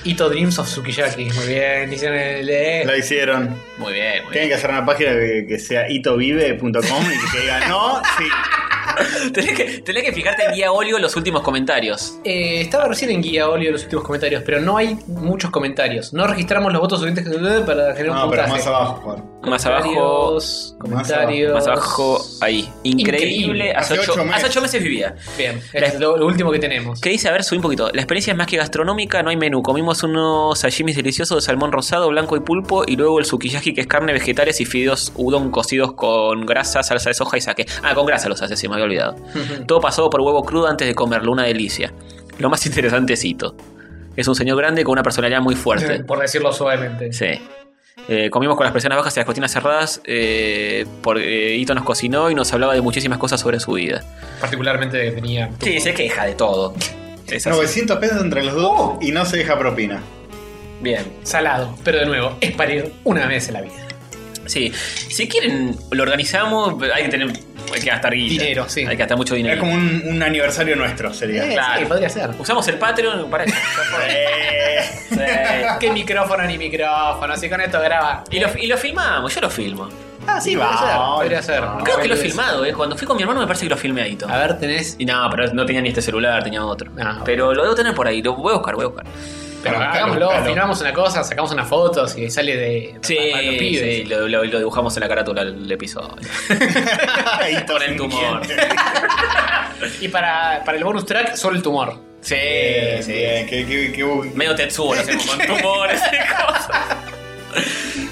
Speaker 1: Ito Dreams of Tsukiyaki. Muy bien, dicen el. eh,
Speaker 2: La hicieron.
Speaker 4: Muy bien, muy
Speaker 2: Tienen que hacer una página que, que sea itovive.com y que diga no, sí.
Speaker 4: bien. Tenés que, tenés que fijarte en Guía Olio los últimos comentarios.
Speaker 1: Eh, estaba recién en guía Olio en los últimos comentarios, pero no hay muchos comentarios. No registramos los votos suficientes que- para generar un
Speaker 2: No, pero
Speaker 1: puntaje.
Speaker 2: más abajo, por.
Speaker 4: Más abajo.
Speaker 1: Comentarios, comentarios.
Speaker 4: Más abajo, ahí. Increíble.
Speaker 1: Increíble.
Speaker 4: Hace,
Speaker 2: Hace
Speaker 4: ocho,
Speaker 2: ocho meses.
Speaker 4: hace ocho meses vivía.
Speaker 1: Bien, este es lo, lo último que tenemos.
Speaker 4: ¿Qué dice? A ver, subí un poquito. La experiencia es más que gastronómica, no hay menú. Comimos unos sashimis deliciosos de salmón rosado, blanco y pulpo, y luego el sukiyaki, que es carne, vegetales y fideos udon cocidos con grasa, salsa de soja y saque. Ah, con grasa los hace, se me había olvidado. Todo pasado por huevo crudo antes de comerlo, una delicia. Lo más interesantecito. Es un señor grande con una personalidad muy fuerte.
Speaker 1: Por decirlo suavemente.
Speaker 4: Sí. Eh, comimos con las personas bajas y las cocinas cerradas. eh, porque Ito nos cocinó y nos hablaba de muchísimas cosas sobre su vida.
Speaker 1: Particularmente que tenía.
Speaker 4: Sí, se queja de todo. Es así.
Speaker 2: 900 pesos entre los dos y no se deja propina.
Speaker 4: Bien.
Speaker 1: Salado, pero de nuevo, es parir una vez en la vida.
Speaker 4: Sí. Si quieren, lo organizamos. pero Hay que tener. Hay que gastar guita.
Speaker 1: Dinero, sí.
Speaker 4: Hay que gastar mucho
Speaker 2: Es
Speaker 4: dinero.
Speaker 2: como un, un aniversario nuestro, sería.
Speaker 4: Claro.
Speaker 1: Sí, podría ser.
Speaker 4: Usamos el Patreon para eso.
Speaker 2: Eh,
Speaker 4: Sí.
Speaker 1: ¿Qué micrófono ni micrófono? Si con esto graba.
Speaker 4: Y lo, y lo filmamos, yo lo filmo.
Speaker 1: Ah, sí,
Speaker 2: Y
Speaker 1: podría
Speaker 2: va,
Speaker 1: ser.
Speaker 2: hoy.
Speaker 1: Podría ser.
Speaker 4: Creo que lo he
Speaker 1: Sí.
Speaker 4: filmado, eh. Cuando fui con mi hermano me parece que lo filmé a Ito.
Speaker 1: A ver, tenés.
Speaker 4: Y no, pero no tenía ni este celular, tenía otro.
Speaker 1: Ah,
Speaker 4: pero lo debo tener por ahí, lo voy a buscar, voy a buscar.
Speaker 1: Pero hagámoslo, filmamos una cosa, sacamos unas fotos y sale de.
Speaker 4: Sí,
Speaker 1: para- para los pibes.
Speaker 4: sí, lo, lo- lo dibujamos en la carátula del episodio.
Speaker 2: y
Speaker 4: Con el tumor.
Speaker 1: Y para, para el bonus track, solo el tumor.
Speaker 4: Sí,
Speaker 2: Bien,
Speaker 4: sí.
Speaker 2: bien, qué- qué- qué-
Speaker 4: Medio Tetsuo lo hacemos con tumores y cosas.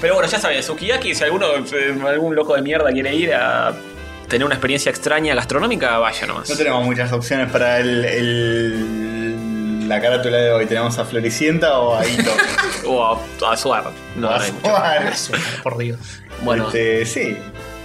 Speaker 4: Pero bueno, ya sabes, Sukiyaki, si alguno, eh, algún loco de mierda quiere ir a tener una experiencia extraña gastronómica, vaya nomás.
Speaker 2: No tenemos muchas opciones para el, el- la carátula de hoy. Tenemos a Floricienta o a Ito.
Speaker 4: O a, a Suar. No, no hay mucho.
Speaker 2: Bueno,
Speaker 1: Por Dios.
Speaker 4: Bueno,
Speaker 2: este, sí. Eh,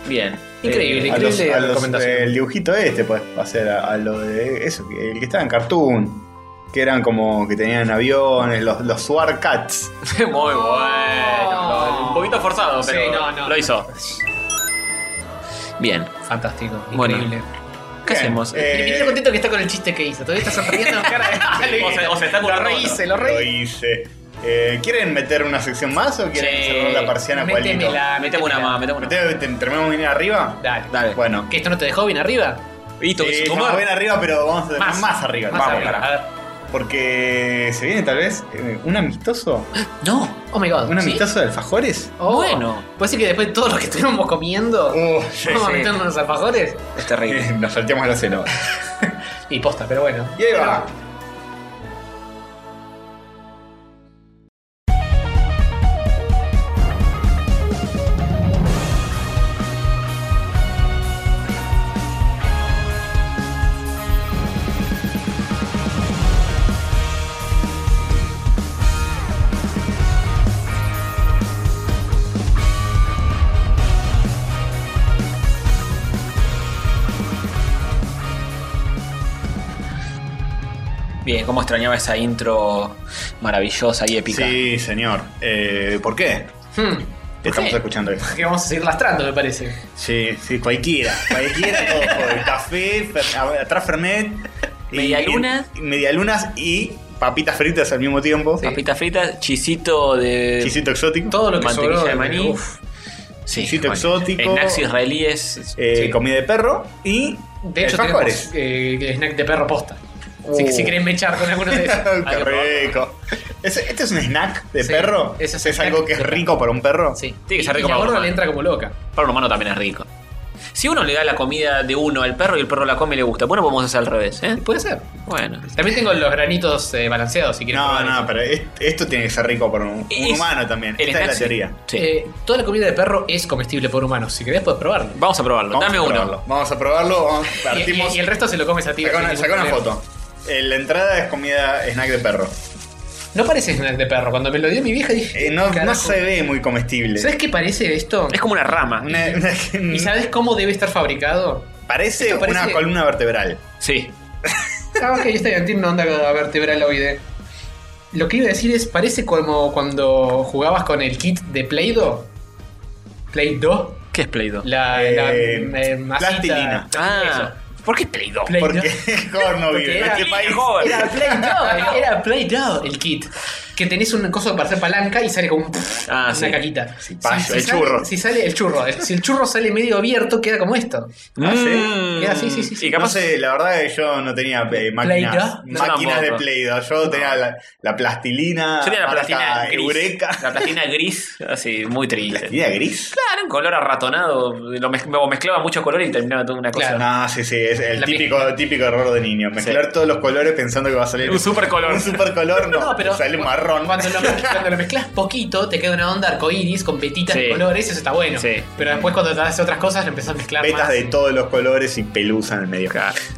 Speaker 4: bien.
Speaker 1: Increíble.
Speaker 2: A los- a los-
Speaker 1: recomendación.
Speaker 2: el dibujito este puedes hacer a, a lo de eso, que- el que estaba en Cartoon. Que eran como que tenían aviones, los, los Swar Cats.
Speaker 4: Eh, muy bueno. lo- un poquito forzado,
Speaker 1: Oh. Sí,
Speaker 4: pero
Speaker 1: no, no.
Speaker 4: lo hizo. Bien.
Speaker 1: Fantástico.
Speaker 4: Bueno.
Speaker 1: Increíble.
Speaker 4: ¿Qué
Speaker 2: Bien,
Speaker 4: hacemos?
Speaker 2: eh,
Speaker 1: Y me estoy contento que está con el chiste que hizo. Todavía está sonriendo en cara de. Ah, lo
Speaker 4: O
Speaker 1: hice.
Speaker 4: se- o se está
Speaker 1: lo
Speaker 4: currando.
Speaker 1: rehice, lo
Speaker 2: Lo
Speaker 1: rehice.
Speaker 2: hice. Eh, ¿Quieren meter una sección más o quieren
Speaker 4: Sí,
Speaker 2: cerrar la persiana cualito?
Speaker 1: Métemela,
Speaker 4: Ah, metemos una
Speaker 1: métemela.
Speaker 4: más, metemos una más.
Speaker 2: ¿Te- te- ¿Terminamos bien arriba?
Speaker 1: Dale.
Speaker 4: Dale.
Speaker 2: Bueno.
Speaker 1: ¿Que esto no te dejó bien arriba?
Speaker 4: Vito,
Speaker 2: Sí,
Speaker 4: que su
Speaker 2: estamos
Speaker 4: tumor.
Speaker 2: bien arriba, pero vamos a terminar más, arriba.
Speaker 1: Más
Speaker 2: vamos,
Speaker 1: arriba.
Speaker 2: carajo.
Speaker 1: A ver.
Speaker 2: Porque se viene tal vez eh, un amistoso.
Speaker 4: No.
Speaker 1: Oh my god.
Speaker 2: ¿Un
Speaker 1: ¿sí?
Speaker 2: amistoso de alfajores?
Speaker 1: Oh,
Speaker 4: Bueno.
Speaker 1: Puede ser que después de todo lo que estuvimos comiendo,
Speaker 2: Uh, sí,
Speaker 1: vamos a
Speaker 4: sí.
Speaker 1: meternos en los alfajores.
Speaker 4: Es terrible.
Speaker 2: Eh, Nos salteamos la cena.
Speaker 1: Y posta, pero bueno.
Speaker 2: Y ahí va.
Speaker 4: Bien, cómo extrañaba esa intro maravillosa y épica.
Speaker 2: Sí, señor. Eh, ¿Por qué?
Speaker 1: Hmm,
Speaker 2: Estamos escuchando eso.
Speaker 1: que vamos a seguir lastrando, me parece.
Speaker 2: Sí, sí, cualquiera. Cualquiera, todo. joder. Café, fer- a- atrás Fernet. y-
Speaker 4: Medialunas.
Speaker 2: y- Medialunas y papitas fritas al mismo tiempo.
Speaker 4: Sí. Papitas fritas, chisito de
Speaker 2: Chisito exótico.
Speaker 1: Todo lo que
Speaker 4: mantequilla
Speaker 1: sobró
Speaker 4: de maní.
Speaker 1: uf,
Speaker 4: Sí,
Speaker 2: Chisito exótico.
Speaker 4: En Naxi israelíes.
Speaker 2: Eh,
Speaker 1: Sí.
Speaker 2: Comida de perro y.
Speaker 1: de hecho,
Speaker 2: alfajores.
Speaker 1: tenemos eh, snack de perro posta. Así que
Speaker 2: Uh.
Speaker 1: si quieren mechar con alguno de esos.
Speaker 2: Qué rico. Ese- ¿Este es un snack de
Speaker 1: Sí,
Speaker 2: perro?
Speaker 1: ese es
Speaker 2: ¿Es
Speaker 1: un snack
Speaker 2: algo que es
Speaker 1: de perro.
Speaker 2: rico para un perro?
Speaker 1: Sí.
Speaker 4: Tiene que
Speaker 1: Y-
Speaker 4: ser rico
Speaker 1: y la
Speaker 4: para ¿eh?
Speaker 1: gorda
Speaker 4: gorda.
Speaker 1: le entra como loca.
Speaker 4: Para un humano también es rico. Si uno le da la comida de uno al perro y el perro la come y le gusta, bueno, podemos hacer al revés, ¿eh?
Speaker 1: Puede ser.
Speaker 4: Bueno.
Speaker 1: También tengo los granitos eh, balanceados, si quieres.
Speaker 2: No,
Speaker 1: probar
Speaker 2: no,
Speaker 1: eso.
Speaker 2: pero es- esto tiene que ser rico por un, un
Speaker 4: Es-
Speaker 2: humano también.
Speaker 4: el
Speaker 2: Esta es la
Speaker 4: snack, sí.
Speaker 2: teoría.
Speaker 4: Sí.
Speaker 1: Eh, toda la comida de perro es comestible por humanos. Si querés, puedes probarlo.
Speaker 4: Vamos a probarlo.
Speaker 2: Vamos
Speaker 4: Dame
Speaker 2: a
Speaker 4: uno.
Speaker 2: probarlo. Vamos a probarlo. Vamos,
Speaker 1: Y, y-
Speaker 2: partimos.
Speaker 1: y el resto se lo comes a ti.
Speaker 2: Saca
Speaker 1: sin
Speaker 2: una,
Speaker 1: ningún
Speaker 2: saca una
Speaker 1: problema.
Speaker 2: foto. Eh, La entrada es comida snack de perro.
Speaker 1: No parece snack de perro. Cuando me lo dio mi vieja dije.
Speaker 2: Eh, no, no
Speaker 1: "Carajo".
Speaker 2: se ve muy comestible.
Speaker 1: ¿Sabes qué parece esto?
Speaker 4: Es como una rama.
Speaker 2: Una- una-
Speaker 1: ¿Y sabes cómo debe estar fabricado?
Speaker 2: parece,
Speaker 1: esto parece-
Speaker 2: una columna vertebral.
Speaker 4: Sí.
Speaker 1: Ah, ok, yo estoy en tiene una onda vertebral oide. Lo que iba a decir es, parece como cuando jugabas con el kit de Play-Doh. Play-Doh.
Speaker 4: ¿Qué es Play-Doh?
Speaker 1: La,
Speaker 2: Eh,
Speaker 1: la, eh, masita.
Speaker 2: plastilina.
Speaker 4: Ah,
Speaker 1: Eso.
Speaker 4: ¿por qué es Play-Doh?
Speaker 1: Play-Doh.
Speaker 2: Porque Jorge no vive
Speaker 1: Porque
Speaker 2: en
Speaker 1: era-
Speaker 2: este país.
Speaker 4: Joder.
Speaker 1: Era Play-Doh, era Play-Doh el kit. Que tenés un coso para hacer palanca y sale como un-
Speaker 4: Ah,
Speaker 1: una
Speaker 4: sí.
Speaker 1: caquita.
Speaker 2: payo, el
Speaker 1: sale,
Speaker 2: churro.
Speaker 1: Si sale el churro. eh. Si el churro sale medio abierto, queda como esto.
Speaker 2: Ah, ¿sí?
Speaker 4: Mm.
Speaker 1: Queda así, sí, sí, sí.
Speaker 4: Y
Speaker 2: No
Speaker 4: capaz
Speaker 2: sé, la verdad es que yo no tenía eh, máquinas,
Speaker 1: Play-Doh?
Speaker 4: Yo
Speaker 2: máquinas de
Speaker 4: tampoco.
Speaker 2: Play-Doh. Yo tenía la, la plastilina,
Speaker 4: Yo tenía la
Speaker 2: marca
Speaker 4: platina gris.
Speaker 2: Eureka.
Speaker 4: La platina gris, así, muy triste.
Speaker 2: ¿Plastilina gris?
Speaker 4: Claro, un color arratonado. Lo mez- o mezclaba muchos colores y terminaba toda una cosa.
Speaker 1: Claro.
Speaker 2: No, sí, sí, es el
Speaker 1: La
Speaker 2: típico, típico error de niño. Mezclar todos los colores pensando que va a salir
Speaker 4: Un supercolor.
Speaker 2: Un supercolor, no,
Speaker 1: No, pero
Speaker 2: sale un marrón.
Speaker 1: Cuando lo, cuando lo mezclas poquito, te queda una onda arcoíris con petitas de
Speaker 4: Sí.
Speaker 1: colores, eso está bueno.
Speaker 4: Sí.
Speaker 1: Pero después cuando te haces otras cosas, lo empezás a mezclar
Speaker 2: Vetas
Speaker 1: más.
Speaker 2: de todos los colores y pelusa en el medio.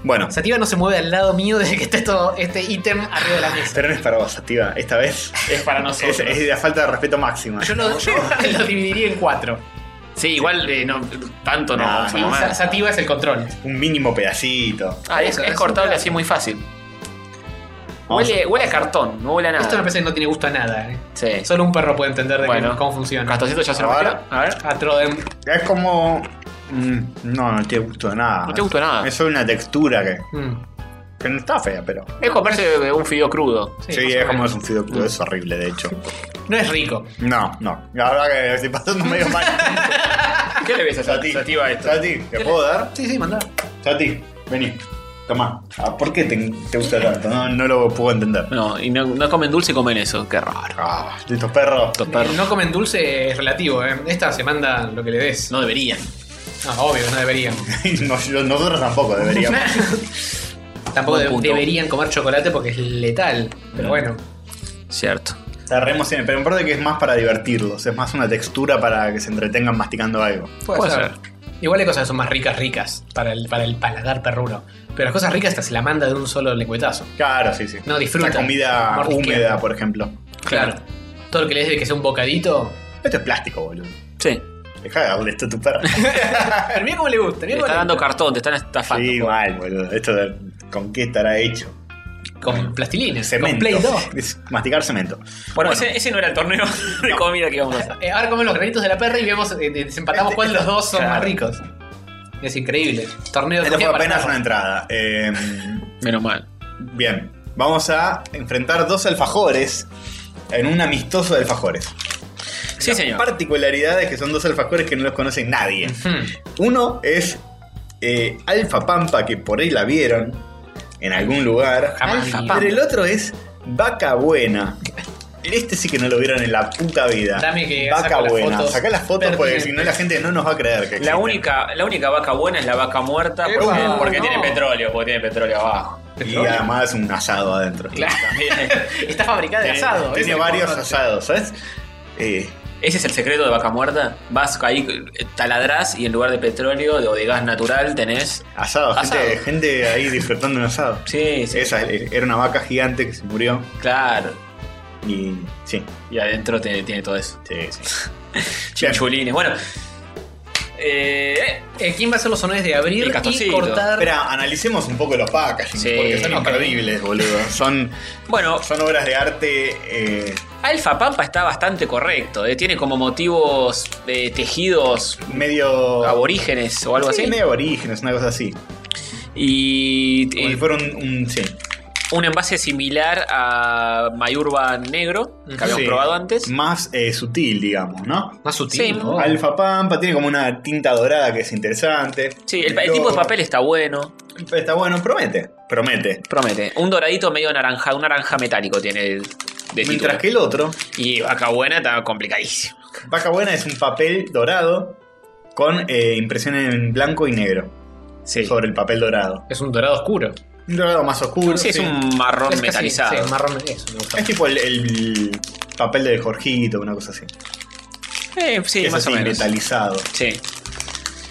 Speaker 2: Bueno,
Speaker 1: Sativa no se mueve al lado mío desde que está esto, este ítem arriba de la mesa.
Speaker 2: pero no es para vos, Sativa. Esta vez
Speaker 4: Es para
Speaker 2: es,
Speaker 4: nosotros.
Speaker 2: es de la falta de respeto máxima.
Speaker 1: Yo lo, yo lo dividiría en cuatro.
Speaker 4: Sí, igual eh, no, tanto no.
Speaker 2: No,
Speaker 4: vamos a
Speaker 2: no.
Speaker 4: comer.
Speaker 1: Sa- Sativa es el control.
Speaker 2: Un mínimo pedacito.
Speaker 4: Ah, es, es cortable así muy fácil.
Speaker 2: Vamos
Speaker 4: Huele, huele a cartón, no huele a nada.
Speaker 1: Esto me parece que no tiene gusto a nada. eh.
Speaker 4: Sí.
Speaker 1: Solo un perro puede entender de
Speaker 4: Bueno.
Speaker 1: qué- cómo funciona.
Speaker 4: Castorcito ya se lo
Speaker 2: Ahora-
Speaker 4: metió. A ver.
Speaker 1: A Troden.
Speaker 2: Es como. mm, No, no te gustó nada.
Speaker 4: No te gustó nada.
Speaker 2: Es solo una textura que,
Speaker 1: Mm,
Speaker 2: que no está fea, pero.
Speaker 4: Es comerse eh, un fideo crudo.
Speaker 1: sí, más
Speaker 2: Sí,
Speaker 1: o
Speaker 2: es como
Speaker 1: menos.
Speaker 2: es un fideo crudo, es horrible, de hecho.
Speaker 1: No es rico.
Speaker 2: No, no. La verdad que estoy pasando medio mal.
Speaker 4: ¿Qué le ves a
Speaker 2: Sati,
Speaker 4: Sativa a esto?
Speaker 2: Sati, ¿te puedo dar?
Speaker 1: Sí, sí, mandá.
Speaker 2: Sati, vení. Tomá. Ah, ¿Por qué te, te gusta tanto? No, no lo puedo entender.
Speaker 4: No, y no, no comen dulce y comen eso. Qué raro.
Speaker 2: Ah, estos perros.
Speaker 4: Estos
Speaker 1: El
Speaker 4: perros.
Speaker 1: No comen dulce es relativo. eh. Esta se manda lo que le des.
Speaker 4: No deberían.
Speaker 1: Ah, obvio, no deberían.
Speaker 2: No, yo- nosotros tampoco deberíamos.
Speaker 1: Tampoco
Speaker 4: Buen
Speaker 1: de-
Speaker 4: punto.
Speaker 1: deberían comer chocolate porque es letal. Pero bueno,
Speaker 4: Cierto.
Speaker 2: Cerremos en pero me parece que es más para divertirlos. Es más una textura para que se entretengan masticando algo.
Speaker 1: puede,
Speaker 4: Puede
Speaker 1: ser.
Speaker 4: ser.
Speaker 1: Igual hay cosas que son más ricas, ricas para el, para el paladar perruno. Pero las cosas ricas hasta se la manda de un solo lengüetazo.
Speaker 2: Claro, sí, sí.
Speaker 1: No, disfruta.
Speaker 2: La comida
Speaker 1: Mordisquea.
Speaker 2: húmeda, por ejemplo.
Speaker 1: Claro. Todo lo que le des de que sea un bocadito.
Speaker 2: Esto es plástico, boludo.
Speaker 4: Sí.
Speaker 2: Deja de darle esto a tu perro.
Speaker 1: Pero mira cómo le gusta,
Speaker 4: Te
Speaker 1: mira
Speaker 4: está
Speaker 1: cómo le
Speaker 4: dando
Speaker 1: gusta.
Speaker 4: cartón, te están estafando.
Speaker 2: sí, mal, boludo. Esto de- con qué estará hecho.
Speaker 1: Con plastilina, con
Speaker 2: Cemento.
Speaker 1: Play 2.
Speaker 2: Es masticar cemento.
Speaker 4: Bueno, ese, ese no era el torneo de comida que íbamos a hacer.
Speaker 1: Eh, ahora comemos los granitos de la perra y vemos, eh, de- desempatamos
Speaker 2: Este-
Speaker 1: cuál de los dos son
Speaker 2: claro.
Speaker 1: más ricos. Es increíble. Torneo de
Speaker 2: Esto fue
Speaker 1: comida para
Speaker 2: apenas
Speaker 1: perros.
Speaker 2: una entrada. Eh,
Speaker 4: Menos mal.
Speaker 2: Bien, vamos a enfrentar dos alfajores en un amistoso de alfajores.
Speaker 4: Sí, señor.
Speaker 2: Particularidades que son dos alfajores que no los conoce nadie.
Speaker 1: Hmm.
Speaker 2: Uno es eh, Alfa Pampa, que por ahí la vieron en algún lugar.
Speaker 1: Jamás
Speaker 2: Alfa
Speaker 1: vi.
Speaker 2: Pampa. Pero el otro es Vaca Buena. Este sí que no lo vieron en la puta vida.
Speaker 1: Dame que
Speaker 2: Vaca
Speaker 1: saco las
Speaker 2: Buena.
Speaker 1: fotos
Speaker 2: Sacá las fotos porque
Speaker 1: pertinentes.
Speaker 2: si no la gente no nos va a creer que
Speaker 4: La
Speaker 2: existen.
Speaker 4: única, la única vaca buena es la vaca muerta
Speaker 1: Epa,
Speaker 4: porque, porque
Speaker 1: no.
Speaker 4: tiene petróleo, porque tiene petróleo abajo.
Speaker 2: Y además un asado adentro.
Speaker 1: Claro. Está fabricada de
Speaker 2: Tiene,
Speaker 1: asado.
Speaker 2: tiene
Speaker 1: es el
Speaker 2: varios
Speaker 1: importante.
Speaker 2: asados, ¿sabes? Eh,
Speaker 4: Ese es el secreto de vaca muerta. Vas ahí, taladrás y en lugar de petróleo o de gas natural tenés.
Speaker 2: Asado, Gente,
Speaker 4: Asado.
Speaker 2: gente ahí disfrutando un asado.
Speaker 4: Sí, sí.
Speaker 2: Esa eh, era una vaca gigante que se murió
Speaker 4: Claro.
Speaker 2: y sí,
Speaker 4: Y adentro te- tiene todo eso.
Speaker 2: sí, sí.
Speaker 4: Chinchulines. Bueno. Eh,
Speaker 1: Eh, ¿Quién va a hacer los honores de abrir
Speaker 4: El
Speaker 1: y
Speaker 4: castorcito.
Speaker 1: cortar?
Speaker 2: Espera, analicemos un poco los packaging
Speaker 4: Sí,
Speaker 2: porque son
Speaker 4: ok.
Speaker 2: imperdibles, boludo. Son,
Speaker 4: bueno,
Speaker 2: son obras de arte eh,
Speaker 4: Alfa Pampa está bastante correcto. eh. Tiene como motivos eh, tejidos
Speaker 2: medio
Speaker 4: aborígenes o algo
Speaker 2: Sí,
Speaker 4: así.
Speaker 2: medio aborígenes, una cosa así.
Speaker 4: Y
Speaker 2: Como
Speaker 4: eh,
Speaker 2: si fuera un, un- sí,
Speaker 4: un envase similar a Mayurba Negro, que habíamos
Speaker 2: Sí.
Speaker 4: probado antes. Oh.
Speaker 2: más eh, sutil, digamos, ¿no?
Speaker 1: Más sutil.
Speaker 4: Sí.
Speaker 1: ¿no?
Speaker 2: Alfa Pampa tiene como una tinta dorada que es interesante.
Speaker 4: Sí, el, pa- el tipo de papel está bueno,
Speaker 2: está bueno, promete, promete.
Speaker 4: promete. Un doradito medio naranja, un naranja metálico tiene el de
Speaker 2: Mientras
Speaker 4: título.
Speaker 2: que el otro
Speaker 4: Y Vaca Buena está complicadísimo.
Speaker 2: Vaca Buena es un papel dorado con eh, impresión en blanco y negro
Speaker 4: Sí.
Speaker 2: sobre el papel dorado.
Speaker 1: Es un dorado oscuro.
Speaker 2: Un dorado más oscuro.
Speaker 4: Sí, es un marrón
Speaker 1: Es casi-
Speaker 4: metalizado.
Speaker 1: sí, marrón, eso me gusta.
Speaker 2: Es tipo el, el papel de Jorgito, una cosa así.
Speaker 4: Eh, sí,
Speaker 2: Que es
Speaker 4: más
Speaker 2: así,
Speaker 4: o menos.
Speaker 2: metalizado.
Speaker 4: Sí.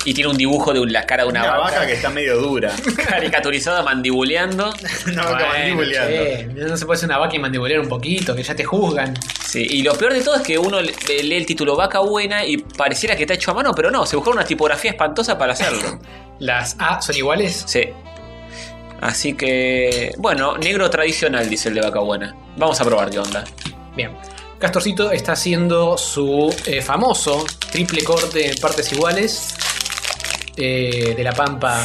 Speaker 4: Y tiene un dibujo de un- la cara de una,
Speaker 2: Una, vaca.
Speaker 4: vaca,
Speaker 2: que está medio dura.
Speaker 4: caricaturizada mandibuleando.
Speaker 2: Una vaca
Speaker 4: Bueno,
Speaker 2: mandibuleando.
Speaker 1: Che, no se puede hacer una vaca y mandibulear un poquito, que ya te juzgan.
Speaker 4: Sí, y lo peor de todo es que uno le- lee el título Vaca Buena y pareciera que está hecho a mano, pero no, se buscó una tipografía espantosa para hacerlo.
Speaker 1: ¿Las A son iguales?
Speaker 4: Sí. Así que, bueno, negro tradicional, dice el de Vaca Buena. Vamos a probar qué onda.
Speaker 1: Bien. Castorcito está haciendo su eh, famoso triple corte en partes iguales eh, de la pampa.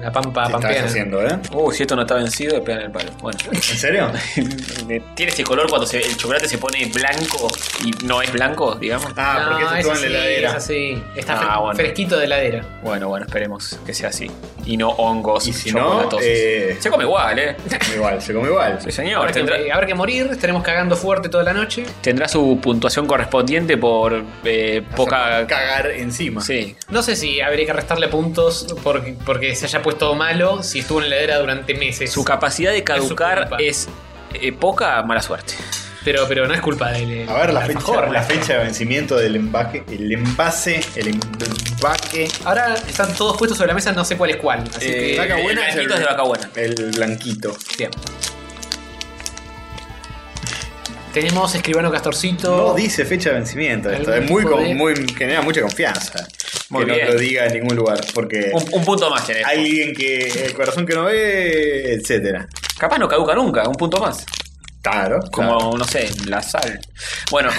Speaker 1: La pampa
Speaker 2: ¿Qué estás
Speaker 1: pampeana.
Speaker 2: haciendo, eh?
Speaker 4: Uy, si esto no está vencido, le pegan el palo. Bueno.
Speaker 2: ¿En serio?
Speaker 4: Tiene ese color cuando se- el chocolate se pone blanco y no es blanco, digamos.
Speaker 2: Ah, porque
Speaker 1: No,
Speaker 2: eso
Speaker 1: es
Speaker 2: estuvo en la
Speaker 1: así, es
Speaker 2: heladera.
Speaker 1: así. Está
Speaker 4: Ah,
Speaker 1: fre-
Speaker 4: bueno.
Speaker 1: fresquito de heladera.
Speaker 4: Bueno, bueno, esperemos que sea así. Y no hongos
Speaker 2: Y si no,
Speaker 4: chocolatosos.
Speaker 2: eh,
Speaker 4: Se come igual, ¿eh?
Speaker 2: se come igual, se come igual.
Speaker 4: Sí, señor.
Speaker 1: Habrá que,
Speaker 4: Tendrá,
Speaker 1: habrá que morir, estaremos cagando fuerte toda la noche.
Speaker 4: tendrá su puntuación correspondiente por eh, poca.
Speaker 2: Cagar encima.
Speaker 4: Sí.
Speaker 1: No sé si habría que restarle puntos porque, porque se haya puesto malo si estuvo en la heladera durante meses.
Speaker 4: Su capacidad de caducar
Speaker 1: culpa.
Speaker 4: es eh, poca, mala suerte.
Speaker 1: pero, pero no es culpa de él.
Speaker 2: A ver, la fecha,
Speaker 1: alfajor.
Speaker 2: la fecha de vencimiento del embaque, el envase, el embaque.
Speaker 1: Ahora están todos puestos sobre la mesa, no sé cuál es cuál. Así
Speaker 4: Eh,
Speaker 1: que.
Speaker 2: Vaca
Speaker 4: el
Speaker 2: buena es
Speaker 4: blanquito
Speaker 2: el-
Speaker 4: es de vaca buena.
Speaker 2: El blanquito.
Speaker 1: Bien. Tenemos escribano
Speaker 2: No
Speaker 1: Castorcito.
Speaker 2: dice fecha de vencimiento. Esto
Speaker 1: Algún
Speaker 2: es muy,
Speaker 1: tipo
Speaker 2: con-
Speaker 1: de-
Speaker 2: muy genera mucha confianza.
Speaker 4: Muy
Speaker 2: que
Speaker 4: bien.
Speaker 2: no lo diga en ningún lugar, porque
Speaker 4: Un, un punto más tenés.
Speaker 2: hay alguien que el corazón que no ve, etcétera.
Speaker 4: Capaz no caduca nunca, un punto más.
Speaker 2: Claro.
Speaker 4: Como,
Speaker 2: claro.
Speaker 4: no sé, la sal. Bueno.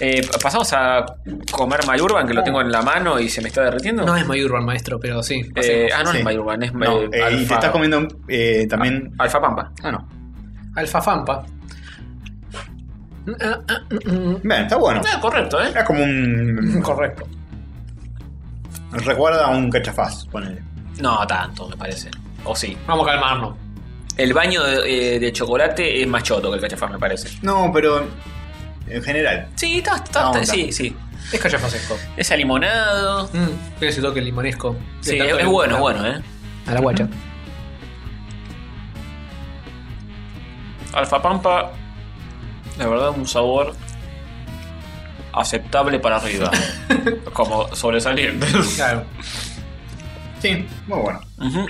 Speaker 4: eh, pasamos a comer Mayurban, que lo tengo en la mano y se me está derritiendo.
Speaker 1: No es Mayurban, maestro, pero sí.
Speaker 4: Eh, ah, no
Speaker 2: Sí.
Speaker 4: es Mayurban, es
Speaker 2: No,
Speaker 4: eh,
Speaker 2: eh, y te
Speaker 4: Alfa-
Speaker 2: estás comiendo eh, también.
Speaker 4: Alfa Pampa.
Speaker 2: Ah, no.
Speaker 1: Alfafampa. Ah, ah, mm, mm.
Speaker 2: Bien, está bueno.
Speaker 4: Ah, correcto, ¿eh?
Speaker 2: Es como un.
Speaker 1: Correcto.
Speaker 2: Recuerda a un cachafaz, ponele.
Speaker 4: No tanto, me parece. O sí.
Speaker 1: Vamos a calmarnos.
Speaker 4: El baño de, eh, de chocolate es más choto que el cachafaz, me parece.
Speaker 2: No, pero. En general.
Speaker 4: Sí, está, está-
Speaker 2: No,
Speaker 4: está-
Speaker 2: está.
Speaker 4: sí, sí.
Speaker 1: Es cachafasesco.
Speaker 4: Es alimonado.
Speaker 1: Mm, tiene ese toque limonesco.
Speaker 4: Sí,
Speaker 1: De
Speaker 4: es,
Speaker 1: tanto
Speaker 4: es
Speaker 1: limón.
Speaker 4: bueno, es bueno, ¿eh?
Speaker 1: A la guacha.
Speaker 4: Alfa Pampa, la verdad, un sabor aceptable para arriba. Como sobresaliente.
Speaker 1: Claro.
Speaker 2: Sí, muy bueno.
Speaker 4: Ujú.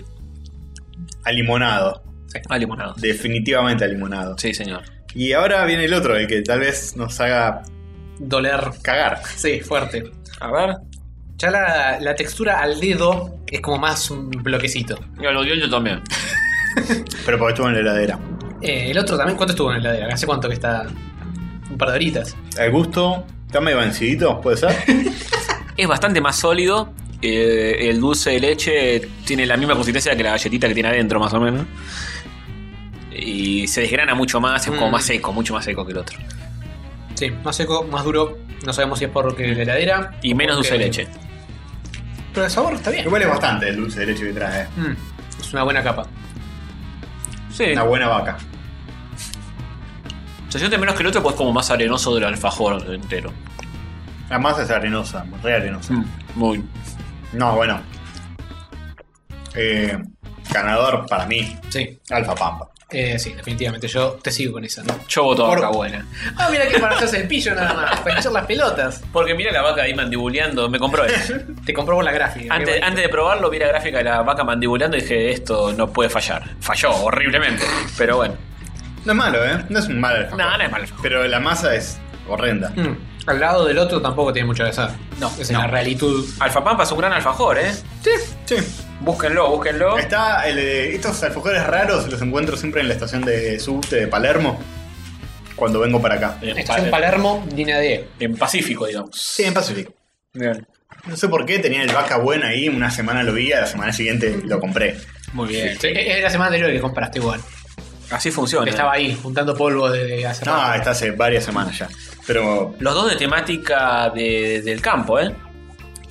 Speaker 2: Alimonado.
Speaker 4: Alimonado.
Speaker 2: Definitivamente alimonado.
Speaker 4: Sí, señor.
Speaker 2: Y ahora viene el otro, el que tal vez nos haga
Speaker 1: Doler.
Speaker 2: cagar.
Speaker 1: Sí, fuerte.
Speaker 4: A ver.
Speaker 1: Ya la, la textura al dedo es como más un bloquecito.
Speaker 4: Y al yo también.
Speaker 2: Pero porque estuvo en la heladera.
Speaker 1: Eh, el otro también, ¿cuánto estuvo en la heladera? ¿Hace cuánto que está? Un par de horitas.
Speaker 2: El gusto está medio vencidito, puede ser.
Speaker 4: Es bastante más sólido. eh, el dulce de leche tiene la misma consistencia que la galletita que tiene adentro, más o menos. Y se desgrana mucho más, es como
Speaker 1: Mm.
Speaker 4: más seco, mucho más seco que el otro.
Speaker 1: Sí, más seco, más duro. No sabemos si es porque la heladera.
Speaker 4: Y menos
Speaker 1: o
Speaker 4: dulce de
Speaker 1: porque-
Speaker 4: leche.
Speaker 1: Pero el sabor está bien.
Speaker 2: Igual es bastante el dulce de leche que trae.
Speaker 1: Mm, es una buena capa.
Speaker 4: Sí.
Speaker 2: Una buena vaca.
Speaker 4: Se siente menos que el otro, pues como más arenoso del alfajor entero.
Speaker 2: La masa es arenosa, re arenosa.
Speaker 4: Mm. Muy.
Speaker 2: No, bueno. Eh, ganador para mí,
Speaker 1: Sí,
Speaker 2: Alfa Pampa.
Speaker 1: eh, sí, definitivamente. Yo te sigo con esa. ¿no?
Speaker 4: Yo voto
Speaker 2: Por-
Speaker 4: vaca buena.
Speaker 1: Ah, mira que para hacerse el pillo nada más. Para echar las pelotas.
Speaker 4: Porque mira la vaca ahí mandibuleando, me compró eso.
Speaker 1: Te comprobó la gráfica.
Speaker 4: antes,
Speaker 1: Qué
Speaker 4: antes de probarlo, vi la gráfica de la vaca mandibuleando y dije, esto no puede fallar. Falló horriblemente. Pero bueno.
Speaker 2: No es malo, ¿eh? No es un mal alfajor.
Speaker 4: No, no es mal alfajor.
Speaker 2: Pero la masa es horrenda.
Speaker 1: bonito. Mm, al lado del otro tampoco tiene mucho que hacer.
Speaker 4: No,
Speaker 1: es
Speaker 4: no.
Speaker 1: la realitud.
Speaker 4: Alfa Pampa es un gran alfajor, ¿eh?
Speaker 2: Sí, sí.
Speaker 4: Búsquenlo, búsquenlo.
Speaker 2: Está el, eh, estos alfajores raros los encuentro siempre en la estación de subte de Palermo. Cuando vengo para acá.
Speaker 1: Estación Palermo, línea D.
Speaker 4: En Pacífico, digamos.
Speaker 2: Sí, en Pacific.
Speaker 4: Bien.
Speaker 2: No sé por qué, tenía el vaca buena ahí, una semana lo vi, a la semana siguiente lo compré.
Speaker 4: Muy bien.
Speaker 1: Sí, Es es la semana anterior que compraste igual.
Speaker 4: Así funciona.
Speaker 1: Estaba ahí, juntando polvo de hace
Speaker 2: No,
Speaker 1: rato.
Speaker 2: está hace varias semanas ya. Pero,
Speaker 4: Los dos de temática de- del campo, ¿eh?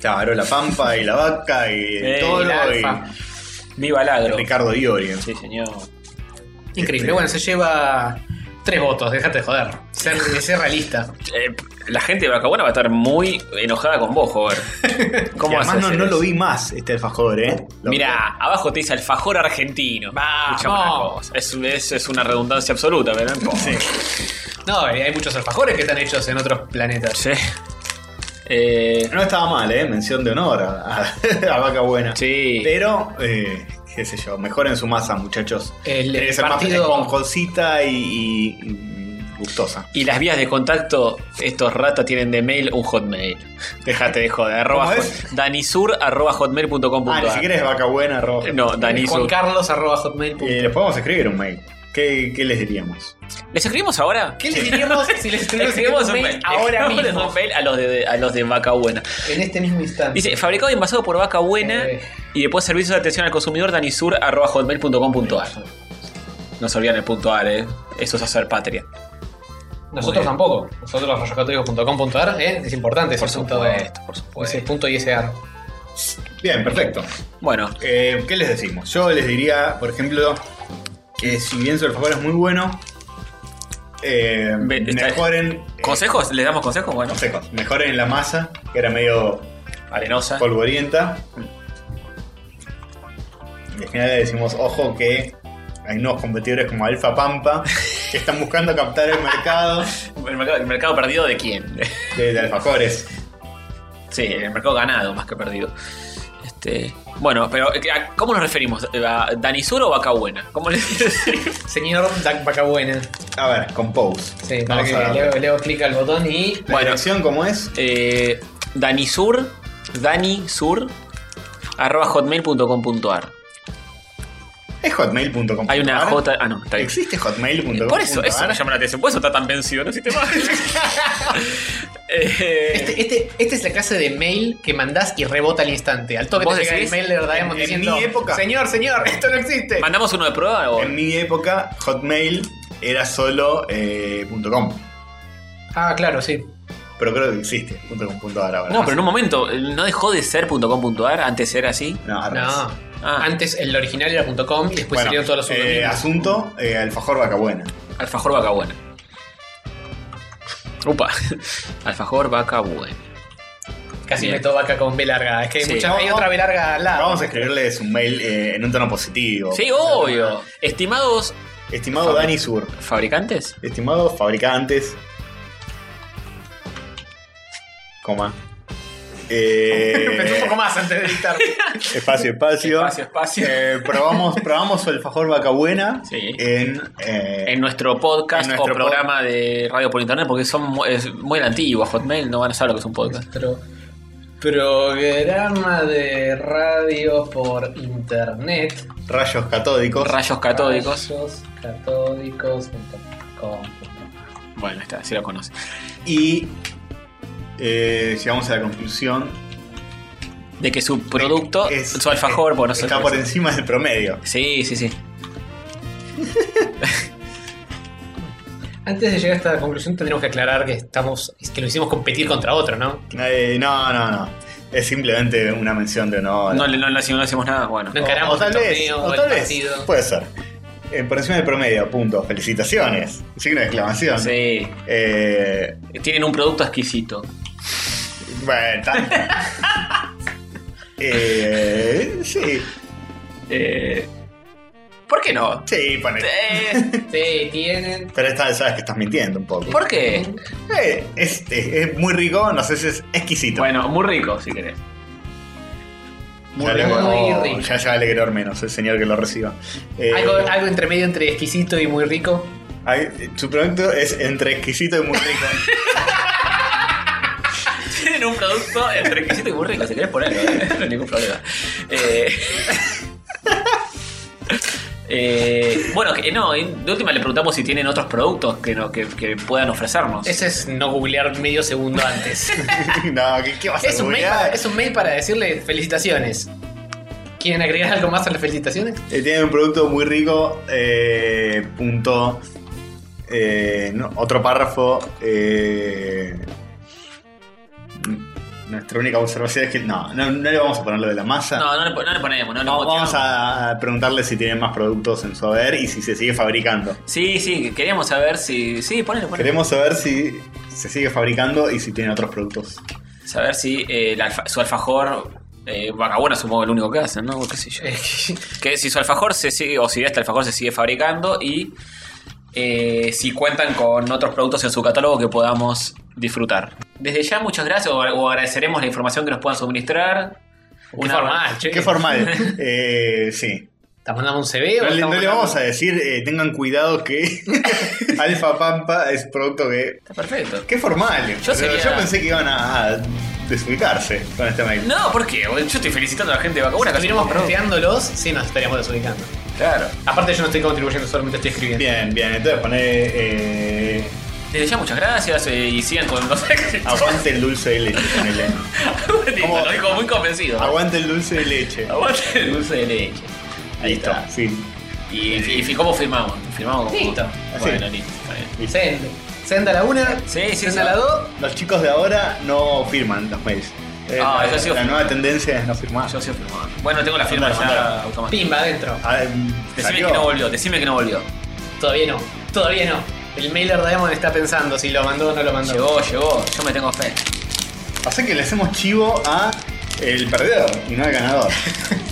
Speaker 2: claro, la pampa y la vaca y el
Speaker 4: Eh,
Speaker 2: toro
Speaker 1: El
Speaker 2: y,
Speaker 1: alfa.
Speaker 4: Viva el agro.
Speaker 2: Ricardo Iorio.
Speaker 4: Sí, señor.
Speaker 1: Increíble. Bueno, se lleva tres votos, déjate de joder. Ser, de ser realista.
Speaker 4: Eh, la gente de Vacabuena va a estar muy enojada con vos, joder.
Speaker 2: Y
Speaker 4: ¿Cómo vas a
Speaker 2: además no,
Speaker 4: hacer
Speaker 2: no
Speaker 4: eso?
Speaker 2: lo vi más, este alfajor, ¿eh? Lo-
Speaker 4: Mirá, abajo te dice alfajor argentino.
Speaker 1: Vamos.
Speaker 4: Escuchame una cosa. Es, un- es- es una redundancia absoluta, pero no importa.
Speaker 1: No, eh, hay muchos alfajores que están hechos en otros planetas.
Speaker 4: Sí. Eh,
Speaker 2: No estaba mal, ¿eh? Mención de honor a, a- a Vaca Buena.
Speaker 4: Sí.
Speaker 2: Pero, eh, qué sé yo, mejoren su masa, muchachos.
Speaker 1: El-
Speaker 2: Tiene que
Speaker 1: el
Speaker 2: ser más
Speaker 1: partido-
Speaker 2: esponjosita y, y- y gustosa. Ah,
Speaker 4: y las vías de contacto, estos ratas tienen de mail un hotmail. Déjate de joder. Arroba
Speaker 2: ¿Cómo
Speaker 4: hot-
Speaker 2: es?
Speaker 4: danisur arroba
Speaker 2: Ah,
Speaker 4: hotmail.com.ar.
Speaker 2: ni siquiera es Vaca Buena, roja.
Speaker 4: No,
Speaker 1: Juan
Speaker 4: Danisur.
Speaker 1: Carlos arroba hotmail punto com.
Speaker 2: Eh, les podemos escribir un mail. ¿Qué, qué les diríamos?
Speaker 4: ¿Les escribimos ahora?
Speaker 1: ¿Qué les diríamos si les escribimos
Speaker 4: Escribimos
Speaker 1: un mail ahora
Speaker 4: Escribimos
Speaker 1: mismo?
Speaker 4: un mail a los de, a los de Vaca Buena.
Speaker 1: En este mismo instante.
Speaker 4: Dice, fabricado y envasado por Vaca Buena
Speaker 1: Eh.
Speaker 4: y después servicios de atención al consumidor danisur.hotmail.com.ar No se olviden el punto .ar, eh. Eso es hacer patria.
Speaker 1: Nosotros
Speaker 4: Bueno.
Speaker 1: tampoco. Nosotros rayoscatólicos.com.ar ¿eh? es importante ese punto de
Speaker 4: supuesto, por supuesto.
Speaker 1: Ese punto y ese ar.
Speaker 2: Bien, perfecto.
Speaker 4: Bueno,
Speaker 2: Eh, ¿Qué les decimos? Yo les diría, por ejemplo, que si bien su alfajor es muy bueno, eh,
Speaker 4: Ve- está-
Speaker 2: mejoren. eh,
Speaker 4: ¿consejos? ¿Les damos consejos? Bueno,
Speaker 2: consejos. Mejoren la masa, que era medio
Speaker 4: arenosa.
Speaker 2: polvorienta. Y al final le decimos, ojo que hay nuevos competidores como Alfa Pampa que están buscando captar el mercado
Speaker 4: ¿El mercado, el mercado perdido de quién?
Speaker 2: de, de alfajores.
Speaker 4: sí, el mercado ganado más que perdido. Este, bueno, pero eh, ¿a ¿cómo nos referimos? ¿A ¿Danisur o Vaca Buena? ¿Cómo le
Speaker 1: Señor Duck Bacabuena.
Speaker 2: A ver, compose.
Speaker 1: Sí, para
Speaker 2: Vamos
Speaker 1: que
Speaker 2: a darle.
Speaker 1: le, hago- le hago clic al botón y.
Speaker 2: La
Speaker 4: Bueno.
Speaker 2: dirección, ¿cómo es?
Speaker 4: Eh, Danisur, Danisur, arroba hotmail.com.ar.
Speaker 2: Es hotmail.com.
Speaker 4: Hay una
Speaker 2: Ahora,
Speaker 4: J. Ah, no, está bien.
Speaker 2: ¿Existe hotmail.com?
Speaker 4: Por eso, eso me
Speaker 2: Ahora,
Speaker 4: llama la atención. Por eso está tan vencido, no existe más. Eh,
Speaker 1: Este, este, este es la clase de mail que mandás y rebota al instante. Al toque
Speaker 4: ¿Vos
Speaker 1: te llega el
Speaker 4: decís?
Speaker 1: mail de verdad
Speaker 2: En- en
Speaker 1: diciendo.
Speaker 2: mi época.
Speaker 1: Señor, señor, esto no existe.
Speaker 4: ¿Mandamos uno de prueba o.?
Speaker 2: En mi época, hotmail era solo eh, punto .com.
Speaker 1: Ah, claro, sí.
Speaker 2: Pero creo que existe. punto .com, punto .ar ahora.
Speaker 4: No, pero en un momento, ¿no dejó de ser .com.ar antes era así?
Speaker 2: No, al revés.
Speaker 1: No. pues
Speaker 4: Ah.
Speaker 1: Antes el original era .com y después
Speaker 2: Bueno,
Speaker 1: salieron todos los
Speaker 2: eh,
Speaker 1: subdominios.
Speaker 2: asunto, eh, alfajor vaca buena.
Speaker 4: Alfajor vaca buena. Upa. Alfajor vaca buena.
Speaker 1: Casi
Speaker 4: bien.
Speaker 1: meto vaca con B larga. Es que hay,
Speaker 4: Sí.
Speaker 1: mucha- hay otra B larga al lado.
Speaker 2: Vamos a escribirles un mail eh, en un tono positivo.
Speaker 4: Sí, obvio. Estimados
Speaker 2: Estimado Dani Sur,
Speaker 4: fabricantes.
Speaker 2: estimados fabricantes, coma,
Speaker 1: Pensé un
Speaker 2: eh,
Speaker 1: poco más antes de dictar.
Speaker 2: espacio, espacio,
Speaker 4: Espacio, espacio.
Speaker 2: Eh, probamos, probamos el fajor vaca buena
Speaker 4: Sí.
Speaker 2: en, eh,
Speaker 4: En nuestro podcast
Speaker 2: En nuestro
Speaker 4: o programa de radio por internet, porque son mu- es muy antiguos. Hotmail no van a saber lo que es un podcast.
Speaker 1: Nuestro programa de radio por internet.
Speaker 2: rayos catódicos.
Speaker 4: Rayos catódicos.
Speaker 1: Catódicos.com.
Speaker 4: Bueno, ahí está, sí lo conoce.
Speaker 2: y eh, llegamos a la conclusión
Speaker 4: De que su producto,
Speaker 2: es-
Speaker 4: su alfajor, bueno, no sé
Speaker 2: está
Speaker 4: qué
Speaker 2: por
Speaker 4: es.
Speaker 2: encima del promedio.
Speaker 4: Sí, sí, sí.
Speaker 1: Antes de llegar a esta conclusión tendremos que aclarar que estamos que lo hicimos competir contra otro, ¿no?
Speaker 2: Eh, no, no, no. Es simplemente una mención de honor.
Speaker 4: No, le- no, le hacemos- no hacemos nada, bueno.
Speaker 1: No encaramos
Speaker 2: O tal
Speaker 1: el
Speaker 2: vez,
Speaker 1: torneo
Speaker 2: o
Speaker 1: o el
Speaker 2: tal vez,
Speaker 1: partido.
Speaker 2: Puede ser. Eh, por encima del promedio, punto. Felicitaciones. Signo de exclamación.
Speaker 4: Sí.
Speaker 2: Eh,
Speaker 4: Tienen un producto exquisito.
Speaker 2: bueno, tanto. Eh, sí,
Speaker 4: Eh, ¿Por qué no?
Speaker 2: sí, ponele.
Speaker 4: Eh,
Speaker 1: Sí, tienen.
Speaker 2: Pero esta, sabes que estás mintiendo un poco.
Speaker 4: ¿Por qué?
Speaker 2: Eh, es, es- es muy rico, no sé si es exquisito.
Speaker 4: Bueno, muy rico, si querés.
Speaker 2: ya,
Speaker 1: muy
Speaker 2: le-
Speaker 1: rico.
Speaker 2: oh,
Speaker 1: Muy rico.
Speaker 2: ya, ya va a alegrar menos el señor que lo reciba. Eh,
Speaker 1: Algo, algo entre medio entre exquisito y muy rico.
Speaker 2: hay- su producto es entre exquisito y muy rico.
Speaker 4: Tienen un producto entre exquisito y muy rico, si querés ponerlo, eh, no hay ningún problema. Eh, eh, bueno, que- no, de última le preguntamos si tienen otros productos que, no, que, que puedan ofrecernos.
Speaker 1: Ese es no googlear medio segundo antes.
Speaker 2: no, ¿qué, qué vas a
Speaker 1: es, un mail
Speaker 2: googlear?
Speaker 1: para, es un mail para decirle felicitaciones. ¿Quieren agregar algo más a las felicitaciones?
Speaker 2: Eh, tienen un producto muy rico. eh, punto. eh, no, otro párrafo. eh, Nuestra única observación es que no, no, no le vamos a poner lo de la masa.
Speaker 4: No, no le, po- no le ponemos, no le
Speaker 2: vamos
Speaker 4: motivamos.
Speaker 2: vamos a preguntarle si tienen más productos en su haber y si se sigue fabricando.
Speaker 4: Sí, sí, queríamos saber si. Sí, ponele, ponele.
Speaker 2: Queremos saber si se sigue fabricando y si tienen otros productos.
Speaker 4: Saber si eh, el alfa- su alfajor. Eh, Vacabuena supongo el único que hacen, ¿no? ¿Qué sé yo? que si su alfajor se sigue, o si este alfajor se sigue fabricando y eh, si cuentan con otros productos en su catálogo que podamos disfrutar. Desde ya, muchas gracias o, o agradeceremos la información que nos puedan suministrar.
Speaker 1: Qué
Speaker 4: Una-
Speaker 1: formal, che.
Speaker 2: Qué formal. Eh, sí.
Speaker 1: ¿Estás mandando un CV o
Speaker 2: No
Speaker 1: estamos
Speaker 2: le, no le
Speaker 1: mandando-
Speaker 2: vamos a decir, eh, tengan cuidado que Alfa Pampa es producto que...
Speaker 4: Está perfecto.
Speaker 2: Qué formal.
Speaker 4: Yo
Speaker 2: Pero
Speaker 4: sería-
Speaker 2: yo pensé que iban a, a desubicarse con este mail.
Speaker 4: No, ¿por qué? Yo estoy felicitando a la gente de Vacabuena.
Speaker 1: Si
Speaker 4: que hace un
Speaker 1: estuviéramos
Speaker 4: buen producto.
Speaker 1: planteándolos, sí nos estaríamos desubicando.
Speaker 4: Claro.
Speaker 1: Aparte, yo no estoy contribuyendo, solamente estoy escribiendo.
Speaker 2: Bien, bien. Entonces poné... eh,
Speaker 4: Desde ya, muchas gracias eh, y sigan con los
Speaker 2: aguante el dulce de leche. ponele.
Speaker 4: Lo digo muy convencido.
Speaker 2: Aguante el dulce de leche.
Speaker 4: Aguante el dulce de leche. Ahí
Speaker 2: Listo,
Speaker 4: está.
Speaker 2: fin.
Speaker 4: ¿Y, y, y cómo firmamos? ¿Firmamos como-
Speaker 1: Listo.
Speaker 4: Bueno, listo. está bien.
Speaker 1: Send. Send a la una,
Speaker 4: Sí, sí,
Speaker 1: send
Speaker 4: sí.
Speaker 1: a la dos.
Speaker 2: Los chicos de ahora no firman los mails. Eh,
Speaker 4: Ah,
Speaker 2: la-
Speaker 4: eso ha sido-
Speaker 2: la nueva tendencia es no firmar.
Speaker 4: Ah, Yo sí firmado. Bueno, tengo la firma
Speaker 2: Mandalo,
Speaker 4: ya
Speaker 2: mandalo.
Speaker 4: automática.
Speaker 1: Pimba adentro.
Speaker 2: A ver,
Speaker 4: Decime
Speaker 2: Ah, em, salió.
Speaker 4: que no volvió, decime que no volvió.
Speaker 1: Todavía no. Todavía no. El mailer Diamond está pensando si lo mandó o no lo mandó.
Speaker 4: Llegó, llegó. Yo me tengo fe.
Speaker 2: Pasa que le hacemos chivo a el perdedor y no al ganador.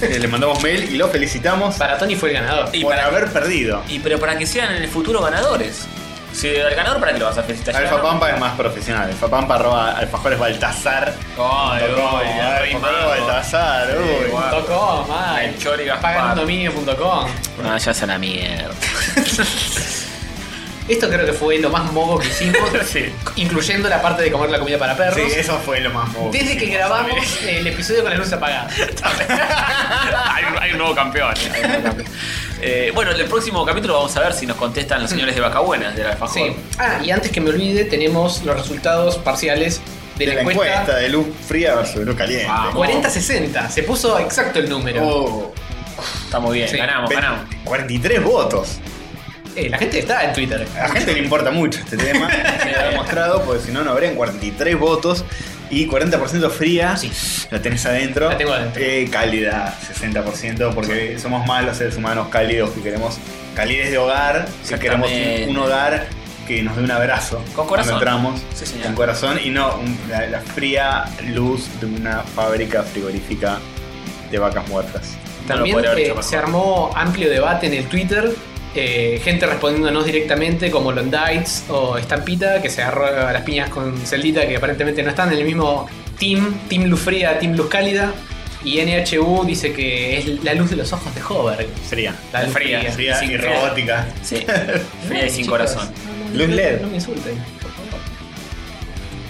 Speaker 2: Eh, le mandamos mail y lo felicitamos
Speaker 1: Para Tony fue el ganador.
Speaker 4: Y
Speaker 2: por
Speaker 4: para,
Speaker 2: haber perdido.
Speaker 4: y pero para que sean en el futuro ganadores. Si al ganador, ¿para qué lo vas a felicitar?
Speaker 2: Alfa
Speaker 4: ¿no?
Speaker 2: Pampa es más profesional. Alfa Pampa arroba alfajores Baltazar.
Speaker 4: Ay,
Speaker 2: Tocó,
Speaker 4: ay,
Speaker 2: eh,
Speaker 4: ay,
Speaker 2: alfajores
Speaker 4: mago.
Speaker 2: Baltazar, uy.
Speaker 1: .com,
Speaker 4: El Chori Gaspar.
Speaker 1: Pagandominio.com.
Speaker 4: No, ya es a la mierda.
Speaker 1: Esto creo que fue lo más mogo que hicimos,
Speaker 2: Sí.
Speaker 1: incluyendo la parte de comer la comida para perros.
Speaker 2: Sí, eso fue lo más movo.
Speaker 1: Desde que grabamos el episodio con la luz apagada.
Speaker 4: hay, un, hay un nuevo campeón. Hay un nuevo campeón. Eh, bueno, en el próximo capítulo vamos a ver si nos contestan los señores de Vacabuenas del Alfajor.
Speaker 1: Sí. Ah, y antes que me olvide, tenemos los resultados parciales de la,
Speaker 2: la
Speaker 1: encuesta.
Speaker 2: encuesta de luz fría versus luz caliente.
Speaker 4: Ah,
Speaker 1: 40-60. Se puso exacto el número.
Speaker 2: Oh,
Speaker 4: Está muy bien,
Speaker 1: Sí.
Speaker 4: ganamos,
Speaker 2: ve-
Speaker 4: ganamos.
Speaker 2: 43 votos.
Speaker 1: Eh, la gente está en Twitter.
Speaker 2: A la gente le importa mucho este tema, se lo ha demostrado, porque si no, no habrían 43 votos y 40% fría.
Speaker 1: Sí.
Speaker 2: La tenés adentro.
Speaker 1: La tengo adentro.
Speaker 2: Eh, cálida, 60%, porque somos malos seres humanos cálidos que queremos calidez de hogar, que queremos
Speaker 4: Exactamente.
Speaker 2: un, un hogar que nos dé un abrazo.
Speaker 4: Con corazón.
Speaker 2: Cuando entramos
Speaker 4: Sí, señor.
Speaker 2: con corazón y no un- la, la fría luz de una fábrica frigorífica de vacas muertas.
Speaker 4: No lo
Speaker 1: También
Speaker 4: podría haber
Speaker 1: eh,
Speaker 4: hecho mejor.
Speaker 1: se armó amplio debate en el Twitter. eh, gente respondiéndonos directamente como Londites o Estampita, que se agarró a las piñas con Celdita, que aparentemente no están en el mismo team, Team Luz Fría, Team Luz Cálida. Y NHU dice que es la luz de los ojos de Hover.
Speaker 2: Sería.
Speaker 1: La luz
Speaker 4: Fría.
Speaker 1: fría.
Speaker 2: Fría
Speaker 4: Sin
Speaker 2: y
Speaker 4: fría.
Speaker 2: robótica.
Speaker 4: Sí. Fría y sin
Speaker 1: Chicos,
Speaker 4: corazón.
Speaker 1: no, no,
Speaker 2: Luz
Speaker 1: no,
Speaker 2: LED.
Speaker 1: No me insulten. por favor.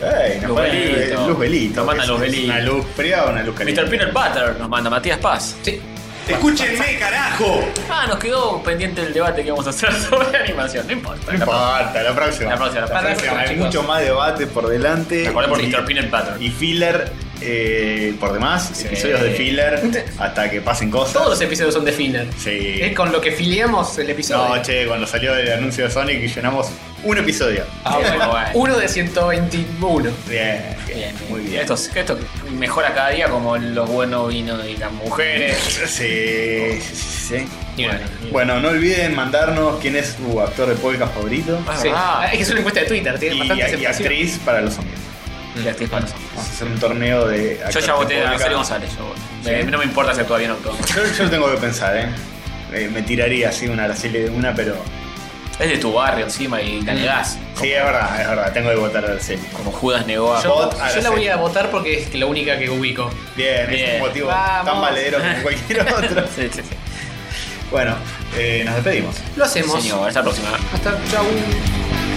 Speaker 2: Ey, nos
Speaker 4: Los
Speaker 2: ponen
Speaker 4: velitos.
Speaker 2: Luz velito.
Speaker 4: Nos mandan
Speaker 2: ¿Es-
Speaker 4: los
Speaker 2: es
Speaker 4: velitos.
Speaker 2: ¿Una luz fría o una luz caliente?
Speaker 4: Mr. Peanut Butter nos manda Matías Paz.
Speaker 1: Sí.
Speaker 2: ¡Escúchenme, carajo!
Speaker 4: Ah, nos quedó pendiente el debate que vamos a hacer sobre animación. No importa.
Speaker 2: No importa, la próxima.
Speaker 4: La próxima, la
Speaker 1: próxima,
Speaker 2: Hay
Speaker 1: chicos.
Speaker 2: mucho más debate por delante.
Speaker 4: Recordé por
Speaker 2: Y-
Speaker 4: Mr. Peanut Butter.
Speaker 2: Y filler eh, por demás,
Speaker 4: Sí. e-
Speaker 2: episodios de filler hasta que pasen cosas.
Speaker 1: Todos los episodios son de filler.
Speaker 2: Sí.
Speaker 1: Es con lo que filiamos el episodio.
Speaker 2: No, che, cuando salió el anuncio de Sonic y llenamos un episodio.
Speaker 1: Ah, bueno,
Speaker 4: Bueno.
Speaker 1: Uno de 121.
Speaker 2: Bien,
Speaker 4: Bien, bien.
Speaker 2: muy bien.
Speaker 4: Esto, esto mejora cada día como los buenos vinos y las mujeres.
Speaker 2: Eh, Sí, sí, sí, sí.
Speaker 1: Y bueno.
Speaker 2: Bueno, no olviden mandarnos quién es su actor de podcast favorito
Speaker 4: Ah,
Speaker 1: Sí.
Speaker 4: verdad.
Speaker 1: Es que es una encuesta de Twitter, tiene
Speaker 2: y,
Speaker 1: bastante
Speaker 2: y
Speaker 1: aceptación.
Speaker 2: actriz para los hombres.
Speaker 4: Y las tripas no son.
Speaker 2: Vamos a hacer un torneo de.
Speaker 4: Yo
Speaker 2: actores
Speaker 4: ya voté a
Speaker 2: podcast.
Speaker 4: Rosario González. Yo voté. Me- No me importa si actúa bien o no.
Speaker 2: Yo, yo lo tengo que pensar, ¿eh? Eh, Me tiraría así una Araceli de una, pero.
Speaker 4: Es de tu barrio encima y la negás.
Speaker 2: Sí, es verdad, es verdad, tengo que votar a Araceli.
Speaker 4: Como Judas negó a.
Speaker 2: Vot
Speaker 1: Yo,
Speaker 2: a
Speaker 1: yo
Speaker 2: la
Speaker 1: la voy
Speaker 2: serie.
Speaker 1: a votar porque es la única que ubico.
Speaker 2: Bien,
Speaker 4: Bien.
Speaker 2: es un motivo
Speaker 1: Vamos.
Speaker 2: tan valedero como cualquier otro.
Speaker 4: Sí, sí, sí.
Speaker 2: Bueno, eh, nos despedimos.
Speaker 1: Lo hacemos.
Speaker 4: Señor, hasta la próxima.
Speaker 1: Hasta chau.